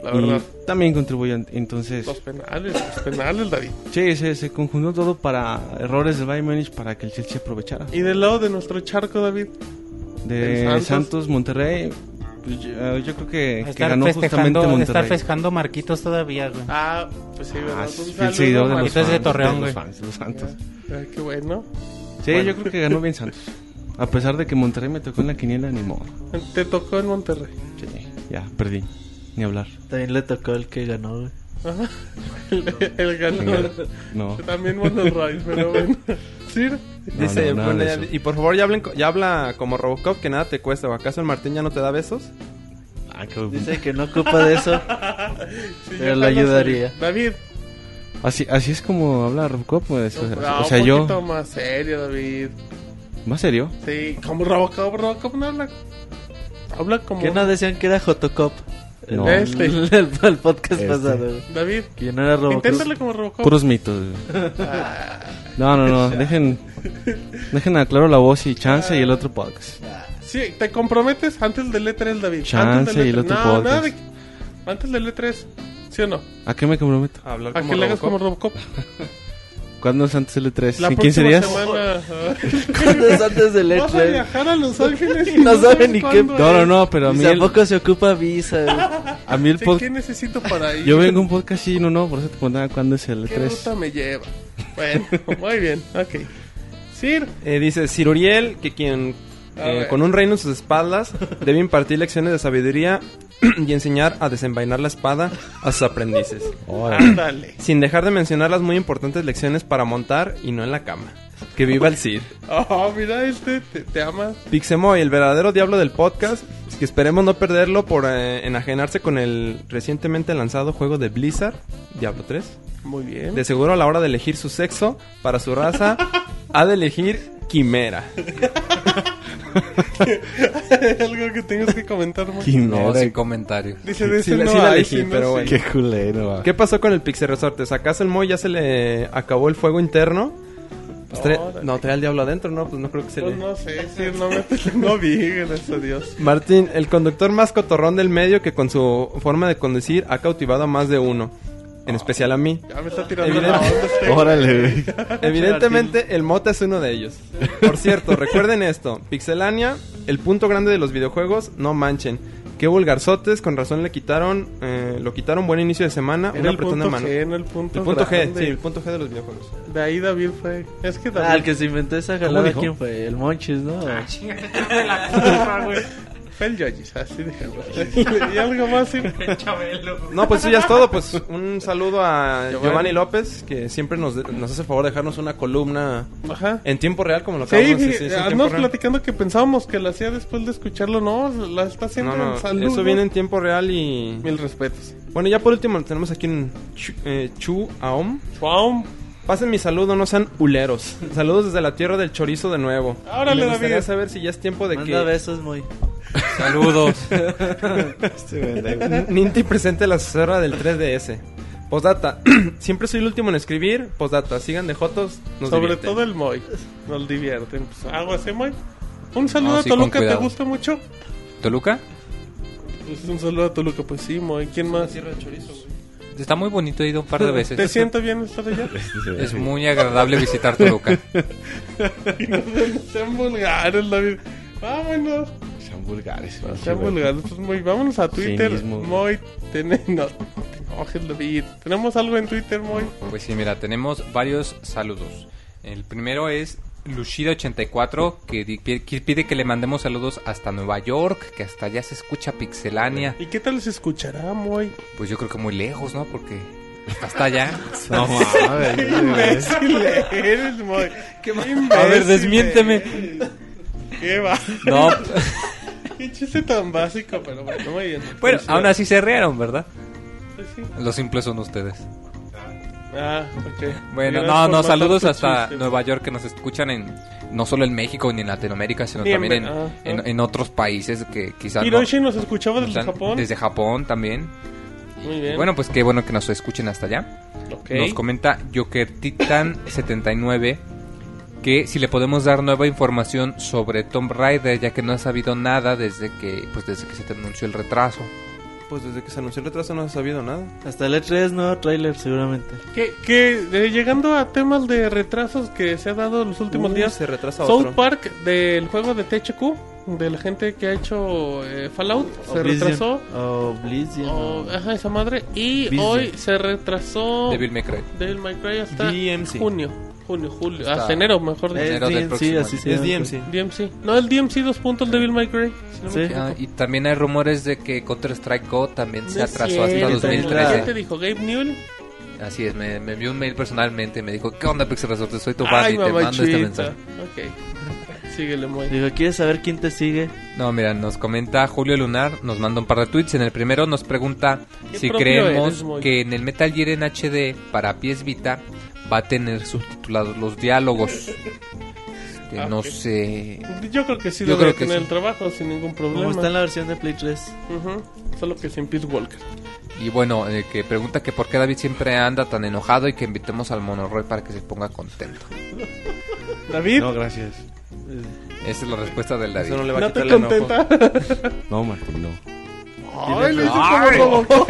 [SPEAKER 2] la
[SPEAKER 7] Y
[SPEAKER 2] verdad.
[SPEAKER 7] también contribuyó en- entonces.
[SPEAKER 2] Los penales, los penales, David.
[SPEAKER 7] Sí, se, se conjuntó todo para errores del Bayern Múnich para que el Chelsea aprovechara.
[SPEAKER 2] Y del lado de nuestro charco, David,
[SPEAKER 7] De
[SPEAKER 2] del Santos.
[SPEAKER 7] Santos, Monterrey, pues, yo, yo creo que, que
[SPEAKER 8] Estar
[SPEAKER 7] ganó justamente
[SPEAKER 8] festejando, estar
[SPEAKER 7] Monterrey.
[SPEAKER 8] festejando Marquitos todavía, güey.
[SPEAKER 2] Ah, pues sí, ¿verdad?
[SPEAKER 7] Ah,
[SPEAKER 2] Un
[SPEAKER 7] sí,
[SPEAKER 2] saludo,
[SPEAKER 7] el seguidor de los,
[SPEAKER 8] Marquitos
[SPEAKER 7] fans,
[SPEAKER 8] de Torreón,
[SPEAKER 7] de los
[SPEAKER 8] güey.
[SPEAKER 7] fans, de los Santos.
[SPEAKER 2] Ah, qué bueno.
[SPEAKER 7] Sí, yo creo que ganó bien Santos. A pesar de que Monterrey me tocó en la quiniela, ni modo.
[SPEAKER 2] Te tocó en Monterrey.
[SPEAKER 7] Sí, ya, perdí. Ni hablar.
[SPEAKER 5] También le tocó el que ganó, güey.
[SPEAKER 2] Ajá. El, el ganador.
[SPEAKER 7] No.
[SPEAKER 2] También Monterrey, pero bueno. ¿Sí?
[SPEAKER 7] No,
[SPEAKER 6] Dice,
[SPEAKER 7] no, nada de
[SPEAKER 6] pone-
[SPEAKER 7] eso.
[SPEAKER 6] y por favor ya, hablen, co- ya habla como Robocop que nada te cuesta. ¿O acaso el Martín ya no te da besos?
[SPEAKER 7] Ah, qué-
[SPEAKER 5] Dice que no ocupa de eso.
[SPEAKER 2] Sí, ya
[SPEAKER 5] Pero le
[SPEAKER 2] está, no sé.
[SPEAKER 5] ayudaría.
[SPEAKER 2] David,
[SPEAKER 7] Así, así es como habla Robocop, pues, o sea,
[SPEAKER 2] no,
[SPEAKER 7] o sea,
[SPEAKER 2] Ah, un
[SPEAKER 7] yo...
[SPEAKER 2] poquito más serio, David.
[SPEAKER 7] ¿Más serio?
[SPEAKER 2] Sí, como Robocop, Robocop no habla. Habla como.
[SPEAKER 5] Que no decían que era Jotocop.
[SPEAKER 7] No.
[SPEAKER 2] Este.
[SPEAKER 5] El, el- el podcast
[SPEAKER 7] Este.
[SPEAKER 5] pasado, güey.
[SPEAKER 2] David,
[SPEAKER 5] Que no era Robocop.
[SPEAKER 2] inténtale como Robocop.
[SPEAKER 7] Puros mitos. güey. No, no, no, dejen... Dejen aclaro la voz y chance y el otro podcast.
[SPEAKER 2] Sí, te comprometes antes del E3, David. antes
[SPEAKER 7] Chance
[SPEAKER 2] del
[SPEAKER 7] y el
[SPEAKER 2] E3.
[SPEAKER 7] otro
[SPEAKER 2] No,
[SPEAKER 7] podcast.
[SPEAKER 2] nada de... Antes del E3, ¿sí o no?
[SPEAKER 7] ¿A qué me comprometo?
[SPEAKER 6] A hablar
[SPEAKER 2] A que le hagas como Robocop.
[SPEAKER 7] ¿Cuándo es antes del E3?
[SPEAKER 2] La
[SPEAKER 7] ¿En
[SPEAKER 2] próxima
[SPEAKER 7] 15 días?
[SPEAKER 2] semana.
[SPEAKER 5] Cuando es antes del
[SPEAKER 2] Vas a
[SPEAKER 5] E3.
[SPEAKER 2] viajar a Los Ángeles y
[SPEAKER 5] No sabe
[SPEAKER 2] sabes
[SPEAKER 5] ni qué-
[SPEAKER 2] cuándo
[SPEAKER 7] No, no,
[SPEAKER 2] es.
[SPEAKER 7] no, pero a mí
[SPEAKER 5] Y
[SPEAKER 7] el,
[SPEAKER 5] tampoco se ocupa visa, güey.
[SPEAKER 7] a mí el
[SPEAKER 2] Sí,
[SPEAKER 7] podcast...
[SPEAKER 2] ¿Qué necesito para ir?
[SPEAKER 7] Yo vengo a un podcast y no, no, por eso te preguntaba cuándo es el
[SPEAKER 2] ¿Qué ruta
[SPEAKER 7] E3.
[SPEAKER 2] me lleva? Bueno, muy bien, ok. Sir,
[SPEAKER 6] Eh, dice Ciruriel que quien
[SPEAKER 2] A
[SPEAKER 6] eh,
[SPEAKER 2] ver.
[SPEAKER 6] con un reino en sus espaldas debe impartir lecciones de sabiduría y enseñar a desenvainar la espada a sus aprendices.
[SPEAKER 2] ándale.
[SPEAKER 6] Sin dejar de mencionar las muy importantes lecciones para montar y no en la cama. Que viva el Cid.
[SPEAKER 2] Oh, mira, este te, te ama.
[SPEAKER 6] Pixemoy, el verdadero diablo del podcast, que esperemos no perderlo por eh, enajenarse con el recientemente lanzado juego de Blizzard, Diablo 3.
[SPEAKER 2] Muy bien.
[SPEAKER 6] De seguro a la hora de elegir su sexo para su raza, ha de elegir Quimera.
[SPEAKER 2] Algo que tengas que comentar más.
[SPEAKER 3] No, sin comentario.
[SPEAKER 2] Dice de
[SPEAKER 6] Sí
[SPEAKER 2] ese
[SPEAKER 6] la-
[SPEAKER 2] no
[SPEAKER 6] sí la
[SPEAKER 2] hay,
[SPEAKER 6] elegí,
[SPEAKER 2] sí, no,
[SPEAKER 6] pero
[SPEAKER 2] sí.
[SPEAKER 6] bueno.
[SPEAKER 7] Qué culero, va.
[SPEAKER 6] ¿Qué pasó con el Pixel Resortes? ¿Acaso el Moy ya se le acabó el fuego interno? Pues trae-
[SPEAKER 2] Órale.
[SPEAKER 6] no, trae al diablo adentro, ¿no? Pues no creo que se
[SPEAKER 2] Pues
[SPEAKER 6] le...
[SPEAKER 2] no sé, Sir, no me no vi, gracias a Dios.
[SPEAKER 6] Martín, el conductor más cotorrón del medio que con su forma de conducir ha cautivado a más de uno. En especial a mí.
[SPEAKER 2] Ya me está tirando
[SPEAKER 6] Evidente.
[SPEAKER 2] la onda este.
[SPEAKER 7] Órale, güey.
[SPEAKER 6] Evidentemente, el Mota es uno de ellos. Por cierto, recuerden esto: Pixelania, el punto grande de los videojuegos, no manchen. Qué vulgarzotes, con razón le quitaron, eh, lo quitaron buen inicio de semana,
[SPEAKER 2] Era
[SPEAKER 6] una
[SPEAKER 2] el
[SPEAKER 6] apretón de
[SPEAKER 2] punto
[SPEAKER 6] mano.
[SPEAKER 2] G, no el punto
[SPEAKER 6] El punto G,
[SPEAKER 2] grande.
[SPEAKER 6] sí, el punto G de los videojuegos.
[SPEAKER 2] De ahí David fue. Es que David.
[SPEAKER 5] Ah, el que se inventó esa jalada,
[SPEAKER 7] dijo?
[SPEAKER 5] ¿quién fue? El Monchis, ¿no?
[SPEAKER 2] Ah, Fue el Yoyis, así déjalo. y algo más, Sir.
[SPEAKER 6] No, pues eso ya es todo. Pues un saludo a
[SPEAKER 2] Giovanni.
[SPEAKER 6] Giovanni López, que siempre nos, de- nos hace el favor de dejarnos una columna
[SPEAKER 2] Ajá.
[SPEAKER 6] en tiempo real, como lo
[SPEAKER 2] Sí,
[SPEAKER 6] acabamos
[SPEAKER 2] sí,
[SPEAKER 6] de decir.
[SPEAKER 2] andamos platicando que pensábamos que la hacía después de escucharlo, no, la está haciendo
[SPEAKER 6] No,
[SPEAKER 2] en
[SPEAKER 6] no,
[SPEAKER 2] salud.
[SPEAKER 6] eso
[SPEAKER 2] ¿no?
[SPEAKER 6] viene en tiempo real y...
[SPEAKER 2] Mil respetos.
[SPEAKER 6] Bueno, ya por último tenemos aquí un Chu, eh, Chu Aom.
[SPEAKER 2] ¡Pum!
[SPEAKER 6] Pasen mi saludo, no sean huleros. Saludos desde la tierra del chorizo de nuevo.
[SPEAKER 2] Órale,
[SPEAKER 6] Me gustaría
[SPEAKER 2] David.
[SPEAKER 6] saber si ya es tiempo de
[SPEAKER 5] Manda
[SPEAKER 6] que
[SPEAKER 5] besos muy.
[SPEAKER 3] Saludos.
[SPEAKER 7] Este
[SPEAKER 6] N- Ninti presente la sucesora del 3DS. Postdata, siempre soy el último en escribir. Postdata, sigan de Jotos. Nos
[SPEAKER 2] Sobre
[SPEAKER 6] divierten.
[SPEAKER 2] todo el Moy. Nos divierten. Pues, algo así, Moy. Un saludo
[SPEAKER 3] No,
[SPEAKER 2] a
[SPEAKER 3] sí, con
[SPEAKER 2] Toluca, ¿te
[SPEAKER 3] cuidado.
[SPEAKER 2] gusta mucho?
[SPEAKER 3] ¿Toluca?
[SPEAKER 2] Pues, un saludo a Toluca, pues sí, Moy. ¿Quién más?
[SPEAKER 3] Está muy bonito, he ido un par de veces.
[SPEAKER 2] ¿Te siento bien estar allá?
[SPEAKER 3] Es muy agradable visitar Toluca.
[SPEAKER 2] Sean vulgares, David. Vámonos.
[SPEAKER 7] Sean vulgares. güey.
[SPEAKER 2] Sean vulgares. Pues, Moy, vámonos a Twitter.
[SPEAKER 7] Cinismo.
[SPEAKER 2] Moy, ten- no, no te enojes, David. ¿Tenemos algo en Twitter, Moy?
[SPEAKER 3] Pues sí, mira, tenemos varios saludos. El primero es Lushida84, que, di- pi- que pide que le mandemos saludos hasta Nueva York, que hasta allá se escucha pixelania.
[SPEAKER 2] ¿Y qué tal se escuchará, Moy?
[SPEAKER 3] Pues yo creo que muy lejos, ¿no? Porque hasta allá.
[SPEAKER 7] No mames.
[SPEAKER 2] imbécil eres, Moy. Qué imbécil
[SPEAKER 3] A ver, desmiénteme.
[SPEAKER 2] eres. Qué va.
[SPEAKER 3] No.
[SPEAKER 2] Qué chiste tan básico, pero bueno, muy bien.
[SPEAKER 3] Bueno, Pues, aún así se rieron, ¿verdad?
[SPEAKER 2] Pues sí.
[SPEAKER 3] Los simples son ustedes.
[SPEAKER 2] Ah, ok.
[SPEAKER 3] Bueno,
[SPEAKER 2] Gracias
[SPEAKER 3] no,
[SPEAKER 2] por matar
[SPEAKER 3] no, saludos
[SPEAKER 2] tu
[SPEAKER 3] hasta
[SPEAKER 2] chiste.
[SPEAKER 3] Nueva York que nos escuchan en no solo en México ni en Latinoamérica, sino
[SPEAKER 2] Ni en
[SPEAKER 3] también en,
[SPEAKER 2] Ve- ah,
[SPEAKER 3] en-
[SPEAKER 2] ah.
[SPEAKER 3] en otros países que quizás no-
[SPEAKER 2] Hiroshi nos escuchaba desde
[SPEAKER 3] están-
[SPEAKER 2] Japón.
[SPEAKER 3] Desde Japón también.
[SPEAKER 2] Muy bien.
[SPEAKER 3] Bueno, pues qué bueno que nos escuchen hasta allá.
[SPEAKER 2] Ok.
[SPEAKER 3] Nos comenta Joker Titan 79 que si le podemos dar nueva información sobre Tomb Raider ya que no ha sabido nada desde que pues desde que se te anunció el retraso.
[SPEAKER 6] Pues desde que se anunció el retraso no se ha sabido nada.
[SPEAKER 5] Hasta el E3, nuevo trailer seguramente.
[SPEAKER 2] Que, que, eh, llegando a temas de retrasos que se ha dado los últimos
[SPEAKER 6] Uh,
[SPEAKER 2] días,
[SPEAKER 6] se retrasa
[SPEAKER 2] South
[SPEAKER 6] otro.
[SPEAKER 2] Park del juego de THQ, de la gente que ha hecho eh, Fallout, se
[SPEAKER 5] Oblivion.
[SPEAKER 2] retrasó.
[SPEAKER 5] Oblivion.
[SPEAKER 2] Oh, ajá, esa madre. Y
[SPEAKER 5] Vision.
[SPEAKER 2] hoy se retrasó
[SPEAKER 3] Devil May Cry.
[SPEAKER 2] Devil May Cry hasta
[SPEAKER 6] DMC.
[SPEAKER 2] junio, junio, julio,
[SPEAKER 3] Hasta-
[SPEAKER 2] hasta enero, mejor
[SPEAKER 5] Es
[SPEAKER 2] dicho.
[SPEAKER 3] enero del
[SPEAKER 5] DMC,
[SPEAKER 3] próximo
[SPEAKER 5] así
[SPEAKER 3] año.
[SPEAKER 5] se
[SPEAKER 6] es
[SPEAKER 5] llama.
[SPEAKER 6] DMC.
[SPEAKER 2] DMC. No, el DMC 2 puntos Devil May Cry. si no me
[SPEAKER 5] Sí.
[SPEAKER 2] equivoco.
[SPEAKER 3] Ah, y también hay rumores de que Counter Strike Go también se
[SPEAKER 2] No es
[SPEAKER 3] atrasó hasta
[SPEAKER 2] cierto. ¿Quién te
[SPEAKER 3] 2013.
[SPEAKER 2] dijo Gabe Newell?
[SPEAKER 3] Así es, me, me envió un mail personalmente y me dijo, "¿Qué onda Pixel Resort? Soy tu fan
[SPEAKER 2] Ay,
[SPEAKER 3] y te mando este
[SPEAKER 2] mamachita.
[SPEAKER 3] mensaje."
[SPEAKER 2] Ok. Síguele, muy.
[SPEAKER 5] Digo, ¿quieres saber quién te sigue?
[SPEAKER 3] No, mira, nos comenta Julio Lunar, nos manda un par de tweets. En el primero nos pregunta
[SPEAKER 2] Qué
[SPEAKER 3] si
[SPEAKER 2] propio
[SPEAKER 3] creemos
[SPEAKER 2] eres, Moy.
[SPEAKER 3] que en el Metal Gear en HD para pies Vita va a tener subtitulados los diálogos. Este,
[SPEAKER 2] Ah,
[SPEAKER 3] No
[SPEAKER 2] ok.
[SPEAKER 3] sé.
[SPEAKER 2] Yo creo que sí
[SPEAKER 3] Yo
[SPEAKER 2] debería
[SPEAKER 3] creo que
[SPEAKER 2] tener
[SPEAKER 3] sí.
[SPEAKER 2] el trabajo sin ningún
[SPEAKER 5] ¿Cómo
[SPEAKER 2] problema.
[SPEAKER 5] está en la versión de Play 3?
[SPEAKER 2] Ujú. Solo que sin Peace Walker.
[SPEAKER 3] Y bueno, el que pregunta que por qué David siempre anda tan enojado y que invitemos al Monorroy para que se ponga contento.
[SPEAKER 2] David,
[SPEAKER 7] No, gracias.
[SPEAKER 3] Esa es la respuesta del David.
[SPEAKER 6] Eso no le va
[SPEAKER 2] no
[SPEAKER 6] a quitar
[SPEAKER 2] te
[SPEAKER 6] el enojo.
[SPEAKER 2] contenta.
[SPEAKER 7] No, Marco, no.
[SPEAKER 2] Ay, le hizo como Robocop.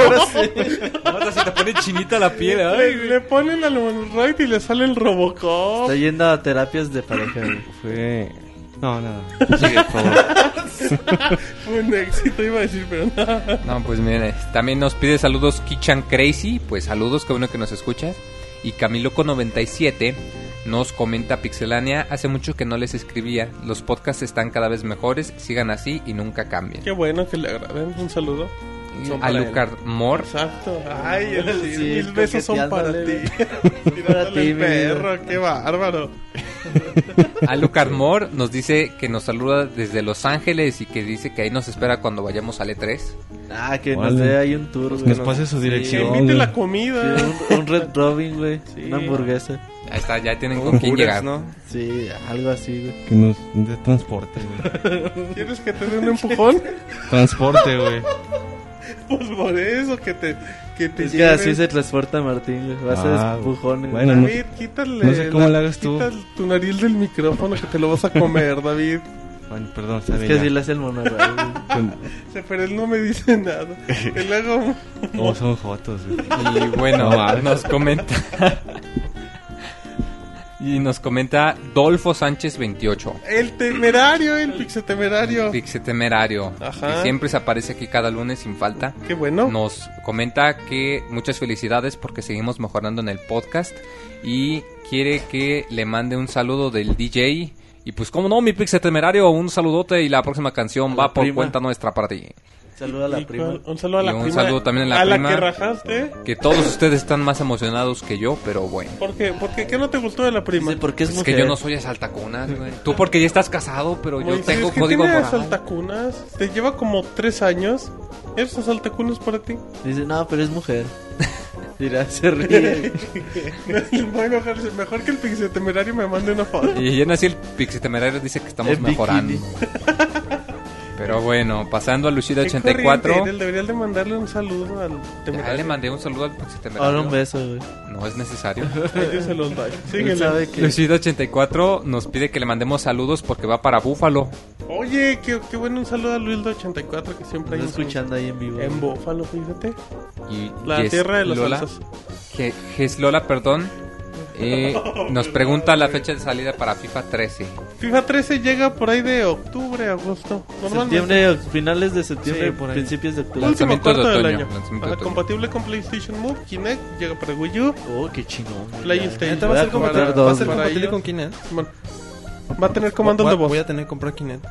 [SPEAKER 6] Ahora se te pone chinita la piel,
[SPEAKER 2] Le, le ponen al Monroid y le sale el Robocop.
[SPEAKER 5] Está yendo a terapias de pareja. güey.
[SPEAKER 7] Fue. No, nada. Sigue, por favor.
[SPEAKER 2] Fue un éxito, iba a decir, pero no.
[SPEAKER 3] No, pues miren, eh, también nos pide saludos Kichan Crazy, pues saludos, qué bueno que nos escuchas. Y Camiloco97 nos comenta Pixelania, hace mucho que no les escribía, los podcasts están cada vez mejores, sigan así y nunca cambien.
[SPEAKER 2] Qué bueno que le agraden. Un saludo.
[SPEAKER 3] Y
[SPEAKER 2] Son para
[SPEAKER 3] Alucard Mor,
[SPEAKER 2] Exacto. Ay, el,
[SPEAKER 5] Sí,
[SPEAKER 2] mil besos son para ti.
[SPEAKER 5] coqueteándole.
[SPEAKER 2] para
[SPEAKER 5] Para ti,
[SPEAKER 2] ti,
[SPEAKER 5] mi vida.
[SPEAKER 2] perro. Qué bárbaro.
[SPEAKER 3] Alucard Mor nos dice que nos saluda desde Los Ángeles y que dice que ahí nos espera cuando vayamos al E E3.
[SPEAKER 5] Ah, que nos
[SPEAKER 7] Órale.
[SPEAKER 5] dé ahí un tour, güey.
[SPEAKER 7] Pues Nos pase su
[SPEAKER 2] Que
[SPEAKER 7] dirección.
[SPEAKER 2] invite
[SPEAKER 7] güey.
[SPEAKER 2] la comida.
[SPEAKER 5] Sí, un, un Red Robin, güey.
[SPEAKER 2] Sí. ah.
[SPEAKER 5] Una hamburguesa.
[SPEAKER 3] Ahí está, ya tienen
[SPEAKER 6] Como
[SPEAKER 3] con quién
[SPEAKER 6] Jurex,
[SPEAKER 3] llegar.
[SPEAKER 6] ¿no?
[SPEAKER 5] Sí, algo así, güey.
[SPEAKER 7] Que nos dé transporte, güey.
[SPEAKER 2] ¿Quieres que te dé un empujón?
[SPEAKER 7] Transporte, güey.
[SPEAKER 2] pues por eso que te. Que te
[SPEAKER 5] Es que
[SPEAKER 2] lleven.
[SPEAKER 5] así se transporta Martín, güey. Va a ser
[SPEAKER 7] Ah,
[SPEAKER 5] empujones.
[SPEAKER 7] bueno.
[SPEAKER 2] David, quítale.
[SPEAKER 7] no sé cómo le hagas tú.
[SPEAKER 2] Quita tu nariz del micrófono que te lo vas a comer, David.
[SPEAKER 7] Bueno, perdón,
[SPEAKER 5] Es
[SPEAKER 7] sabe
[SPEAKER 5] que
[SPEAKER 7] ya.
[SPEAKER 5] así le hace el monorraíl, güey.
[SPEAKER 2] Sí, Pero él no me dice nada. Él hago.
[SPEAKER 7] ¿Cómo oh, son fotos, güey?
[SPEAKER 3] Y bueno,
[SPEAKER 7] No mames.
[SPEAKER 3] nos comenta. y nos comenta Dolfo Sánchez 28.
[SPEAKER 2] El temerario, el pixetemerario.
[SPEAKER 3] Pixe Temerario,
[SPEAKER 2] Ajá.
[SPEAKER 3] que siempre se aparece aquí cada lunes sin falta.
[SPEAKER 2] Qué bueno.
[SPEAKER 3] Nos comenta que muchas felicidades porque seguimos mejorando en el podcast y quiere que le mande un saludo del DJ. Y pues, como no, mi Pixe Temerario, un saludote y la próxima canción
[SPEAKER 5] la
[SPEAKER 3] va por
[SPEAKER 5] prima.
[SPEAKER 3] cuenta nuestra para ti.
[SPEAKER 5] Saluda a
[SPEAKER 2] Y
[SPEAKER 5] la
[SPEAKER 2] cuál-
[SPEAKER 5] prima.
[SPEAKER 2] Un saludo a la
[SPEAKER 3] Y un
[SPEAKER 2] prima.
[SPEAKER 3] saludo también a la prima.
[SPEAKER 2] que rajaste.
[SPEAKER 3] Que todos ustedes están más emocionados que yo, pero bueno.
[SPEAKER 2] ¿Por qué? ¿Por qué? ¿Qué no te gustó de la prima?
[SPEAKER 5] Dice, ¿por qué es
[SPEAKER 3] Pues Es
[SPEAKER 5] mujer?
[SPEAKER 3] que yo no soy a saltacunas, güey. Tú porque ya estás casado, pero yo
[SPEAKER 2] Moisés,
[SPEAKER 3] tengo
[SPEAKER 2] ¿qué
[SPEAKER 3] código
[SPEAKER 2] tiene
[SPEAKER 3] moral.
[SPEAKER 2] asaltacunas? Te lleva como tres años. ¿Eres asaltacunas para ti?
[SPEAKER 5] Dice, no, pero es mujer. Mira, se ríe.
[SPEAKER 2] Voy a enojarse. Mejor que el pixetemerario me mande una foto.
[SPEAKER 3] Y ya así el Pixitemerarios dice que estamos
[SPEAKER 5] En
[SPEAKER 3] mejorando.
[SPEAKER 5] bikini.
[SPEAKER 3] Pero bueno, pasando a Lucida
[SPEAKER 2] Qué corriente,
[SPEAKER 3] 84.
[SPEAKER 2] Él debería de mandarle un saludo al
[SPEAKER 3] Ya
[SPEAKER 2] temerario.
[SPEAKER 3] le mandé un saludo al
[SPEAKER 2] Ah,
[SPEAKER 3] Pixitemerario.
[SPEAKER 5] Ahora un beso, güey.
[SPEAKER 3] No es necesario.
[SPEAKER 2] Ay, Yo se los doy.
[SPEAKER 5] Él
[SPEAKER 2] Síguele.
[SPEAKER 5] sabe que...
[SPEAKER 3] Lucida 84 nos pide que le mandemos saludos porque va para Búfalo.
[SPEAKER 2] Oye, qué, qué bueno un saludo a Luis de 84 que siempre
[SPEAKER 5] Está
[SPEAKER 2] hay un-
[SPEAKER 5] escuchando ahí en vivo.
[SPEAKER 2] En Bófalo, fíjate.
[SPEAKER 3] Y
[SPEAKER 2] La
[SPEAKER 3] Yes
[SPEAKER 2] tierra de los
[SPEAKER 3] Lola,
[SPEAKER 2] salsas.
[SPEAKER 3] Je- Yes Lola, perdón. eh, nos pregunta la fecha de salida para FIFA 13.
[SPEAKER 2] FIFA 13 llega por ahí de octubre, agosto. Normalmente.
[SPEAKER 5] Septiembre, finales de septiembre,
[SPEAKER 2] Sí, por ahí.
[SPEAKER 5] principios de octubre.
[SPEAKER 2] Último
[SPEAKER 3] Lanzamiento
[SPEAKER 2] cuarto
[SPEAKER 3] de
[SPEAKER 2] del
[SPEAKER 3] otoño,
[SPEAKER 2] año.
[SPEAKER 3] lanzamiento de
[SPEAKER 2] Ajá,
[SPEAKER 3] otoño.
[SPEAKER 2] compatible con PlayStation Move, Kinect, llega para Wii U.
[SPEAKER 5] Oh, qué chingón. güey.
[SPEAKER 2] PlayStation.
[SPEAKER 5] Neta,
[SPEAKER 6] va a ser
[SPEAKER 5] Voy a comprar
[SPEAKER 6] compatible, va a
[SPEAKER 5] dos,
[SPEAKER 6] ser
[SPEAKER 5] güey.
[SPEAKER 6] compatible
[SPEAKER 2] Para
[SPEAKER 6] con Kinect.
[SPEAKER 2] Simón. Va a tener comando
[SPEAKER 6] Voy-
[SPEAKER 2] de
[SPEAKER 6] Voy
[SPEAKER 2] voz.
[SPEAKER 6] a tener que comprar Kinect.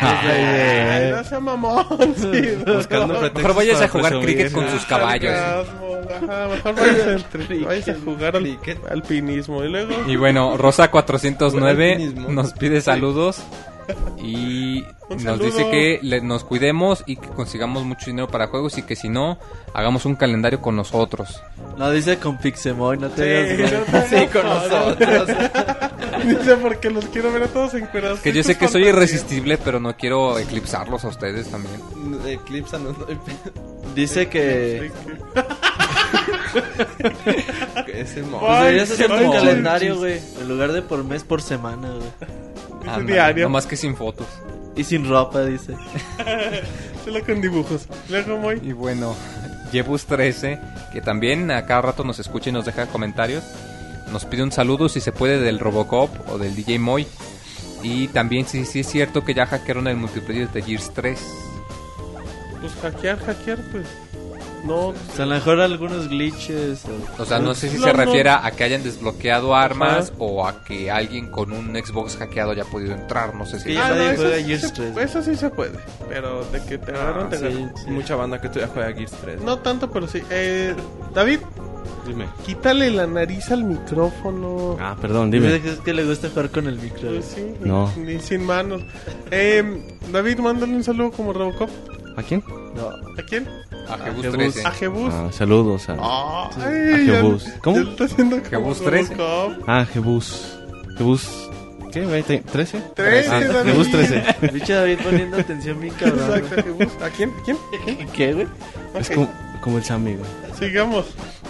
[SPEAKER 2] Ay, no sea mamón. sí, no.
[SPEAKER 6] Buscando
[SPEAKER 2] Pues,
[SPEAKER 6] pretextos
[SPEAKER 3] Mejor vayas
[SPEAKER 6] para
[SPEAKER 3] a jugar
[SPEAKER 6] presumir.
[SPEAKER 3] cricket con sus caballos.
[SPEAKER 2] Sarcasmo, ajá, mejor vayas a, entre- vayas a jugar al alpinismo. Y luego.
[SPEAKER 3] Y bueno, Rosa 409
[SPEAKER 6] Alpinismo.
[SPEAKER 3] nos pide saludos y
[SPEAKER 2] Un
[SPEAKER 3] nos
[SPEAKER 2] saludo.
[SPEAKER 3] dice que le- nos cuidemos y que consigamos mucho dinero para juegos y que si no, hagamos un calendario con nosotros.
[SPEAKER 5] No, dice con Pixemoy, no
[SPEAKER 2] Sí,
[SPEAKER 5] te digas.
[SPEAKER 2] no te hagas,
[SPEAKER 5] con nosotros.
[SPEAKER 2] Dice porque los quiero ver a todos encuerados.
[SPEAKER 3] Que yo
[SPEAKER 2] Esto
[SPEAKER 3] sé
[SPEAKER 2] es
[SPEAKER 3] que soy
[SPEAKER 2] fantasía.
[SPEAKER 3] irresistible, pero no quiero eclipsarlos a ustedes también.
[SPEAKER 9] Eclipsa no, no,
[SPEAKER 5] Dice que.
[SPEAKER 9] ese mono.
[SPEAKER 2] Ay,
[SPEAKER 5] Pues Deberías hacer
[SPEAKER 2] ay,
[SPEAKER 5] un
[SPEAKER 2] chis,
[SPEAKER 5] calendario,
[SPEAKER 2] chis.
[SPEAKER 5] güey. En lugar de por mes, por semana, güey.
[SPEAKER 2] Es
[SPEAKER 3] Ah,
[SPEAKER 2] un
[SPEAKER 3] no,
[SPEAKER 2] diario.
[SPEAKER 3] Nomás que sin fotos.
[SPEAKER 5] Y sin ropa, dice.
[SPEAKER 2] Solo con dibujos. Luego muy.
[SPEAKER 3] Y bueno, Jebus 13, que también a cada rato nos escucha y nos deja comentarios. Nos pide un saludo si se puede del Robocop o del DJ Moy. Y también si sí, es cierto que ya hackearon el multiplayer de Gears 3.
[SPEAKER 2] Pues hackear, hackear, pues. No,
[SPEAKER 5] O sea, a lo mejor algunos glitches.
[SPEAKER 3] O sea, no sé si
[SPEAKER 2] No,
[SPEAKER 3] se
[SPEAKER 2] no.
[SPEAKER 3] refiere a que hayan desbloqueado armas o a que alguien con un Xbox hackeado haya podido entrar, no sé si...
[SPEAKER 5] Sí.
[SPEAKER 2] Ah,
[SPEAKER 5] ya nadie juega Gears
[SPEAKER 2] se-
[SPEAKER 5] 3.
[SPEAKER 2] eso sí se puede. Pero de que te agarraron, te agarraron.
[SPEAKER 6] Mucha banda que todavía juega Gears 3.
[SPEAKER 2] No tanto, pero sí. Eh, David,
[SPEAKER 7] Dime.
[SPEAKER 2] quítale la nariz al micrófono.
[SPEAKER 7] Ah, perdón,
[SPEAKER 5] Dime
[SPEAKER 7] dime.
[SPEAKER 5] que es que le gusta jugar con el micro. güey.
[SPEAKER 2] Pues sí,
[SPEAKER 7] No.
[SPEAKER 2] Ni sin manos. Eh, David, mándale un saludo como Robocop.
[SPEAKER 7] ¿A quién?
[SPEAKER 5] No.
[SPEAKER 2] ¿A quién?
[SPEAKER 3] A Jebus
[SPEAKER 5] Jebus.
[SPEAKER 3] 13.
[SPEAKER 2] A Jebus.
[SPEAKER 7] Ah, saludos a...
[SPEAKER 2] Ah,
[SPEAKER 7] A
[SPEAKER 2] ay, ya-
[SPEAKER 7] Jebus.
[SPEAKER 2] ya
[SPEAKER 7] ¿Cómo?
[SPEAKER 2] lo está haciendo como
[SPEAKER 3] Jebus 13.
[SPEAKER 2] Robocop.
[SPEAKER 7] Ah, Jebus. Jebus... ¿Qué? ¿20? ¿13?
[SPEAKER 2] 13,
[SPEAKER 7] Ah,
[SPEAKER 2] David.
[SPEAKER 7] Jebus 13.
[SPEAKER 5] Pinche David poniendo atención bien cabrón. güey.
[SPEAKER 2] Exacto, Jebus. ¿A quién? ¿A quién?
[SPEAKER 5] ¿Qué, güey?
[SPEAKER 7] Es
[SPEAKER 2] Ok,
[SPEAKER 7] como, como el Sammy, güey.
[SPEAKER 2] Sigamos.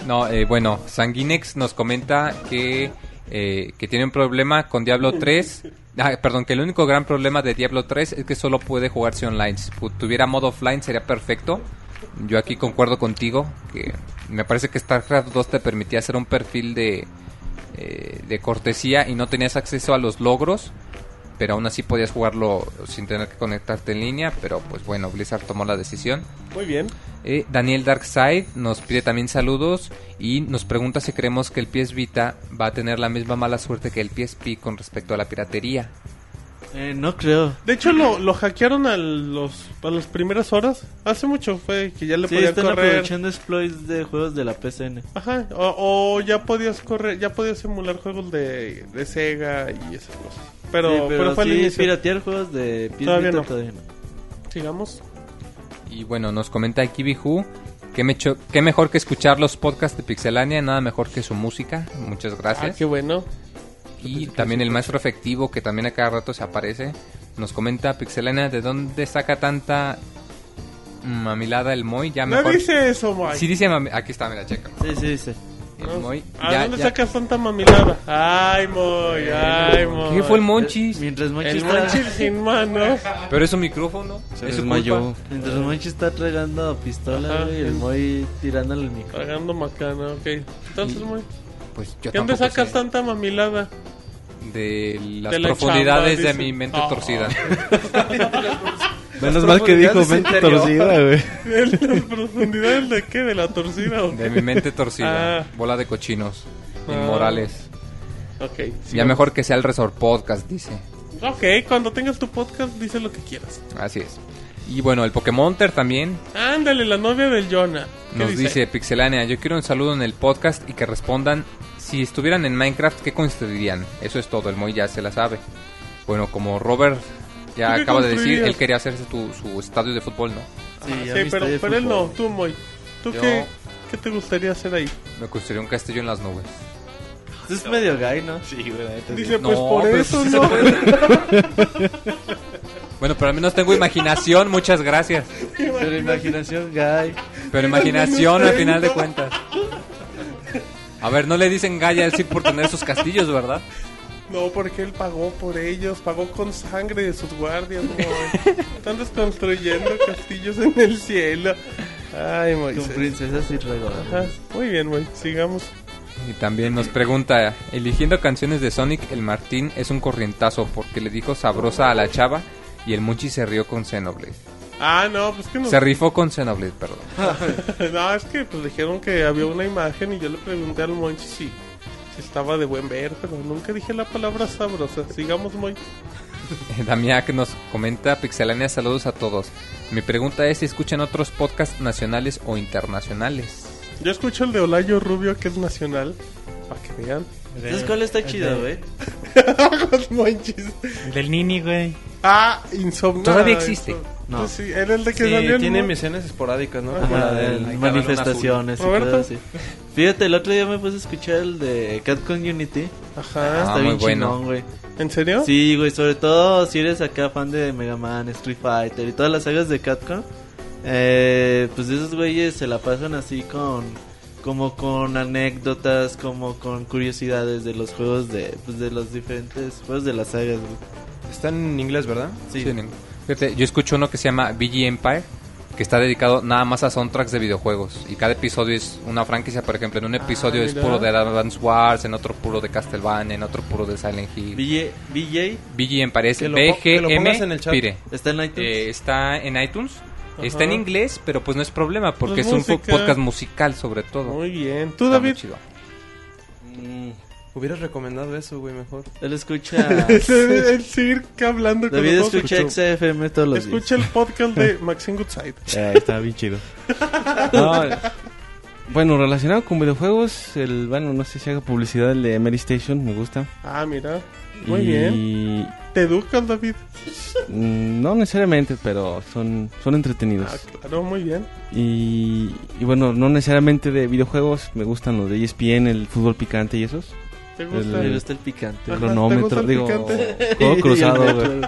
[SPEAKER 3] No, eh, bueno, Sanguinex nos comenta que, eh, que tiene un problema con Diablo 3. Ah, perdón, que el único gran problema de Diablo 3 es que solo puede jugarse online. Si pu- tuviera modo offline sería perfecto. Yo aquí concuerdo contigo, que me parece que StarCraft 2 te permitía hacer un perfil de, eh, de cortesía y no tenías acceso a los logros, pero aún así podías jugarlo sin tener que conectarte en línea, pero pues bueno, Blizzard tomó la decisión.
[SPEAKER 2] Muy bien.
[SPEAKER 3] Eh, Daniel Darkside nos pide también saludos y nos pregunta si creemos que el PS Vita va a tener la misma mala suerte que el PSP con respecto a la piratería.
[SPEAKER 5] Eh, no creo.
[SPEAKER 2] De hecho, lo, lo hackearon a, los, a las primeras horas. Hace mucho fue que ya le
[SPEAKER 5] Sí,
[SPEAKER 2] podían
[SPEAKER 5] están
[SPEAKER 2] correr.
[SPEAKER 5] aprovechando exploits de juegos de la PCN.
[SPEAKER 2] Ajá, o, o ya podías correr, ya podías emular juegos de, de Sega y esas cosas. Pero,
[SPEAKER 5] Sí,
[SPEAKER 2] pero, fue
[SPEAKER 5] sí,
[SPEAKER 2] al inicio.
[SPEAKER 5] piratear juegos de PS
[SPEAKER 2] Todavía
[SPEAKER 5] Vita
[SPEAKER 2] no.
[SPEAKER 5] todavía no.
[SPEAKER 2] Sigamos.
[SPEAKER 3] Y bueno, nos comenta aquí Biju que, me cho- que mejor que escuchar los podcasts de Pixelania, nada mejor que su música. Muchas
[SPEAKER 2] Ah,
[SPEAKER 3] gracias.
[SPEAKER 2] qué bueno.
[SPEAKER 3] Y también el maestro efectivo que también a cada rato se aparece. Nos comenta Pixelania de dónde saca tanta mamilada el Moy. Ya
[SPEAKER 2] No
[SPEAKER 3] mejor.
[SPEAKER 2] dice eso, Mike.
[SPEAKER 3] Sí dice mami- Aquí está, mira, checa.
[SPEAKER 5] Sí, sí, sí.
[SPEAKER 3] El
[SPEAKER 2] No.
[SPEAKER 3] Moy,
[SPEAKER 2] Ah, ¿A
[SPEAKER 3] ya-
[SPEAKER 2] dónde
[SPEAKER 3] ya-
[SPEAKER 2] sacas tanta mamilada? Ay, Moy, ay, Moy.
[SPEAKER 3] ¿Qué fue el Monchis?
[SPEAKER 5] Eh, Mientras Monchi
[SPEAKER 2] El
[SPEAKER 5] está,
[SPEAKER 2] Monchil sin manos.
[SPEAKER 3] Pero es un micrófono.
[SPEAKER 7] Se
[SPEAKER 3] es su
[SPEAKER 7] desmayó.
[SPEAKER 3] culpa.
[SPEAKER 5] mientras Monchi está tragando pistola,
[SPEAKER 2] Ajá.
[SPEAKER 5] güey, el Moy tirándole el micro.
[SPEAKER 2] Tragando macana, ok. Entonces, Moy,
[SPEAKER 3] Pues yo
[SPEAKER 2] ¿qué dónde
[SPEAKER 3] tampoco
[SPEAKER 2] sacas
[SPEAKER 3] sé.
[SPEAKER 2] tanta mamilada?
[SPEAKER 3] De las
[SPEAKER 2] De la
[SPEAKER 3] profundidades
[SPEAKER 2] chamba,
[SPEAKER 3] de mi
[SPEAKER 2] dice.
[SPEAKER 3] mente
[SPEAKER 2] Ah.
[SPEAKER 3] torcida.
[SPEAKER 7] Menos mal que dijo mente torcida, güey.
[SPEAKER 2] ¿De las profundidades de qué? ¿De la torcida o qué?
[SPEAKER 3] De mi mente torcida.
[SPEAKER 2] Ah.
[SPEAKER 3] Bola de cochinos.
[SPEAKER 2] Ah.
[SPEAKER 3] Inmorales.
[SPEAKER 2] Ok,
[SPEAKER 3] Ya
[SPEAKER 2] sigamos.
[SPEAKER 3] mejor que sea el Resort Podcast, dice.
[SPEAKER 2] Ok, cuando tengas tu podcast, dice lo que quieras.
[SPEAKER 3] Así es. Y bueno, el Pokémonter también
[SPEAKER 2] Ándale, la novia del Jonah. ¿Qué
[SPEAKER 3] nos dice, Pixelania, yo quiero un saludo en el podcast y que respondan si estuvieran en Minecraft, ¿qué construirían? Eso es todo, el Moy ya se la sabe. Bueno, como Robert ya
[SPEAKER 2] ¿Tú qué
[SPEAKER 3] acaba de decir,
[SPEAKER 2] construirías?
[SPEAKER 3] él quería hacerse tu- su estadio de fútbol, ¿no?
[SPEAKER 2] Ah, Sí,
[SPEAKER 5] Sí,
[SPEAKER 2] sí
[SPEAKER 5] ya me
[SPEAKER 2] pero,
[SPEAKER 5] estoy de
[SPEAKER 2] pero él no,
[SPEAKER 5] fútbol.
[SPEAKER 2] tú, Moy. ¿Tú
[SPEAKER 3] Yo-
[SPEAKER 2] qué, qué te gustaría hacer ahí?
[SPEAKER 3] Me construiría un castillo en las nubes.
[SPEAKER 5] Esto es medio gay, ¿no?
[SPEAKER 2] Dice, pues por
[SPEAKER 3] pero
[SPEAKER 2] eso
[SPEAKER 3] sí se
[SPEAKER 2] no.
[SPEAKER 3] puede. bueno, pero al menos tengo imaginación, muchas gracias.
[SPEAKER 5] Pero imaginación gay.
[SPEAKER 3] Pero imaginación al final de cuentas. A ver, no le dicen galla al Cid por tener sus castillos, ¿verdad?
[SPEAKER 2] No, porque él pagó por ellos, pagó con sangre de sus guardias, Moy. Están desconstruyendo castillos en el cielo. Ay,
[SPEAKER 5] Con
[SPEAKER 2] Moisés.
[SPEAKER 5] princesas y regalos.
[SPEAKER 2] Ajá, Muy bien, Moy, sigamos.
[SPEAKER 3] Y también nos pregunta, eligiendo canciones de Sonic, el Martín es un corrientazo porque le dijo sabrosa a la chava y el Munchi se rió con Xenoblade.
[SPEAKER 2] Ah, no, pues que no.
[SPEAKER 3] Se rifó con Xenoblade, perdón.
[SPEAKER 2] no, es que pues dijeron que había una imagen y yo le pregunté al Monchi si, si estaba de buen ver, pero nunca dije la palabra sabrosa. Sigamos, Moy.
[SPEAKER 3] Damián que nos comenta Pixelania, saludos a todos. Mi pregunta es si escuchan otros podcasts nacionales o internacionales.
[SPEAKER 2] Yo escucho el de Olayo Rubio, que es nacional. Para que vean.
[SPEAKER 5] ¿Sabes cuál está chido, güey?
[SPEAKER 2] Los Monchis.
[SPEAKER 8] Del Nini, güey.
[SPEAKER 2] Ah, Insomnia.
[SPEAKER 3] Todavía existe.
[SPEAKER 2] No. sí, era el de que
[SPEAKER 6] Sí,
[SPEAKER 2] salió en
[SPEAKER 6] tiene
[SPEAKER 2] Mon-
[SPEAKER 6] misiones esporádicas, ¿no?
[SPEAKER 2] Ajá.
[SPEAKER 6] Como la
[SPEAKER 5] Para
[SPEAKER 6] del
[SPEAKER 5] manifestaciones y
[SPEAKER 2] Roberto.
[SPEAKER 5] todo así. Fíjate, el otro día me puse a escuchar el de Cat Community.
[SPEAKER 2] Ajá.
[SPEAKER 5] Está
[SPEAKER 3] Ah,
[SPEAKER 5] bien
[SPEAKER 3] muy bueno.
[SPEAKER 5] chingón, güey.
[SPEAKER 2] ¿En serio?
[SPEAKER 5] Sí, güey, sobre todo si eres acá fan de Mega Man, Street Fighter y todas las sagas de Capcom, eh, pues esos güeyes se la pasan así con como con anécdotas, como con curiosidades de los juegos de pues de los diferentes juegos de las sagas. güey.
[SPEAKER 6] Está en inglés, ¿verdad?
[SPEAKER 5] Sí.
[SPEAKER 3] Sí, nin- Fíjate, yo escucho uno que se llama VG Empire, que está dedicado nada más a soundtracks de videojuegos. Y cada episodio es una franquicia, por ejemplo, en un episodio es
[SPEAKER 2] mira.
[SPEAKER 3] puro de Advance Wars, en otro puro de Castlevania, en otro puro de Silent Hill.
[SPEAKER 5] BJ, BJ
[SPEAKER 3] VG Empire es
[SPEAKER 6] Que lo po- que lo pongas en
[SPEAKER 3] BGM
[SPEAKER 6] el chat.
[SPEAKER 3] Pire.
[SPEAKER 5] está en iTunes.
[SPEAKER 3] Eh, está en iTunes. Está en
[SPEAKER 2] Ajá.
[SPEAKER 3] inglés, pero pues no es problema, porque
[SPEAKER 2] Pues
[SPEAKER 3] es un po-
[SPEAKER 2] música.
[SPEAKER 3] podcast musical sobre todo.
[SPEAKER 2] Muy bien. ¿Tú,
[SPEAKER 3] Está muy
[SPEAKER 2] David?
[SPEAKER 3] chido.
[SPEAKER 6] Hubieras recomendado eso, güey, mejor.
[SPEAKER 5] Él escucha
[SPEAKER 2] El Cirque hablando con
[SPEAKER 5] David
[SPEAKER 2] nosotros.
[SPEAKER 5] escucha XFM todos los días.
[SPEAKER 2] Escucha el podcast de Maxine Goodside.
[SPEAKER 7] Eh, está bien chido. No, bueno, relacionado con videojuegos, el, bueno, no sé si haga publicidad el de Mary Station, me gusta.
[SPEAKER 2] Ah, mira. Muy
[SPEAKER 7] Y-
[SPEAKER 2] bien. ¿Te educas, David?
[SPEAKER 7] mm, No necesariamente, pero son, son entretenidos.
[SPEAKER 2] Ah, claro, muy bien.
[SPEAKER 7] Y, y bueno, no necesariamente de videojuegos, me gustan los de E ESPN, el fútbol picante y esos.
[SPEAKER 2] ¿Te gusta?
[SPEAKER 5] Le
[SPEAKER 7] el-
[SPEAKER 5] gusta el picante.
[SPEAKER 2] Ajá, ¿te gusta
[SPEAKER 7] Cronómetro,
[SPEAKER 2] el
[SPEAKER 7] digo,
[SPEAKER 2] picante?
[SPEAKER 7] juego cruzado, güey.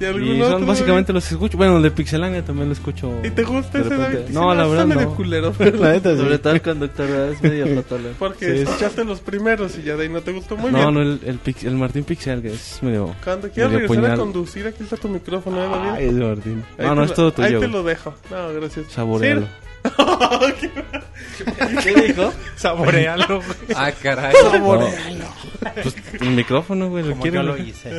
[SPEAKER 2] ¿Y algún
[SPEAKER 7] Y
[SPEAKER 2] otro,
[SPEAKER 7] son
[SPEAKER 2] David?
[SPEAKER 7] básicamente los escucho. Bueno, el de Pixelania también lo escucho.
[SPEAKER 2] ¿Y te gusta
[SPEAKER 7] de
[SPEAKER 2] ese,
[SPEAKER 7] repente.
[SPEAKER 2] David?
[SPEAKER 7] No,
[SPEAKER 2] Sí,
[SPEAKER 7] la
[SPEAKER 2] está
[SPEAKER 7] verdad
[SPEAKER 2] medio
[SPEAKER 7] no.
[SPEAKER 2] culero.
[SPEAKER 7] La neta, sí.
[SPEAKER 5] Sobre todo el conductor ¿verdad? es medio patolón.
[SPEAKER 2] Porque
[SPEAKER 7] Sí, sí.
[SPEAKER 2] escuchaste los primeros y ya de ahí no te gustó muy
[SPEAKER 7] No,
[SPEAKER 2] bien.
[SPEAKER 7] no, el, el, Pix- el Martín Pixel, que es medio...
[SPEAKER 2] Cuando quieras
[SPEAKER 7] Medio
[SPEAKER 2] regresar a
[SPEAKER 7] puñal.
[SPEAKER 2] conducir, aquí está tu micrófono, ¿eh, David?
[SPEAKER 7] Ay, es Martín.
[SPEAKER 2] Ahí
[SPEAKER 7] No,
[SPEAKER 2] te
[SPEAKER 7] no,
[SPEAKER 2] lo-
[SPEAKER 7] es todo
[SPEAKER 2] Ahí
[SPEAKER 7] tuyo.
[SPEAKER 2] te
[SPEAKER 7] güey.
[SPEAKER 2] lo dejo. No, gracias.
[SPEAKER 7] Saborealo.
[SPEAKER 2] Sí.
[SPEAKER 5] ¿Qué dijo?
[SPEAKER 8] Saborealo,
[SPEAKER 3] Ah, caray.
[SPEAKER 7] Pues, el micrófono, güey, lo
[SPEAKER 8] como yo
[SPEAKER 7] quieren.
[SPEAKER 8] lo hice.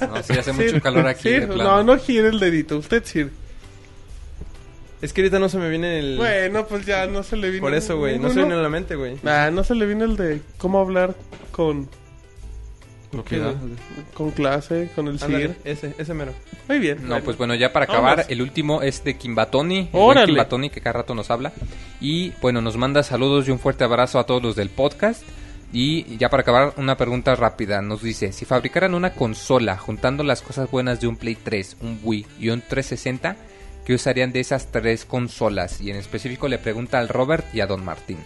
[SPEAKER 3] No, sí,
[SPEAKER 2] Sí.
[SPEAKER 3] hace mucho calor aquí.
[SPEAKER 2] Sí,
[SPEAKER 3] de
[SPEAKER 2] no,
[SPEAKER 3] plano.
[SPEAKER 2] no gire el dedito. Usted sir.
[SPEAKER 6] Es que ahorita no se me viene el...
[SPEAKER 2] Bueno, pues ya no se le vino.
[SPEAKER 6] Por eso, güey, no se me
[SPEAKER 2] ninguno.
[SPEAKER 6] viene a la mente, güey.
[SPEAKER 2] Nah, no se le vino el de cómo hablar con,
[SPEAKER 7] Propiedad.
[SPEAKER 2] con clase, con el
[SPEAKER 6] Ándale,
[SPEAKER 2] sir.
[SPEAKER 6] ese, ese mero.
[SPEAKER 2] Muy bien.
[SPEAKER 3] No, pues bueno, ya para acabar,
[SPEAKER 2] Vámonos.
[SPEAKER 3] el último es de Kimbatoni. el buen
[SPEAKER 2] Órale.
[SPEAKER 3] Kimbatoni, que cada rato nos habla. Y bueno, nos manda saludos y un fuerte abrazo a todos los del podcast. Y ya para acabar, una pregunta rápida. Nos dice, si fabricaran una consola juntando las cosas buenas de un Play 3, un Wii y un 360, ¿qué usarían de esas tres consolas? Y en específico le pregunta al Robert y a Don Martín.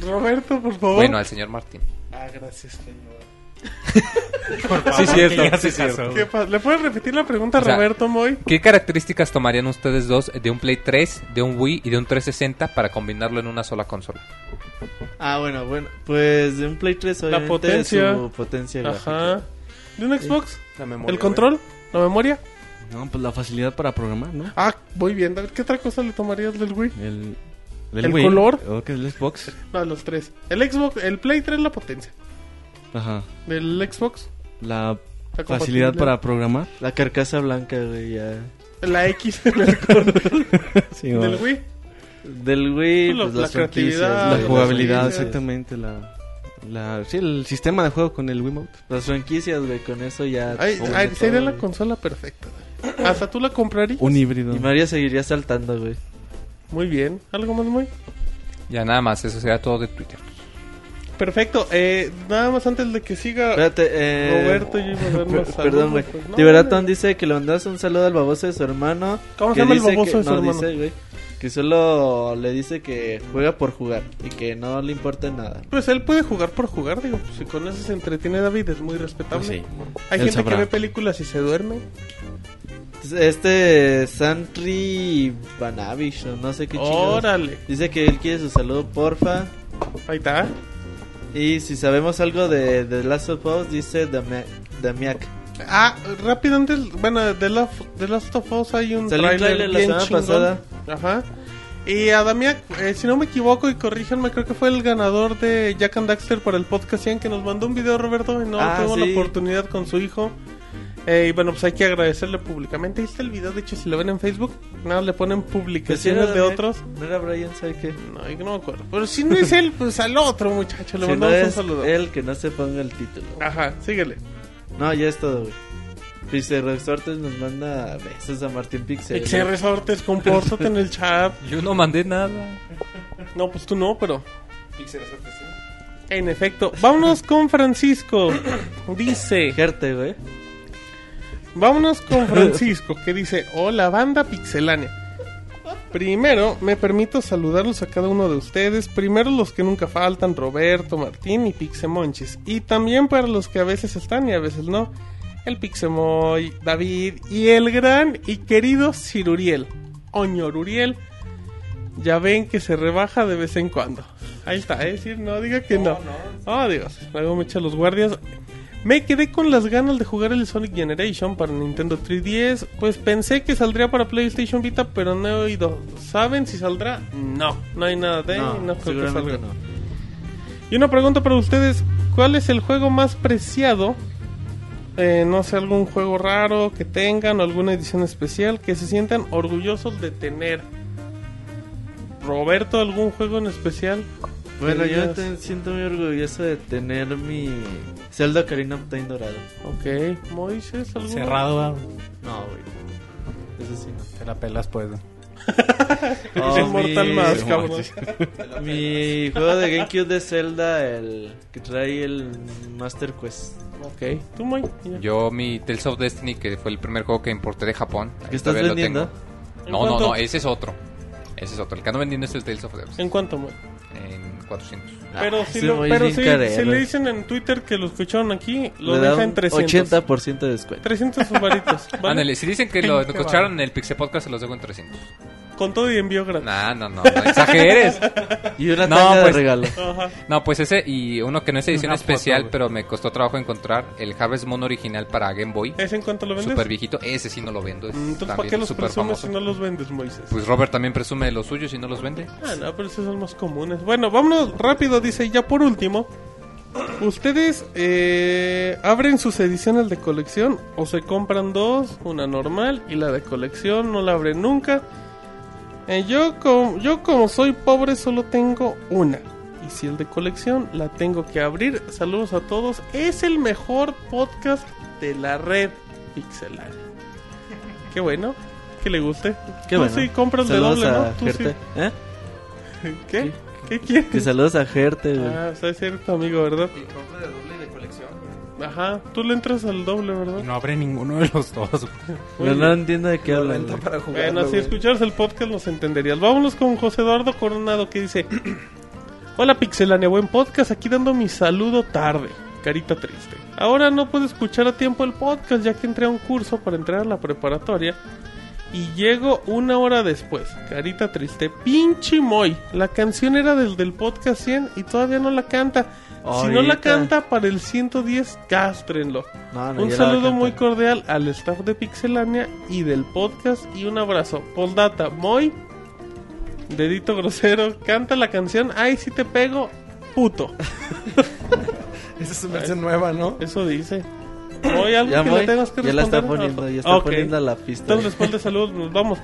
[SPEAKER 2] Roberto, por favor.
[SPEAKER 3] Bueno, al señor Martín.
[SPEAKER 2] Ah, gracias.
[SPEAKER 8] Por favor,
[SPEAKER 3] Sí, cierto,
[SPEAKER 8] que ya
[SPEAKER 3] sí,
[SPEAKER 8] se casó.
[SPEAKER 2] ¿Qué pa- ¿Le puedes repetir la pregunta a
[SPEAKER 3] O sea,
[SPEAKER 2] Roberto Moy?
[SPEAKER 3] ¿Qué características tomarían ustedes dos de un Play 3, de un Wii y de un 360 para combinarlo en una sola consola?
[SPEAKER 5] Ah, bueno, bueno. Pues de un Play 3 obviamente
[SPEAKER 2] potencia.
[SPEAKER 5] su potencia gráfica.
[SPEAKER 2] Ajá. ¿De un Xbox?
[SPEAKER 6] La memoria,
[SPEAKER 2] ¿El control? ¿La memoria?
[SPEAKER 7] No, pues la facilidad para programar, ¿no?
[SPEAKER 2] Ah, muy bien. David, ¿Qué otra cosa le tomarías del Wii?
[SPEAKER 7] El,
[SPEAKER 2] ¿El color?
[SPEAKER 7] O que es el Xbox.
[SPEAKER 2] No, los tres. El Xbox, el Play 3 la potencia.
[SPEAKER 7] Ajá.
[SPEAKER 2] Del Xbox,
[SPEAKER 7] La
[SPEAKER 2] la
[SPEAKER 7] facilidad
[SPEAKER 2] compatibilidad.
[SPEAKER 7] para programar.
[SPEAKER 5] La carcasa blanca, güey, ya.
[SPEAKER 2] La X en el control
[SPEAKER 7] Sí, va.
[SPEAKER 2] del Wii.
[SPEAKER 5] Del Wii,
[SPEAKER 2] Lo-
[SPEAKER 5] pues
[SPEAKER 2] la
[SPEAKER 5] las franquicias.
[SPEAKER 2] creatividad,
[SPEAKER 5] güey,
[SPEAKER 7] La
[SPEAKER 5] las
[SPEAKER 7] jugabilidad,
[SPEAKER 5] franquicias.
[SPEAKER 7] exactamente. La, la, sí, el sistema de juego con el Wiimote.
[SPEAKER 5] Las franquicias, güey, con eso ya.
[SPEAKER 2] Ay,
[SPEAKER 5] tiene
[SPEAKER 2] ay,
[SPEAKER 5] todo,
[SPEAKER 2] sería la
[SPEAKER 5] güey.
[SPEAKER 2] consola perfecta. Hasta tú la comprarías.
[SPEAKER 7] Un híbrido.
[SPEAKER 5] Y Mario seguiría saltando, güey.
[SPEAKER 2] Muy bien. ¿Algo más, Moy?
[SPEAKER 3] Ya nada más, eso será todo de Twitter.
[SPEAKER 2] Perfecto. Eh, nada más antes de que siga
[SPEAKER 5] Espérate, eh.
[SPEAKER 2] Roberto, yo iba a dar
[SPEAKER 5] per-
[SPEAKER 2] más
[SPEAKER 5] Perdón, güey.
[SPEAKER 2] saludos, pues, no,
[SPEAKER 5] Tiberatón
[SPEAKER 2] dale.
[SPEAKER 5] dice que le mandas un saludo al baboso de su hermano.
[SPEAKER 2] ¿Cómo se
[SPEAKER 5] que
[SPEAKER 2] llama el
[SPEAKER 5] dice
[SPEAKER 2] baboso
[SPEAKER 5] que-
[SPEAKER 2] de su
[SPEAKER 5] no,
[SPEAKER 2] hermano?
[SPEAKER 5] dice, güey, que solo le dice que juega por jugar y que no le importa nada.
[SPEAKER 2] Pues él puede jugar por jugar, digo. Si con eso se entretiene David, es muy respetable.
[SPEAKER 7] Pues sí.
[SPEAKER 2] Hay
[SPEAKER 7] Él
[SPEAKER 2] gente
[SPEAKER 7] sabrá.
[SPEAKER 2] que ve películas y se duerme.
[SPEAKER 5] Este Santri Banavich, o no sé qué chingados.
[SPEAKER 2] Órale.
[SPEAKER 5] Dice que él quiere su saludo, porfa.
[SPEAKER 2] Ahí está.
[SPEAKER 5] Y si sabemos algo de The Last of Us, dice Damia- Damiac.
[SPEAKER 2] Ah, rápido antes. Bueno, de Last, de Last of Us hay un
[SPEAKER 5] Salió un
[SPEAKER 2] trailer,
[SPEAKER 5] tráiler la semana pasada.
[SPEAKER 2] Ajá. Y a Damián, eh, si no me equivoco y corríjanme, creo que fue el ganador de Jack and Daxter para el podcast 100 que nos mandó un video, Roberto, y no
[SPEAKER 5] Ah,
[SPEAKER 2] tuvo la
[SPEAKER 5] sí.
[SPEAKER 2] oportunidad con su hijo. Eh, y bueno, pues hay que agradecerle públicamente. Ahí está el video, de hecho, si lo ven en Facebook, nada, le ponen
[SPEAKER 5] Pues era
[SPEAKER 2] publicaciones de
[SPEAKER 5] Damiac?
[SPEAKER 2] otros.
[SPEAKER 5] No era Brian, ¿sabe qué?
[SPEAKER 2] No, y no me acuerdo. Pero si no es él, pues al otro muchacho le
[SPEAKER 5] Si no
[SPEAKER 2] mandamos un
[SPEAKER 5] es
[SPEAKER 2] saludo.
[SPEAKER 5] él, que no se ponga el título.
[SPEAKER 2] Ajá, síguele.
[SPEAKER 5] No, ya es todo, güey. Pixel Resortes nos manda besos a Martín Pixel.
[SPEAKER 2] XR Resortes, compórtate en el chat.
[SPEAKER 3] Yo no mandé nada.
[SPEAKER 2] No, pues tú no, pero. En efecto, vámonos con Francisco. Dice,
[SPEAKER 5] Jerte, güey.
[SPEAKER 2] vámonos con Francisco, que dice, hola banda pixelánea. Primero, me permito saludarlos a cada uno de ustedes. Primero los que nunca faltan, Roberto, Martín y Pixemonchis. Y también para los que a veces están y a veces no, el Pixemoy, David y el gran y querido Ciruriel, Oñor Uriel. Ya ven que se rebaja de vez en cuando. Ahí está, es decir, no diga que no. Oh, Dios, luego me echan los guardias. Me quedé con las ganas de jugar el Sonic Generation para Nintendo 3DS. Pues pensé que saldría para PlayStation Vita, pero no he oído. ¿Saben si saldrá? No, no hay nada de
[SPEAKER 5] No,
[SPEAKER 2] no, no creo que
[SPEAKER 5] seguramente
[SPEAKER 2] salga.
[SPEAKER 5] no.
[SPEAKER 2] Y una pregunta para ustedes: ¿Cuál es el juego más preciado? Eh, no sé, algún juego raro que tengan o alguna edición especial que se sientan orgullosos de tener. Roberto, ¿algún juego en especial?
[SPEAKER 5] Bueno,
[SPEAKER 2] Que
[SPEAKER 5] yo
[SPEAKER 2] digas,
[SPEAKER 5] te siento muy orgulloso de tener mi Zelda Karina of Time dorado.
[SPEAKER 2] Ok, Moisés, ¿algún?
[SPEAKER 8] Cerrado, ah.
[SPEAKER 5] No, güey. Eso sí no.
[SPEAKER 8] te la pelas pues.
[SPEAKER 5] Oh,
[SPEAKER 2] Es Mortal
[SPEAKER 5] mi-
[SPEAKER 2] más, cabrón.
[SPEAKER 5] Mi juego de GameCube de Zelda, el que trae el Master Quest.
[SPEAKER 2] Ok, tú, Moy. Ya.
[SPEAKER 3] Yo mi Tales of Destiny, que fue el primer juego que importé de Japón. ahí
[SPEAKER 5] ¿Qué estás
[SPEAKER 3] todavía lo
[SPEAKER 5] vendiendo?
[SPEAKER 3] tengo.
[SPEAKER 2] ¿En
[SPEAKER 3] No, no,
[SPEAKER 2] cuánto?
[SPEAKER 3] no, ese es otro. Ese es otro. El que ando vendiendo es el Tales of Destiny.
[SPEAKER 2] ¿En cuánto, Moy?
[SPEAKER 3] En 400.
[SPEAKER 2] Pero,
[SPEAKER 5] Ah,
[SPEAKER 2] si,
[SPEAKER 5] ese
[SPEAKER 2] lo-
[SPEAKER 5] Moy es
[SPEAKER 2] pero
[SPEAKER 5] bien
[SPEAKER 2] si,
[SPEAKER 5] carero.
[SPEAKER 2] si le dicen en Twitter que lo escucharon aquí, lo
[SPEAKER 5] Le da
[SPEAKER 2] deja
[SPEAKER 5] un
[SPEAKER 2] en 300.
[SPEAKER 5] 80% de descuento.
[SPEAKER 2] 300 varitos. ¿vale?
[SPEAKER 3] Ándale, si dicen que lo
[SPEAKER 8] Qué
[SPEAKER 3] escucharon
[SPEAKER 8] bárbaro.
[SPEAKER 3] en el Pixel Podcast, se los dejo en 300.
[SPEAKER 2] Con todo y envío gratis.
[SPEAKER 3] Nah, no, no, no exageres.
[SPEAKER 5] Y una
[SPEAKER 3] No,
[SPEAKER 5] tanga de
[SPEAKER 3] pues-
[SPEAKER 5] regalo.
[SPEAKER 2] Ajá.
[SPEAKER 3] No, pues ese y uno que no es edición
[SPEAKER 8] Una foto,
[SPEAKER 3] especial,
[SPEAKER 8] güey.
[SPEAKER 3] pero me costó trabajo encontrar el Harvest Moon original para Game Boy.
[SPEAKER 2] ¿Ese en cuánto lo vendes?
[SPEAKER 3] Super viejito, ese sí no lo vendo. es
[SPEAKER 2] Mm, Entonces, ¿para
[SPEAKER 3] también
[SPEAKER 2] qué los
[SPEAKER 3] súper
[SPEAKER 2] presumes
[SPEAKER 3] famoso.
[SPEAKER 2] si no los vendes, Moisés?
[SPEAKER 3] Pues Robert también presume de los suyos y no los vende.
[SPEAKER 2] Ah, no, pero esos son los comunes. Bueno, vámonos rápido, dice. Ya por último, ¿ustedes eh, abren sus ediciones de colección o se compran dos? Una normal y la de colección no la abren nunca. Eh, yo, com- yo como soy pobre solo tengo una. Y si el de colección la tengo que abrir, saludos a todos. Es el mejor podcast de la red pixelar. Qué bueno, que le guste.
[SPEAKER 5] Qué
[SPEAKER 2] Tú
[SPEAKER 5] bueno.
[SPEAKER 2] sí compras de
[SPEAKER 5] Saludos
[SPEAKER 2] doble, ¿no?
[SPEAKER 5] a
[SPEAKER 2] Tú sí.
[SPEAKER 5] Gerte. ¿Eh?
[SPEAKER 2] ¿Qué? ¿Qué
[SPEAKER 5] Que
[SPEAKER 2] quieres?
[SPEAKER 5] saludos a Gerte, güey.
[SPEAKER 2] Ah, o sea, es cierto, amigo, ¿verdad?
[SPEAKER 9] Y compra de doble y de colección.
[SPEAKER 2] Ajá, tú le entras al doble, ¿verdad?
[SPEAKER 8] No abre ninguno de los dos. güey.
[SPEAKER 5] no, no entiendo de qué
[SPEAKER 9] Lo
[SPEAKER 5] hablan.
[SPEAKER 9] venta
[SPEAKER 5] güey.
[SPEAKER 9] para jugar.
[SPEAKER 2] Bueno, si escucharas el podcast nos entenderías. Vámonos con José Eduardo Coronado que dice... Hola Pixelania, buen podcast, aquí dando mi saludo tarde. Carita triste. Ahora no puedo escuchar a tiempo el podcast ya que entré a un curso para entrar a la preparatoria y llego una hora después. Carita triste. Pinche Moy. La canción era del, del podcast 100 y todavía no la canta. Si no la
[SPEAKER 5] Ahorita.
[SPEAKER 2] canta para el 110, castrenlo.
[SPEAKER 5] No, no,
[SPEAKER 2] Un
[SPEAKER 5] ya la
[SPEAKER 2] saludo muy
[SPEAKER 5] cantan.
[SPEAKER 2] cordial al staff de Pixelania y del podcast y un abrazo. Poldata, Moy, dedito grosero, canta la canción Ay, si te pego, puto.
[SPEAKER 9] Esa es su versión nueva, ¿no?
[SPEAKER 2] Eso dice. Moy, algo
[SPEAKER 5] Ya,
[SPEAKER 2] que
[SPEAKER 5] voy.
[SPEAKER 2] le tengas que
[SPEAKER 5] ya la está
[SPEAKER 2] responder?
[SPEAKER 5] poniendo, ya está
[SPEAKER 2] Ok.
[SPEAKER 5] poniendo a la pista.
[SPEAKER 2] Entonces, después de saludos, nos pues vamos.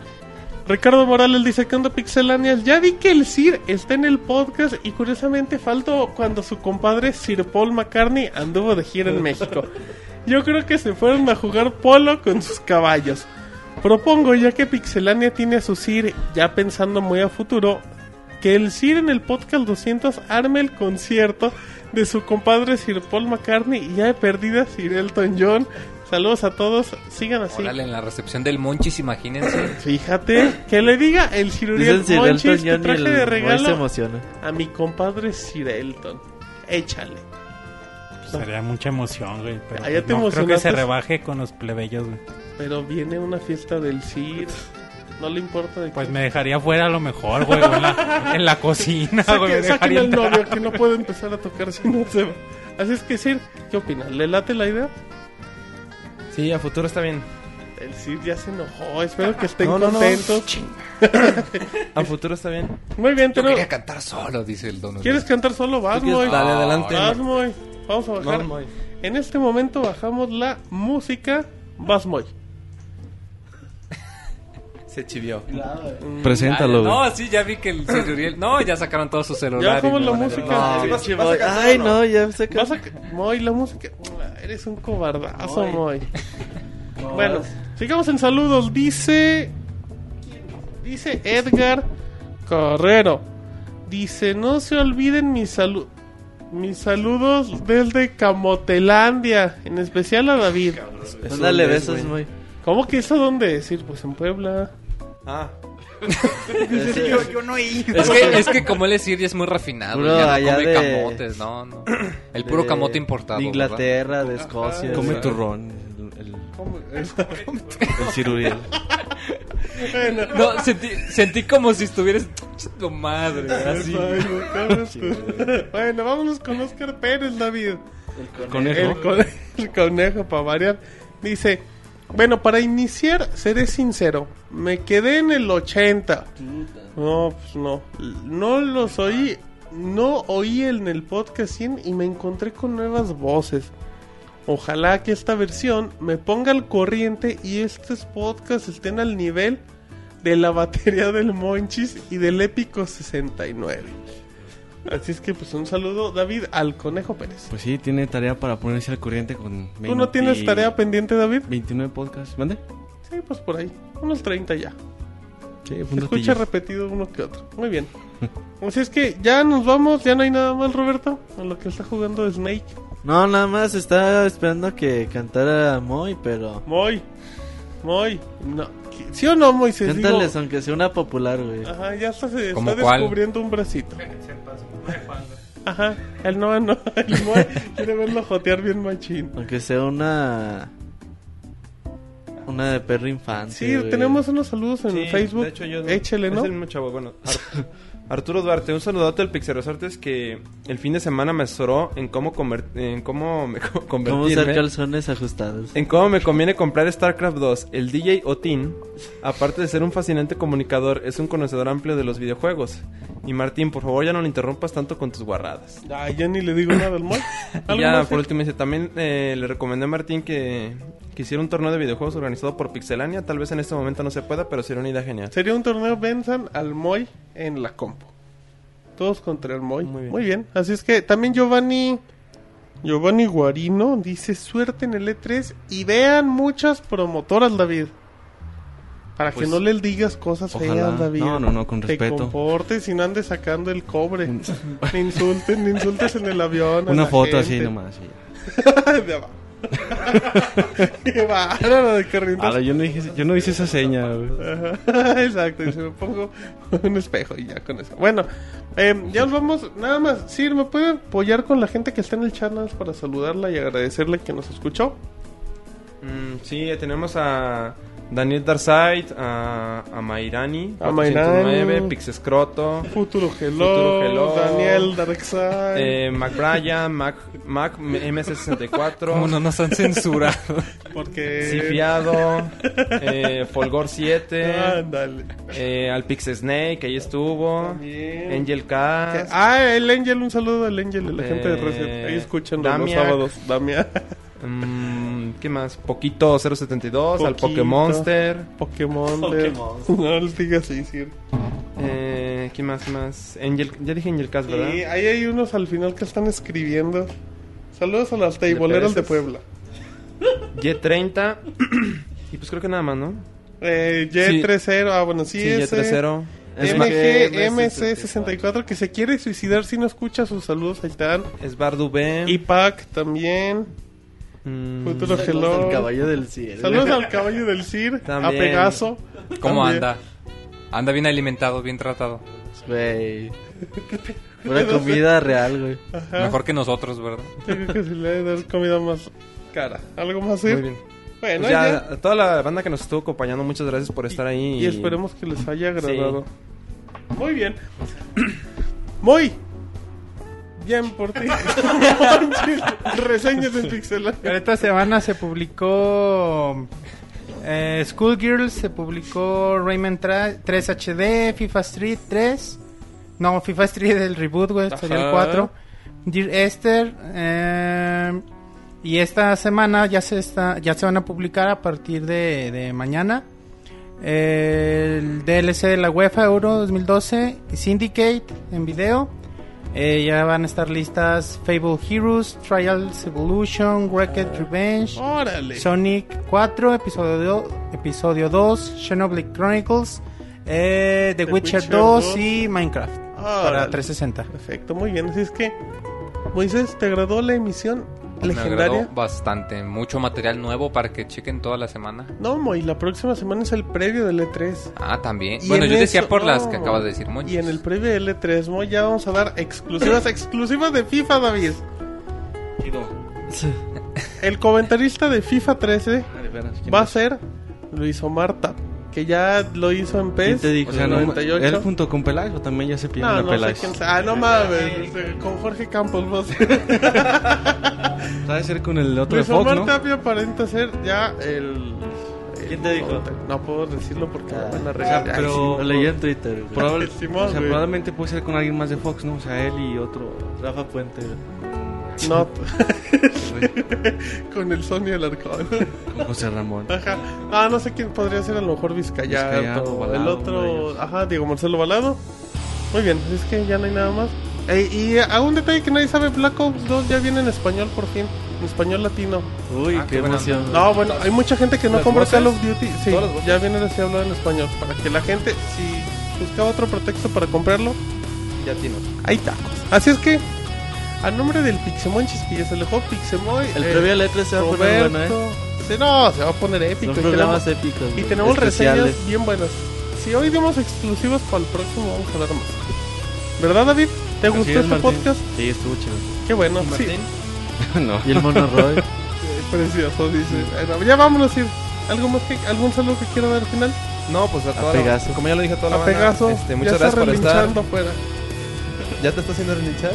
[SPEAKER 2] Ricardo Morales dice, ¿qué onda Pixelanias? Ya vi que el Sir está en el podcast y curiosamente faltó cuando su compadre Sir Paul McCartney anduvo de gira en México. Yo creo que se fueron a jugar polo con sus caballos. Propongo, ya que Pixelania tiene a su Sir ya pensando muy a futuro, que el Sir en el podcast 200 arme el concierto de su compadre Sir Paul McCartney y ya de perdida Sir Elton John. Saludos a todos, sigan así.
[SPEAKER 3] Órale, en la recepción del Monchis, imagínense.
[SPEAKER 2] Fíjate, que le diga el ciruriel
[SPEAKER 5] Dicen si
[SPEAKER 2] Monchis
[SPEAKER 5] Elton
[SPEAKER 2] que
[SPEAKER 5] John y
[SPEAKER 2] traje
[SPEAKER 5] el
[SPEAKER 2] de
[SPEAKER 5] Moy se
[SPEAKER 2] regalo
[SPEAKER 5] emociona.
[SPEAKER 2] a mi compadre Sir Elton. Échale.
[SPEAKER 8] Pues, Sería mucha emoción, güey. Pero
[SPEAKER 2] Ah, ya
[SPEAKER 8] pues
[SPEAKER 2] te
[SPEAKER 8] no, creo que
[SPEAKER 2] emocionaste.
[SPEAKER 8] se rebaje con los plebeyos, güey.
[SPEAKER 2] Pero viene una fiesta del Sir. No le importa de
[SPEAKER 8] Pues
[SPEAKER 2] qué.
[SPEAKER 8] me dejaría fuera a lo mejor, güey. En la, en la cocina, güey. me
[SPEAKER 2] Saquen, saquen
[SPEAKER 8] dejaría
[SPEAKER 2] al
[SPEAKER 8] entrar.
[SPEAKER 2] novio que no puede empezar a tocar si no se va. Así es que Sir, ¿qué opinas? ¿Le late la idea?
[SPEAKER 9] Sí, a futuro está bien.
[SPEAKER 2] El Sir ya se enojó, espero que estén
[SPEAKER 9] No, no, no.
[SPEAKER 2] contentos.
[SPEAKER 9] A futuro está bien.
[SPEAKER 2] Muy bien,
[SPEAKER 3] Yo
[SPEAKER 2] pero
[SPEAKER 3] quería cantar solo, dice el Don Uriel.
[SPEAKER 2] ¿quieres cantar solo? Vas,
[SPEAKER 5] ¿Tú quieres-
[SPEAKER 2] Moy.
[SPEAKER 9] Dale, adelante.
[SPEAKER 2] Vas, Moy. Vamos a bajar.
[SPEAKER 9] No, Moy.
[SPEAKER 2] En este momento bajamos la música. Vas, Moy.
[SPEAKER 9] Se chivió.
[SPEAKER 7] Preséntalo, güey.
[SPEAKER 3] No, sí, ya vi que el Sir Uriel- No, ya sacaron todos sus celulares.
[SPEAKER 2] Ya bajamos
[SPEAKER 3] y
[SPEAKER 2] la
[SPEAKER 3] no van a-
[SPEAKER 2] música.
[SPEAKER 5] No,
[SPEAKER 9] ¿Sí vas-
[SPEAKER 5] pinche
[SPEAKER 9] vas a
[SPEAKER 5] Moy.
[SPEAKER 9] cantar
[SPEAKER 5] Ay,
[SPEAKER 9] o no?
[SPEAKER 5] no, ya se acabó.
[SPEAKER 2] Vas a... Moy, la música. Ah, Eres un cobardazo, Moy. Bueno, sigamos en saludos. Dice. Dice Edgar Carrero. Dice: No se olviden mis saludos. Mis saludos desde Camotelandia, en especial a David.
[SPEAKER 5] Mándale besos, Moy.
[SPEAKER 2] ¿Cómo que eso dónde decir? Pues en Puebla.
[SPEAKER 9] Ah,
[SPEAKER 5] Este,
[SPEAKER 8] yo, yo no he ido.
[SPEAKER 3] Es que, es que como él es sirio es muy refinado.
[SPEAKER 5] Puro
[SPEAKER 3] ya no
[SPEAKER 5] allá
[SPEAKER 3] come
[SPEAKER 5] de-
[SPEAKER 3] camotes, no, no. El puro
[SPEAKER 5] de-
[SPEAKER 3] camote importado.
[SPEAKER 5] De
[SPEAKER 3] ¿verdad?
[SPEAKER 5] Inglaterra, de Escocia.
[SPEAKER 7] Come
[SPEAKER 5] de-
[SPEAKER 7] turrón. El, el, el ciruriel.
[SPEAKER 3] No, sentí, sentí como si estuvieras... Tu madre, así.
[SPEAKER 2] Exacto, Carlos, tú. bueno, vámonos con Oscar Pérez, David.
[SPEAKER 7] Conejo.
[SPEAKER 2] El, cone- el conejo, para variar. Dice, bueno, para iniciar, seré sincero, me quedé en el 80. No, pues no. No los oí, no oí en el podcast 100 y me encontré con nuevas voces. Ojalá que esta versión me ponga al corriente y estos podcasts estén al nivel de la batería del Monchis y del épico 69. Así es que pues un saludo David al Conejo Pérez.
[SPEAKER 7] Pues sí, tiene tarea para ponerse al corriente con.
[SPEAKER 2] ¿Tú no
[SPEAKER 7] 20
[SPEAKER 2] tienes tarea pendiente, David?
[SPEAKER 7] 29 podcasts. ¿Mande?
[SPEAKER 2] Sí, pues por ahí. Unos 30 ya.
[SPEAKER 7] Sí,
[SPEAKER 2] Se escucha repetido uno que otro. Muy bien. Así es que ya nos vamos. Ya no hay nada más, Roberto. A lo que está jugando Snake.
[SPEAKER 5] No, nada más estaba esperando que cantara Moy, pero.
[SPEAKER 2] Moy. Moy. No. ¿Sí o no, Moisés? Digo-
[SPEAKER 5] Cántales, aunque sea una popular, güey.
[SPEAKER 2] Ajá, ya está, se
[SPEAKER 3] ¿Cómo
[SPEAKER 2] está
[SPEAKER 3] cuál?
[SPEAKER 2] descubriendo un bracito. Ajá, el no, no, el Moy quiere verlo jotear bien machín.
[SPEAKER 5] Aunque sea una. Una de perro infante.
[SPEAKER 2] Sí,
[SPEAKER 5] güey.
[SPEAKER 2] tenemos unos saludos en
[SPEAKER 6] Sí,
[SPEAKER 2] Facebook.
[SPEAKER 6] de hecho, yo-
[SPEAKER 2] Échele, ¿no?
[SPEAKER 6] Es el mismo chavo, bueno. Ar- Arturo Duarte, un saludote al Pixel Resortes que el fin de semana me asesoró en cómo, conver- en cómo me co-
[SPEAKER 5] Cómo usar
[SPEAKER 3] ¿eh?
[SPEAKER 6] convertirme.
[SPEAKER 5] calzones ajustados.
[SPEAKER 6] En cómo me conviene comprar StarCraft 2. El DJ Otin, aparte de ser un fascinante comunicador, es un conocedor amplio de los videojuegos. Y Martín, por favor, ya no lo interrumpas tanto con tus guarradas.
[SPEAKER 2] Ah, ya ni le digo nada al Moy.
[SPEAKER 6] Y
[SPEAKER 2] ¿Algo
[SPEAKER 6] ya,
[SPEAKER 2] más?
[SPEAKER 6] por último, dice, también eh, le recomendé a Martín que, que hiciera un torneo de videojuegos organizado por Pixelania. Tal vez en este momento no se pueda, pero sería una idea genial.
[SPEAKER 2] Sería un torneo Benzan al Moy en la compo. Todos contra el Moy. Muy
[SPEAKER 6] Muy
[SPEAKER 2] bien.
[SPEAKER 6] bien.
[SPEAKER 2] Así es que también Giovanni Giovanni Guarino dice suerte en el E3 y vean muchas promotoras, David. Para
[SPEAKER 7] Pues,
[SPEAKER 2] que no les digas cosas
[SPEAKER 7] ojalá.
[SPEAKER 2] feas, David.
[SPEAKER 7] No, no, no, con respeto.
[SPEAKER 2] Te comportes y no andes sacando el cobre. ni insultes, ni insultes en el avión. a
[SPEAKER 7] Una
[SPEAKER 2] la
[SPEAKER 7] foto así
[SPEAKER 2] gente.
[SPEAKER 7] nomás. y ya.
[SPEAKER 2] De abajo. Qué bárbaro de corriente.
[SPEAKER 7] Ahora, yo no, dije, yo no hice esa seña. güey.
[SPEAKER 2] Ajá, Exacto, y se me pongo un espejo y ya con eso. Bueno, em, ya nos vamos. Nada más, sí, ¿me puede apoyar con la gente que está en el chat nada más para saludarla y agradecerle que nos escuchó?
[SPEAKER 6] Mm, sí, eh, tenemos a Daniel Darzait, a, a Mairani,
[SPEAKER 2] A Mairani.
[SPEAKER 6] Pixescroto,
[SPEAKER 2] Futuro Hello,
[SPEAKER 6] Futuro Hello.
[SPEAKER 2] Daniel Darkseid.
[SPEAKER 6] eh, Mac Bryan, Mac, Mac MS64.
[SPEAKER 3] Como no nos han censurado.
[SPEAKER 2] porque.
[SPEAKER 6] Cifiado, eh, Folgor 7,
[SPEAKER 2] Ándale.
[SPEAKER 6] eh, al Pix Snake, ahí estuvo,
[SPEAKER 2] También.
[SPEAKER 6] Angel
[SPEAKER 2] Que-
[SPEAKER 6] Cast,
[SPEAKER 2] Ah, el Angel, un saludo al Angel, a la gente de
[SPEAKER 6] Eh,
[SPEAKER 2] Reset. Ahí escuchan los
[SPEAKER 6] Damiac.
[SPEAKER 2] sábados. Damián,
[SPEAKER 6] mm, ¿qué más? Poquito 072, al
[SPEAKER 2] Poquito.
[SPEAKER 6] Pokémonster,
[SPEAKER 2] Pokémon. de- No les digas así, sí.
[SPEAKER 6] eh, ¿qué más? más? Angel, ya dije Angel Cast, ¿verdad?
[SPEAKER 2] Y ahí hay unos al final que están escribiendo. Saludos a las teiboleras de,
[SPEAKER 6] perezas.
[SPEAKER 2] Puebla.
[SPEAKER 6] Y30, y pues creo que nada más, ¿no?
[SPEAKER 2] Eh, Y30, ah, bueno, sí,
[SPEAKER 6] Sí,
[SPEAKER 2] es. eh,
[SPEAKER 6] Y30. Es, Ma-
[SPEAKER 2] MGMC64 que se quiere suicidar si no escucha sus saludos. Ahí están.
[SPEAKER 6] es Bardu B.
[SPEAKER 2] IPAC también.
[SPEAKER 6] mm,
[SPEAKER 2] Futuro
[SPEAKER 5] Saludos al
[SPEAKER 2] Hello.
[SPEAKER 5] caballo del cielo.
[SPEAKER 2] Saludos al caballo del CIR. A
[SPEAKER 6] También.
[SPEAKER 2] Pegaso.
[SPEAKER 3] ¿Cómo
[SPEAKER 2] También.
[SPEAKER 3] anda? Anda bien alimentado, bien tratado.
[SPEAKER 5] Güey. Una comida real, güey.
[SPEAKER 2] Ajá.
[SPEAKER 3] Mejor que nosotros, ¿verdad?
[SPEAKER 2] Yo creo que se le debe dar comida más cara. ¿Algo más, Sir?
[SPEAKER 6] Muy bien.
[SPEAKER 2] Bueno,
[SPEAKER 6] Pues ya,
[SPEAKER 2] ya.
[SPEAKER 6] a toda la banda que nos estuvo acompañando, muchas gracias por estar ahí.
[SPEAKER 2] Y esperemos que les haya agradado. Muy bien. Muy bien por ti. Reseñas en pixelar.
[SPEAKER 8] Esta semana se publicó eh, Schoolgirls, se publicó Rayman 3 HD, FIFA Street 3. No, FIFA Street el reboot, güey, sería el
[SPEAKER 2] Ajá.
[SPEAKER 8] 4. Dear Esther. eh, y esta semana ya se, está, ya se van a publicar a partir de, de mañana. eh, el DLC de la UEFA Euro 2012 y Syndicate en video. Eh, ya van a estar listas Fable Heroes, Trials Evolution, Wrecked Revenge,
[SPEAKER 2] Órale.
[SPEAKER 8] Sonic 4, episodio, do- episodio 2, Xenoblade Chronicles, eh, The,
[SPEAKER 2] The
[SPEAKER 8] Witcher,
[SPEAKER 2] Witcher
[SPEAKER 8] 2,
[SPEAKER 2] 2.
[SPEAKER 8] y Minecraft para
[SPEAKER 2] Órale.
[SPEAKER 8] 360.
[SPEAKER 2] Perfecto, muy bien. Así es que, Moisés, ¿te agradó la emisión
[SPEAKER 3] Me
[SPEAKER 2] legendaria.
[SPEAKER 3] agradó bastante. Mucho material nuevo para que chequen toda la semana.
[SPEAKER 2] No, Moy, la próxima semana es el previo del E E3.
[SPEAKER 3] Ah, también.
[SPEAKER 2] Y
[SPEAKER 3] Bueno,
[SPEAKER 2] en
[SPEAKER 3] yo decía
[SPEAKER 2] eso-
[SPEAKER 3] por las
[SPEAKER 2] no.
[SPEAKER 3] que acabas de decir, Monchis.
[SPEAKER 2] Y en el previo del E3, Moy, ya vamos a dar exclusivas, exclusivas de FIFA, David. El comentarista de FIFA 13 va a ser Luis Omar Tap, que ya lo hizo en PES.
[SPEAKER 5] ¿Quién te dijo?
[SPEAKER 7] O sea, no,
[SPEAKER 2] 98.
[SPEAKER 7] él junto con Peláez o también ya se pidió
[SPEAKER 2] No,
[SPEAKER 7] a
[SPEAKER 2] no sé
[SPEAKER 7] Peláez.
[SPEAKER 2] quién sea. Ah, no mames. este, Con Jorge Campos va a ser.
[SPEAKER 7] Sabe ser con el otro de
[SPEAKER 2] Luis
[SPEAKER 7] Fox,
[SPEAKER 2] Omar
[SPEAKER 7] ¿no?
[SPEAKER 2] Tapia aparenta ser ya el.
[SPEAKER 5] ¿Quién te dijo?
[SPEAKER 2] No puedo decirlo porque me van a
[SPEAKER 7] O sea,
[SPEAKER 2] regalar.
[SPEAKER 7] Ah, pero
[SPEAKER 5] Lo leí en Twitter, güey.
[SPEAKER 7] probable-
[SPEAKER 2] Simón,
[SPEAKER 7] o sea,
[SPEAKER 2] güey.
[SPEAKER 7] probablemente puede ser con alguien más de Fox, ¿no? O sea, él y otro.
[SPEAKER 5] Rafa Puente. güey.
[SPEAKER 2] No. Con el Sony del arcón.
[SPEAKER 7] Con José Ramón.
[SPEAKER 2] Ajá. Ah, no sé quién podría ser a lo mejor Vizcayato.
[SPEAKER 7] Vizcayato, Balado,
[SPEAKER 2] el
[SPEAKER 7] uno de
[SPEAKER 2] otro.
[SPEAKER 7] ellos.
[SPEAKER 2] Ajá, Diego Marcelo Balado. Muy bien, es que ya no hay nada más. Eh, y a un detalle que nadie sabe: Black Ops 2 ya viene en español por fin. En español latino.
[SPEAKER 5] Uy,
[SPEAKER 3] Ah,
[SPEAKER 5] qué
[SPEAKER 3] qué buena
[SPEAKER 5] emoción.
[SPEAKER 2] No, bueno, hay mucha gente que no
[SPEAKER 9] ¿Las
[SPEAKER 2] compra
[SPEAKER 9] voces?
[SPEAKER 2] Call of Duty. Sí,
[SPEAKER 9] ¿Todas las voces?
[SPEAKER 2] ya viene así hablado en español. Para que la gente, si buscaba otro pretexto para comprarlo,
[SPEAKER 9] Ya tiene.
[SPEAKER 2] ahí está. Así es que, a nombre del Pixemoy, que ya se alejó Pixemoy.
[SPEAKER 5] El
[SPEAKER 2] eh,
[SPEAKER 5] previo al E3 se va a poner
[SPEAKER 2] Roberto.
[SPEAKER 5] bueno, ¿eh?
[SPEAKER 2] Sí, no, se va a poner épico.
[SPEAKER 5] Son
[SPEAKER 2] y tenemos-
[SPEAKER 5] programas épicos.
[SPEAKER 2] y
[SPEAKER 5] güey,
[SPEAKER 2] tenemos
[SPEAKER 5] especiales.
[SPEAKER 2] reseñas bien buenas. Si hoy dimos exclusivas para el próximo, vamos a dar más. ¿Verdad, David? ¿Te
[SPEAKER 5] Así
[SPEAKER 2] gustó
[SPEAKER 5] es,
[SPEAKER 2] este
[SPEAKER 5] Martín.
[SPEAKER 2] podcast?
[SPEAKER 5] Sí, estuvo chido.
[SPEAKER 2] Qué bueno, sí.
[SPEAKER 7] no.
[SPEAKER 5] Y el mono Roy.
[SPEAKER 2] Precioso, dice. Bueno, ya vámonos, ir. ¿Algo más que, ¿Algún saludo que quiera dar al final?
[SPEAKER 9] No, pues a toda la-
[SPEAKER 5] Pegaso.
[SPEAKER 9] como ya lo dije a toda la
[SPEAKER 2] a
[SPEAKER 9] banda,
[SPEAKER 2] Pegaso.
[SPEAKER 9] este, muchas
[SPEAKER 2] ya
[SPEAKER 9] gracias por
[SPEAKER 2] está
[SPEAKER 9] estar.
[SPEAKER 2] relinchando afuera.
[SPEAKER 9] ¿Ya te está haciendo relinchar?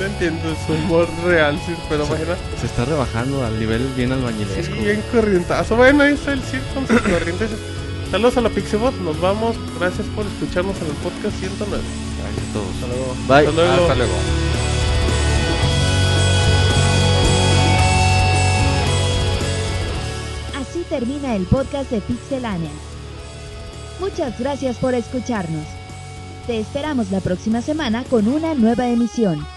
[SPEAKER 2] No entiendo su humor real, Sir, pero bueno.
[SPEAKER 7] Se está rebajando al nivel bien
[SPEAKER 2] Sí,
[SPEAKER 7] albañilesco.
[SPEAKER 2] bien corrientazo. Bueno, ahí está el Sir con sus corrientes. Saludos a la Pixibot, nos vamos. Gracias por escucharnos en el podcast 109.
[SPEAKER 7] Gracias a todos.
[SPEAKER 5] Bye.
[SPEAKER 2] Hasta luego.
[SPEAKER 3] Hasta luego.
[SPEAKER 1] Así termina el podcast de Pixelania. Muchas gracias por escucharnos. Te esperamos la próxima semana con una nueva emisión.